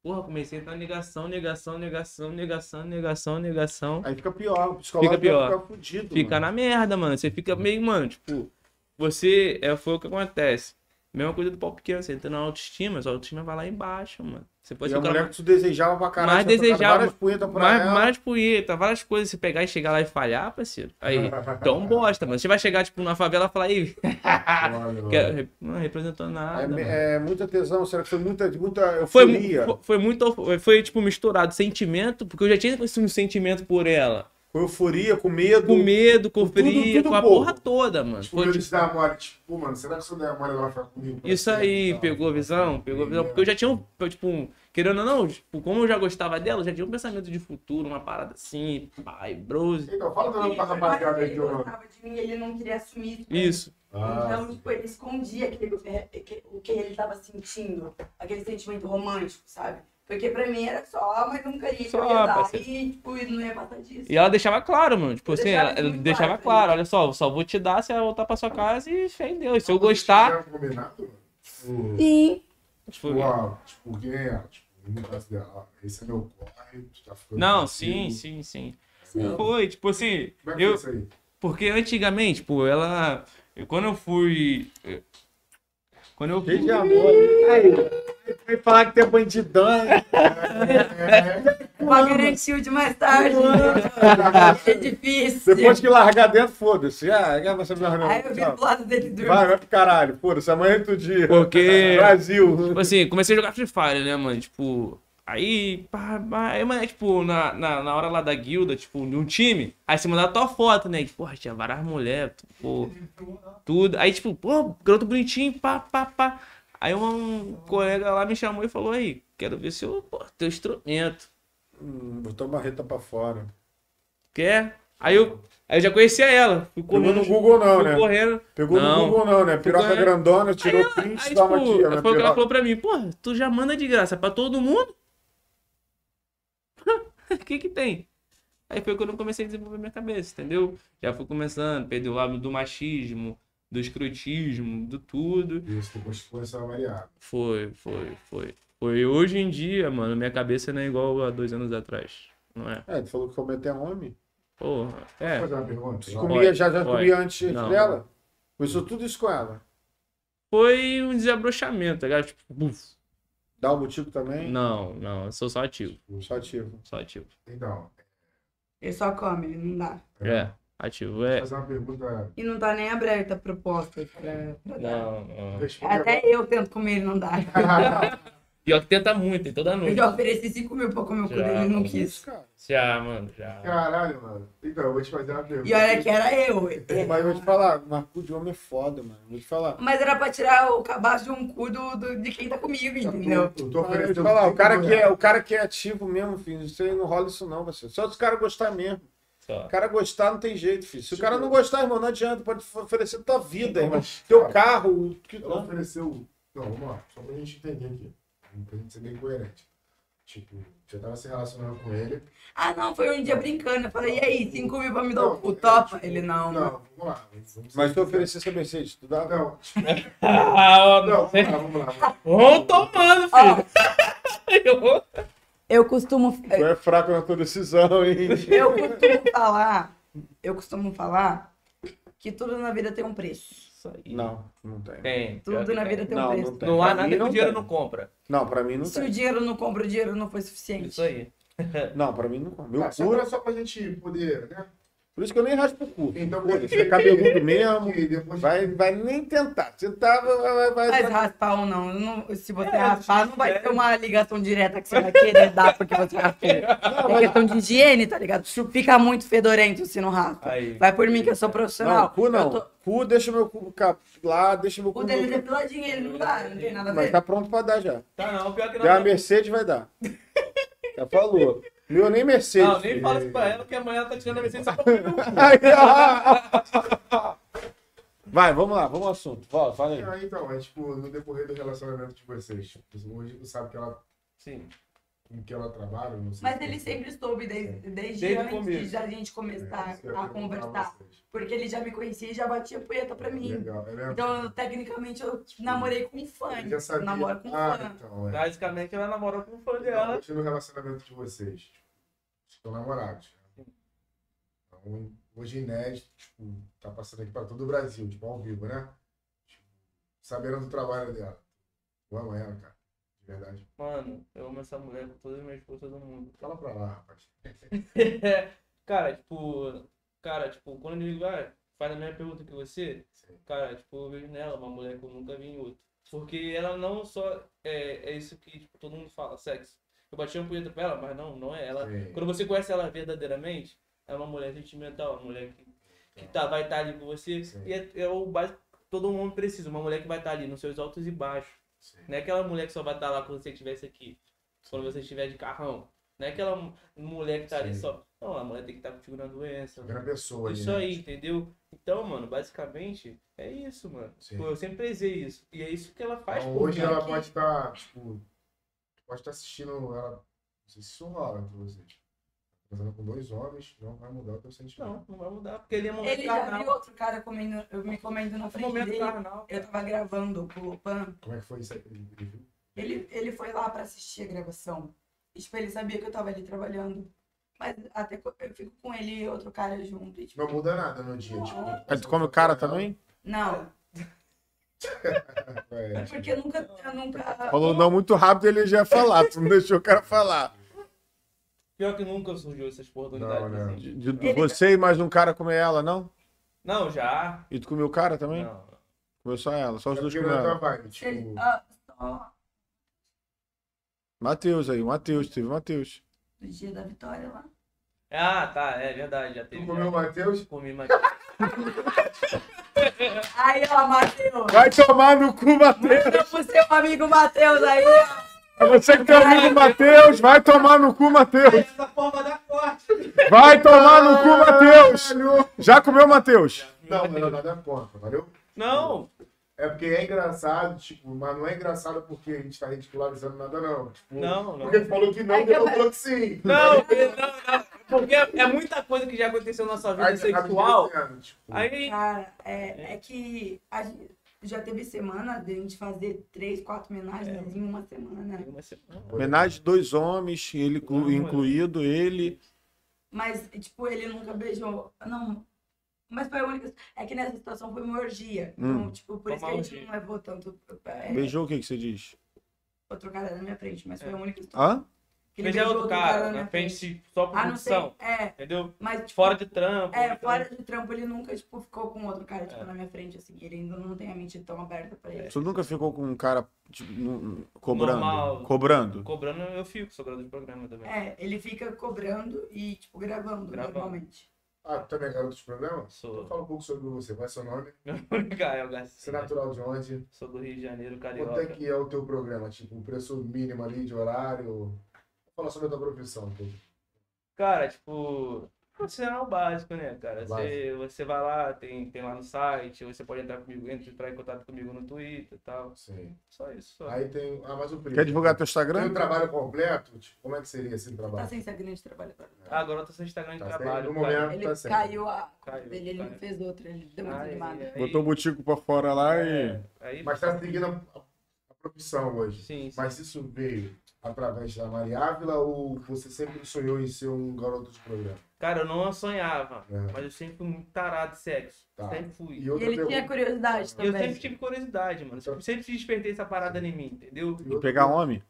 Porra, comecei a entrar em negação, negação, negação, negação, negação, negação.
Aí fica pior, o psicológico
Fica pior.
vai ficar fudido.
Fica na merda, mano. Você fica meio, mano, tipo, você é foi o que acontece. Mesma coisa do pau pequeno, você entra na autoestima, sua autoestima vai lá embaixo, mano. Você
E
pode ser
a
o cara
mulher que tu desejava pra caralho.
Mais
tinha tocado
desejava,
Várias punhetas pra
mais,
ela.
mais punheta, várias coisas, você pegar e chegar lá e falhar, parceiro. Aí, tão bosta, mano. Você vai chegar, tipo, na favela e falar, aí, Ah,
Olha,
quero- re- não representou nada.
É, me-
mano.
é muita tesão, será que foi muita, muita
Foi,
euforia?
mu- foi muito, foi, tipo, misturado sentimento, porque eu já tinha um sentimento por ela.
Com euforia, com medo.
Com medo, com
Tudo-
frio,
tudo um
com a
pouco.
porra toda, mano.
Tipo, eu
Foi,
te dar mole, tipo, mano, será que se eu der mole ela vai ficar comigo?
Isso aí, pegou a visão, pegou a visão. Porque eu já tinha um, tipo, um- Querendo ou não, tipo, como eu já gostava dela, eu já tinha um pensamento de futuro, uma parada assim, pai, bros.
Então, fala do nome pra
Mas
rapaziada aí
ele
que eu.
gostava de mim, ele não queria assumir. isso pra mim.
Isso.
Ah,
Então, tipo, ele escondia aquele, é, que- o que ele tava sentindo, aquele sentimento romântico, sabe? Porque pra mim era só mais um carinho que eu
Só,
ia dar
parceiro.
e, tipo, e não ia passar disso.
E ela deixava claro, mano. Tipo
Eu
assim,
deixava
ela,
isso
ela
muito
deixava
claro,
claro, olha só, eu só vou te dar se ela voltar pra sua casa e fé em Deus. Se eu gostar,
Vocês tiveram combinado? Tipo,
Sim.
tipo,
Tipo, ó, tipo, quem é? Tipo, um braço dela, ó, esse é meu corre, tu tá ficando.
Não, sim,
contigo.
sim, sim.
Sim.
Foi, tipo assim,
Como é que foi
eu,
isso aí?
porque antigamente, tipo, ela, eu- quando eu fui, eu- quando eu fui,
Cheio de amor. Aí, vai falar que tem bandidão.
Uma garantia de mais tarde. é difícil.
Depois que largar dentro, foda-se. Ah, quer você melhor não.
Aí eu vi
Tchau.
do lado dele
Vai,
dormir.
vai pro caralho. Foda-se, amanhã é outro dia.
Porque-
Brasil.
tipo assim, comecei a jogar Free Fire, né, mano, tipo, aí, pá, pá, aí, mano, é, tipo, na, na, na hora lá da guilda, tipo, de um time, aí você mandava tua foto, né, tipo, porra, tinha várias mulheres, pô, tudo, aí, tipo, pô, garoto bonitinho, pá, pá, pá, aí um colega lá me chamou e falou, aí, quero ver seu, pô, teu instrumento.
Hum, Botou a marreta pra fora.
Quer? Aí eu, aí eu já conhecia ela. Fui
Pegou
correndo.
no Google não,
fui
né?
correndo.
Pegou
Não.
no Google não, né? Piroca
Google é-
grandona, tirou
Aí,
print,
tipo,
dá uma né? aqui, ó,
ela
na
falou que ela
piroca.
falou pra mim, porra, tu já manda de graça pra todo mundo? O que que tem? Aí foi quando eu comecei a desenvolver minha cabeça, entendeu? Já fui começando, perdi o lado do machismo, do escrotismo, do tudo.
Isso, depois que começou a variar.
Foi, foi, foi. Foi hoje em dia, mano, minha cabeça não é igual a dois anos atrás. Não é?
É, tu falou que comeu até homem.
Porra,
Vou
é.
fazer uma pergunta.
Tu
Só-
comia,
Olha,
já, já
olha,
comia antes
não.
dela? Começou tudo isso com ela.
Foi um desabrochamento, tá ligado? Tipo, buf.
Dá o motivo também?
Não, não, eu sou só ativo.
Só ativo.
Só ativo.
Hum. Então,
Ele só come, ele não dá.
É, ativo
vou
é.
fazer uma pergunta.
E não tá nem aberta a proposta pra, pra dar.
Não, não.
Responde
É Até eu tento comer, ele não dá.
Pior que tenta muito, tem toda
Eu
noite.
já ofereci 5 mil pra comer o cu dele, ele não quis.
Já, mano, já.
Caralho, mano. Então, eu vou te fazer uma pergunta.
E olha que era eu.
Pô, mas eu vou te falar, Marco de homem é foda, mano. Vou te falar.
Mas era pra tirar o cabaço de um cu do, do- de quem tá comigo, entendeu?
Eu tô
Ah, eu vou te
oferecendo.
falar, o
5
cara
mil
que é,
reais.
o cara que é ativo mesmo, filho, você não rola isso não, você. Só se o cara gostar mesmo.
Só.
O cara gostar não tem jeito, filho. Se o cara não gostar, irmão, não adianta, pode oferecer tua vida, irmão.
Mas,
Teu
cara,
carro, o que
Ela ofereceu. Não, vamos lá. Só pra gente entender aqui. Pra gente ser bem coerente. Tipo, você tava se relacionando com ele.
Ah, não, foi um dia brincando. Eu falei, e aí, 5 mil pra me dar o cu, topa? Ele, não,
tipo, Não,
não.
vamos lá. Vamos vamos-
Mas se eu oferecesse essa Mercedes, tu dá?
Não,
Ah,
não,
não.
vamos lá, vamos lá.
Vão tomando,
Ó,
filho. Eu-
eu costumo...
Tu é fraco na tua decisão, hein?
Eu costumo falar... Eu costumo falar que tudo na vida tem um preço.
Isso aí.
Não, não tem.
Tem. pior
Tudo
que
na
tem.
vida tem um
Não, não
preço.
tem.
Não há
Pra mim,
nada que o dinheiro não
tem.
compra.
Não, pra mim não
Se o
tem.
dinheiro não compra, o dinheiro não foi
Isso
suficiente.
aí.
Não, pra mim não compra. Meu
Tá, só,
cu,
pra, só pra gente poder, né?
por isso que eu nem raspo o cu.
Então,
Você é cabeludo mesmo,
que depois
vai, vai nem tentar. Se tava, vai, vai,
Mas
vai.
raspar ou não, não- se você raspar, não vai ter uma ligação direta que você vai querer dar porque você raspou. É questão de higiene, tá ligado? Fica muito fedorento se não raspa.
Aí.
Vai por mim que eu sou
Não,
profissional.
cu não.
Eu tô-
Cu, deixa meu cu cá, lá, deixa meu cu.
O dele né? é depiladinho, ele não dá, não tem nada a
Mas
ver.
tá pronto pra dar já.
Tá, não, pior que
Deu uma
não.
Mercedes, vai dar. Já falou. Meu, nem Mercedes.
Não, nem
filho.
fala isso pra ela, porque amanhã ela tá tirando a Mercedes só pra comer meu cu.
Vai, vamos lá, vamos ao assunto. Fala, fala aí.
Ah, então, é tipo, no decorrer do relacionamento de vocês, tipo, hoje tu sabe que ela,
Sim.
com que ela trabalha, não sei.
Mas
se-
ele sempre soube desde, desde
Desde o
antes
começo.
de a gente
É,
começar
isso que eu ia
a
perguntar
conversar.
pra vocês.
Porque ele já me conhecia e já batia punheta pra mim.
Legal, é mesmo?
Então, eu, tecnicamente, eu namorei com um fã.
Ele já sabia.
Namoro com um
ah,
fã.
então,
Tá.
é.
Basicamente, ela namorou com o fã
Então,
dela.
hoje no relacionamento de vocês, tipo, estão namorados. né? Então, hoje inédito, tipo, tá passando aqui pra todo o Brasil, tipo, ao vivo, né? Tipo, sabendo do trabalho dela. Eu amo ela, cara. De verdade.
Mano, eu amo essa mulher com todas as minhas forças do mundo.
Fala pra lá, rapaz.
Cara, tipo, cara, tipo, quando ele vai, faz a mesma pergunta que você, cara, tipo, eu vejo nela uma mulher que eu nunca vi em outra. Porque ela não só é, é isso que tipo, todo mundo fala, sexo. Eu bati uma punheta pra ela, mas não, não é ela.
Sim.
Quando você conhece ela verdadeiramente, é uma mulher sentimental, uma mulher que, que tá, vai estar ali com você.
Sim.
E é, é o básico que todo mundo tá precisa, uma mulher que tá vai estar ali nos seus altos e baixos.
Sim.
Não é aquela mulher que só vai estar lá quando você estiver isso aqui. Quando você estiver de carrão. Não é aquela mu- mulher que tá ali
Sim.
só. Não, a mulher tem que estar contigo na doença.
Primeira Tá pessoa aí,
Isso
né?
aí, entendeu? Então, mano, basicamente é isso, mano.
Sim.
Pô, eu sempre prezei isso. E é isso que ela faz.
Então,
pô,
hoje
cara.
ela
que-
pode estar, tipo, pode estar assistindo ela. Não sei se isso rola pra vocês. Casando com dois homens, não vai mudar o teu sentimento.
Não, não vai mudar. Porque ele é momento
Ele já viu
carnal.
outro cara comendo, eu me comendo na
É
frente
momento
dele.
carnal.
Eu tava gravando com o Lopan.
Como é que foi isso aí? Ele viu?
Ele, ele foi lá pra assistir a gravação. E, tipo, ele sabia que eu tava ali trabalhando. Mas até co- eu fico com ele e outro cara junto. E, tipo,
Não muda nada no dia. Tipo,
Mas tu come o cara também?
não,
É,
é porque eu nunca. Eu nunca
Falou não muito rápido ele já ia falar. Tu não deixou o cara falar.
Pior que nunca surgiu essas oportunidades
Não, não.
assim.
De- de-
tá-
você e mais um cara comer ela, não?
Não, já.
E tu comeu o cara também?
Não.
Comeu só ela, só os
é
dois
porque
comeram.
não é tua
ela.
vibe,
ele-
tipo,
ah, só
Matheus aí, o Matheus, teve o Matheus.
no dia da vitória lá.
Ah, tá, é verdade, já teve.
tu comeu o Matheus?
Comi, mas.
Aí, ó, Matheus.
Vai tomar no cu, Matheus!
Manda pro seu amigo Matheus aí, ó.
É Você que tem amigo Matheus, vai tomar no cu, Matheus!
Essa forma da corte.
Vai tomar no cu, Matheus! Já comeu, Matheus?
Não, não, nada contra, valeu?
Não,
É porque é engraçado, tipo, mas não é engraçado porque a gente tá ridicularizando nada, não. Tipo,
não, não.
Porque tu falou que assim. não,
Aí que eu-
derrotou que sim.
Não, não, não. Porque é muita coisa que já aconteceu na sua vida
Aí,
sexual.
rapidinho, tipo,
Aí.
Cara, é, é que a gente- já teve semana de a gente fazer três, quatro
É.
homenagens em uma semana.
Homenagem de dois homens, ele inclu- incluído, ele.
Mas, tipo, ele nunca beijou. Não. Mas foi a única. É que nessa situação foi uma orgia. Então,
Hum.
tipo, por
Foi
isso
uma
que a gente
orgia.
não levou tanto. É,
Beijou o que, que você diz?
outro cara na minha frente, mas foi a única situação.
Hã?
que ele
Veja
beijou
É. outro cara, né? na frente se- só por
né, Ah, não sei.
produção.
É,
Entendeu?
mas. Tipo,
Fora de trampo.
É,
então,
fora de trampo, ele nunca, tipo, ficou com outro cara, tipo,
É.
na minha frente, assim. Ele ainda não tem a mente tão aberta pra ele.
Tu nunca ficou com um cara tipo, num- cobrando?
Normal.
Cobrando?
Cobrando, eu fico, sou grado de programa também.
É, ele fica cobrando e, tipo, gravando,
Gravando.
normalmente.
Ah, tu também é garoto de problema?
Sou.
Fala um pouco sobre você, qual é seu nome?
Meu nome é Gael
Você é
Garcia.
natural de onde?
Sou do Rio de Janeiro,
Quanto é
carioca.
que é o teu programa? Tipo, o preço mínimo ali de horário? Fala sobre a tua profissão, pô.
Cara, tipo, profissional básico, né, cara? Você,
Básico.
você vai lá, tem, tem lá no site, você pode entrar comigo, entrar em contato comigo no Twitter e tal.
Sim.
Só isso, só.
Aí tem. Ah, mais um primo.
Quer divulgar teu
Tem um
Instagram?
trabalho completo? Tipo, como é que seria esse
Tá
trabalho?
sem Instagram de trabalho agora.
Ah, agora eu tô sem Instagram de
Tá
trabalho.
sem- no
cara.
momento.
Ele
tá certo.
caiu a
Caiu,
dele, ele
caiu. é.
fez outra, ele deu uma
Aí,
desanimada.
aí-
Botou o botico pra fora lá e.
é, aí-
Mas tá seguindo a, a profissão hoje.
Sim, sim.
Mas isso veio através da Maria Ávila ou você sempre sonhou em ser um garoto de programa?
Cara, eu não sonhava,
É.
mas eu sempre fui muito tarado de sexo.
Tá.
Sempre fui.
E
E
outra
ele tinha
pergunta.
curiosidade
Eu
também.
sempre tive curiosidade, mano. Eu sempre despertei essa parada em mim, entendeu?
e
E
outra
pegar homem?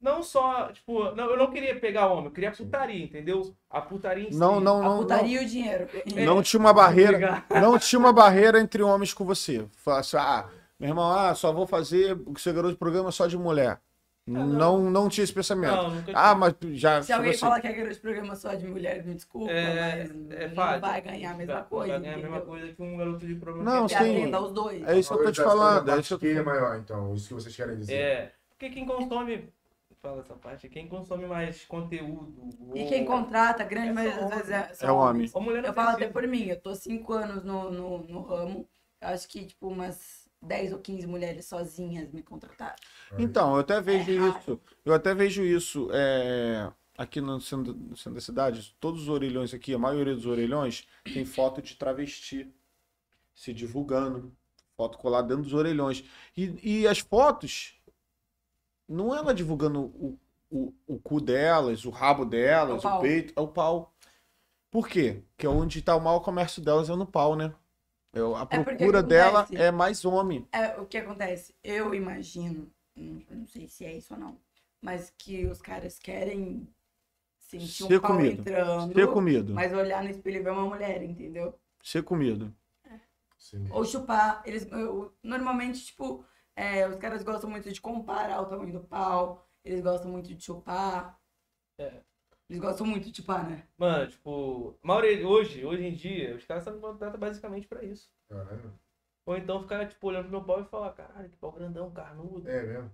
Não só, tipo, não, eu não queria pegar homem, eu queria putaria, entendeu? A putaria em si. Ah,
Não, não,
A
não. não.
putaria e o dinheiro.
Não tinha uma barreira,
Pegar.
não tinha uma barreira entre homens com você. Fala assim, ah, meu irmão, ah, só vou fazer o que você garoto de programa só de
Ah,
mulher. Não, não tinha esse pensamento.
Não, nunca
ah, mas já
Se alguém
assim,
falar que é garoto de programa só de mulher, me desculpa,
É,
mas
é
não
fácil.
vai ganhar a mesma
Vai-
coisa,
Vai ganhar a mesma
entendeu?
coisa que um garoto de problema.
Não,
Se
sim.
atenda aos dois.
é isso que eu tô te
valorização da
falando. É
parte
isso que eu
que
tô...
é maior, então. Isso que vocês querem dizer.
É. Porque quem consome. Fala essa parte. Quem consome mais conteúdo.
E
ou-
quem contrata, a grande
É
maioria
só
das vezes é, são
É homem.
homens.
Ou mulher não
Eu falo até
precisa.
por mim, eu tô cinco anos no, no, no ramo. Eu acho que, tipo, umas 10 ou 15 mulheres sozinhas me contrataram.
Então, eu até vejo
É raro.
isso. Eu até vejo isso é, aqui no centro, no centro da cidade. Todos os orelhões aqui, a maioria dos orelhões, tem foto de travesti se divulgando. Foto colada dentro dos orelhões. E, e as fotos, não é ela divulgando o, o, o cu delas, o rabo
É o
delas, o,
pau.
peito, é o pau. Por quê? Porque é onde está o mau comércio delas é no pau, né? É, a
porque
procura
acontece.
dela é mais homem.
É, o que acontece? Eu imagino, não, não sei se é isso ou não, mas que os caras querem sentir
Ser
um pau
comido.
entrando,
Ser comido.
mas olhar no espelho e ver uma mulher, entendeu?
Ser comido.
Sim.
Ou chupar. Eles, eu- normalmente, tipo, é, os caras gostam muito de comparar o tamanho do pau, eles gostam muito de chupar.
É.
Eles gostam muito de chupar, né?
Mano, tipo, a maioria, hoje, hoje em dia, os caras são contratados basicamente pra isso.
Caralho.
Ou então ficar, tipo, olhando pro meu pau e falar, caralho, que pau grandão, carnudo.
É mesmo.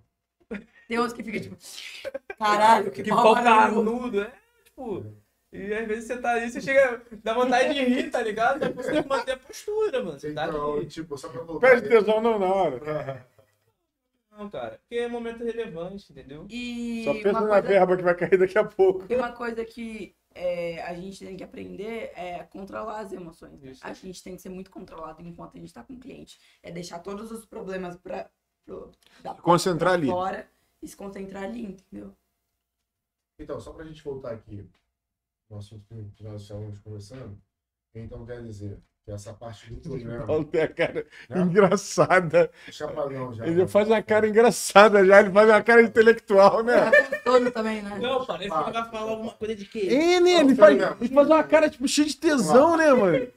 Tem outros que fica tipo. Caralho, que,
Que
pau
pau
maravilhoso.
carnudo, é tipo. E às vezes você tá ali, você chega, dá vontade de rir, tá ligado? Mas você tem que manter a postura, mano. Você tá
Então,
ali.
tipo, só pra voltar.
Perde tesão não na hora. tá?
Não, cara. Porque é momento relevante, entendeu?
E
Só pensa
uma
na
coisa-
verba que vai cair daqui a pouco.
E uma coisa que é, a gente tem que aprender é controlar as emoções. né?
Isso.
A gente tem que ser muito controlado enquanto a gente tá com o cliente. É deixar todos os problemas pra, pro, da
Concentrar ali.
fora e se concentrar ali, entendeu?
Então, só pra gente voltar aqui no assunto que nós estávamos conversando, então quer dizer que essa parte do programa.
Paulo tem a cara
Não.
engraçada.
Chapadão já. né?
Ele faz uma cara engraçada já, ele faz uma cara intelectual, né?
Todo Tá também, né?
Não, parece que ele vai falar alguma coisa de que.
É, né? Ele faz, ele faz uma cara, tipo, cheia de tesão, né, mano?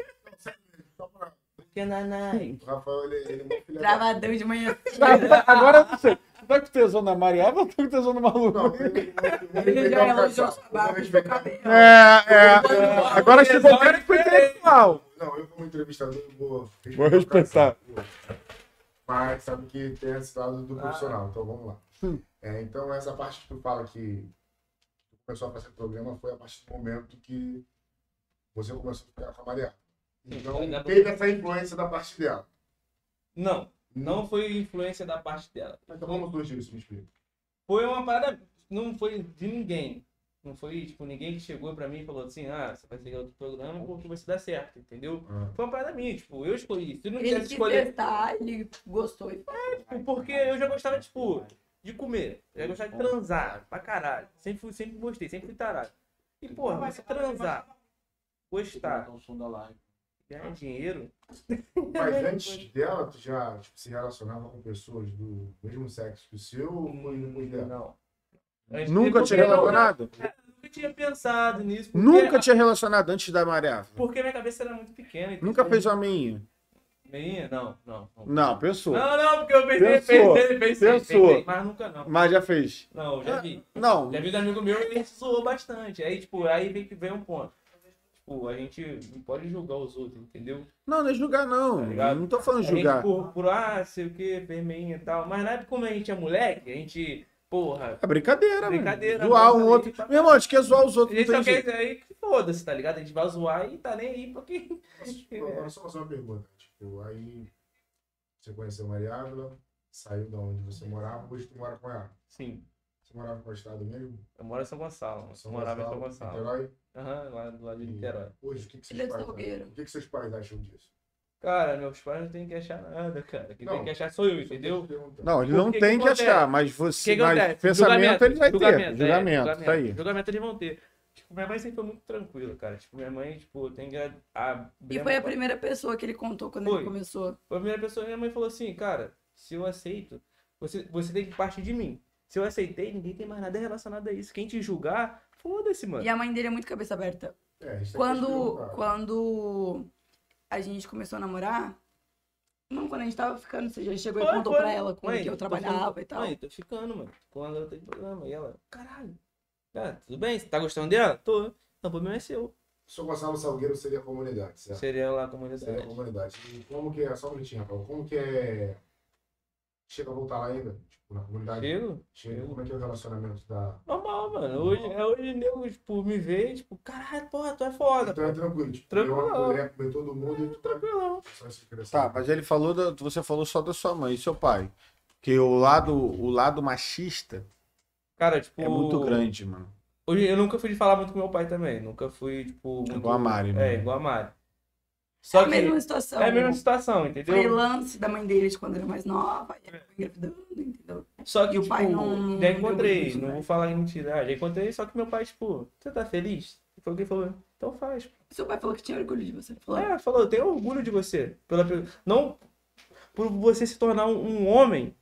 Só pra-
Que nanai.
O Rafael, ele, ele é uma filha da-
Travadão de manhã.
Tá, Agora, eu não sei. Você tá com tesão na Mariava ou tá com tesão
Não,
no maluco?
ele- ele- um
Ele
um
já elogiou sua barba e
ele-
seu cabelo.
É,
é.
Agora chegou o cara que foi intelectual.
Não, eu como entrevistador eu vou...
Vou respeitar.
Mas sabe que tem esse lado do
Ah.
profissional, então vamos lá. É, então essa parte que tu fala que tu começou a fazer programa foi a partir do momento que você começou a ficar com a Maria. Então
Sim, ainda
teve essa influência da parte dela.
Não, não foi influência da parte dela.
Então vamos surgiu isso, me explica.
Foi uma parada. Não foi de ninguém. Não foi, tipo, ninguém que chegou pra mim e falou assim, ah, você vai seguir outro programa porque vai se dar certo, entendeu?
Ah.
Foi uma parada minha, tipo, eu escolhi. Se eu não
Ele
quisesse
quis
escolher,
testar, ele gostou. e
tipo, porque eu já gostava, tipo, de comer. Eu já gostava de transar, pra caralho. Sempre, fui, sempre gostei, sempre fui tarado. E, porra, mas se transar, gostar, ganhar dinheiro,
Mas antes dela, tu já tipo, se relacionava com pessoas do mesmo sexo que o seu ou foi depois dela?
não. Antes-
Nunca
porque
tinha
eu
relacionado?
Nunca tinha pensado nisso. porque-
Nunca tinha relacionado antes da Mariava.
Porque minha cabeça era muito pequena. então entendeu?
Nunca fez uma meinha?
Meinha? Não, não. Não,
Não, pensou.
não, não, porque eu pensei,
Pensou,
pensei, pensei,
pensou.
pensei, mas nunca não.
Mas já fez.
Não, já vi.
Não,
Já vi do amigo meu e ele zoou bastante. Aí, tipo, aí vem que vem um ponto. Tipo, a gente não pode julgar os outros, entendeu?
não, não é julgar,
Tá
não.
ligado? É
não tô
A
falando
gente,
julgar.
por, por, ah, sei o que, vermelhinha e tal. Mas na época, como a gente é moleque, a gente, porra,
É brincadeira,
Brincadeira,
mano. Zoar um
mano, Tá
outro.
aí, pra-
Meu irmão, a gente quer zoar os
a
outros,
gente
não tem
só quer
jeito.
dizer aí que foda-se, tá ligado? A gente vai zoar e tá nem aí porque.
Agora tipo, só fazer uma pergunta. Tipo, aí você conheceu a Maria Ávila, saiu da onde você morava, hoje tu mora com ela.
Sim,
Você morava com o estado mesmo?
eu moro em São Gonçalo. Eu morava em São Gonçalo.
Niterói?
Aham, lá do lado de Niterói.
E Hoje, o que, que
Ele é
seus pais
salgueiro.
acham? O que, que seus pais acham disso?
Cara, meus pais não tem que achar nada, cara. Quem
Não.
tem que achar sou eu, entendeu?
Não, ele
Por
não
que
tem
que
que
acontece?
achar, mas
que
você.
que
Mas
acontece?
pensamento ele vai ter.
julgamento, é,
Julgamento, tá aí.
Julgamento eles vão ter. Tipo, minha mãe sempre foi muito tranquila, cara. Tipo, minha mãe, tipo, tem que. a- a-
E
minha
foi a
mãe-
primeira pessoa que ele contou quando
Foi.
ele começou.
foi a primeira pessoa que minha mãe falou assim, cara, se eu aceito, você, você tem que partir de mim. Se eu aceitei, ninguém tem mais nada relacionado a isso. Quem te julgar, foda-se, mano.
E a mãe dele é muito cabeça aberta.
É, isso é
Quando,
questão, cara.
quando a gente começou a namorar, não, quando a gente tava ficando, você já chegou e
Foi,
contou
foi.
pra ela como
Mãe,
que eu
tô
trabalhava
ficando-
e tal.
Mãe, tô ficando, mano. Com a garota de programa. E ela, caralho. Ah, tudo bem? Você tá gostando dela? Tô. Não, o problema é seu.
São Gonçalo Salgueiro seria a comunidade,
Tá.
certo?
Seria lá como ele
Seria a
é.
comunidade. E como que é, só um minutinho, Rafael, como que é... Chega a voltar lá ainda? Tipo, na comunidade?
Chego?
Chega. Como é que é o relacionamento da...
Normal, mano. Hoje, é hoje o nego, tipo, me vê, tipo, caralho, porra, tu é foda.
Então é tranquilo, tipo,
Tranquilo.
eu uma mulher, comer todo mundo e tu vai
Tranquilão.
só se interessar.
Tá, mas ele falou, da- você falou só da sua mãe e seu pai. Porque o lado, o lado machista
Cara, tipo.
é muito grande, mano.
Hoje eu nunca fui de falar muito com meu pai também. Nunca fui, tipo. Muito...
Igual a Mari, mano.
É, igual a Mari.
é
Só
a
que.
mesma situação.
É a mesma situação,
Foi
entendeu?
lance da mãe dele de quando era mais nova, e ela engravidando, entendeu?
Só que,
E o
tipo,
pai não-
já
não deu
encontrei.
muito,
Não
né?
vou falar em mentira. Ah, já encontrei, só que meu pai, tipo, você tá feliz? Foi o que ele falou. Então faz. pô.
Seu pai falou que tinha orgulho de você. Ele falou,
É, falou, eu tenho orgulho de você. Pela... pe- Não por você se tornar um, um homem.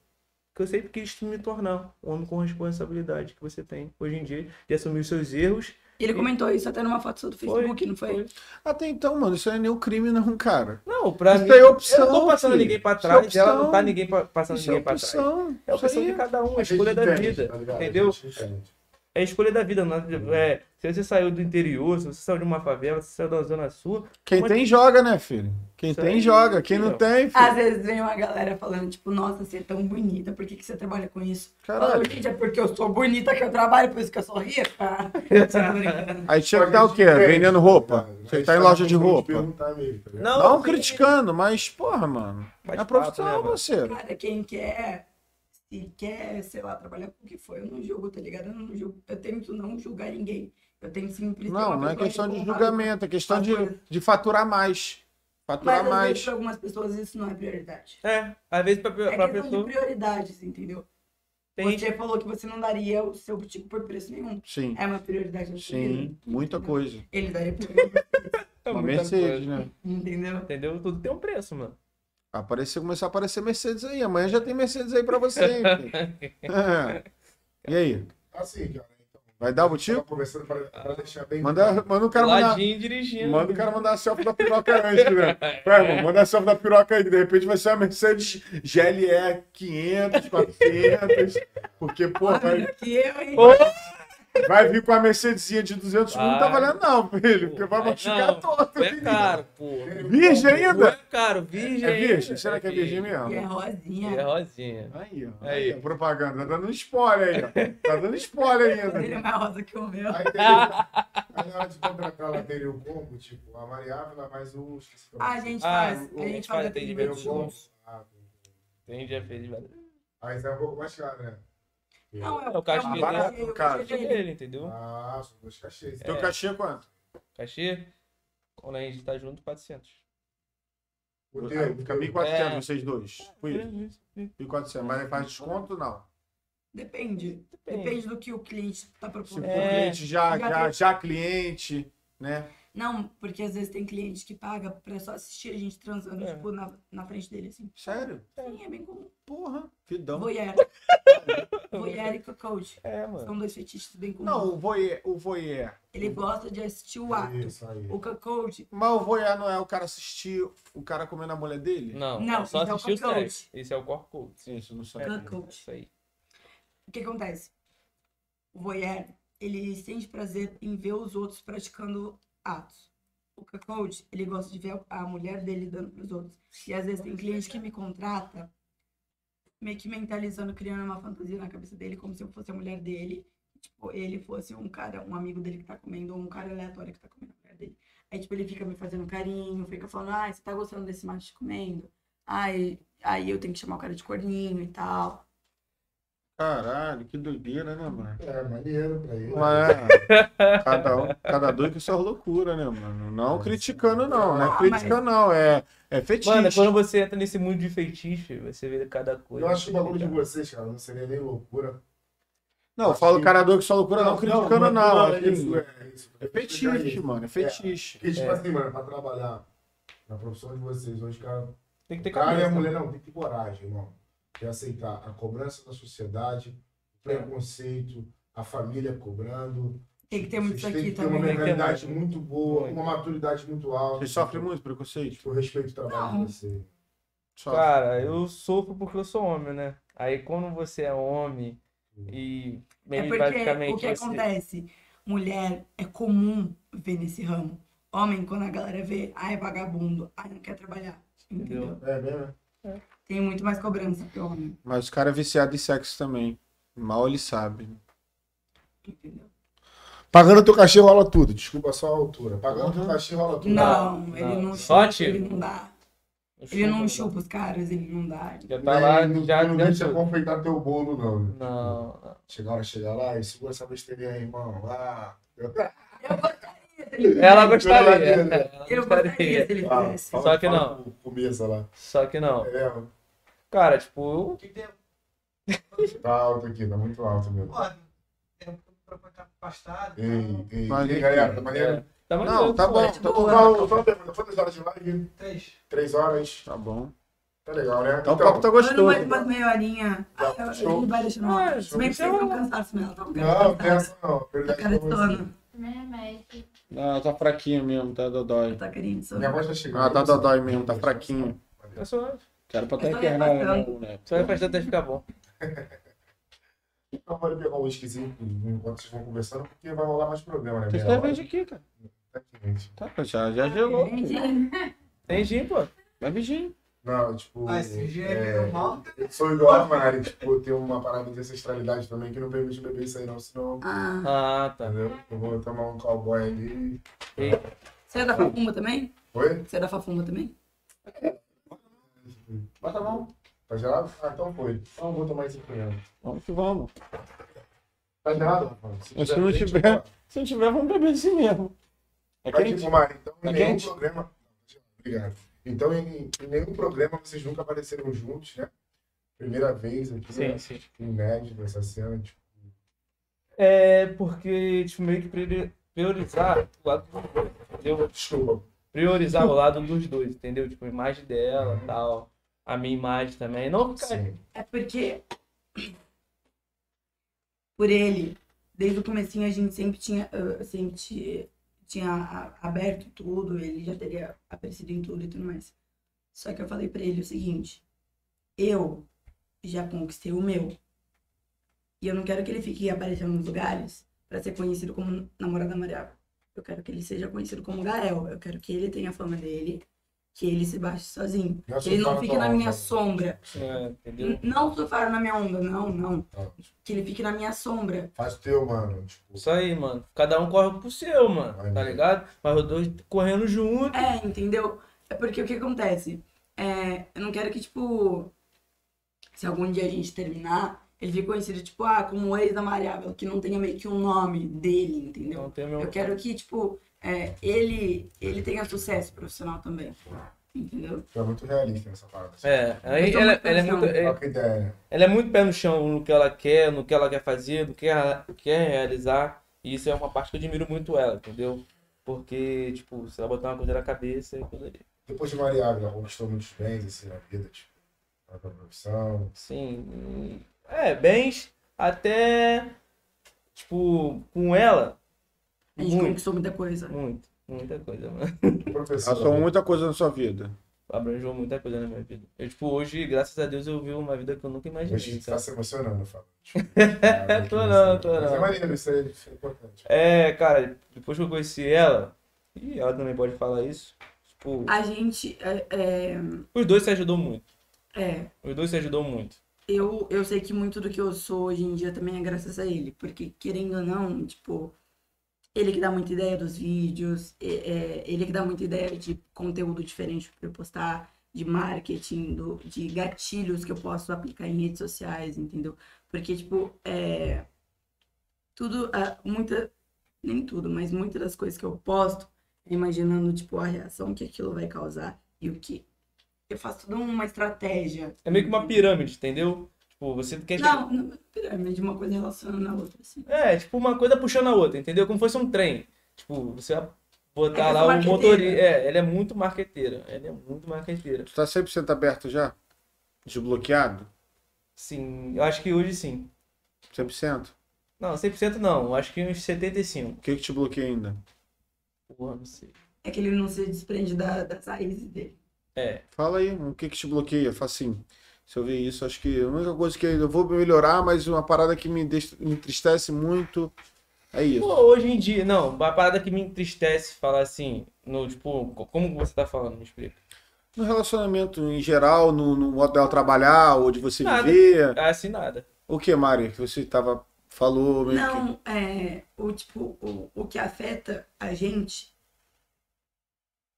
Que eu sempre quis me tornar um homem com responsabilidade que você tem hoje em dia, de assumir os seus erros.
e ele comentou isso até numa foto sua do Facebook, não foi?
Até então, mano, isso não é nenhum crime, não, cara.
Não, pra
Isso
mim.
é opção,
eu não tô passando
filho.
ninguém pra
Isso é
trás, ela não
opção.
tá ninguém pra- passando
Isso é
ninguém pra trás.
opção.
É a
Isso
opção
aí
de cada um, a
A gente
escolha da
entende,
vida.
tá ligado? A
entendeu?
gente entende.
é escolha da vida. não é- é, se você saiu do interior, se você saiu de uma favela, se você saiu da zona sul,
Quem
Mas-
tem, joga, né, filho? Quem
Isso
tem,
aí, é.
joga. Quem não
filho.
tem,
Às
filho.
vezes vem uma galera falando, tipo, nossa, você é tão bonita, por que, que você trabalha com isso? Fala,
Caralho.
gente, é porque eu sou bonita que eu trabalho, por isso que eu sou rica. Eu tô
tá
brincando.
Aí tinha que estar tá
é
o quê? Vendendo roupa. Você tá em loja de roupa.
tá
Não,
Não
sim.
criticando, mas, porra, mano.
Bate
É
papo, né,
profissional,
mano?
parceiro.
Cara, quem quer, se quer, sei lá, trabalhar com o que for, eu não julgo, tá ligado? Eu, não julgo, eu tento não julgar ninguém. Eu tento sempre. ser
Não,
uma
não é
pessoa
questão de
responsável.
julgamento, é questão de, de faturar mais.
Mas
Faturar
às vezes,
mais.
pra algumas pessoas isso não é prioridade.
É, às vezes pra,
É questão
pra
de
pessoa
prioridades, entendeu?
tem gente.
Você falou que você não daria o seu tipo por preço nenhum.
Sim,
É uma prioridade na sua vida.
sim. Muita coisa.
Ele daria por preço,
Uhum. é
Uma
muita
Mercedes,
coisa.
né?
entendeu?
Entendeu? Tudo tem um preço, mano.
Apareceu, começou a aparecer Mercedes aí. Amanhã já tem Mercedes aí pra você, hein, filho. É. E aí?
Assim, cara.
Vai dar o
Tava
motivo?
conversando pra, pra deixar bem.
Manda, manda o cara mandar.
Ladinho dirigindo.
Manda o cara mandar a selfie da piroca antes, né? Vai,
É.
irmão, manda a selfie da piroca aí, que de repente vai ser uma Mercedes GLE 500, 400, porque, pô, vai,
Olha que eu, hein?
vai vir com a Mercedesinha de 200 mil, não tá
Vai.
valendo não, filho, porque vai
Não,
machucar todo.
É caro, pô.
Virgem ainda?
É caro, virgem.
É virgem?
ainda.
Será que é virgem mesmo?
E é
É
rosinha.
rosinha.
Aí, ó.
Aí.
Aí, ó, propaganda. Tá dando spoiler aí, ó. Tá dando spoiler
Ele é
ainda.
mais rosa que o meu.
Aí teve. Aí na hora de contratar lá teve o combo, tipo, a variável, mas o. esqueci o nome.
A gente
Ah,
faz.
o-
a gente faz
Teve
atendimento
atendimento
o
junto.
combo.
juntos.
Ah,
Tem já fez. mas-
Mas é um pouco mais caro, né?
Não, é
É o cachê
é um
dele.
cachê, o
Cara,
cachê
Cachê
dele.
dele, entendeu?
Ah, são dois cachês.
Teu cachê é quanto?
Cachê, quando a gente tá junto, 400.
O
Aí
teu,
Fica 1.400
É. Uhum.
vocês dois. Foi isso. 1.400. Mas aí faz desconto, não.
Depende. Depende do que o cliente tá
Se for
propondo.
É.
cliente já,
Já
já,
tem-
já cliente, né?
Não, porque às vezes tem cliente que paga pra só assistir a gente transando,
É.
tipo, na, na frente dele, assim.
Sério?
Sim, é bem comum.
Porra, vidão.
Voyeur. Voyeur e cocote.
É, mano.
São dois fetiches bem comuns.
Não, o voyeur, o voyeur.
Ele gosta de assistir o ato.
É Isso aí.
O cocote
Mas o voyeur não é o cara assistir o cara comendo a mulher dele?
Não,
Não,
só
esse é o
assistir o
QR Code.
site. Esse é o QR Code.
Isso, não sei.
É,
QR Code.
Isso aí.
O que acontece? O voyeur, ele sente prazer em ver os outros praticando atos. O cuckold, ele gosta de ver a mulher dele dando pros outros. E às vezes tem cliente que me contrata, meio que mentalizando, criando uma fantasia na cabeça dele, como se eu fosse a mulher dele. Tipo, ele fosse um cara, um amigo dele que tá comendo, ou um cara aleatório que tá comendo a mulher dele. Aí, tipo, ele fica me fazendo carinho, fica falando, ai, você tá gostando desse macho te comendo? Ai, aí eu tenho que chamar o cara de corninho e tal.
Caralho, que doideira, né, mano?
É, maneiro pra ele.
Mas é, cada, um, cada doido com suas loucuras, né, mano? Não criticando, não. Não é
Ah,
crítica, não. É, é fetiche.
Mano, quando você entra nesse mundo de feitiço, você vê cada coisa.
Eu acho que o
é
bagulho de vocês, cara, não seria nem loucura.
Não, eu falo cada doido com sua loucura, não, criticando, não.
é
assim,
isso, é isso.
é fetiche, mano. É fetiche.
Porque, tipo assim, mano, pra trabalhar na profissão de vocês, hoje, cara,
Tem que ter
o cara e
cabeça.
a mulher não tem que ter coragem, irmão. De aceitar a cobrança da sociedade, o preconceito, a família cobrando.
Tem que ter muito isso
Vocês têm
aqui
que ter um uma
também. né?
melhor-
mentalidade muito boa,
Muito.
uma maturidade muito alta.
Você sofre muito preconceito?
Tipo, eu respeito o trabalho
Não.
de vocês.
Sofre.
Cara, eu sofro porque eu sou homem, né? Aí quando você é homem
Hum.
e meio
É
que
porque o que
você-
acontece? Mulher é comum ver nesse ramo. Homem, quando a galera vê, ah, é vagabundo, ah, não quer trabalhar. Entendeu?
Entendeu?
É, mesmo?
Tem muito mais cobrança que homem,
Mas o cara é viciado em sexo também. Mal ele sabe.
entendeu?
Pagando teu cachê rola tudo, desculpa só a altura. Pagando teu cachê rola tudo.
Não,
não.
ele não
Só
chupa, ele
tiro.
não dá.
Eu
Ele não
chupo,
chupa os caras, ele não dá.
Já tá lá,
não,
já
não
já
deixa
chupa.
confeitar teu bolo, não.
Não, não.
Chegar lá, chegar lá e segura essa besteirinha aí, irmão. Ah,
Eu gostaria se ele
Ela
gostaria,
gostaria.
né?
ela
Eu
gostaria.
gostaria se ele fizesse.
Só que
Com, com mesa lá.
Só que não.
É,
Cara, tipo,
Que tempo?
tá alto aqui, tá muito alto mesmo.
Porra, tempo um pra ficar afastado.
Ei, ei,
Maneiro.
ei, galera, tá
é,
maneiro.
tá
Não,
maneiro,
tá
pô.
bom, tá bom.
Qual qual o tempo? Quantas horas de live?
Três.
Três horas.
Tá bom.
Tá legal, né?
Então o papo tá
Mano,
gostoso.
mais umas meia horinha. Ah, eu-
Show.
Ele vai deixando
Ah,
uma. Se bem que um
show.
vocês estão cansados mesmo, estão
Não, tem
cansados.
essa não.
Tá
Verdade,
cara de
não.
sono.
Né, mas
Ah, tá fraquinho mesmo, tá dodói.
Tá carinha de
Minha
sono.
voz tá chegando.
Ah, tá dodói mesmo, tá fraquinho.
Tá suave.
Quero pra
Eu
até
tô
internar,
levantando.
né?
Só vai afastando até ficar bom.
Então pode pegar um whiskyzinho enquanto vocês vão conversando, porque vai rolar mais problema, né?
Vocês
Meia
estão
hora.
vendo aqui, cara.
Tá quente.
Tá, já, já
Ah,
gelou.
Tem gin, pô.
Vai vigiar.
Não, tipo.
Ah, esse gin é
é,
normal?
eu Sou igual a Mari, tipo, tem uma parada de ancestralidade também que não permite beber isso aí, não, senão.
Ah,
Ah, tá.
Entendeu? Eu vou tomar um cowboy ali.
você é da Fafumba também?
Oi?
Você é da Fafumba também?
Bota a mão.
Tá gelado? Ah, então foi. Então eu vou tomar esse primeiro.
Vamos que vamos.
Tá gelado, Rafa? Se
Mas se não
quente,
tiver-
pô,
Se não tiver, vamos beber assim mesmo. É
Mas,
quente?
tipo, Mari, então
Tá
em nenhum
quente?
programa. Obrigado. Então em, em nenhum programa vocês nunca apareceram juntos, né? Primeira vez aqui,
Sim,
né?
sim.
inédito essa cena, tipo.
É porque, tipo, meio que priori- priorizar o lado dos dois, entendeu? Tipo,
Desculpa.
Priorizar o lado dos dois, entendeu? Tipo, a imagem dela
Uhum.
e tal. A minha imagem também. Não ficar
Sim.
É porque. Por ele, desde o comecinho a gente sempre tinha. eh, sempre ti- tinha a- aberto tudo, ele já teria aparecido em tudo e tudo mais. Só que eu falei pra ele o seguinte: eu já conquistei o meu. E eu não quero que ele fique aparecendo nos lugares pra ser conhecido como namorada amarela. Eu quero que ele seja conhecido como Gael. Eu quero que ele tenha a fama dele, que ele se baixe sozinho.
Já
Que ele não
soltaram
fique
tua
na
onda.
minha sombra.
é, entendeu?
N- Não surfaram na minha onda, não, não.
Tá.
Que ele fique na minha sombra.
Faz o teu, mano. Tipo,
Isso aí, mano. Cada um corre pro seu, mano. Tá
Maneiro.
ligado? Mas os dois correndo junto.
É, entendeu? É porque o que acontece? É, eu não quero que, tipo, se algum dia a gente terminar, ele fique conhecido, tipo, ah, como o ex da Mariável, que não tenha meio que o nome dele, entendeu?
Não então tem
Eu
meu.
quero que, tipo, é, ele, ele tenha sucesso profissional também. Entendeu?
tu é muito realista nessa parada.
É, ela,
Eu tô
ela-
muito
ela é
pensando.
muito, é-
Qual que é a ideia?
ela é muito pé no chão no que ela quer, no que ela quer fazer, no que ela quer realizar. E isso é uma parte que eu admiro muito ela, entendeu? Porque, tipo, se ela botar uma coisa na cabeça, é aquilo ali.
Depois de Maria Ávila, conquistou muitos bens assim, na vida, tipo, na tua profissão.
Sim. É, bens até. Tipo, com ela.
A gente
Muito,
conquistou muita coisa.
muito. Muita coisa, mano.
Professor. né?
Passou muita coisa na sua vida.
Abranjou muita coisa na minha vida. Eu, tipo, hoje, graças a Deus, eu vivo uma vida que eu nunca imaginei.
Hoje você tá
sabe?
se emocionando, Fábio.
Tô não, tô
Mas é
não.
maneiro, isso é isso é importante.
É, cara, depois que eu conheci ela, e ela também pode falar isso, tipo,
A gente. é, é,
os dois se ajudou muito.
é,
Os dois se ajudou muito.
Eu, eu sei que muito do que eu sou hoje em dia também é graças a ele, porque querendo ou não, tipo, ele que dá muita ideia dos vídeos, e- é, ele que dá muita ideia de conteúdo diferente para eu postar, de marketing, do, de gatilhos que eu posso aplicar em redes sociais, entendeu? Porque, tipo, é, tudo, ah, muita, nem tudo, mas muitas das coisas que eu posto, é imaginando, tipo, a reação que aquilo vai causar e o que. Eu faço toda uma estratégia.
É meio que uma
Uhum.
entendeu?
pirâmide, entendeu? Tipo, você quer chegar...
Não, não, pirâmide, uma coisa relacionando a outra, assim.
É, tipo, uma coisa puxando a outra, entendeu? Como fosse um trem. Tipo, você vai
Ela
botar
é
lá o
marqueteira.
motorista. É, ela é muito marqueteira. Ela é muito marqueteira.
Tu tá 100% aberto já? Desbloqueado?
Sim, eu acho que hoje sim.
100%?
Não, 100% não. Eu acho que uns 75.
O que que te bloqueia ainda?
Porra, não sei.
É que ele não se desprende da, das raízes dele.
É,
Fala aí, o que que te bloqueia? Fala assim, se eu ver isso, acho que a única coisa que eu vou melhorar, mas uma parada que me, dest- me entristece muito é isso.
Pô, hoje em dia, não, uma parada que me entristece falar assim, no, tipo, co- como você tá falando, me explica.
No relacionamento em geral, no, no modo dela trabalhar, ou de você
Nada.
viver.
Ah, Assim, nada.
O que, Mari? Que você tava, falou meio que...
Não, é, o tipo, o, o que afeta a gente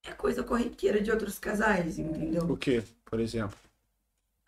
é coisa corriqueira de outros casais, entendeu?
O que, por exemplo?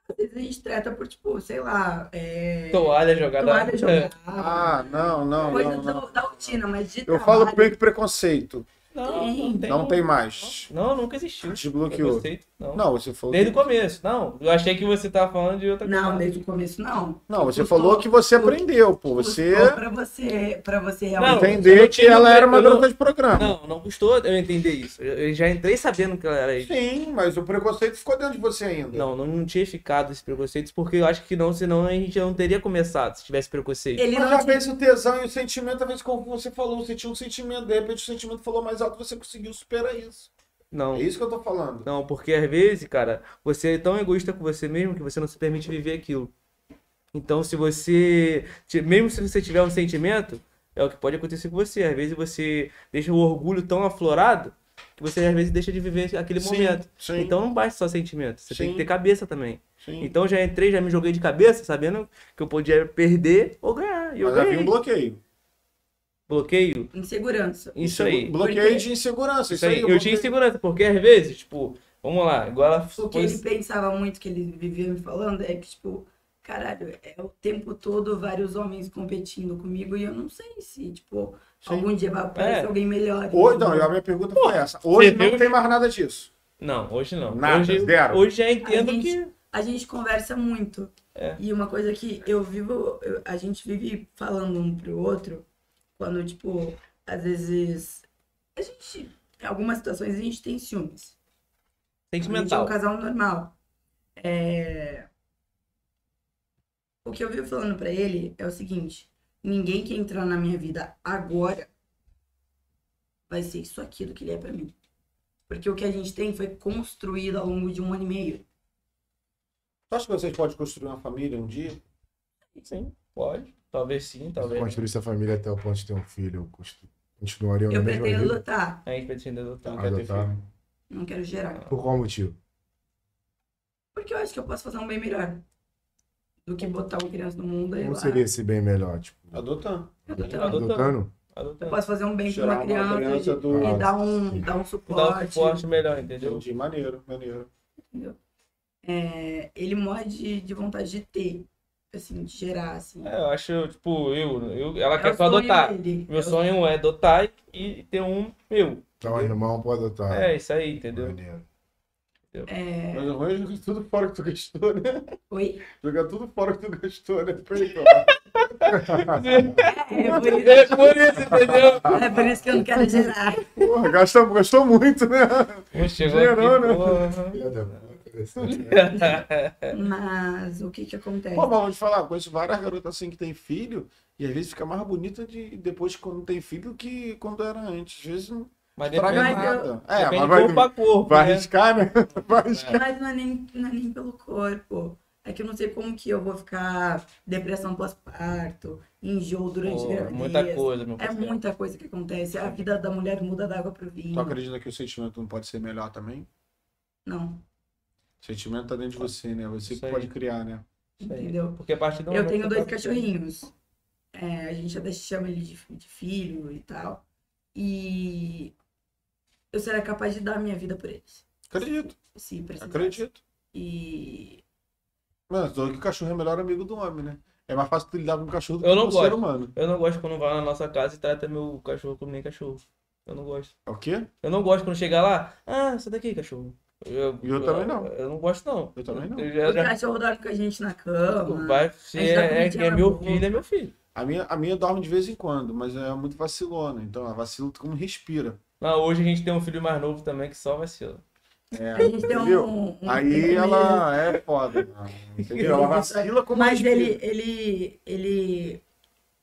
Às vezes a gente trata por, tipo, sei lá, é,
Toalha jogada.
toalha jogada,
Ah, não, não,
coisa
não,
do-
não.
da rotina, mas de
Eu falo
trabalho,
meio que preconceito.
Não, não
Tem.
tem.
Não tem mais.
Não, nunca existiu.
Desbloqueou.
Preconceito, não.
Não, você falou.
Desde o começo, não. Eu achei que você tava falando de outra
Não,
coisa.
desde o começo, não.
Não, você
Custou-
falou que você
custou-
aprendeu, pô. Você
custou Pra você, pra você realmente...
eu
entender
não
que
tinha
ela
ideia,
era uma
eu não-
garota de programa.
Não, não custou eu entender isso. Eu eu já entrei sabendo que ela era isso.
Sim, mas o preconceito ficou dentro de você ainda.
Não, não, não tinha ficado esse preconceito, porque eu acho que não, senão a gente não teria começado se tivesse preconceito.
Ele
Mas
não
às
tinha...
vezes o tesão e o sentimento, às vezes como você falou, você tinha um sentimento, de repente o sentimento falou mais alto, você conseguiu superar isso.
Não.
É isso que eu tô falando.
Não, porque às vezes, cara, você é tão egoísta com você mesmo que você não se permite viver aquilo. Então, se você. ti- Mesmo se você tiver um sentimento, é o que pode acontecer com você. Às vezes você deixa o orgulho tão aflorado que você às vezes deixa de viver aquele
Sim,
momento.
sim.
Então não basta só sentimento, você tem
Sim.
que ter cabeça também.
Sim.
Então eu já entrei, já me joguei de cabeça, sabendo que eu podia perder ou ganhar. E eu
Mas havia
ganhei.
um bloqueio.
Bloqueio,
Insegurança.
isso aí.
Bloqueio de insegurança. Isso
Isso aí.
aí. é
Eu tinha insegurança, porque às vezes, tipo, vamos lá, igual ela
é
O que ele pensava muito, que ele vivia me falando, é que, tipo, caralho, é o tempo todo vários homens competindo comigo e eu não sei se, tipo,
Sim.
algum dia vai aparecer
É.
alguém melhor.
Hoje, não, a minha pergunta foi essa. Hoje
você
não
viu?
tem mais nada disso.
Não, hoje não.
Nada,
hoje,
zero.
hoje já entendo
A gente-
que.
A gente conversa muito.
É.
E uma coisa que eu vivo, eu- a gente vive falando um pro outro, quando, tipo, às vezes. A gente, em algumas situações, a gente tem ciúmes. A gente é um
Sentimental.
casal normal. É, O que eu vivo falando pra ele é o seguinte: ninguém que entrar na minha vida agora vai ser isso aquilo que ele é pra mim. Porque o que a gente tem foi construído ao longo de um ano e meio.
Tu acha que vocês podem construir uma família um dia?
Sim, pode. Talvez sim,
Se
talvez. não.
construir sua família até o ponto de ter um filho, eu constru- continuaria na
Eu
mesma
pretendo
vida?
lutar,
A gente pretende adotar.
Tá.
Não quer ter
Adotar.
filho.
não quero gerar.
Por qual motivo?
Porque eu acho que eu posso fazer um bem melhor do que botar uma criança no mundo e
Como
lá.
seria esse bem melhor? Tipo, tá
Adotando.
Adotando.
Adotando.
adotando?
Eu
Adotando.
posso fazer um bem pra
Tirar
uma criança,
uma criança
e-
do-
e dar um,
Sim.
dar um
Dar um
suporte.
suporte melhor, entendeu?
Entendi. Maneiro, maneiro.
É, ele morre de, de vontade de ter, assim, de gerar, assim.
É, eu acho, tipo, eu, eu ela
É
quer
o
só
sonho
adotar.
dele. É
Meu
o-
sonho é adotar e ter um meu.
Então, um irmão pode adotar.
É isso aí, entendeu?
Maneiro.
é,
Mas o ruim é jogar tudo fora que tu gastou, né?
Oi?
Jogar tudo fora que tu gastou, né? Peraí,
É
É por, isso,
por isso, entendeu?
é por isso que eu não quero gerar.
Porra, gastou, gastou muito, né?
Pô, Chegou
Gerou, né?
aqui,
Filha da puta, esse-
porra.
Mas o que que acontece?
Pô, mas vou te falar, eu conheço várias garotas assim que tem filho e às vezes fica mais bonita de, depois que quando tem filho que quando era antes. Às vezes não
Mas
estraga
Mas
depende,
eu-
nada. É,
depende
mas vai,
corpo a corpo,
vai
né?
arriscar, né? Vai arriscar.
Mas não é, nem, não é nem pelo corpo. É que eu não sei como que eu vou ficar depressão pós-parto, enjoo durante
Pô,
a gravidez.
muita coisa, meu
É
parceiro.
muita coisa que acontece. A vida da mulher muda da água pro
Tu
vinho.
acredita que o sentimento não pode ser melhor também?
Não,
O sentimento tá dentro de você, né? Você
Isso
que
aí.
pode criar, né?
Isso aí.
entendeu?
Porque a partir do
Eu
momento
tenho
que
dois
tá-
cachorrinhos. É, a gente até chama ele de, de filho e tal. E eu seria capaz de dar minha vida por eles.
Acredito,
Se precisar.
acredito.
E
Mas só que o cachorro é o melhor amigo do homem, né? É mais fácil tu lidar com o cachorro do
Eu
que
não
com o ser
gosto.
humano.
Eu não gosto quando vai lá na nossa casa e trata meu cachorro como nem cachorro. Eu não gosto.
É o quê?
Eu não gosto quando chegar lá, ah, sai daqui, cachorro. Eu,
Eu também não.
Eu não gosto, não.
Eu também não.
Eu
o
já- já-
cachorro dorme com a gente na cama.
vai, se
A gente tá com
é, é,
gente
é
na
meu
boca.
filho, é meu filho.
A minha, a minha dorme de vez em quando, mas é muito vacilona. Então, ela vacila como respira.
Não, hoje a gente tem um filho mais novo também que só vacila.
É,
A gente tem
entendeu?
um. um-
Aí
um-
ela é foda. né? Entendeu? Ela vacila como é
Mas
respira.
ele, ele, ele.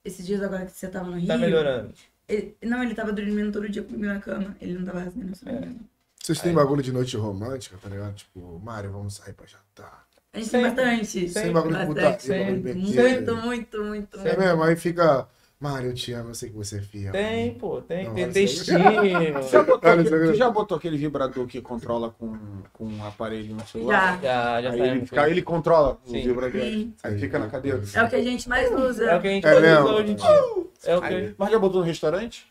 Esses dias agora que você tava no Rio.
Tá melhorando.
ele- não, ele tava dormindo todo dia comigo na cama. Ele não tava rasgando sobre mim.
Vocês têm bagulho de noite romântica, tá ligado? Tipo, Mário, vamos sair pra jantar.
A gente tem
Sempre.
bastante.
Sem bagulho de
bastante.
putaria, bagulho de
Muito,
bequeira.
muito, muito.
É mesmo, aí fica, Mário, eu te amo, eu sei que você é fiel.
Tem, pô, tem.
Não,
tem
mas-
Tu já botou,
textinho.
Olha,
aquele,
isso-
tu já botou aquele vibrador que controla com, com um aparelho no celular?
Já.
já, já
Aí
sabe,
ele,
pô.
fica, ele controla o
Sim.
vibrador.
Sim.
Aí fica na cadeira.
É o que a gente mais usa.
É o que a gente
É
valoriza
mesmo?
hoje em dia. É o que.
Aí, mas já botou no restaurante?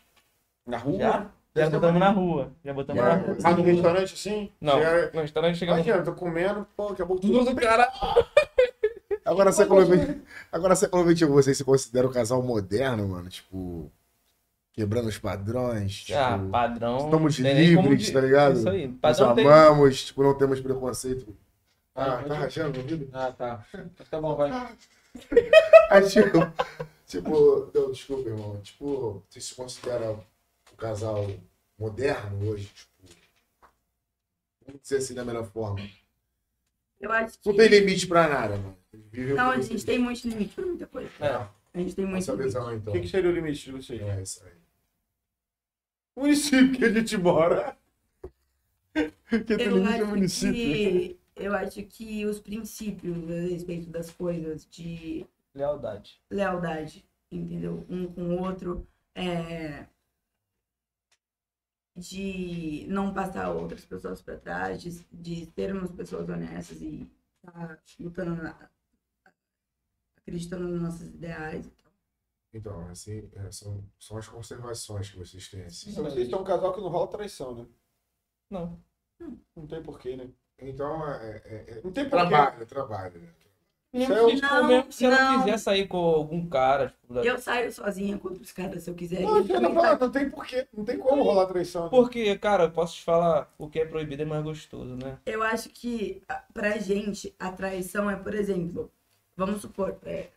Na rua?
Já? Já
Deve ter
botamos
uma-
na rua. Já botamos na rua.
Mas no restaurante assim?
Não,
Já-
no restaurante chegamos.
Imagina, tô comendo, pô, daqui a pouco tudo.
Tudo, cara.
Agora, século XX, agora, século XXI, vocês tipo, se consideram um casal moderno, mano? Tipo, quebrando os padrões, tipo...
Ah, padrão.
Estamos
não tem nem como
livres, tá ligado?
Isso aí.
Nós
Padrão tem.
amamos, tipo, não temos preconceito. Ah,
Ah,
tá rachando o ouvido?
Ah, tá. Tá bom, vai.
Aí, tipo, tipo, eu, desculpa, irmão. Tipo, vocês se consideram um casal moderno hoje? Tipo, vamos dizer assim da melhor forma.
Eu acho que.
Não tem limite pra nada, mano. Vivem
Não,
por
a
isso.
gente tem muito limite pra muita coisa.
É.
A gente tem muito
Essa
limite.
visão, então.
O que, que seria o limite de vocês?
É isso aí.
O município que a gente mora. Que tem
Eu
limite é
acho
município.
que Eu acho que os princípios né, a respeito das coisas, de
Lealdade.
lealdade, entendeu? Um com o outro, é, de não passar outras pessoas para trás, de, de termos pessoas honestas e tá lutando, na- acreditando nos nossos ideais.
Então, assim, é, são, são as conservações que vocês têm. assim.
Então, vocês estão um casal que não rola traição, né?
Não.
Não tem porquê, né?
Então, é, é- é-
Não tem porquê.
trabalho, trabalho. né?
Isso é
Mesmo, se, tipo,
Não,
mesmo se ela
não.
quiser sair com algum cara, tipo, da-
Eu saio sozinha com os caras se eu quiser.
Não,
e
eu
também
não, falo,
saio-
não tem porquê. Não tem como rolar traição. Né?
Porque, cara, eu posso te falar, o que é proibido é mais gostoso, né?
Eu acho que a- pra gente a traição é, por exemplo, vamos supor, é,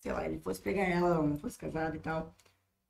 sei lá, ele fosse pegar ela, ela não fosse casada e tal.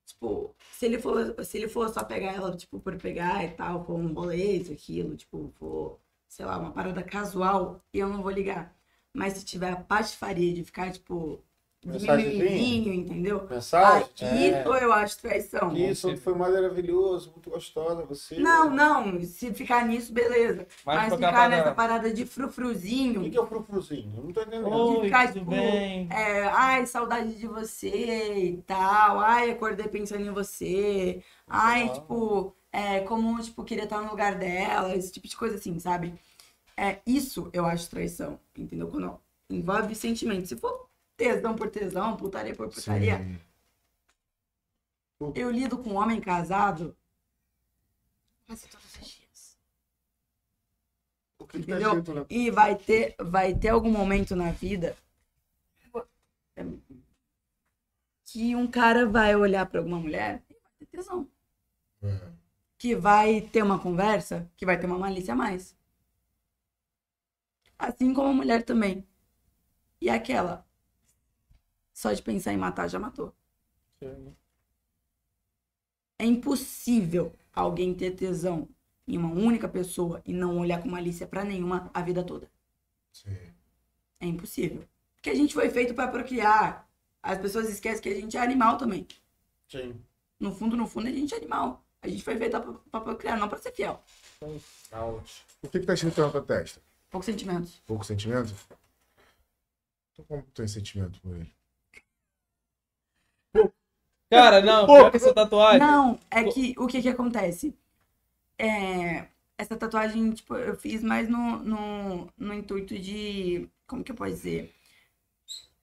Tipo, se ele for, se ele for só pegar ela, tipo, por pegar e tal, for um boleto, aquilo, tipo, for, sei lá, uma parada casual, eu não vou ligar. Mas se tiver a patifaria de ficar, tipo, de
Mensagenzinho?
menininho, entendeu? Aí,
Mensagem? É.
isso eu acho traição.
Que Isso, foi maravilhoso, muito gostosa você.
Não, não, se ficar nisso, beleza. Mas, né?
Mas ficar
ficar
pra
nessa
dar-
parada de
O
frufruzinho,
que que é o frufruzinho? Eu não tô entendendo.
Oi,
ficar,
tudo
tipo,
bem?
É, ai, saudade de você e tal. Ai, acordei pensando em você. Ai, tipo, é, como, tipo, queria estar no lugar dela, esse tipo de coisa assim, sabe? É, isso eu acho traição, entendeu? Quando envolve sentimento. Se for tesão por tesão, putaria por putaria,
Sim.
eu lido com um homem casado quase todos os dias.
O que tá
Entendeu?
escrito na
E vai ter, vai ter algum momento na vida que um cara vai olhar pra alguma mulher e vai ter tesão.
É.
Que vai ter uma conversa, que vai ter uma malícia a mais. Assim como a mulher também. E aquela. Só de pensar em matar, já matou. É impossível alguém ter tesão em uma única pessoa e não olhar com malícia pra nenhuma a vida toda.
Sim.
É impossível. Porque a gente foi feito pra procriar. As pessoas esquecem que a gente é animal também.
Sim.
No fundo, no fundo, a gente é animal. A gente foi feito pra- pra procriar, não pra ser fiel.
O que, que tá escrito na tua testa?
Poucos sentimentos.
Pouco sentimento? Então, como tu tem sentimento por ele?
Cara, não, pior que essa tatuagem.
Não, é que o que que acontece? É, essa tatuagem, tipo, eu fiz mais no, no, no intuito de. Como que eu posso dizer?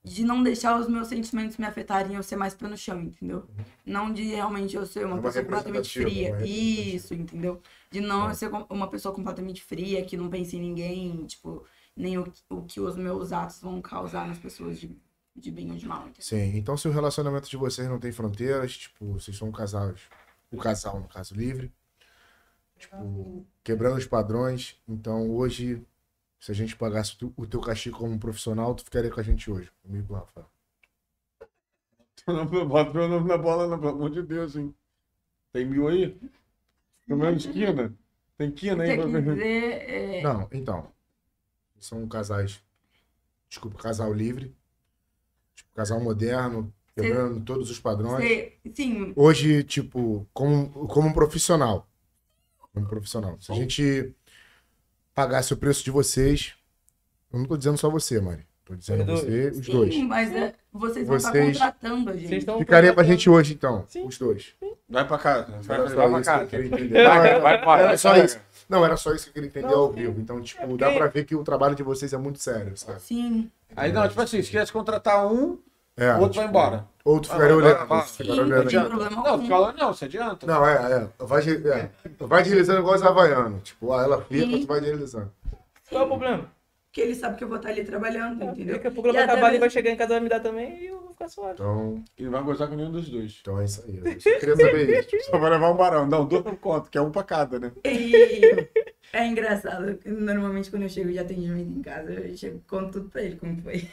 De não deixar os meus sentimentos me afetarem eu ser mais pé no chão, entendeu? Não de realmente eu ser
É
uma
Uma
pessoa completamente
representativa, uma
fria.
representativa.
Isso, entendeu? De não
É.
ser com- uma pessoa completamente fria, que não pense em ninguém, tipo, nem o, o que os meus atos vão causar nas pessoas de, de bem ou de mal. entendeu?
Sim. Então, se o relacionamento de vocês não tem fronteiras, tipo, vocês são um casal, o casal, no caso, livre, tipo, quebrando os padrões. Então, hoje, se a gente pagasse o teu- o teu cachê como profissional, tu ficaria com a gente hoje, comigo, Rafa.
Não bota meu nome na bola, não, pelo amor de Deus, hein? Tem mil aí? No mesmo esquina? Tem quina aí?
Quer
pra ver?
dizer, é,
Não, então. São casais. Desculpa, casal livre. Tipo, casal moderno, quebrando todos os padrões.
ser- sim,
Hoje, tipo, como, como um profissional. Como um profissional. Se a gente pagasse o preço de vocês. Eu não tô dizendo só você, Mari. Tô dizendo
Os
você, os
Sim,
dois.
mas é, vocês vão
Vocês-
estar contratando a gente.
Vocês estão
Ficaria pra gente hoje, então.
Sim.
Os dois.
Vai pra casa. Vai,
Era só
pra- vai pra
isso que eu
casa.
queria entender. Não,
Vai,
era-
vai, vai,
era só
vai.
isso. Não, era só isso que eu queria entender
Não,
ao vivo. Então, tipo, dá
porque-
pra ver que o trabalho de vocês é muito sério, sabe?
Sim.
Aí não, tipo assim, esquece de contratar um,
É,
o outro vai embora.
Ou tu
Ah,
ficaria
vai,
olhando.
vai,
tu
vai.
ficaria
Sim,
olhando.
não tem problema
Não,
algum.
fica lá, não, se adianta.
Não, é, é. Vai, de- é. vai deslizando igual os havaianos. Tipo, ah, ela fica,
Sim.
tu vai deslizando.
Qual é o problema?
Porque ele sabe que eu vou estar ali trabalhando, entendeu?
Daqui a pouco ela vai
E até
acabar, ele vai
mesmo-
chegar em casa e vai me dar também e eu vou ficar suave.
Então,
E não vai gozar com nenhum dos dois.
então é isso aí. Eu só queria saber isso.
Só vai levar um barão. Não, dois por conta, que é um pra cada, né?
E é engraçado. Normalmente quando eu chego de atendimento em casa, eu chego, conto tudo pra ele como foi.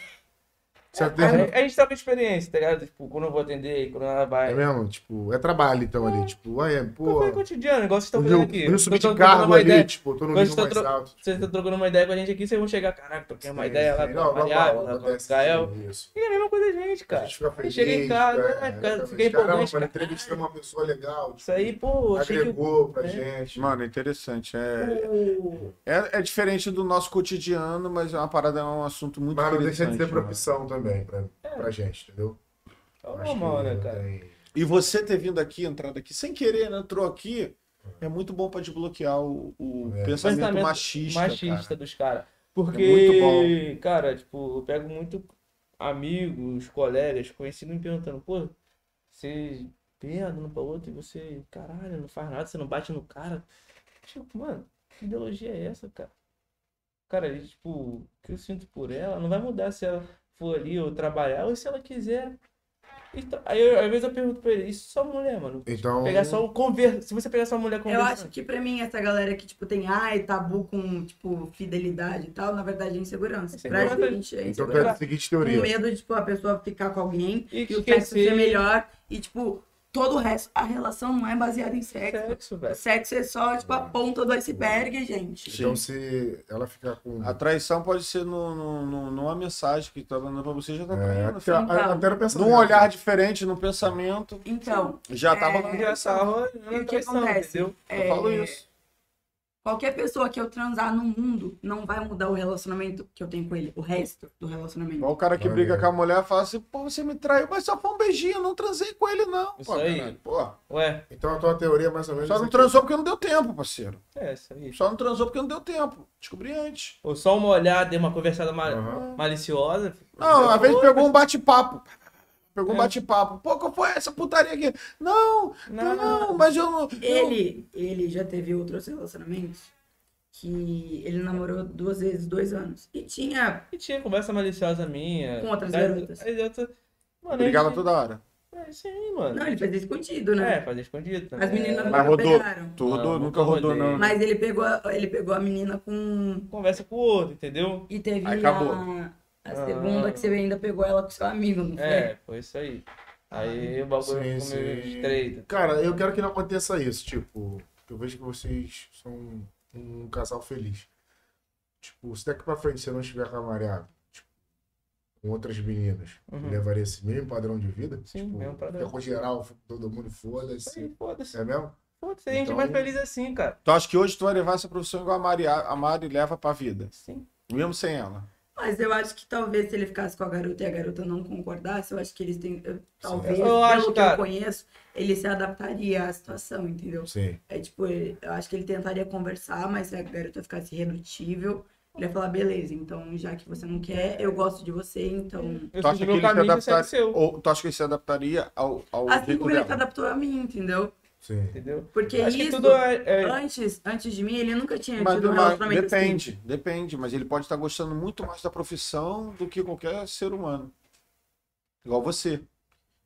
Você
A,
atende-
gente- a gente troca experiência, tá ligado? Tipo, quando eu vou atender, quando ela vai.
É mesmo? Tipo, é trabalho então ali. Tipo, aí, é, pô.
Qual é o cotidiano? Igual vocês estão fazendo
Eu,
aqui.
eu subi
Tô- tô
de
trocando
cargo
uma
ali,
ideia.
tipo, tô no
Quando
nível
você tá
mais
tro-
alto.
Vocês estão trocando uma ideia com a gente aqui, vocês vão chegar, caraca, troquei uma ideia lá com
Não,
a Mariana,
normal,
lá com o
acontece,
Gael.
sim, Isso.
E é a mesma coisa da gente,
A
cara.
gente fica feliz.
Cheguei em casa,
cara,
né, cara,
fica
fiquei
feliz. Caramba,
empolgante,
mano,
cara.
entrevistando uma pessoa legal. tipo,
Isso aí, pô, achei que o-
agregou pra
né?
gente.
Mano, é interessante. É,
o-
é, é diferente do nosso cotidiano, mas é uma parada, é um assunto muito
Mas não deixa de
interessante, né?
ser
mano.
profissão também pra, pra gente, entendeu?
é o
Acho
normal,
que
né,
não
cara?
tem-
E você ter vindo aqui, entrado aqui, sem querer, né? Entrou aqui, é muito bom pra desbloquear o, o
É.
pensamento,
Pensamento
machista.
machista
cara. É
dos caras.
muito
Porque, cara, tipo, eu pego muito amigos, colegas, conhecidos me perguntando, pô, você pega um pra outro e você, caralho, não faz nada, você não bate no cara. Tipo, mano, que ideologia é essa, cara? Cara, e, tipo, o que eu sinto por ela não vai mudar se ela for ali ou trabalhar ou se ela quiser. Então, aí eu- às vezes eu pergunto pra ele, isso só mulher, mano.
Então,
Uhum.
Pegar só o conver... Se você pegar só a mulher
Eu
conversando.
acho que pra mim, essa galera que, tipo, tem ai, tabu com, tipo, fidelidade e tal, na verdade é insegurança.
Insegurança.
Pra gente, é
então
insegurança.
quero a seguinte
Com
teoria.
medo de, tipo, a pessoa ficar com alguém
E
e, o
esquecer.
sexo ser melhor. E, tipo, todo o resto, a relação não é baseada em sexo.
Sexo,
O
velho.
sexo é só, tipo, a ponta do iceberg, gente.
Então se ela ficar com...
A traição pode ser no, no, no- numa mensagem que tá mandando pra você, já tá
É,
traindo.
até,
filho.
a- até no pensamento.
Num olhar diferente, num pensamento,
Então,
já tá
É.
rolando
Engraçado,
traição.
olha,
E o que acontece?
entendeu?
Eu
é,
falo isso.
qualquer pessoa que eu transar no mundo não vai mudar o relacionamento que eu tenho com ele, o resto do relacionamento.
Igual o cara que
Olha.
briga com a mulher fala assim, pô, você me traiu, mas só foi um beijinho, eu não transei com ele, não.
Isso
pô,
aí.
caralho, pô.
Ué,
Então a tua teoria é mais ou menos...
Só não
isso aqui.
transou porque não deu tempo, parceiro.
é isso aí.
Só não transou porque não deu tempo. Descobri antes.
Ou só uma olhada, deu uma conversada ma-
Aham.
maliciosa.
Não, às vezes pegou um bate-papo. Pegou um
É.
bate-papo. Pô, qual foi essa putaria aqui? Não, não,
Não,
não, mas eu não. eu-
Ele, ele já teve outros relacionamentos que ele namorou duas vezes, dois anos. E tinha.
E tinha conversa maliciosa minha.
Com outras
Aí-
garotas.
aí outra- Mano,
Brigava
aí-
toda hora.
É isso aí, mano.
Não, ele fez escondido, né?
É, fazer escondido também. É,
As meninas
Mas
nunca
rodou.
pegaram.
Tu rodou?
Não,
Nunca
nunca
rodou,
rodei.
não.
Mas ele pegou, a- ele pegou a menina com.
Conversa com o outro, entendeu?
E teve
Aí acabou.
a. A
Ah.
segunda que você ainda pegou ela com seu amigo, não foi?
É, foi isso aí. Aí o bagulho
Sim,
ficou meio
sim.
estreito.
Cara, eu quero que não aconteça isso. Tipo, eu vejo que vocês são um casal feliz. Tipo, se daqui pra frente você não estiver com a Mariana, tipo, com outras meninas,
Uhum.
levaria esse mesmo padrão de vida?
Sim,
tipo,
mesmo padrão.
fica com geral, fica com todo mundo,
Isso
foda-se.
aí, Foda-se.
É mesmo?
Foda-se, a gente é
Então-
mais feliz assim, cara.
Tu acha que hoje tu vai levar essa profissão igual a Mari, a Mari leva pra vida?
Sim.
Mesmo sem ela.
Mas eu acho que talvez se ele ficasse com a garota e a garota não concordasse, eu acho que eles têm. eu- talvez,
Eu
pelo
acho,
que
cara.
eu conheço, ele se adaptaria à situação, entendeu?
Sim.
É tipo, ele- eu acho que ele tentaria conversar, mas se a garota ficasse irredutível, ele ia falar, beleza, então já que você não quer, eu gosto de você, então.
Eu
Tu acha
fiz
que
o meu
ele se
caminho, você segue o
adaptaria?
seu.
Ou tu acha que ele se adaptaria ao, ao
Assim
jeito
como ele se
dela?
adaptou a mim, entendeu?
Sim.
Entendeu?
Porque
Acho que
isso,
tudo é- é,
antes, antes de mim, ele nunca tinha
Mas,
tido um
mas
relacionamento
depende, depende. Mas ele pode estar gostando muito mais da profissão do que qualquer ser humano. Igual você.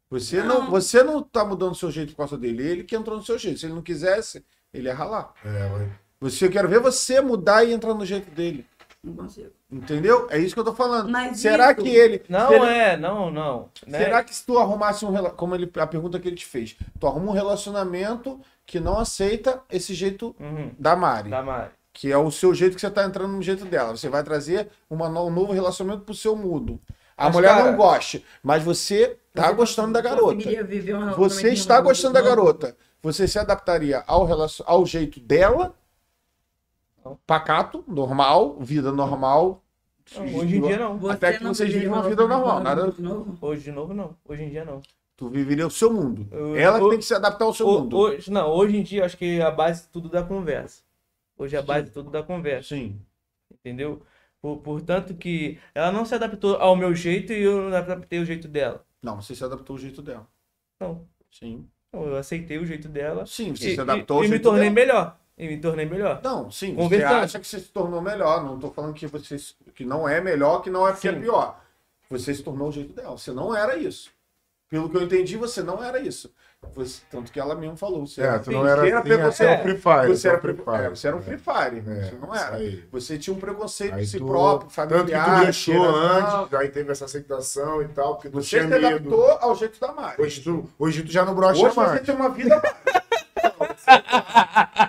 Você não,
Não.
você não tá mudando seu jeito por causa dele. Ele que entrou no seu jeito. Se ele não quisesse, ele ia ralar.
É, vai.
Você, eu quero ver você mudar e entrar no jeito dele.
assim. Não consigo.
Entendeu? É isso que eu tô falando.
Mas
será
isso-
que ele.
Não
será,
é, não, não. né?
será que se tu arrumasse um rela- Como ele, a pergunta que ele te fez. Tu arruma um relacionamento que não aceita esse jeito
Uhum.
da Mari.
Da Mari.
Que é o seu jeito que você tá entrando no jeito dela. Você vai trazer uma no- um novo relacionamento pro seu mundo. A
Mas,
mulher
cara-
não gosta, mas você tá
Você
gostando da garota.
conseguiria viver um relacionamento
Você está
normal.
gostando da garota. Você se adaptaria ao, relacion... ao jeito dela, pacato, normal, vida normal.
Não, hoje em dia não.
Você
Até que
não
vocês
viveria
vivem
um
uma vida normal,
relacionamento
nada-
novo?
Hoje de novo não. Hoje em dia não.
Tu viveria o seu mundo.
Eu-
Ela que
eu-
tem que se adaptar ao seu
Ho-
mundo.
hoje, não, hoje em dia acho que a base de tudo da conversa. Hoje a base de tudo da conversa,
Sim.
entendeu? Por- portanto que ela não se adaptou ao meu jeito e eu não adaptei o jeito dela.
Não, você se adaptou ao jeito dela.
Não.
Sim.
Não, Então, Eu aceitei o jeito dela.
Sim,
e,
você se adaptou ao
e, e me
jeito
tornei
dela.
melhor. E me tornei melhor.
Não, sim, você
Conversando.
acha que você se tornou melhor. Não tô falando que você se- que não é melhor, que não é porque é
Sim.
pior. Você se tornou o jeito dela. Você não era isso. Pelo que eu entendi, você não era isso. Você- tanto que ela mesmo falou. Você
É,
era
tu não era
inteira
assim, é,
preconceito.
você era Free Fire.
Você era,
só Free
pre-
Fire.
é, você era um Free Fire, você não
isso
era.
aí.
Você tinha um preconceito
É, Aí
de si
tu-
próprio,
Tanto que
familiar.
tu deixou
geracional.
antes, aí teve essa aceitação e tal, porque tu
Você
tinha
se
medo.
adaptou ao jeito da Mari.
Hoje tu, hoje tu já não
Hoje
brocha
você
mais.
tem uma vida.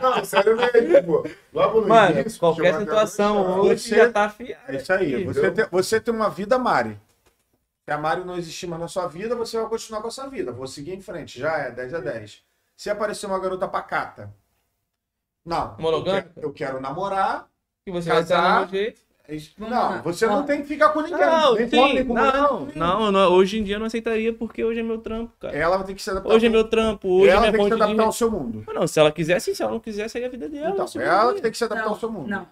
Não, sério mesmo, pô. Logo no
Mano,
início,
qualquer
chegou até
situação
brochar.
hoje
Você-
já tá afiado.
É isso aí. Você
Entendeu?
tem, você tem uma vida, Mari. Se a Mari não existir mais na sua vida, você vai continuar com a sua vida. Vou seguir em frente. Já é, 10 a 10. Se aparecer uma garota pacata. Não. Eu
Monogâmica?
quero, eu quero namorar.
E você vai estar do
Casar.
meu jeito.
Isso- Não, você não tem que ficar com ninguém.
Não,
nem
sim,
pobre, nem com
não,
mulher.
não, eu não- hoje em dia eu não aceitaria porque hoje é meu trampo, cara.
Ela tem que se adaptar.
Hoje é meu trampo, hoje é
Tá ela
minha
tem que se
fonte de...
adaptar ao seu mundo.
Mas Não, se ela quiser, sim, se ela não quiser, seria a vida dela.
Então,
não sei
é
o
ela que tem que se adaptar
não,
ao seu mundo.
Não.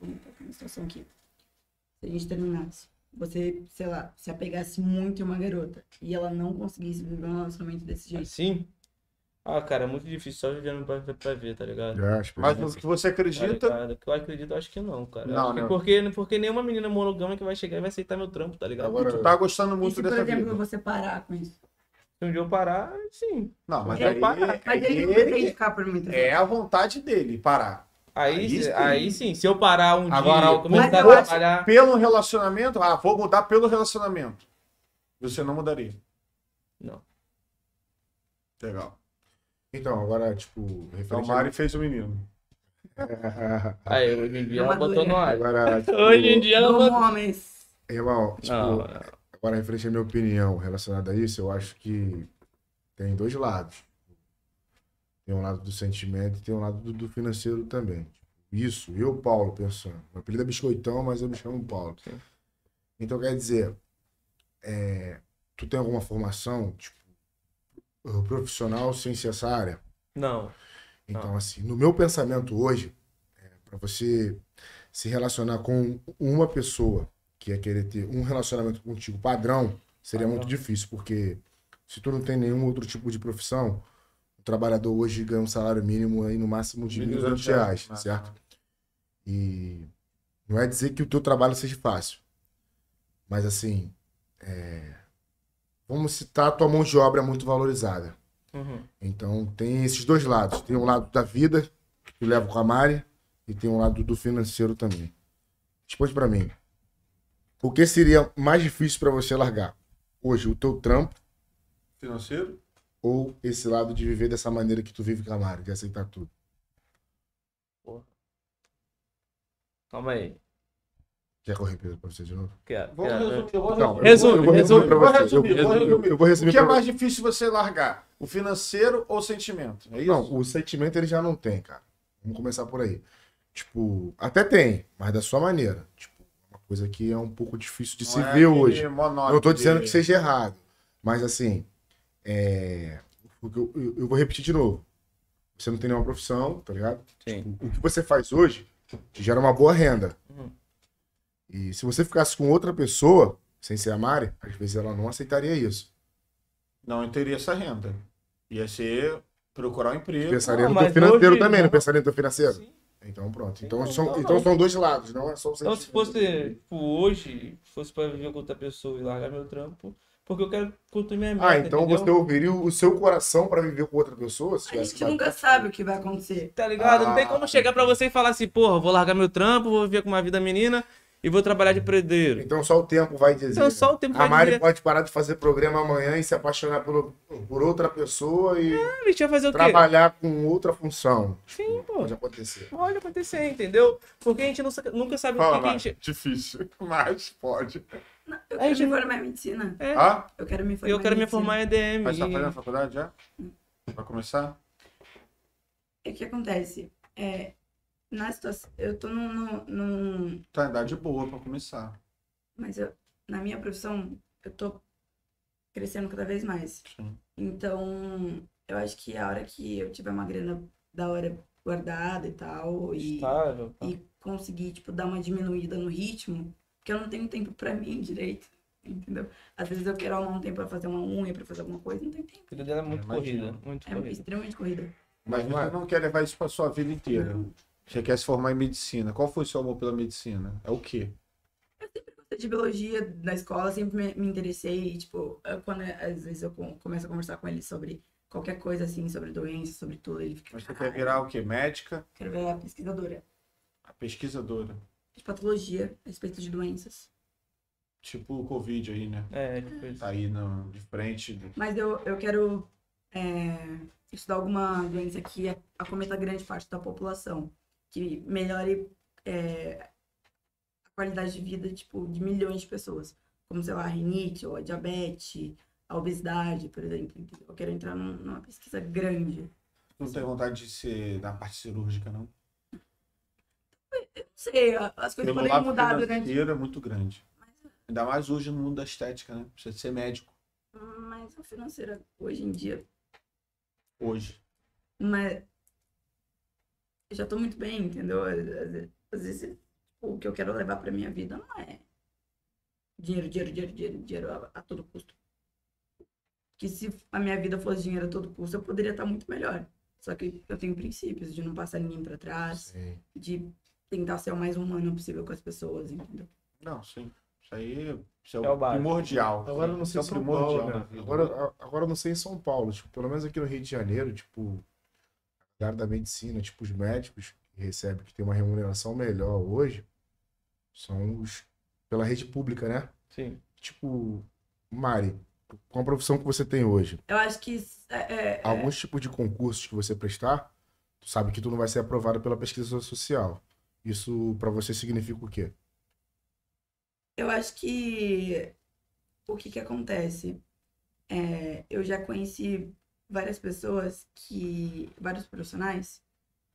Vamos tocar uma situação aqui. Se a gente terminasse, você, sei lá, se apegasse muito em uma garota e ela não conseguisse viver um relacionamento desse jeito.
Sim. Ah, cara, é muito difícil só vivendo pra, pra ver, tá ligado?
Já, acho que-
Mas no que você
Tá
acredita,
ligado? O que eu acredito, eu acho que não, cara. Eu
Não,
acho que
não.
Porque, porque nenhuma menina monogâmica vai chegar e vai aceitar meu trampo, tá ligado?
Agora- é
tu tá gostando
E
muito
se, por
dessa
exemplo,
vida.
você parar com isso?
Se um dia eu parar, sim.
Não, mas
Eu
aí,
paro.
aí
é Mas ele não pretende
É ele,
ficar por muito tempo.
é a vontade dele parar.
Aí,
Aí
aí,
sim.
sim. se eu parar um
Agora,
dia,
o é
eu começar a
ponto-
trabalhar.
Pelo relacionamento, ah, vou mudar pelo relacionamento. Você não mudaria.
Não.
Legal.
Então, agora, tipo,
Então o
referente
Mari fez o menino.
a...
Aí, hoje em dia
Não
ela
madura.
botou no ar.
Agora, tipo,
Hoje em dia ela
Como
botou.
homens.
irmão, tipo,
Não, não.
agora referente à minha opinião relacionada a isso, eu acho que tem dois lados. Tem um lado do sentimento e tem um lado do, do financeiro também. Isso, eu, Paulo, pensando. Meu apelido é Biscoitão, mas eu me chamo Paulo.
Sim.
Então, quer dizer, é, tu tem alguma formação, tipo, profissional sem ser essa área?
Não.
Então, assim, no meu pensamento hoje, para você se relacionar com uma pessoa que ia querer ter um relacionamento contigo padrão, seria
Padrão.
muito difícil, porque se tu não tem nenhum outro tipo de profissão, o trabalhador hoje ganha um salário mínimo aí no máximo de R$ 1.200, reais, certo? E não é dizer que o teu trabalho seja fácil. Mas assim, é, vamos citar a tua mão de obra é muito valorizada.
Uhum.
Então tem esses dois lados. Tem um lado da vida, que tu leva com a Mari, e tem um lado do financeiro também. Responde pra mim. O que seria mais difícil pra você largar? Hoje, o teu trampo
Financeiro?
ou esse lado de viver dessa maneira que tu vive com a Mari, de aceitar tudo?
Calma aí.
Quer correr peso pra você de novo?
Quero,
Vou
quero.
resumir, eu vou
Então, eu vou-
resumir.
Resume,
eu vou resumir pra você. Eu-
Vou
resume.
resumir, vou
eu- eu- Eu vou
O
resumir
que é
pra
mais difícil você largar? O financeiro ou o sentimento? É isso?
Não, o sentimento ele já não tem, cara. Vamos começar por aí. Tipo, até tem, mas da sua maneira. Tipo, uma coisa que é um pouco difícil de
Não
se
é
ver
aquele
hoje.
monótono
Não tô dizendo
de-
que seja errado, mas assim, é, o que eu, eu- eu vou repetir de novo. Você não tem nenhuma profissão, tá ligado?
Sim.
O que você faz hoje te gera uma boa renda.
Uhum.
E se você ficasse com outra pessoa, sem ser a Mari, às vezes ela não aceitaria isso.
Não teria essa renda. Ia ser procurar um emprego.
Pensaria
Não,
no teu
mas
financeiro
hoje
também, não
não.
pensaria no teu financeiro?
Sim.
Então pronto.
Sim,
Então,
não,
são,
não,
então
não.
são dois lados, não é só o
Então,
sentimento.
se fosse, tipo, hoje, se fosse pra viver com outra pessoa e largar meu trampo, porque eu quero curtir minha meta,
Ah, então
entendeu?
você ouviria o seu coração pra viver com outra pessoa? Se
A
tivesse
gente
que-
nunca sabe o que vai acontecer.
Tá ligado? Não tem
Ah.
como chegar pra você e falar assim, porra, vou largar meu trampo, vou viver com uma vida menina e vou trabalhar de predeiro.
Então só o tempo vai dizer.
Então só o tempo
a
vai
Mari
dizer.
pode parar de fazer programa amanhã e se apaixonar pelo, por outra pessoa e
Ah, bicho, vai fazer o quê?
trabalhar com outra função.
Sim, pô.
Pode acontecer.
Pode acontecer, entendeu? Porque a gente não sa- nunca sabe o
Fala,
que, que a
Mari.
gente...
Difícil, mas pode.
Eu
A
quero
É, gente
me
não-
formar em medicina.
É.
Ah,
Eu quero me formar
Eu quero
em
me
medicina.
formar em EDM.
mas tá fazendo a
e-
faculdade já? Vai começar?
E O que acontece? É, na situação. Eu tô num. num- num-
Tá em idade boa pra começar.
mas eu, na minha profissão, eu tô crescendo cada vez mais.
Sim.
Então, eu acho que a hora que eu tiver uma grana da hora guardada e tal, e,
Estável, tá.
e conseguir, tipo, dar uma diminuída no ritmo, porque eu não tenho tempo pra mim direito. Entendeu? Às vezes eu quero arrumar um tempo pra fazer uma unha, pra fazer alguma coisa, não tem tempo.
A vida dela é muito
Imagina.
corrida, muito
É
corrida.
extremamente corrida.
Mas você não é? quer levar isso pra sua vida inteira. Você quer se formar em medicina. Qual foi o seu amor pela medicina? É o quê?
Eu sempre gostei de biologia na escola, sempre me, me interessei. E, tipo, eu- quando às vezes eu com- começo a conversar com ele sobre qualquer coisa, assim, sobre doença, sobre tudo, ele fica.
Mas você quer
"Caralho,
virar o quê? Médica?
Quero ver a pesquisadora
A pesquisadora.
de patologia a respeito de doenças.
Tipo o Covid aí, né?
É, tipo isso.
Tá aí no, de frente. do-
Mas eu, eu quero é, estudar alguma doença que a- acometa grande parte da população, que melhore é, a qualidade de vida tipo, de milhões de pessoas, como, sei lá, a rinite, ou a diabetes, a obesidade, por exemplo. entendeu? Eu quero entrar num- numa pesquisa grande.
Não tem vontade de ser da parte cirúrgica, não.
Não sei, a- as coisas podem mudar durante.
financeiro é muito grande. Ainda mais hoje no mundo da estética, né? Precisa ser médico
Mas a financeira, hoje em dia,
hoje.
mas eu já tô muito bem, entendeu? Às às- às vezes tipo, o que eu quero levar pra minha vida não é dinheiro, dinheiro, dinheiro, dinheiro, dinheiro a, a todo custo. Que se a minha vida fosse dinheiro a todo custo, eu poderia estar muito melhor. Só que eu tenho princípios de não passar ninguém pra trás,
Sim.
de tentar ser o mais humano possível com as pessoas, entendeu?
Não, sim. Isso aí isso é,
É o
o
básico.
primordial.
Agora eu não sei
Isso
em
é o
São Paulo,
primordial.
né?
da vida.
Agora, a- agora eu não sei em São Paulo, tipo, pelo menos aqui no Rio de Janeiro, tipo, a galera da medicina, tipo, os médicos que recebem, que tem uma remuneração melhor hoje, são os pela rede pública, né?
Sim.
Tipo, Mari, com a profissão que você tem hoje,
Eu acho que isso é, é-
alguns tipos de concursos que você prestar, tu sabe que tu não vai ser aprovado pela pesquisa social. Isso pra você significa o quê?
Eu acho que o que que acontece? É, eu já conheci várias pessoas que, vários profissionais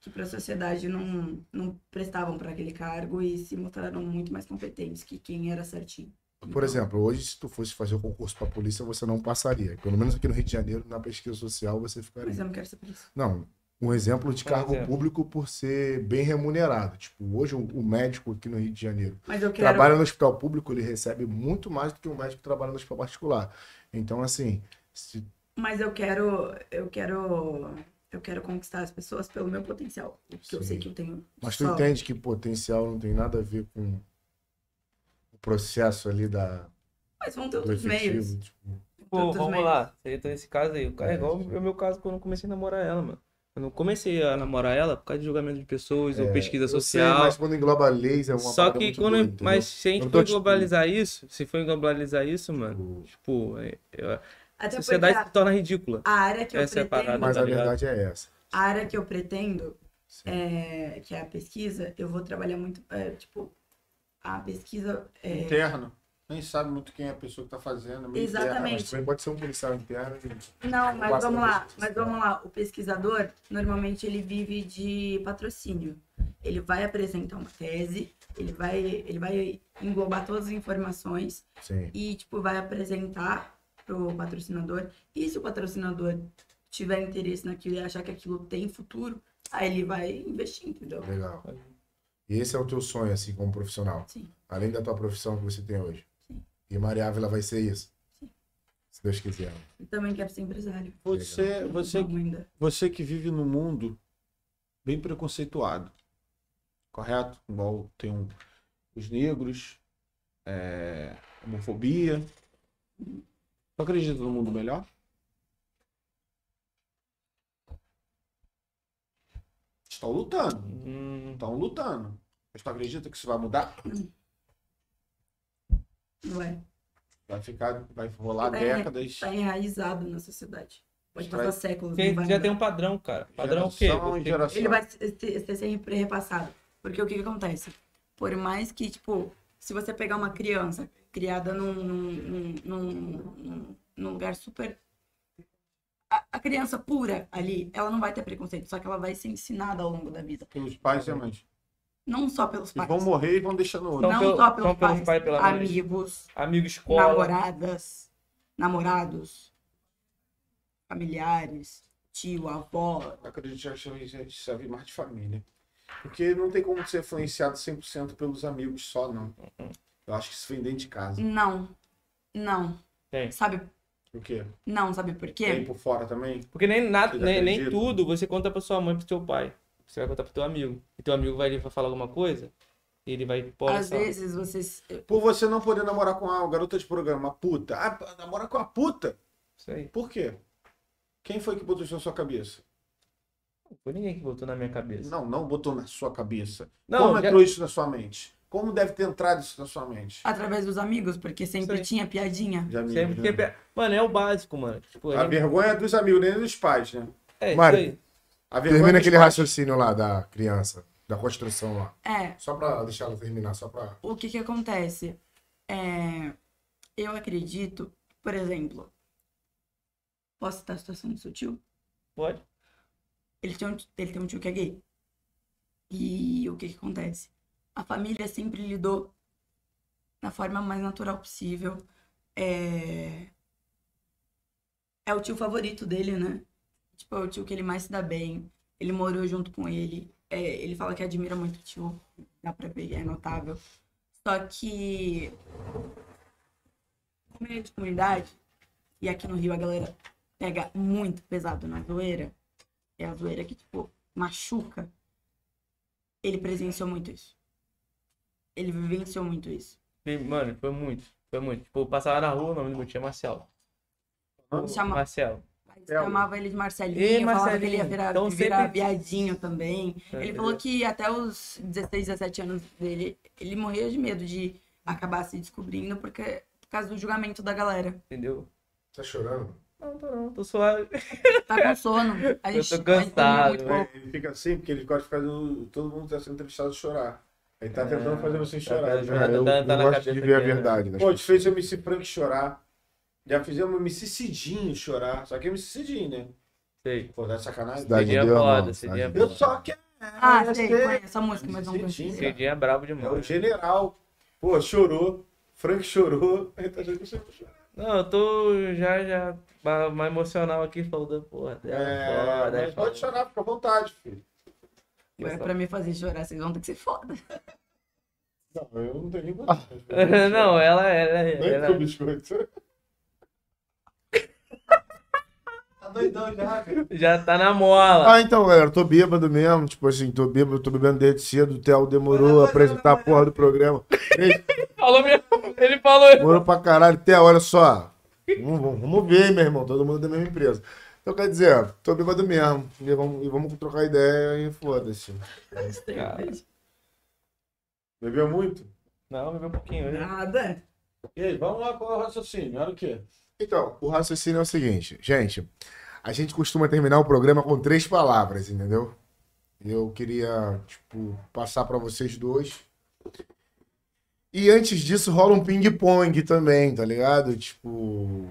que para a sociedade não, não prestavam para aquele cargo e se mostraram muito mais competentes que quem era certinho.
Por exemplo, hoje, se tu fosse fazer o concurso pra polícia, você não passaria. Pelo menos aqui no Rio de Janeiro, na pesquisa social, você ficaria.
Mas eu não quero ser polícia.
Não, um exemplo de
Por
cargo
exemplo.
público por ser bem remunerado. Tipo, hoje o- o médico aqui no Rio de Janeiro
Mas eu quero.
trabalha no hospital público, ele recebe muito mais do que um médico que trabalha no hospital particular. Então, assim, se
Mas eu quero, eu quero, eu quero conquistar as pessoas pelo meu potencial, que eu sei
Sim.
que eu tenho.
Mas tu
só.
entende que potencial não tem nada a ver com o processo ali da,
Mas vão ter
do
outros meios.
efetivo. Tipo,
Pô,
Todos
vamos
meus.
lá. Seria todo esse caso aí. O cara é
É,
igual
sim.
o meu caso quando eu comecei a namorar ela, mano. Eu não comecei a namorar ela por causa de julgamento de pessoas ou pesquisa
É, eu sei,
social.
mas quando engloba leis é uma
Só
parada
que
muito
quando.
doida, entendeu?
mas se a gente
Eu
for
tô, tipo,
globalizar isso, se for globalizar isso, mano,
Tipo,
tipo, é- é- a
Até porque
sociedade
a-
se torna ridícula.
a área que eu
Essa é a
pretendo.
parada.
Mas
tá
a
ligado?
verdade é essa.
A área que eu pretendo,
Sim.
é, que é a pesquisa, eu vou trabalhar muito, é, tipo, a pesquisa é,
Interno. Nem sabe muito quem é a pessoa que tá fazendo. é meio interno.
Exatamente.
Mas também pode ser um policial interno. e-
Não,
Eu
mas
gosto
vamos
da
lá,
pesquisa.
mas vamos lá. O pesquisador, normalmente, ele vive de patrocínio. Ele vai apresentar uma tese, ele vai, ele vai englobar todas as informações
Sim.
e, tipo, vai apresentar pro patrocinador. E se o patrocinador tiver interesse naquilo e achar que aquilo tem futuro, aí ele vai investir, entendeu?
Tá Legal. E esse é o teu sonho, assim, como profissional?
Sim.
Além da tua profissão que você tem hoje?
Sim.
E Maria Ávila vai ser isso?
Sim.
Se Deus quiser.
Eu também quero ser empresário.
Você, você,
Não, ainda.
você que vive num mundo bem preconceituado, correto? Igual tem um- os negros, é, homofobia. Tu acredita num mundo melhor? Estão lutando,
Hum,
estão lutando. Mas tu acredita que isso vai mudar?
Não é.
Vai ficar, vai rolar
É.
Tá
décadas.
Tá enraizado na sociedade. Pode
Vai-
passar séculos,
porque
não vai
já
mudar.
tem um padrão, cara. Padrão o quê?
Geração em
Você-
geração.
Ele vai ser- ser sempre repassado. Porque o que, que acontece? Por mais que, tipo, se você pegar uma criança criada num, num, num, num- num lugar super. A, a criança pura ali, ela não vai ter preconceito, só que ela vai ser ensinada ao longo da vida.
Pelos pais e mães.
Não só pelos
E
pais.
vão morrer e vão deixando outro.
Então,
não
pelo-
só pelos
então, pelos
pais,
pais, pela mãe.
amigos,
Amigo escola.
namoradas, namorados, familiares, tio, avó.
Eu acredito que isso isso serve mais de família. Porque não tem como ser influenciado 100% pelos amigos só, não. Eu acho que isso vem dentro de casa.
Não, não.
Tem.
Sabe,
Por quê?
não, sabe por
Vem
quê?
por fora também?
Porque nem, nada,
Eles
nem, nem
acreditam.
tudo você conta pra sua mãe, pro seu pai. Você vai contar pro teu amigo. E teu amigo vai ali pra falar alguma coisa. Ele vai, pô,
Às
sabe?
vezes vocês.
Por você não poder namorar com uma garota de programa, uma puta. Ah, namorar com a puta?
Isso aí.
Por quê? Quem foi que botou isso na sua cabeça?
Não foi ninguém que botou na minha cabeça.
Não, não botou na sua cabeça.
Não,
Como é
já-
entrou isso na sua mente? Como deve ter entrado isso na sua mente?
Através dos amigos, porque sempre
Sim.
tinha piadinha.
Já me-
Sempre tem... pe- Mano, é o básico, mano. Tipo,
né? A vergonha é dos amigos, nem dos pais, né?
É, isso
Mário.
aí.
A vergonha é
Termina
dos
aquele
pais.
raciocínio lá da criança, da construção lá.
É,
Só pra deixar ela terminar, só pra.
o que que acontece? É, eu acredito, por exemplo. Posso citar a situação do seu tio?
Pode?
ele tem um, ele tem um tio que é gay. E o que que acontece? A família sempre lidou da forma mais natural possível. É, é o tio favorito dele, né? Tipo, é o tio que ele mais se dá bem. Ele morou junto com ele. É, ele fala que admira muito o tio. Dá pra ver, é notável. Só que. Como é de comunidade, e aqui no Rio a galera pega muito pesado na zoeira é a zoeira que, tipo, machuca. Ele presenciou muito isso. Ele vivenciou muito isso.
Foi- Mano, foi muito. Foi muito. Tipo, eu passava na rua, o nome do meu tio é Marcel.
Hã?
Chama-
Marcel.
Chamava ele de Marcelinho,
É Ei,
falava que ele ia
Marcelinho,
virar,
então
virar
sempre- É,
viadinho também. Ele falou que até os 16, 17 anos dele, ele morria de medo de acabar se descobrindo porque, por causa do julgamento da galera.
Entendeu?
Tá chorando?
Não, tô não. Tô suave.
Tá com sono. A
Eu
gente,
tô
a gente dormiu
cansado,
muito pouco.
velho.
Ele fica assim porque ele gosta de ficar. do- Todo mundo está sendo entrevistado chorar. Ele
É,
tá tentando fazer você
tá
chorar.
fazendo-
né?
eu
tá- tá
eu
na
gosto
cabeça
de ver a
aqui, né?
verdade. das
Pô, a gente
pessoas.
fez o MC Frank chorar. Já fizemos o MC Cidinho chorar. Só que é MC Cidinho, né?
Sei.
Pô, dá sacanagem.
Cidade
Cidinho é
deu a mão,
foda, Cidinho é
cidade
foda.
deu.
Eu só quero.
Ah,
eu
sei,
sei.
conheço a música, mas não
Cidinho,
conheço.
cara.
Cedinho é brabo
É o
demais.
general. Pô, chorou. Frank chorou. Ele tá achando que você chorou.
Não, eu tô já, já ma- mais emocional aqui falando, porra.
É,
foda,
mas pode
foda.
chorar, fica à vontade, filho.
Agora, pra me fazer chorar, vocês vão ter que ser foda.
Não, eu não tenho nem vontade.
Não, ela, ela,
Não
ela,
é
ela
com biscoito.
Tá doidão já, velho.
já tá na mola.
Ah, então, galera, eu tô bêbado mesmo. Tipo assim, tô bêbado, tô bebendo desde cedo. O Theo
Vai
demorou
lá,
a
vai lá,
apresentar a
vai lá.
porra do programa. Ele
Falou mesmo, ele falou.
Demorou pra caralho. Theo, olha só. Vamos, vamos- vamos ver, meu irmão. Todo mundo da mesma empresa. Então, quer dizer, tô bêbado mesmo. E vamos, e vamos trocar ideia e foda-se.
Bebeu muito?
Não, bebeu um pouquinho. né?
Nada.
E aí, vamos lá com o raciocínio. Era o quê?
Então, o raciocínio é o seguinte, gente. A gente costuma terminar o programa com três palavras, entendeu? Eu queria, tipo, passar pra vocês dois. E antes disso rola um ping-pong também, tá ligado? Tipo,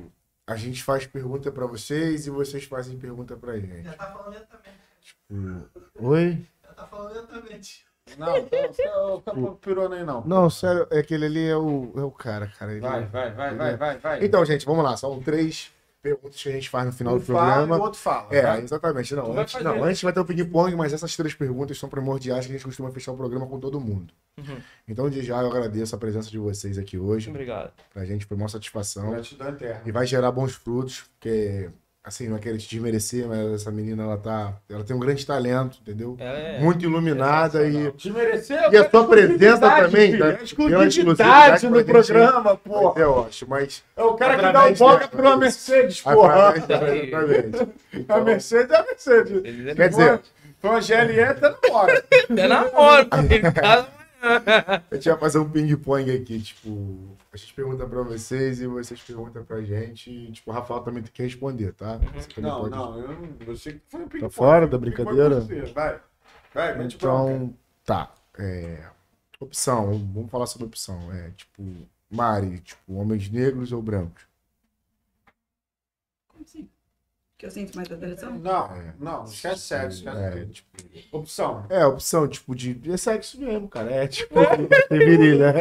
a gente faz pergunta pra vocês e vocês fazem pergunta pra gente.
Já tá falando lentamente.
Oi?
Já tá falando lentamente.
Não, tá, não, não, não pirou nem tá não.
Não, sério, é aquele ali é o, é o cara, cara. ele-
Vai, vai, vai, vai, vai, vai.
Então, gente, vamos lá. São três perguntas que a gente faz no final
um
do
fala e
programa.
o outro fala.
É,
vai.
exatamente.
Tu
Não,
vai
antes,
fazer.
não, antes vai ter o ping-pong, mas essas três perguntas são primordiais que a gente costuma fechar o programa com todo mundo.
Uhum.
Então, de já, eu agradeço a presença de vocês aqui hoje.
Obrigado.
Pra gente foi uma satisfação.
Gratidão eterna.
E vai gerar bons frutos, porque, assim, não é querer te desmerecer, mas essa menina, ela tá. Ela tem um grande talento, entendeu?
Ela é.
Muito iluminada e.
Te mereceu?
E a sua presença
exclusividade,
também,
filho.
tá?
É
Pela
exclusividade
exclusividade
no
pra gente-
programa,
Pô,
porra.
é ótimo, mas.
É o cara que dá o
Através
boca
dela.
pra uma Mercedes, porra.
Através, exatamente.
A
Então,
Mercedes é a Mercedes.
Ele
quer dizer,
Foi uma GLE, tá no bora.
é namoro. Ele tá
A gente vai fazer um ping-pong aqui, tipo, a gente pergunta pra vocês e vocês perguntam pra gente. E, tipo, o Rafael também tem que responder, tá? Você também
Não,
pode-
não, eu não. Eu sei que foi um
Tá
ping-pong.
fora da
Ping-pong
brincadeira?
você, Vai. Vai, mete bronca.
Então, tá. É, opção, vamos falar sobre opção. É, tipo, Mari, tipo, homens negros ou brancos?
Como assim? Que eu sinto mais atração?
É.
Não, não, esquece sexo, né?
É,
esquece.
tipo,
Opção.
é, opção, tipo, de, de sexo mesmo, cara. É, tipo, né? de virilha.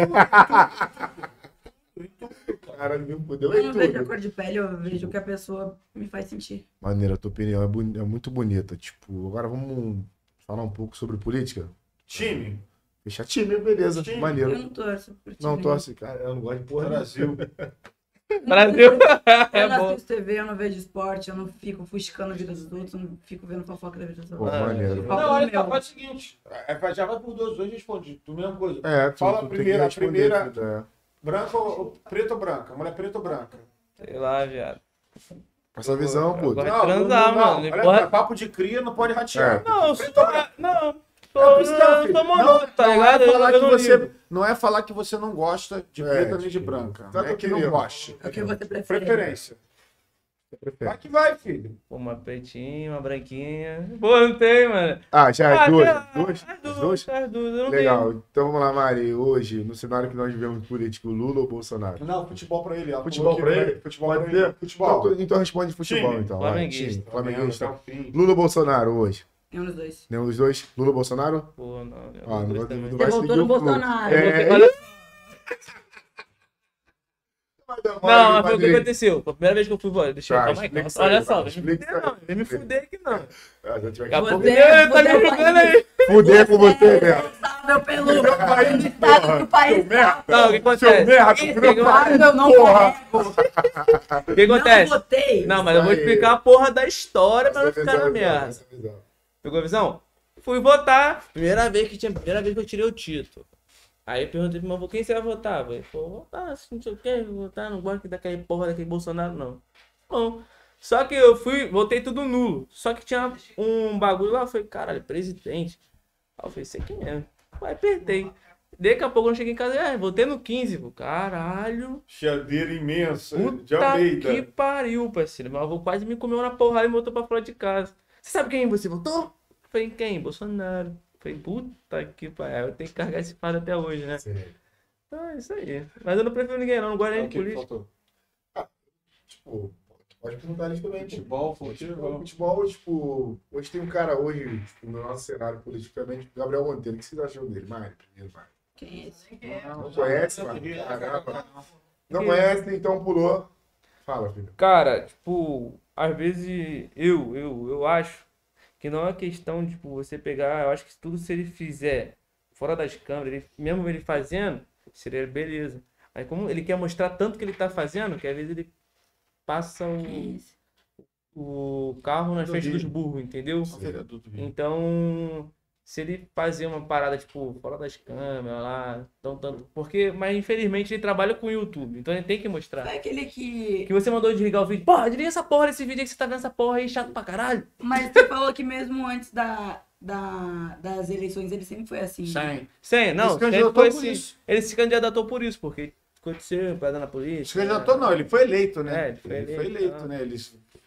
Cara, me fudeu
Eu
em
não vejo a
tudo.
cor de pele, eu vejo o que a pessoa me faz sentir.
Maneira, a tua opinião é, boni- é muito bonita. Tipo, agora vamos falar um pouco sobre política?
Time.
Fechar time, beleza.
Time.
Maneiro.
Eu não torço por ti.
Não assim,
né?
torce, cara. Eu não gosto de porra.
Brasil.
Brasil.
Eu
é
não
bom.
assisto TV, eu não vejo esporte, eu não fico fuscando a vida dos outros, eu não fico vendo fofoca da vida dos
Pô,
outros.
Ah,
maneiro.
Fala
Não, olha
meu.
só, faz o seguinte. é, vai- já vai por duas, hoje responde. Tu mesma coisa.
É, tu,
Fala
tu
primeiro, a
tem que responder,
primeira-
filho, é.
Branca ou ou- preto ou branca? Mulher preta ou branca?
Sei lá, viado.
Essa visão,
Eu
puto.
gosto. Vai transar, mano,
Olha,
porra.
pra papo de cria não pode ratear.
É.
Não, eu sou. Não. Tô,
É por isso que eu
não, eu
fiz.
tô monótono, tá
não
ligado?
É
Eu,
falar
eu
que
não
você,
ligo.
não é falar que você não gosta de
É,
preta nem de
tipo,
branca.
tá
não é que
tranquilo.
não goste.
É o que você prefere.
Preferência.
É.
Vai que vai, filho.
Pô, Uma pretinha, uma branquinha. Pô, não tem, mano.
Ah, já,
Ah,
duas,
tem-
duas,
as
as duas.
as duas, eu não
Legal.
tenho.
Então vamos lá, Mari. Hoje, no cenário que nós vivemos político, Lula ou Bolsonaro?
Não, futebol pra ele. ela
Futebol
falou
pra
que-
ele?
Futebol
Pode
pra
ser?
ele. Futebol. tá um
Então, tu- então responde futebol,
Time.
então. vai.
Flamenguista.
Time, Flamenguista.
Até o fim.
Lula ou Bolsonaro hoje?
Nenhum um dos dois.
Nenhum dos dois? Lula ou Bolsonaro? Ah,
Pô, não. eu
não
não gosto
vai,
também.
não
Você
vai
voltou
seguir
no
o fluxo.
Ah,
Bolsonaro.
É,
Olha-
vai dar mole,
Não, mas
vai
foi o que
direito.
aconteceu. Foi a primeira vez que eu fui embora. Deixa eu
Tá,
calma aí,
explica
calma.
isso aí,
Olha
vai,
só, vem me
explica
fuder,
isso aí.
não. Vem me fuder aqui, não.
Ah, já tive
Daqui a
que
pouco
Você-
Ih, tá
você é
me
o
jogando
país.
aí.
fuder com você,
é
velho.
responsável pelo
país, porra.
estado do país.
Não, o que acontece?
merda,
O que
meu
acontece?
Eu não carrego.
O que
Não
acontece?
votei.
Não, mas eu vou
Isso aí. é
explicar a porra da história pra não
Essa
ficar tá na
visão,
merda.
essa visão.
Pegou a visão? Fui votar. Primeira vez que tinha. Primeira vez que eu tirei o título. Aí eu perguntei pro meu avô, quem você vai votar? Eu falei, pô, vou votar, se não sei o que, vou votar, não gosto daquele porra daquele Bolsonaro, não. Bom. Só que eu fui, votei tudo nulo. Só que tinha um bagulho lá, eu falei, caralho, presidente. Aí eu falei, sei quem é. Aí apertei. Daqui a pouco eu cheguei em casa, é, votei no 15, pô. Caralho.
Chadeira imensa. de
Puta
Almeida.
que pariu, parceiro. Meu avô quase me comeu na porrada e me botou pra fora de casa. Você sabe quem você votou? Eu Falei, quem? Bolsonaro. Eu Falei, puta que pariu. Eu tenho que carregar esse fardo até hoje, né?
Sim.
Então é isso aí. Mas eu não prefiro ninguém, não. Não gosto
É
nem
o
de
que que
política.
faltou?
Tipo, pode perguntar ali também, tipo.
Futebol,
Futebol,
futebol.
futebol, tipo, hoje tem um cara hoje, tipo, no nosso cenário politicamente, Gabriel Monteiro. O que vocês acham dele? Mari, primeiro, Mari.
Quem é esse?
Não conhece, Mari? Caramba. Não conhece, então pulou. Fala, filho.
Cara, tipo, às vezes eu, eu, eu acho que não é questão de tipo, você pegar. Eu acho que tudo se ele fizer fora das câmeras, ele- mesmo ele fazendo, seria beleza. Aí como ele quer mostrar tanto que ele tá fazendo, que às vezes ele passa um
Quem é
o,
esse?
o carro na
Do
frente dos
Rio.
burros,
É
entendeu? Então, se ele fazer uma parada, tipo, fora das câmeras lá, tão tanto. Porque, mas infelizmente ele trabalha com o YouTube, então ele tem que mostrar.
Foi É aquele que.
Que você mandou desligar o vídeo. Porra, desliga essa porra desse vídeo aí que você tá vendo essa porra aí, chato pra caralho.
Mas você falou que mesmo antes da, da- das eleições ele sempre foi assim. né?
Sim.
Sem,
Ele
é, não,
se
sempre
candidatou
foi
por
assim.
isso.
Ele se candidatou por isso, porque aconteceu, parada na
Se
polícia.
candidatou, não, ele foi eleito, né?
É, ele foi eleito,
eleito,
né?
né? Ele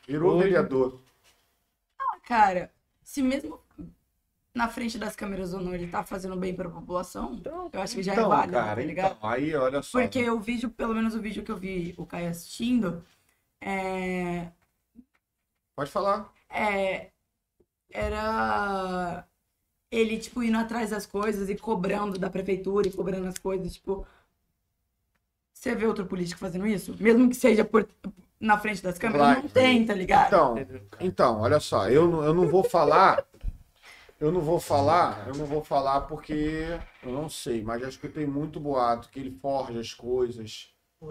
virou
Hoje-
vereador.
Ah, Cara, se mesmo na frente das câmeras ou não ele tá fazendo bem pra população,
Então,
eu acho que já é válido, tá ligado?
então, aí olha só.
Porque o vídeo, pelo menos o vídeo que eu vi o Caio assistindo, é,
Pode falar.
é, era ele, tipo, indo atrás das coisas e cobrando da prefeitura e cobrando as coisas, tipo. Você vê outro político fazendo isso? Mesmo que seja por, na frente das câmeras,
Vai.
não tem, tá ligado?
Então, então olha só, eu, não- eu não vou falar. Eu não vou falar, eu não vou falar porque eu não sei, mas já escutei muito boato que ele forja as coisas.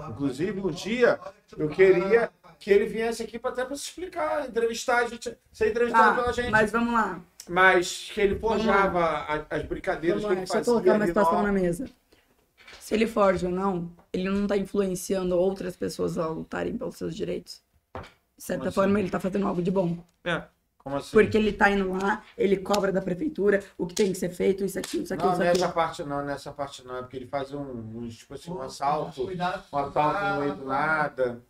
Inclusive, um dia eu queria que ele viesse aqui para até para se explicar, entrevistar a gente, ser entrevistado
Ah,
pela gente.
mas vamos lá.
Mas que ele forjava a- as brincadeiras
Vamos lá,
que ele
deixa eu
fazia.
colocar uma
ali
situação
na-
na mesa. Se ele forja ou não, ele não tá influenciando outras pessoas a lutarem pelos seus direitos. De certa
Como assim?
forma, ele tá fazendo algo de bom.
Como assim?
Porque ele tá indo lá, ele cobra da prefeitura o que tem que ser feito, isso aqui, isso aqui,
não, né,
isso
nessa
aqui.
parte não, nessa parte não. É porque ele faz um, um, tipo assim, um assalto.
Cuidado.
Um assalto no meio do nada.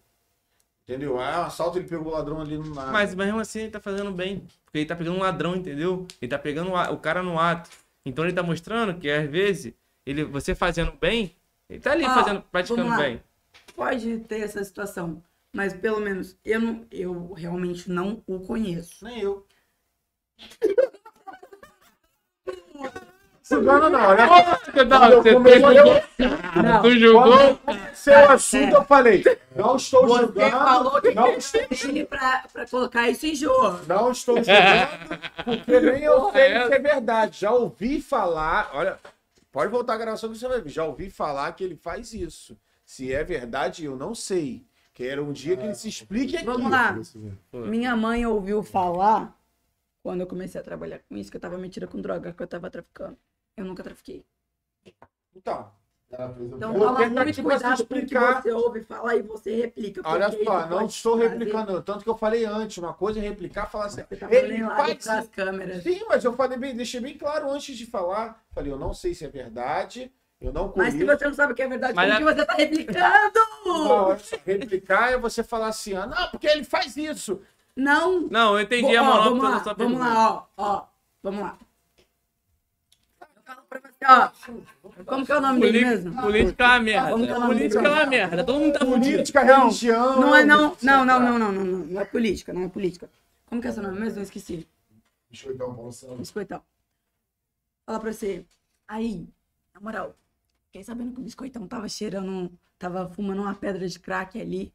Entendeu? Ah, um assalto ele pegou o ladrão ali no nada.
Mas, mas mesmo assim ele tá fazendo bem. Porque ele tá pegando um ladrão, entendeu? Ele tá pegando o a- o cara no ato. Então ele tá mostrando que às vezes, ele, você fazendo bem, ele tá ali
Ó,
fazendo,
vamos
praticando
lá.
bem.
Pode ter essa situação, mas pelo menos eu não, eu realmente não o conheço.
Nem eu. Não, não, não. Olha só.
Não,
eu
você
comecei-
fez- tu julgou?
é Seu assunto, eu falei. Não estou
Você
julgando.
falou que
Não,
tem ele pra, pra colocar isso em jogo.
não estou julgando. Porque nem eu
Porra,
sei
é.
se é verdade. Já ouvi falar. Olha, pode voltar a gravação que você vai ver. Já ouvi falar que ele faz isso. Se é verdade, eu não sei. Quero um dia que ele se explique aqui.
Vamos lá.
Pô.
Minha mãe ouviu falar quando eu comecei a trabalhar com isso que eu tava metida com droga, que eu tava traficando. Eu nunca trafiquei.
Então,
Então
Vou
fala
tentar
muito
te passar a
cuidado com o que
explicar.
você ouve falar e você replica. porque
olha
isso
só, não
pode
estou
fazer-
replicando. Tanto que eu falei antes, uma coisa é replicar falar assim.
Você tá
Ele
falando lá
faz
das câmeras.
Sim, mas eu falei bem, deixei bem claro antes de falar. Falei, eu não sei se é verdade, eu não
Mas se
corri.
você não sabe o que é verdade,
Mas
como que você tá replicando?
Não, replicar é você falar assim, ah, não, porque ele faz isso.
Não.
Não, eu entendi a
Ó,
monótona
vamos lá,
da sua
Vamos
pergunta.
lá, ó, ó. Vamos lá. Eu falo pra você, ó. Como que é o nome dele
Poli-
mesmo?
Política é uma merda.
Vamos falar
Política é
disso.
uma merda. Todo mundo tá fudido.
Política,
Não,
religião.
Não é não, não, não, não, não, não, não, não é política, não é política. Como que é seu nome mesmo? Eu esqueci.
Deixa eu dar um bolsão.
Biscoitão. Fala pra você. Aí, na moral, fiquei sabendo que o biscoitão tava cheirando, um- tava fumando uma pedra de crack ali.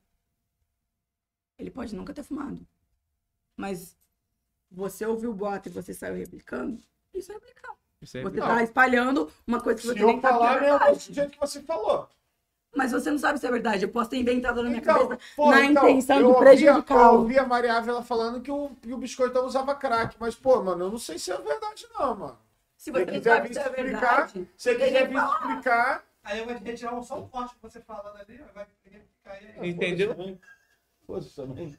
Ele pode nunca ter fumado. Mas você ouviu o boato e você saiu replicando? Isso é replicar.
Isso aí.
Você tá espalhando uma coisa que
Se
você
eu
nem sabe que é
falar, é o
verdade.
jeito que você falou.
Mas você não sabe se é verdade. Eu posso ter inventado na minha cabeça.
pô, então,
na intenção de
eu ouvi-
prejudicá-lo.
Eu ouvi a Maria Ávila falando que o, que o biscoitão usava crack, mas, pô, mano, eu não sei se é verdade, não, mano.
Se
Se
você
você
não
quiser
sabe
vir
se é
explicar, se
verdade.
você quiser
ele
vir
fala.
explicar.
Aí eu vou te retirar um só um corte que você falando ali, vai ficar aí. aí.
Entendeu?
Foda-se também.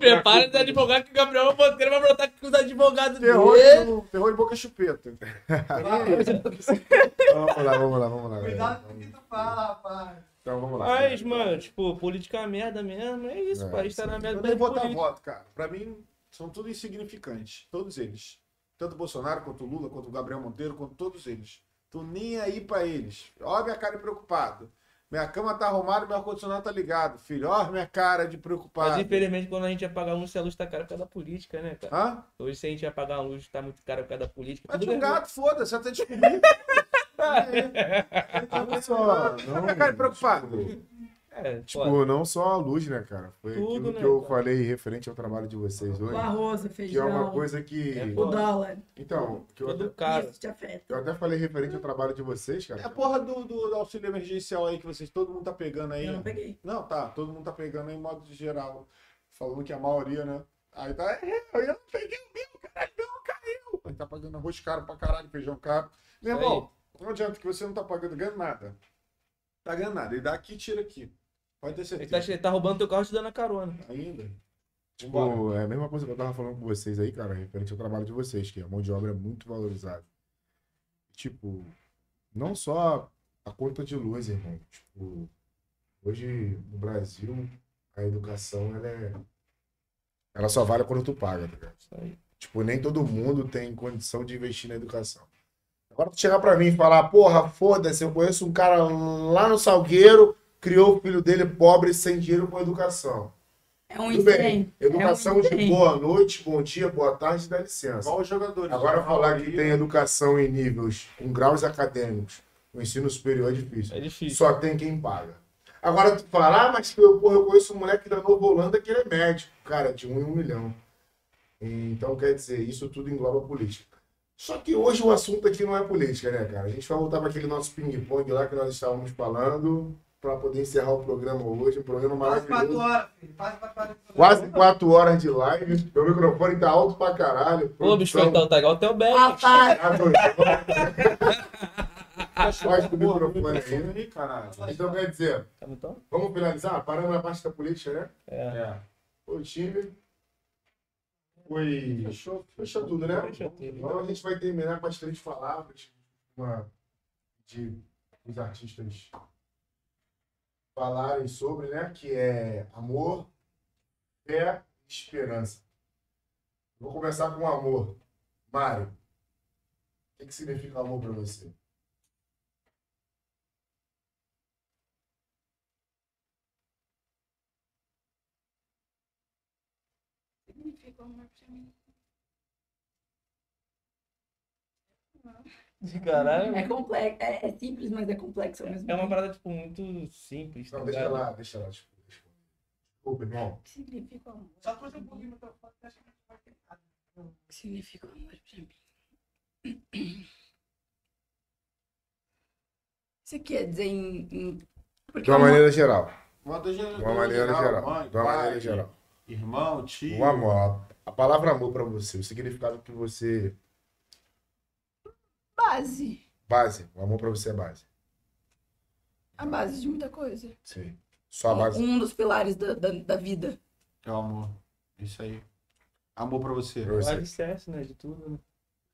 Prepara os advogados que o Gabriel Monteiro vai brotar com os advogados
Terror,
dele.
de- terror de boca chupeta. então. Ah,
Vamos lá, vamos lá, vamos lá.
Cuidado
galera.
com o que tu fala, rapaz.
Então vamos lá.
Mas, mano, tipo, política é uma merda mesmo. É isso,
É,
pô. A gente tá na merda
Eu
por
nem vou
causa de
dar
política.
voto, cara. Pra mim, são tudo insignificantes. Todos eles. Tanto o Bolsonaro, quanto o Lula, quanto o Gabriel Monteiro, quanto todos eles. Tô nem aí pra eles. Ó minha cara de preocupado. Minha cama tá arrumada, meu ar-condicionado tá ligado, filho. Ó minha cara de
Mas,
preocupado.
infelizmente, quando a gente ia pagar a luz, se a luz tá cara por causa da política, né, cara?
Hã?
Hoje, se a gente ia pagar a luz, tá muito cara por causa da política.
Mas
Tudo é
um
bem,
gato, foda-se, até descobrir. É,
Não só, não,
minha é, cara de preocupado.
tipo,
É, foda.
Tipo, não só a luz, né, cara? Foi
Tudo,
aquilo
né,
que eu
cara?
falei referente ao trabalho de vocês dois.
O arroz, o
Que é
feijão,
uma coisa que.
É,
o dólar.
Então, que eu até,
Todo é um cara.
Isso te afeta.
eu até falei referente ao trabalho de vocês,
É a
cara.
porra do, do- do auxílio emergencial aí que vocês, todo mundo tá pegando aí.
Eu não peguei.
Não, tá, todo mundo tá pegando em modo geral. Falando que a maioria, né? Aí tá, é, eu não peguei o meu, caralho, não caiu. Aí tá pagando arroz caro pra caralho, feijão caro. Meu
Isso
irmão, não adianta que você não tá pagando, ganhando nada. Tá ganhando nada. E dá aqui, tira aqui. Pode ter
Ele tá,
certeza.
ele tá roubando teu carro e te dando a carona.
Ainda. Vambora.
Tipo, é a mesma coisa que eu tava falando com vocês aí, cara, referente ao trabalho de vocês, que a mão de obra é muito valorizada. Tipo, não só a conta de luz, irmão. Tipo, hoje no Brasil, a educação, ela é. Ela só vale quando tu paga, tá ligado?
Isso aí.
Tipo, nem todo mundo tem condição de investir na educação. Agora tu chegar pra mim e falar, porra, foda-se, eu conheço um cara lá no Salgueiro, criou o filho dele pobre, sem dinheiro, com educação.
É um
Tudo bem.
incêndio.
Educação de
item.
boa noite, bom dia, boa tarde, dá licença.
Igual os jogadores.
Agora falar que
Aí,
tem educação em níveis, em graus acadêmicos, no ensino superior é difícil.
É difícil.
Só tem quem paga. Agora tu fala, ah, mas eu, porra, eu conheço um moleque da Nova Holanda que ele é médico. Cara, de um em um milhão. Então, quer dizer, isso tudo engloba política. Só que hoje o assunto aqui não é política, né, cara? A gente vai voltar para aquele nosso ping-pong lá que nós estávamos falando, para poder encerrar o programa hoje. Um programa
Quase quatro
maravilhoso.
horas, filho. Quase quatro horas.
Tá
Quase quatro horas de live. Meu microfone tá alto pra caralho.
Ô,
Produção,
biscoitão, tá igual o teu bag.
Rapaz,
caralho. Gosto do microfone aí.
Ih, caralho.
Então, quer dizer,
Tá muito bom?
vamos finalizar? Paramos na parte da política, né?
É.
É.
O time foi.
Fechou.
Fechou tudo, né?
Fechou tudo.
Então a gente vai terminar com as três palavras uma, de os artistas falarem sobre, né? Que é amor, fé e esperança. Vou começar com o amor. Mário, o que, que significa amor para você?
significa amor pra mim.
De caralho.
É complexo, é, é simples, mas é complexo ao mesmo
É uma
tempo.
parada, tipo, muito simples, tá
Não, deixa
ligado?
lá, deixa lá. Desculpa, desculpa. Desculpa, irmão.
O que significa amor?
Só puxa um pouquinho no teu fone, que acho que a gente vai ter nada.
O que significa amor pra mim? Você quer dizer é em, é em
De uma maneira geral.
Moda geral.
De uma maneira geral.
Mãe,
De uma
pai,
maneira geral.
Irmão, tio.
O amor. a- A palavra amor pra você, o significado que você.
Base.
Base. O amor pra você é base.
A base de muita coisa.
Sim. Só a base.
Um dos pilares da, da, da vida.
É o amor. Isso aí. Amor pra você.
Pra você.
Vale sucesso, né? De tudo. né?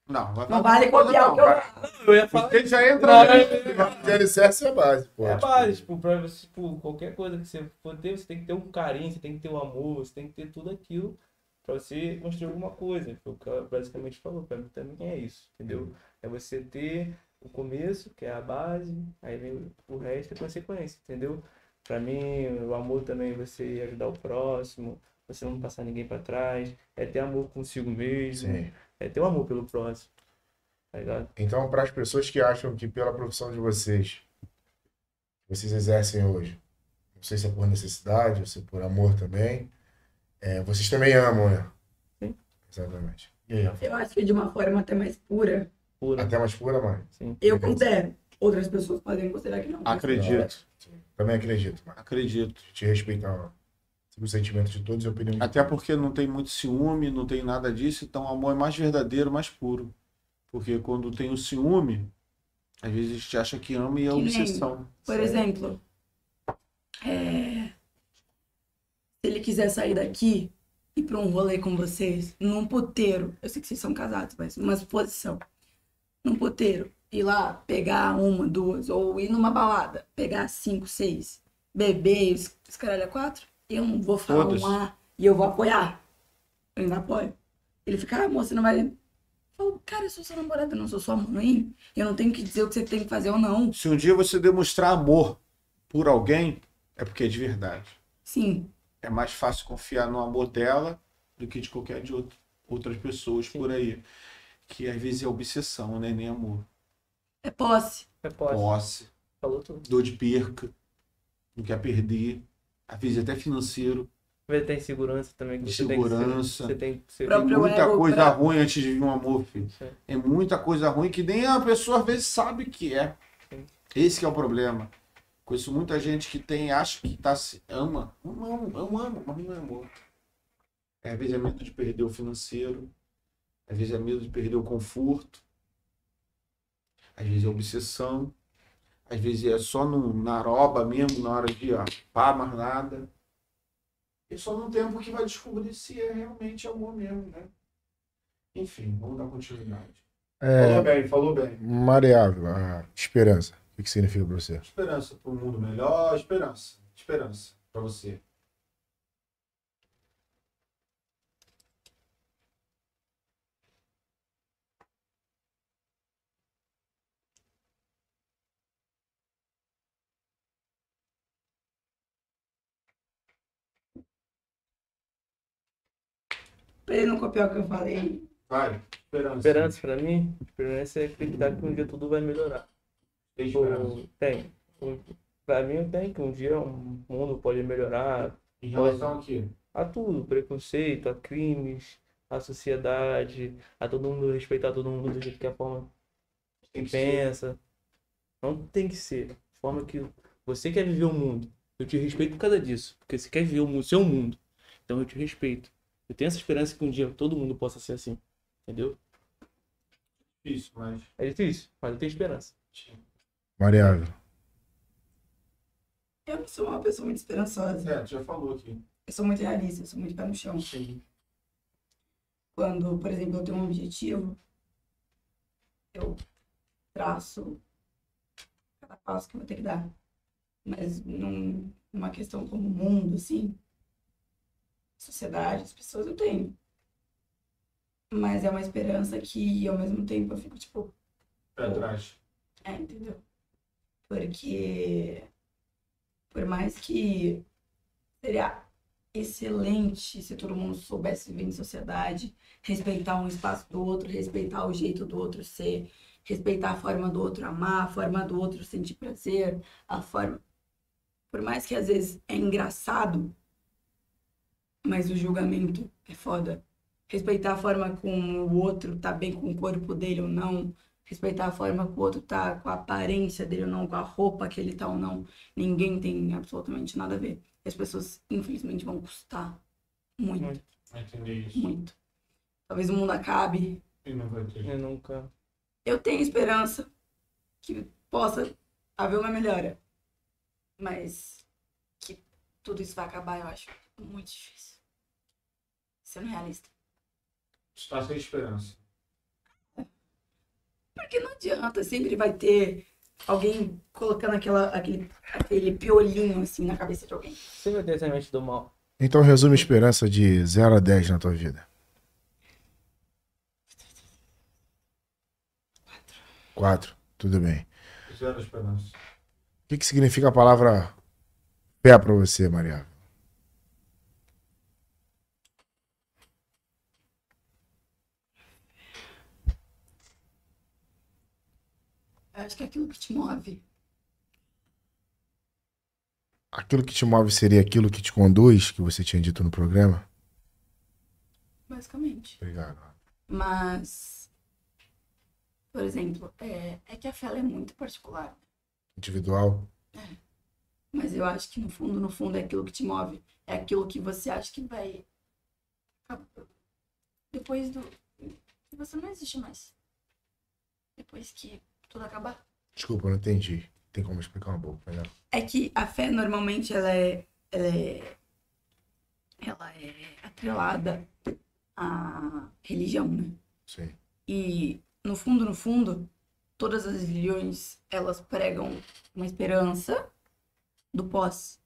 Não, vai
Não
falar
vale
coisa
copiar
não.
o que eu.
Eu ia falar.
Porque já entra.
Não,
né?
é-
Porque alicerce é base, pô.
É base, tipo, pra você, tipo, qualquer coisa que você for ter, você tem que ter um carinho, você tem que ter o amor, você tem que ter tudo aquilo pra você construir alguma coisa. Foi o que ela basicamente falou, pra mim também é isso, entendeu? É você ter o começo, que é a base, aí vem o- o resto é consequência, entendeu? Pra mim, o amor também é você ajudar o próximo, você não passar ninguém pra trás, é ter amor consigo mesmo,
Sim.
é ter o amor pelo próximo, tá ligado?
Então, para as pessoas que acham que pela profissão de vocês, que vocês exercem hoje, não sei se é por necessidade ou se é por amor também, é, vocês também amam, né?
Sim.
Exatamente. E aí, Rafa?
Eu acho que de uma forma até mais pura.
Pura,
Até mais pura, mãe?
sim.
Eu
Beleza.
considero. Outras pessoas podem considerar que não.
Ah, Acredito.
Também acredito, mãe.
Acredito.
Te respeitar o sentimento de todos e a opinião de
Até
todos.
porque não tem muito ciúme, não tem nada disso, então o amor é mais verdadeiro, mais puro. Porque quando tem o ciúme, às vezes a gente acha que ama e é
Que nem-
obsessão.
Por exemplo, é, se ele quiser sair daqui e ir pra um rolê com vocês, num puteiro, eu sei que vocês são casados, mas uma suposição, num puteiro, ir lá pegar uma, duas, ou ir numa balada, pegar cinco, seis, beber, os os caralho a quatro, eu não vou falar
Todos.
um A e eu vou apoiar. Eu ainda apoio. Ele fica, ah, moça, não vai... Eu falo, cara, eu sou sua namorada, eu não sou sua mãe, eu não tenho que dizer o que você tem que fazer ou não.
Se um dia você demonstrar amor por alguém, é porque é de verdade.
Sim,
é mais fácil confiar no amor dela do que de qualquer de outro- outras pessoas por aí. Que às vezes é obsessão, né? Nem amor.
É posse.
É posse,
Posse,
falou tudo.
dor de perca, não quer perder. Às vezes até financeiro.
Vai ter insegurança também. Que você tem que ser-
Insegurança.
Você tem que ser.
Tem
Próprio
muita
ego,
coisa
pra-
ruim antes de vir um amor, filho.
Sim.
É muita coisa ruim que nem a pessoa às vezes sabe que é.
Sim.
Esse que é o problema. Conheço muita gente que tem, acha que tá, se ama. Eu não amo, eu amo, mas não é amor. Às vezes é medo de perder o financeiro. Às vezes é medo de perder o conforto. Às vezes é obsessão. Às vezes é só no, na roba mesmo, na hora de ó, pá, mais nada. E É só no tempo que vai descobrir se é realmente amor mesmo, né? Enfim, vamos dar continuidade.
É.
Falou bem, falou bem.
Mareável, a esperança. O que que significa pra você?
Esperança para um mundo melhor, esperança. Esperança para você.
Pra ele não copiar o que eu falei.
Vai, esperança.
Esperança pra mim, esperança é acreditar que um dia tudo vai melhorar.
Tem
Tipo,
esperança.
tem. Um- Pra mim eu tenho que um dia o mundo pode melhorar
Em relação aqui.
a tudo, preconceito, a crimes, a sociedade, a todo mundo respeitar todo mundo do jeito que a forma
Tem que ser.
pensa. Não tem que ser. Forma que você quer viver o mundo. Eu te respeito por causa disso. Porque você quer viver o mu- seu mundo. Então eu te respeito. Eu tenho essa esperança que um dia todo mundo possa ser assim. Entendeu?
difícil, mas.
É difícil, mas eu tenho esperança.
Mareável.
Eu não sou uma pessoa muito esperançosa.
É, tu já falou aqui.
Eu sou muito realista, eu sou muito pé no chão. Quando, por exemplo, eu tenho um objetivo, eu traço cada passo que eu vou ter que dar. Mas num- numa questão como o mundo, assim, sociedade, as pessoas, eu tenho. Mas é uma esperança que, ao mesmo tempo, eu fico tipo,
Pra trás.
É, entendeu? Porque por mais que seria excelente se todo mundo soubesse viver em sociedade, respeitar um espaço do outro, respeitar o jeito do outro ser, respeitar a forma do outro amar, a forma do outro sentir prazer, a forma. Por mais que às vezes é engraçado, mas o julgamento é foda. Respeitar a forma como o outro tá bem com o corpo dele ou não, respeitar a forma que o outro tá, com a aparência dele ou não, com a roupa que ele tá ou não. Ninguém tem absolutamente nada a ver. E as pessoas, infelizmente, vão custar muito,
Muito.
Entender isso.
muito. Talvez o mundo acabe,
E não vai ter.
Eu nunca.
eu tenho esperança que possa haver uma melhora. Mas que tudo isso vai acabar, eu acho muito difícil. Sendo realista.
Está sem esperança.
Porque não adianta, sempre vai ter alguém colocando aquela, aquele, aquele piolinho assim na cabeça de alguém.
Você vai ter essa mente do mal.
Então resume a esperança de 0 a 10 na tua vida. 4. Tudo bem.
Zero esperança.
O que, que significa a palavra pé pra você, Maria?
Eu acho que é aquilo que te move.
Aquilo que te move seria aquilo que te conduz, que você tinha dito no programa?
Basicamente.
Obrigado.
Mas, por exemplo, é, é que a fé ela é muito particular.
Individual.
Mas eu acho que no fundo, no fundo, é aquilo que te move. É aquilo que você acha que vai. Depois do. que Você não existe mais. Depois que tudo acabar.
Desculpa, eu não entendi. Tem como explicar um pouco melhor?
É que a fé normalmente ela é, ela é, ela é atrelada à religião, né?
Sim.
E no fundo, no fundo, todas as religiões elas pregam uma esperança do pós.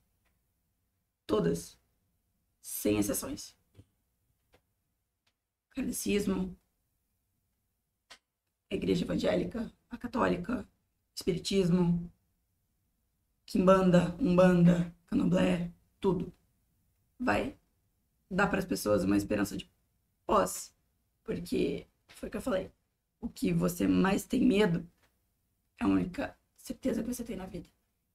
Todas. Sem exceções. Kardecismo, a igreja evangélica, a católica, espiritismo, quimbanda, umbanda, candomblé, tudo. Vai dar para as pessoas uma esperança de pós, porque foi o que eu falei. O que você mais tem medo é a única certeza que você tem na vida.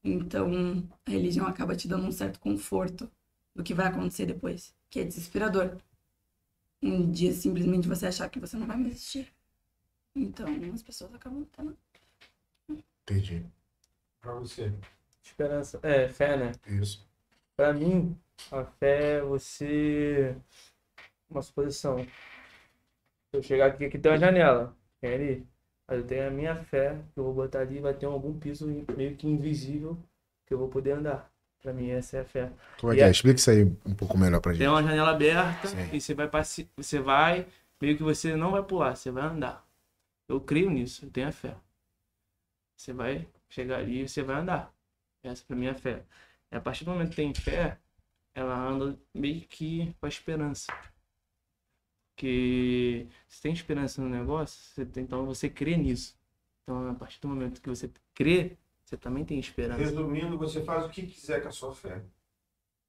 Então, a religião acaba te dando um certo conforto do que vai acontecer depois, que é desesperador. Um dia simplesmente você achar que você não vai mais existir. Então, as pessoas acabam tendo.
Entendi.
Pra você.
Esperança. É, fé, né?
Isso.
Pra mim, a fé é você. Uma suposição. Se eu chegar aqui, aqui tem uma janela. Tem ali. Aí eu tenho a minha fé que eu vou botar ali vai ter algum piso meio que invisível que eu vou poder andar. Pra mim, essa é a fé.
Como é
E
que é?
a-
Explica isso aí um pouco melhor pra
Tem
gente.
uma janela aberta
Sim.
e você vai passe... você vai, meio que você não vai pular, você vai andar. Eu creio nisso, eu tenho a fé. Você vai chegar ali e você vai andar. Essa pra mim é a fé. E a partir do momento que tem fé, ela anda meio que com a esperança. Que se tem esperança no negócio, você tem- então você crê nisso. Então a partir do momento que você crê, você também tem esperança.
Resumindo, você faz o que quiser com a sua fé.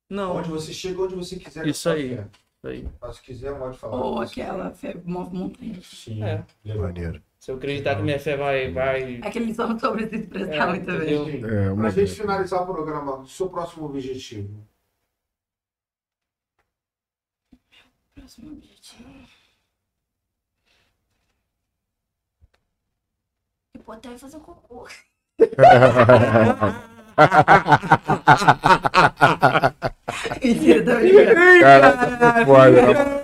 Não,
Onde você chega, onde você quiser
Isso
com a sua
aí.
fé.
isso aí.
Faz o que quiser, pode falar.
Ou aquela fé move montanha.
Sim.
É.
Legal.
Maneiro.
Se eu acreditar que minha fé vai. vai...
Aquele só não sobre se expressar
É,
Tá muito bem.
entendeu?
Enfim,
É,
pra
uma
gente
boa.
finalizar o programa, seu próximo objetivo.
Próximo objetivo. Eu vou até fazer o cocô.
Mentira, tô brincando.
Cara, foda.
brincando,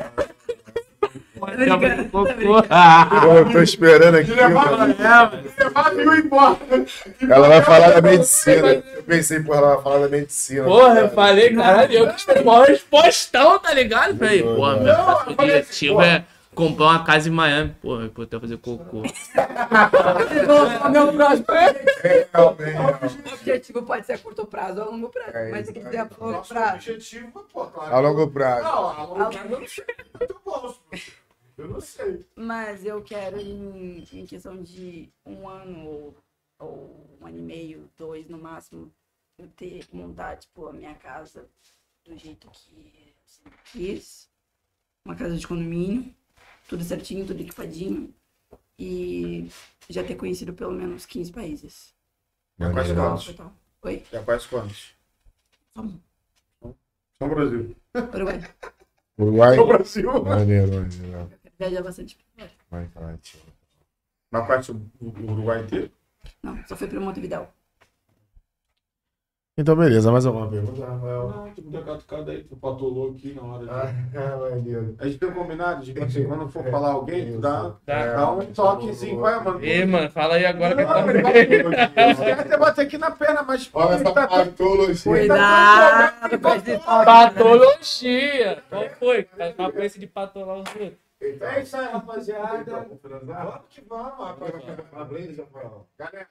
tô
Pô, eu tô esperando aqui. mano. Ela vai falar da medicina. Eu pensei, pô, ela vai falar da medicina. Tá
Porra, eu falei, caralho, eu que tenho maior respostão, tá ligado? Falei,
Não,
porra,
não. assim,
meu próximo objetivo é comprar uma casa em Miami. Porra, eu vou até fazer
Bom,
cocô.
Meu próximo
Realmente.
objetivo pode ser a curto prazo ou a longo prazo.
É
mas
isso
se
aí.
quiser a longo
Nosso
prazo.
objetivo, pô, claro.
A longo prazo.
Não, a longo prazo eu não sei. Muito bom. Eu não sei.
Mas eu quero, em, em questão de um ano ou, ou um ano e meio, dois no máximo, eu ter montar tipo, a minha casa do jeito que eu sempre quis. Uma casa de condomínio, tudo certinho, tudo equipadinho. E já ter conhecido pelo menos 15 países.
Quais
Maneiro.
quantos?
Total. Oi?
Já quais quantos?
Só um.
Só o Brasil.
Uruguai.
Uruguai.
Só o Brasil.
Maneiro, maneiro.
Viajar é bastante.
Vai, vai, tio.
Mas conhece o o Uruguai inteiro?
Não, só foi pro Montevidéu.
Então, beleza, mais alguma pergunta, Rafael?
Não, tu me deu catucada aí, tu patolou aqui na hora.
Ah, maneiro.
A gente tem um combinado de que assim, quando for falar alguém, tu dá,
Dá.
dá um toquezinho. Vai, mano.
Ei, Tá. mano, fala aí agora que eu
Não,
tava.
ele vai- Você até bater aqui na perna, mas.
Olha
ele
essa
tá-
patologia.
Cuidado com esse
Patologia! Qual foi? Tá com esse de patolar os outros.
É isso aí, rapaziada.
Rapaziada.
Vamos que vamos, rapaziada. Galera,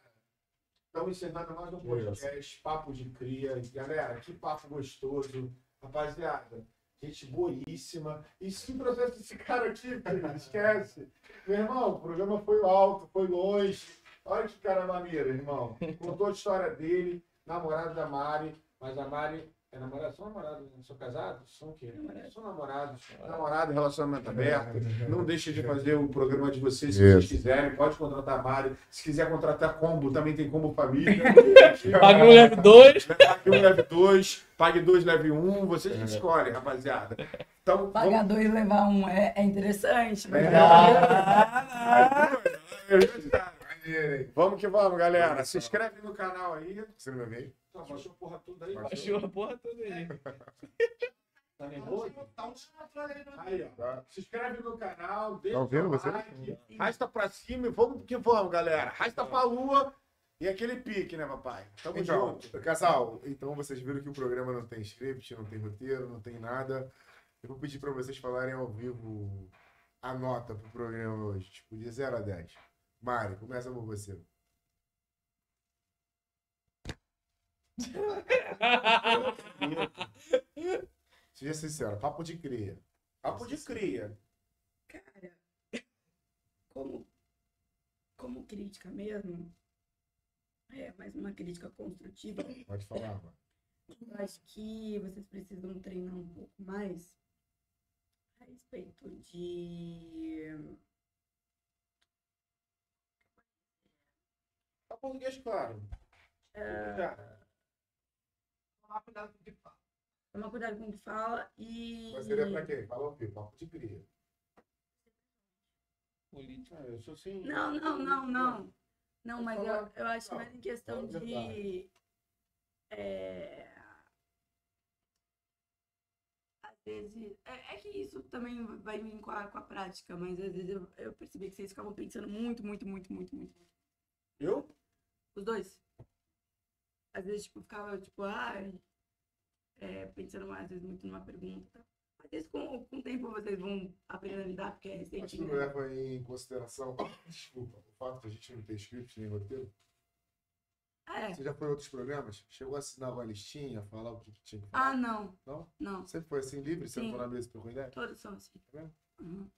estamos encerrando mais um podcast, papo de cria. Galera, que papo gostoso. Rapaziada, gente boíssima. E se o processo desse cara aqui, filho, esquece. Meu irmão, o programa foi alto, foi longe. Olha que cara maneiro, irmão. Contou a história dele, namorado da Mari. Mas a Mari é namorada, são namorados, não são casados? São o quê? São namorados. Namorado, relacionamento aberto. Não deixa de fazer o programa de vocês se vocês
Isso.
quiserem. Pode contratar a Mari. Se quiser contratar combo, também tem combo família.
Paga um leve dois.
Pague um, leve dois. Pague dois, leve um. Vocês
É.
que escolhem, rapaziada. Então, vamos...
Pagar dois e levar um é, é interessante. mas-
É.
É.
Vamos que vamos, galera. Se inscreve no canal aí.
Você não me vê?
Tá, baixou a porra tudo aí.
Achou a porra toda aí.
Tá nervoso?
Tá um chapéu ali no-
Aí, ó. Se inscreve no canal, deixa
Tá ouvindo
o
você?
like, rasta pra cima e vamos que vamos, galera. Rasta pra lua e aquele pique, né, papai? Tamo
Então,
junto.
casal, então vocês viram que o programa não tem script, não tem roteiro, não tem nada. Eu vou pedir pra vocês falarem ao vivo a nota pro programa hoje, tipo, de 0 a 10. Mari, começa por você. Seja sincero, papo de cria.
Papo de cria.
como, como crítica mesmo, é mais uma crítica construtiva.
Pode falar, mano.
Eu acho que vocês precisam treinar um pouco mais a respeito de.
Tá português, claro.
É,
Obrigado.
Tomar cuidado com o que fala.
Tomar cuidado com o que fala e.
Mas seria pra quê? Fala ao vivo, papo de cria.
Ah, eu sou sim.
Não, não, não, não. Não, mas eu, eu acho
Não,
mais em questão
fala a
de. é, Às vezes. É, é que isso também vai vir com a, com a prática, mas às vezes eu, eu percebi que vocês ficavam pensando muito, muito, muito, muito, muito.
Eu?
Os dois. Às vezes, tipo, ficava, tipo, ai. é, pensando mais, às vezes, muito numa pergunta. Às vezes, com, com o tempo, vocês vão aprender a lidar, porque é
Mas
recente.
tu não
né?
leva em consideração, desculpa, o fato de a gente não ter script nem roteiro?
Ah, é.
Você já foi em outros programas? Chegou a assinar uma listinha, falar o que que tinha que
Ah,
falar?
não.
Não?
Não.
Sempre foi assim, livre,
Sim.
sentou na mesa trocou ideia?
Todos são assim.
É mesmo?
Uhum.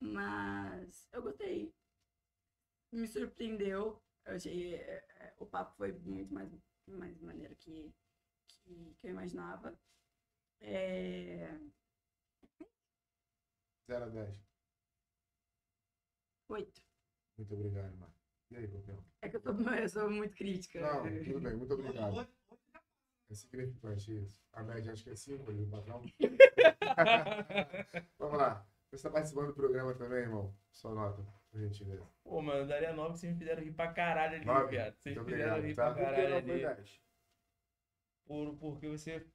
Mas eu gostei. Me surpreendeu. Eu achei. é, é, o papo foi muito mais, mais maneiro que, que, que eu imaginava. É,
0 a 10.
oito.
Muito obrigado, Marcos. E aí, campeão?
É que eu, tô, eu sou muito crítica.
Não, tudo bem, muito obrigado.
Hoje- hoje-
É significante isso. A média acho que é 5, ali, o patrão. Vamos lá. Você está participando do programa também, irmão? Sua nota, por gentileza.
Pô, mano, eu daria 9 vocês me fizeram rir pra caralho ali,
Nove.
viado. Vocês
Muito
me fizeram
obrigado,
rir
tá?
pra
Por que
caralho é
não foi
ali.
10?
Por, porque você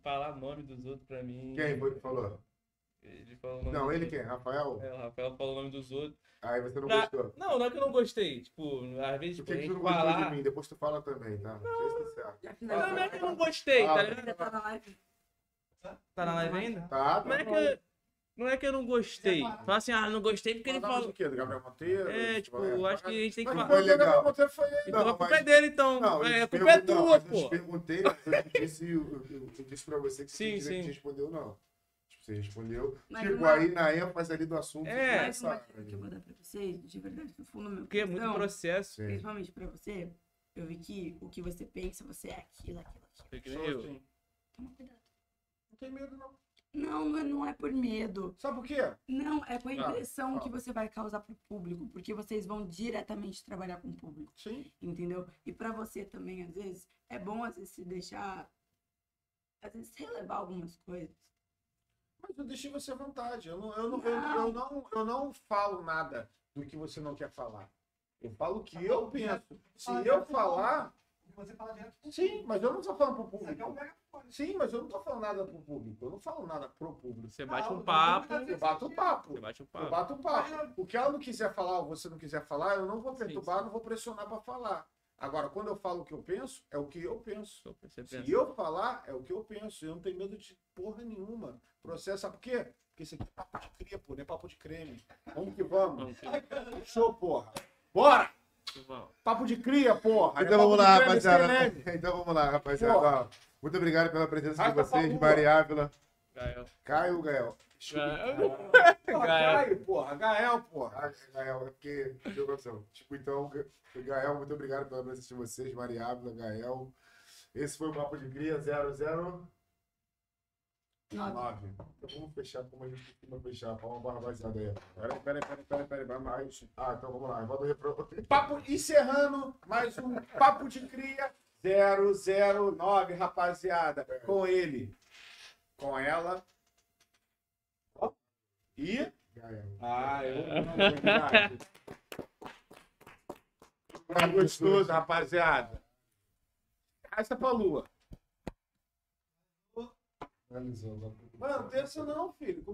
falar nome dos outros pra mim.
Quem foi que falou?
Ele falou o nome
Não,
dos
ele
outros.
quem? Rafael?
É, o Rafael falou o nome dos outros.
Aí você não
Pra-
gostou.
Não, não é que eu não gostei. Tipo, às vezes,
Por
tipo,
que
a
que
gente
tu não gostou de
falar.
mim? Depois tu fala também, tá? Não sei se tá certo.
Já
Não, não
finalizou.
é que eu não gostei, tá
Ah.
ligado?
Já tá na live.
Tá na live ainda?
Tá,
Não é
tá.
que eu, não é que eu não gostei. Fala assim, ah, não gostei porque ele
um
Nós falamos
falou.
do quê? Do
né?
Gabriel Monteiro?
É, tipo,
Valério
eu acho que a
Vargas?
gente tem que
Mas
falar.
foi
Mas o Gabriel
legal.
Monteiro foi ele.
Então a
Não,
culpa é
mas-
dele, então.
Não,
é,
eu
a
te
culpa é
pergun- não,
tua,
mas Eu te
pô.
perguntei, mas eu te disse, eu, eu, eu disse pra você que você
Sim,
tinha
sim.
que respondeu, não. Tipo, você respondeu.
Mas
tipo,
uma-
aí na ênfase ali do assunto.
É.
você já
Mais uma
sabe,
dica
né?
que eu vou dar pra vocês, de verdade, do fundo do meu
Porque é muito
coração,
processo.
Sim.
Principalmente pra você, eu vi que o que você pensa, você é aquilo, aquilo, aquilo.
Foi que nem
Sou
eu.
assim.
Toma cuidado.
Não tem medo, não.
Não, não é- não é por medo.
Sabe por quê?
Não, é com a
Ah,
impressão
ah.
que você vai causar pro público, porque vocês vão diretamente trabalhar com o público,
Sim.
entendeu? E pra você também, às vezes, é bom às vezes se deixar, às vezes relevar algumas coisas.
Mas eu deixei você à vontade. Eu não, eu não, eu, eu não, eu não falo nada do que você não quer falar. Eu falo o que eu penso. Se eu falar,
O que você fala direto pro
sim, mas eu não tô falando pro
Isso aqui é um
público.
megafone.
Sim, mas eu não tô falando nada pro público. Eu não falo nada pro público.
Você bate
Não,
um
não,
papo.
não, não,
Eu bato papo.
Você bate um
Eu
papo.
bato papo. O que ela não quiser falar ou você não quiser falar, eu não vou perturbar, não vou pressionar para falar. Agora, quando eu falo o que eu penso, é o que eu penso.
Tô
Se
percebendo.
eu falar, é o que eu penso. Eu não tenho medo de porra nenhuma. Processo, sabe por quê? Porque isso aqui é papo de cria, pô, não é papo de creme. Vamos que vamos.
Vamos, filho.
Show, porra. Bora!
Vamos.
Papo de cria, porra.
Então vamos lá, rapaziada.
Rafael.
Então vamos lá, rapaziada.
Porra.
Ó, Muito obrigado pela presença de
Raspa pra
vocês,
rua.
Mari Ávila,
Gael.
Caio Gael.
Gael.
Porra,
Gael.
Caio, porra. Gael, porra.
Ah, Gael, é porque deu opção. Tipo, então, Gael, muito obrigado pela presença de vocês, Mari Ávila, Gael. Esse foi o Papo de Cria 00.
Nove.
Nove. Então vamos fechar como a gente costuma fechar. Fala uma barbarizada aí.
Peraí, peraí, peraí, peraí, peraí. Vai mais.
Ah, então vamos lá. Roda o refrão.
Papo encerrando mais um Papo de Cria 009, rapaziada. Com ele, com ela. Ó. E.
Gael.
Ah, eu não tenho idade. Tá gostoso, rapaziada. Essa pra lua.
Finalizou.
Mano, terça não, filho. Comigo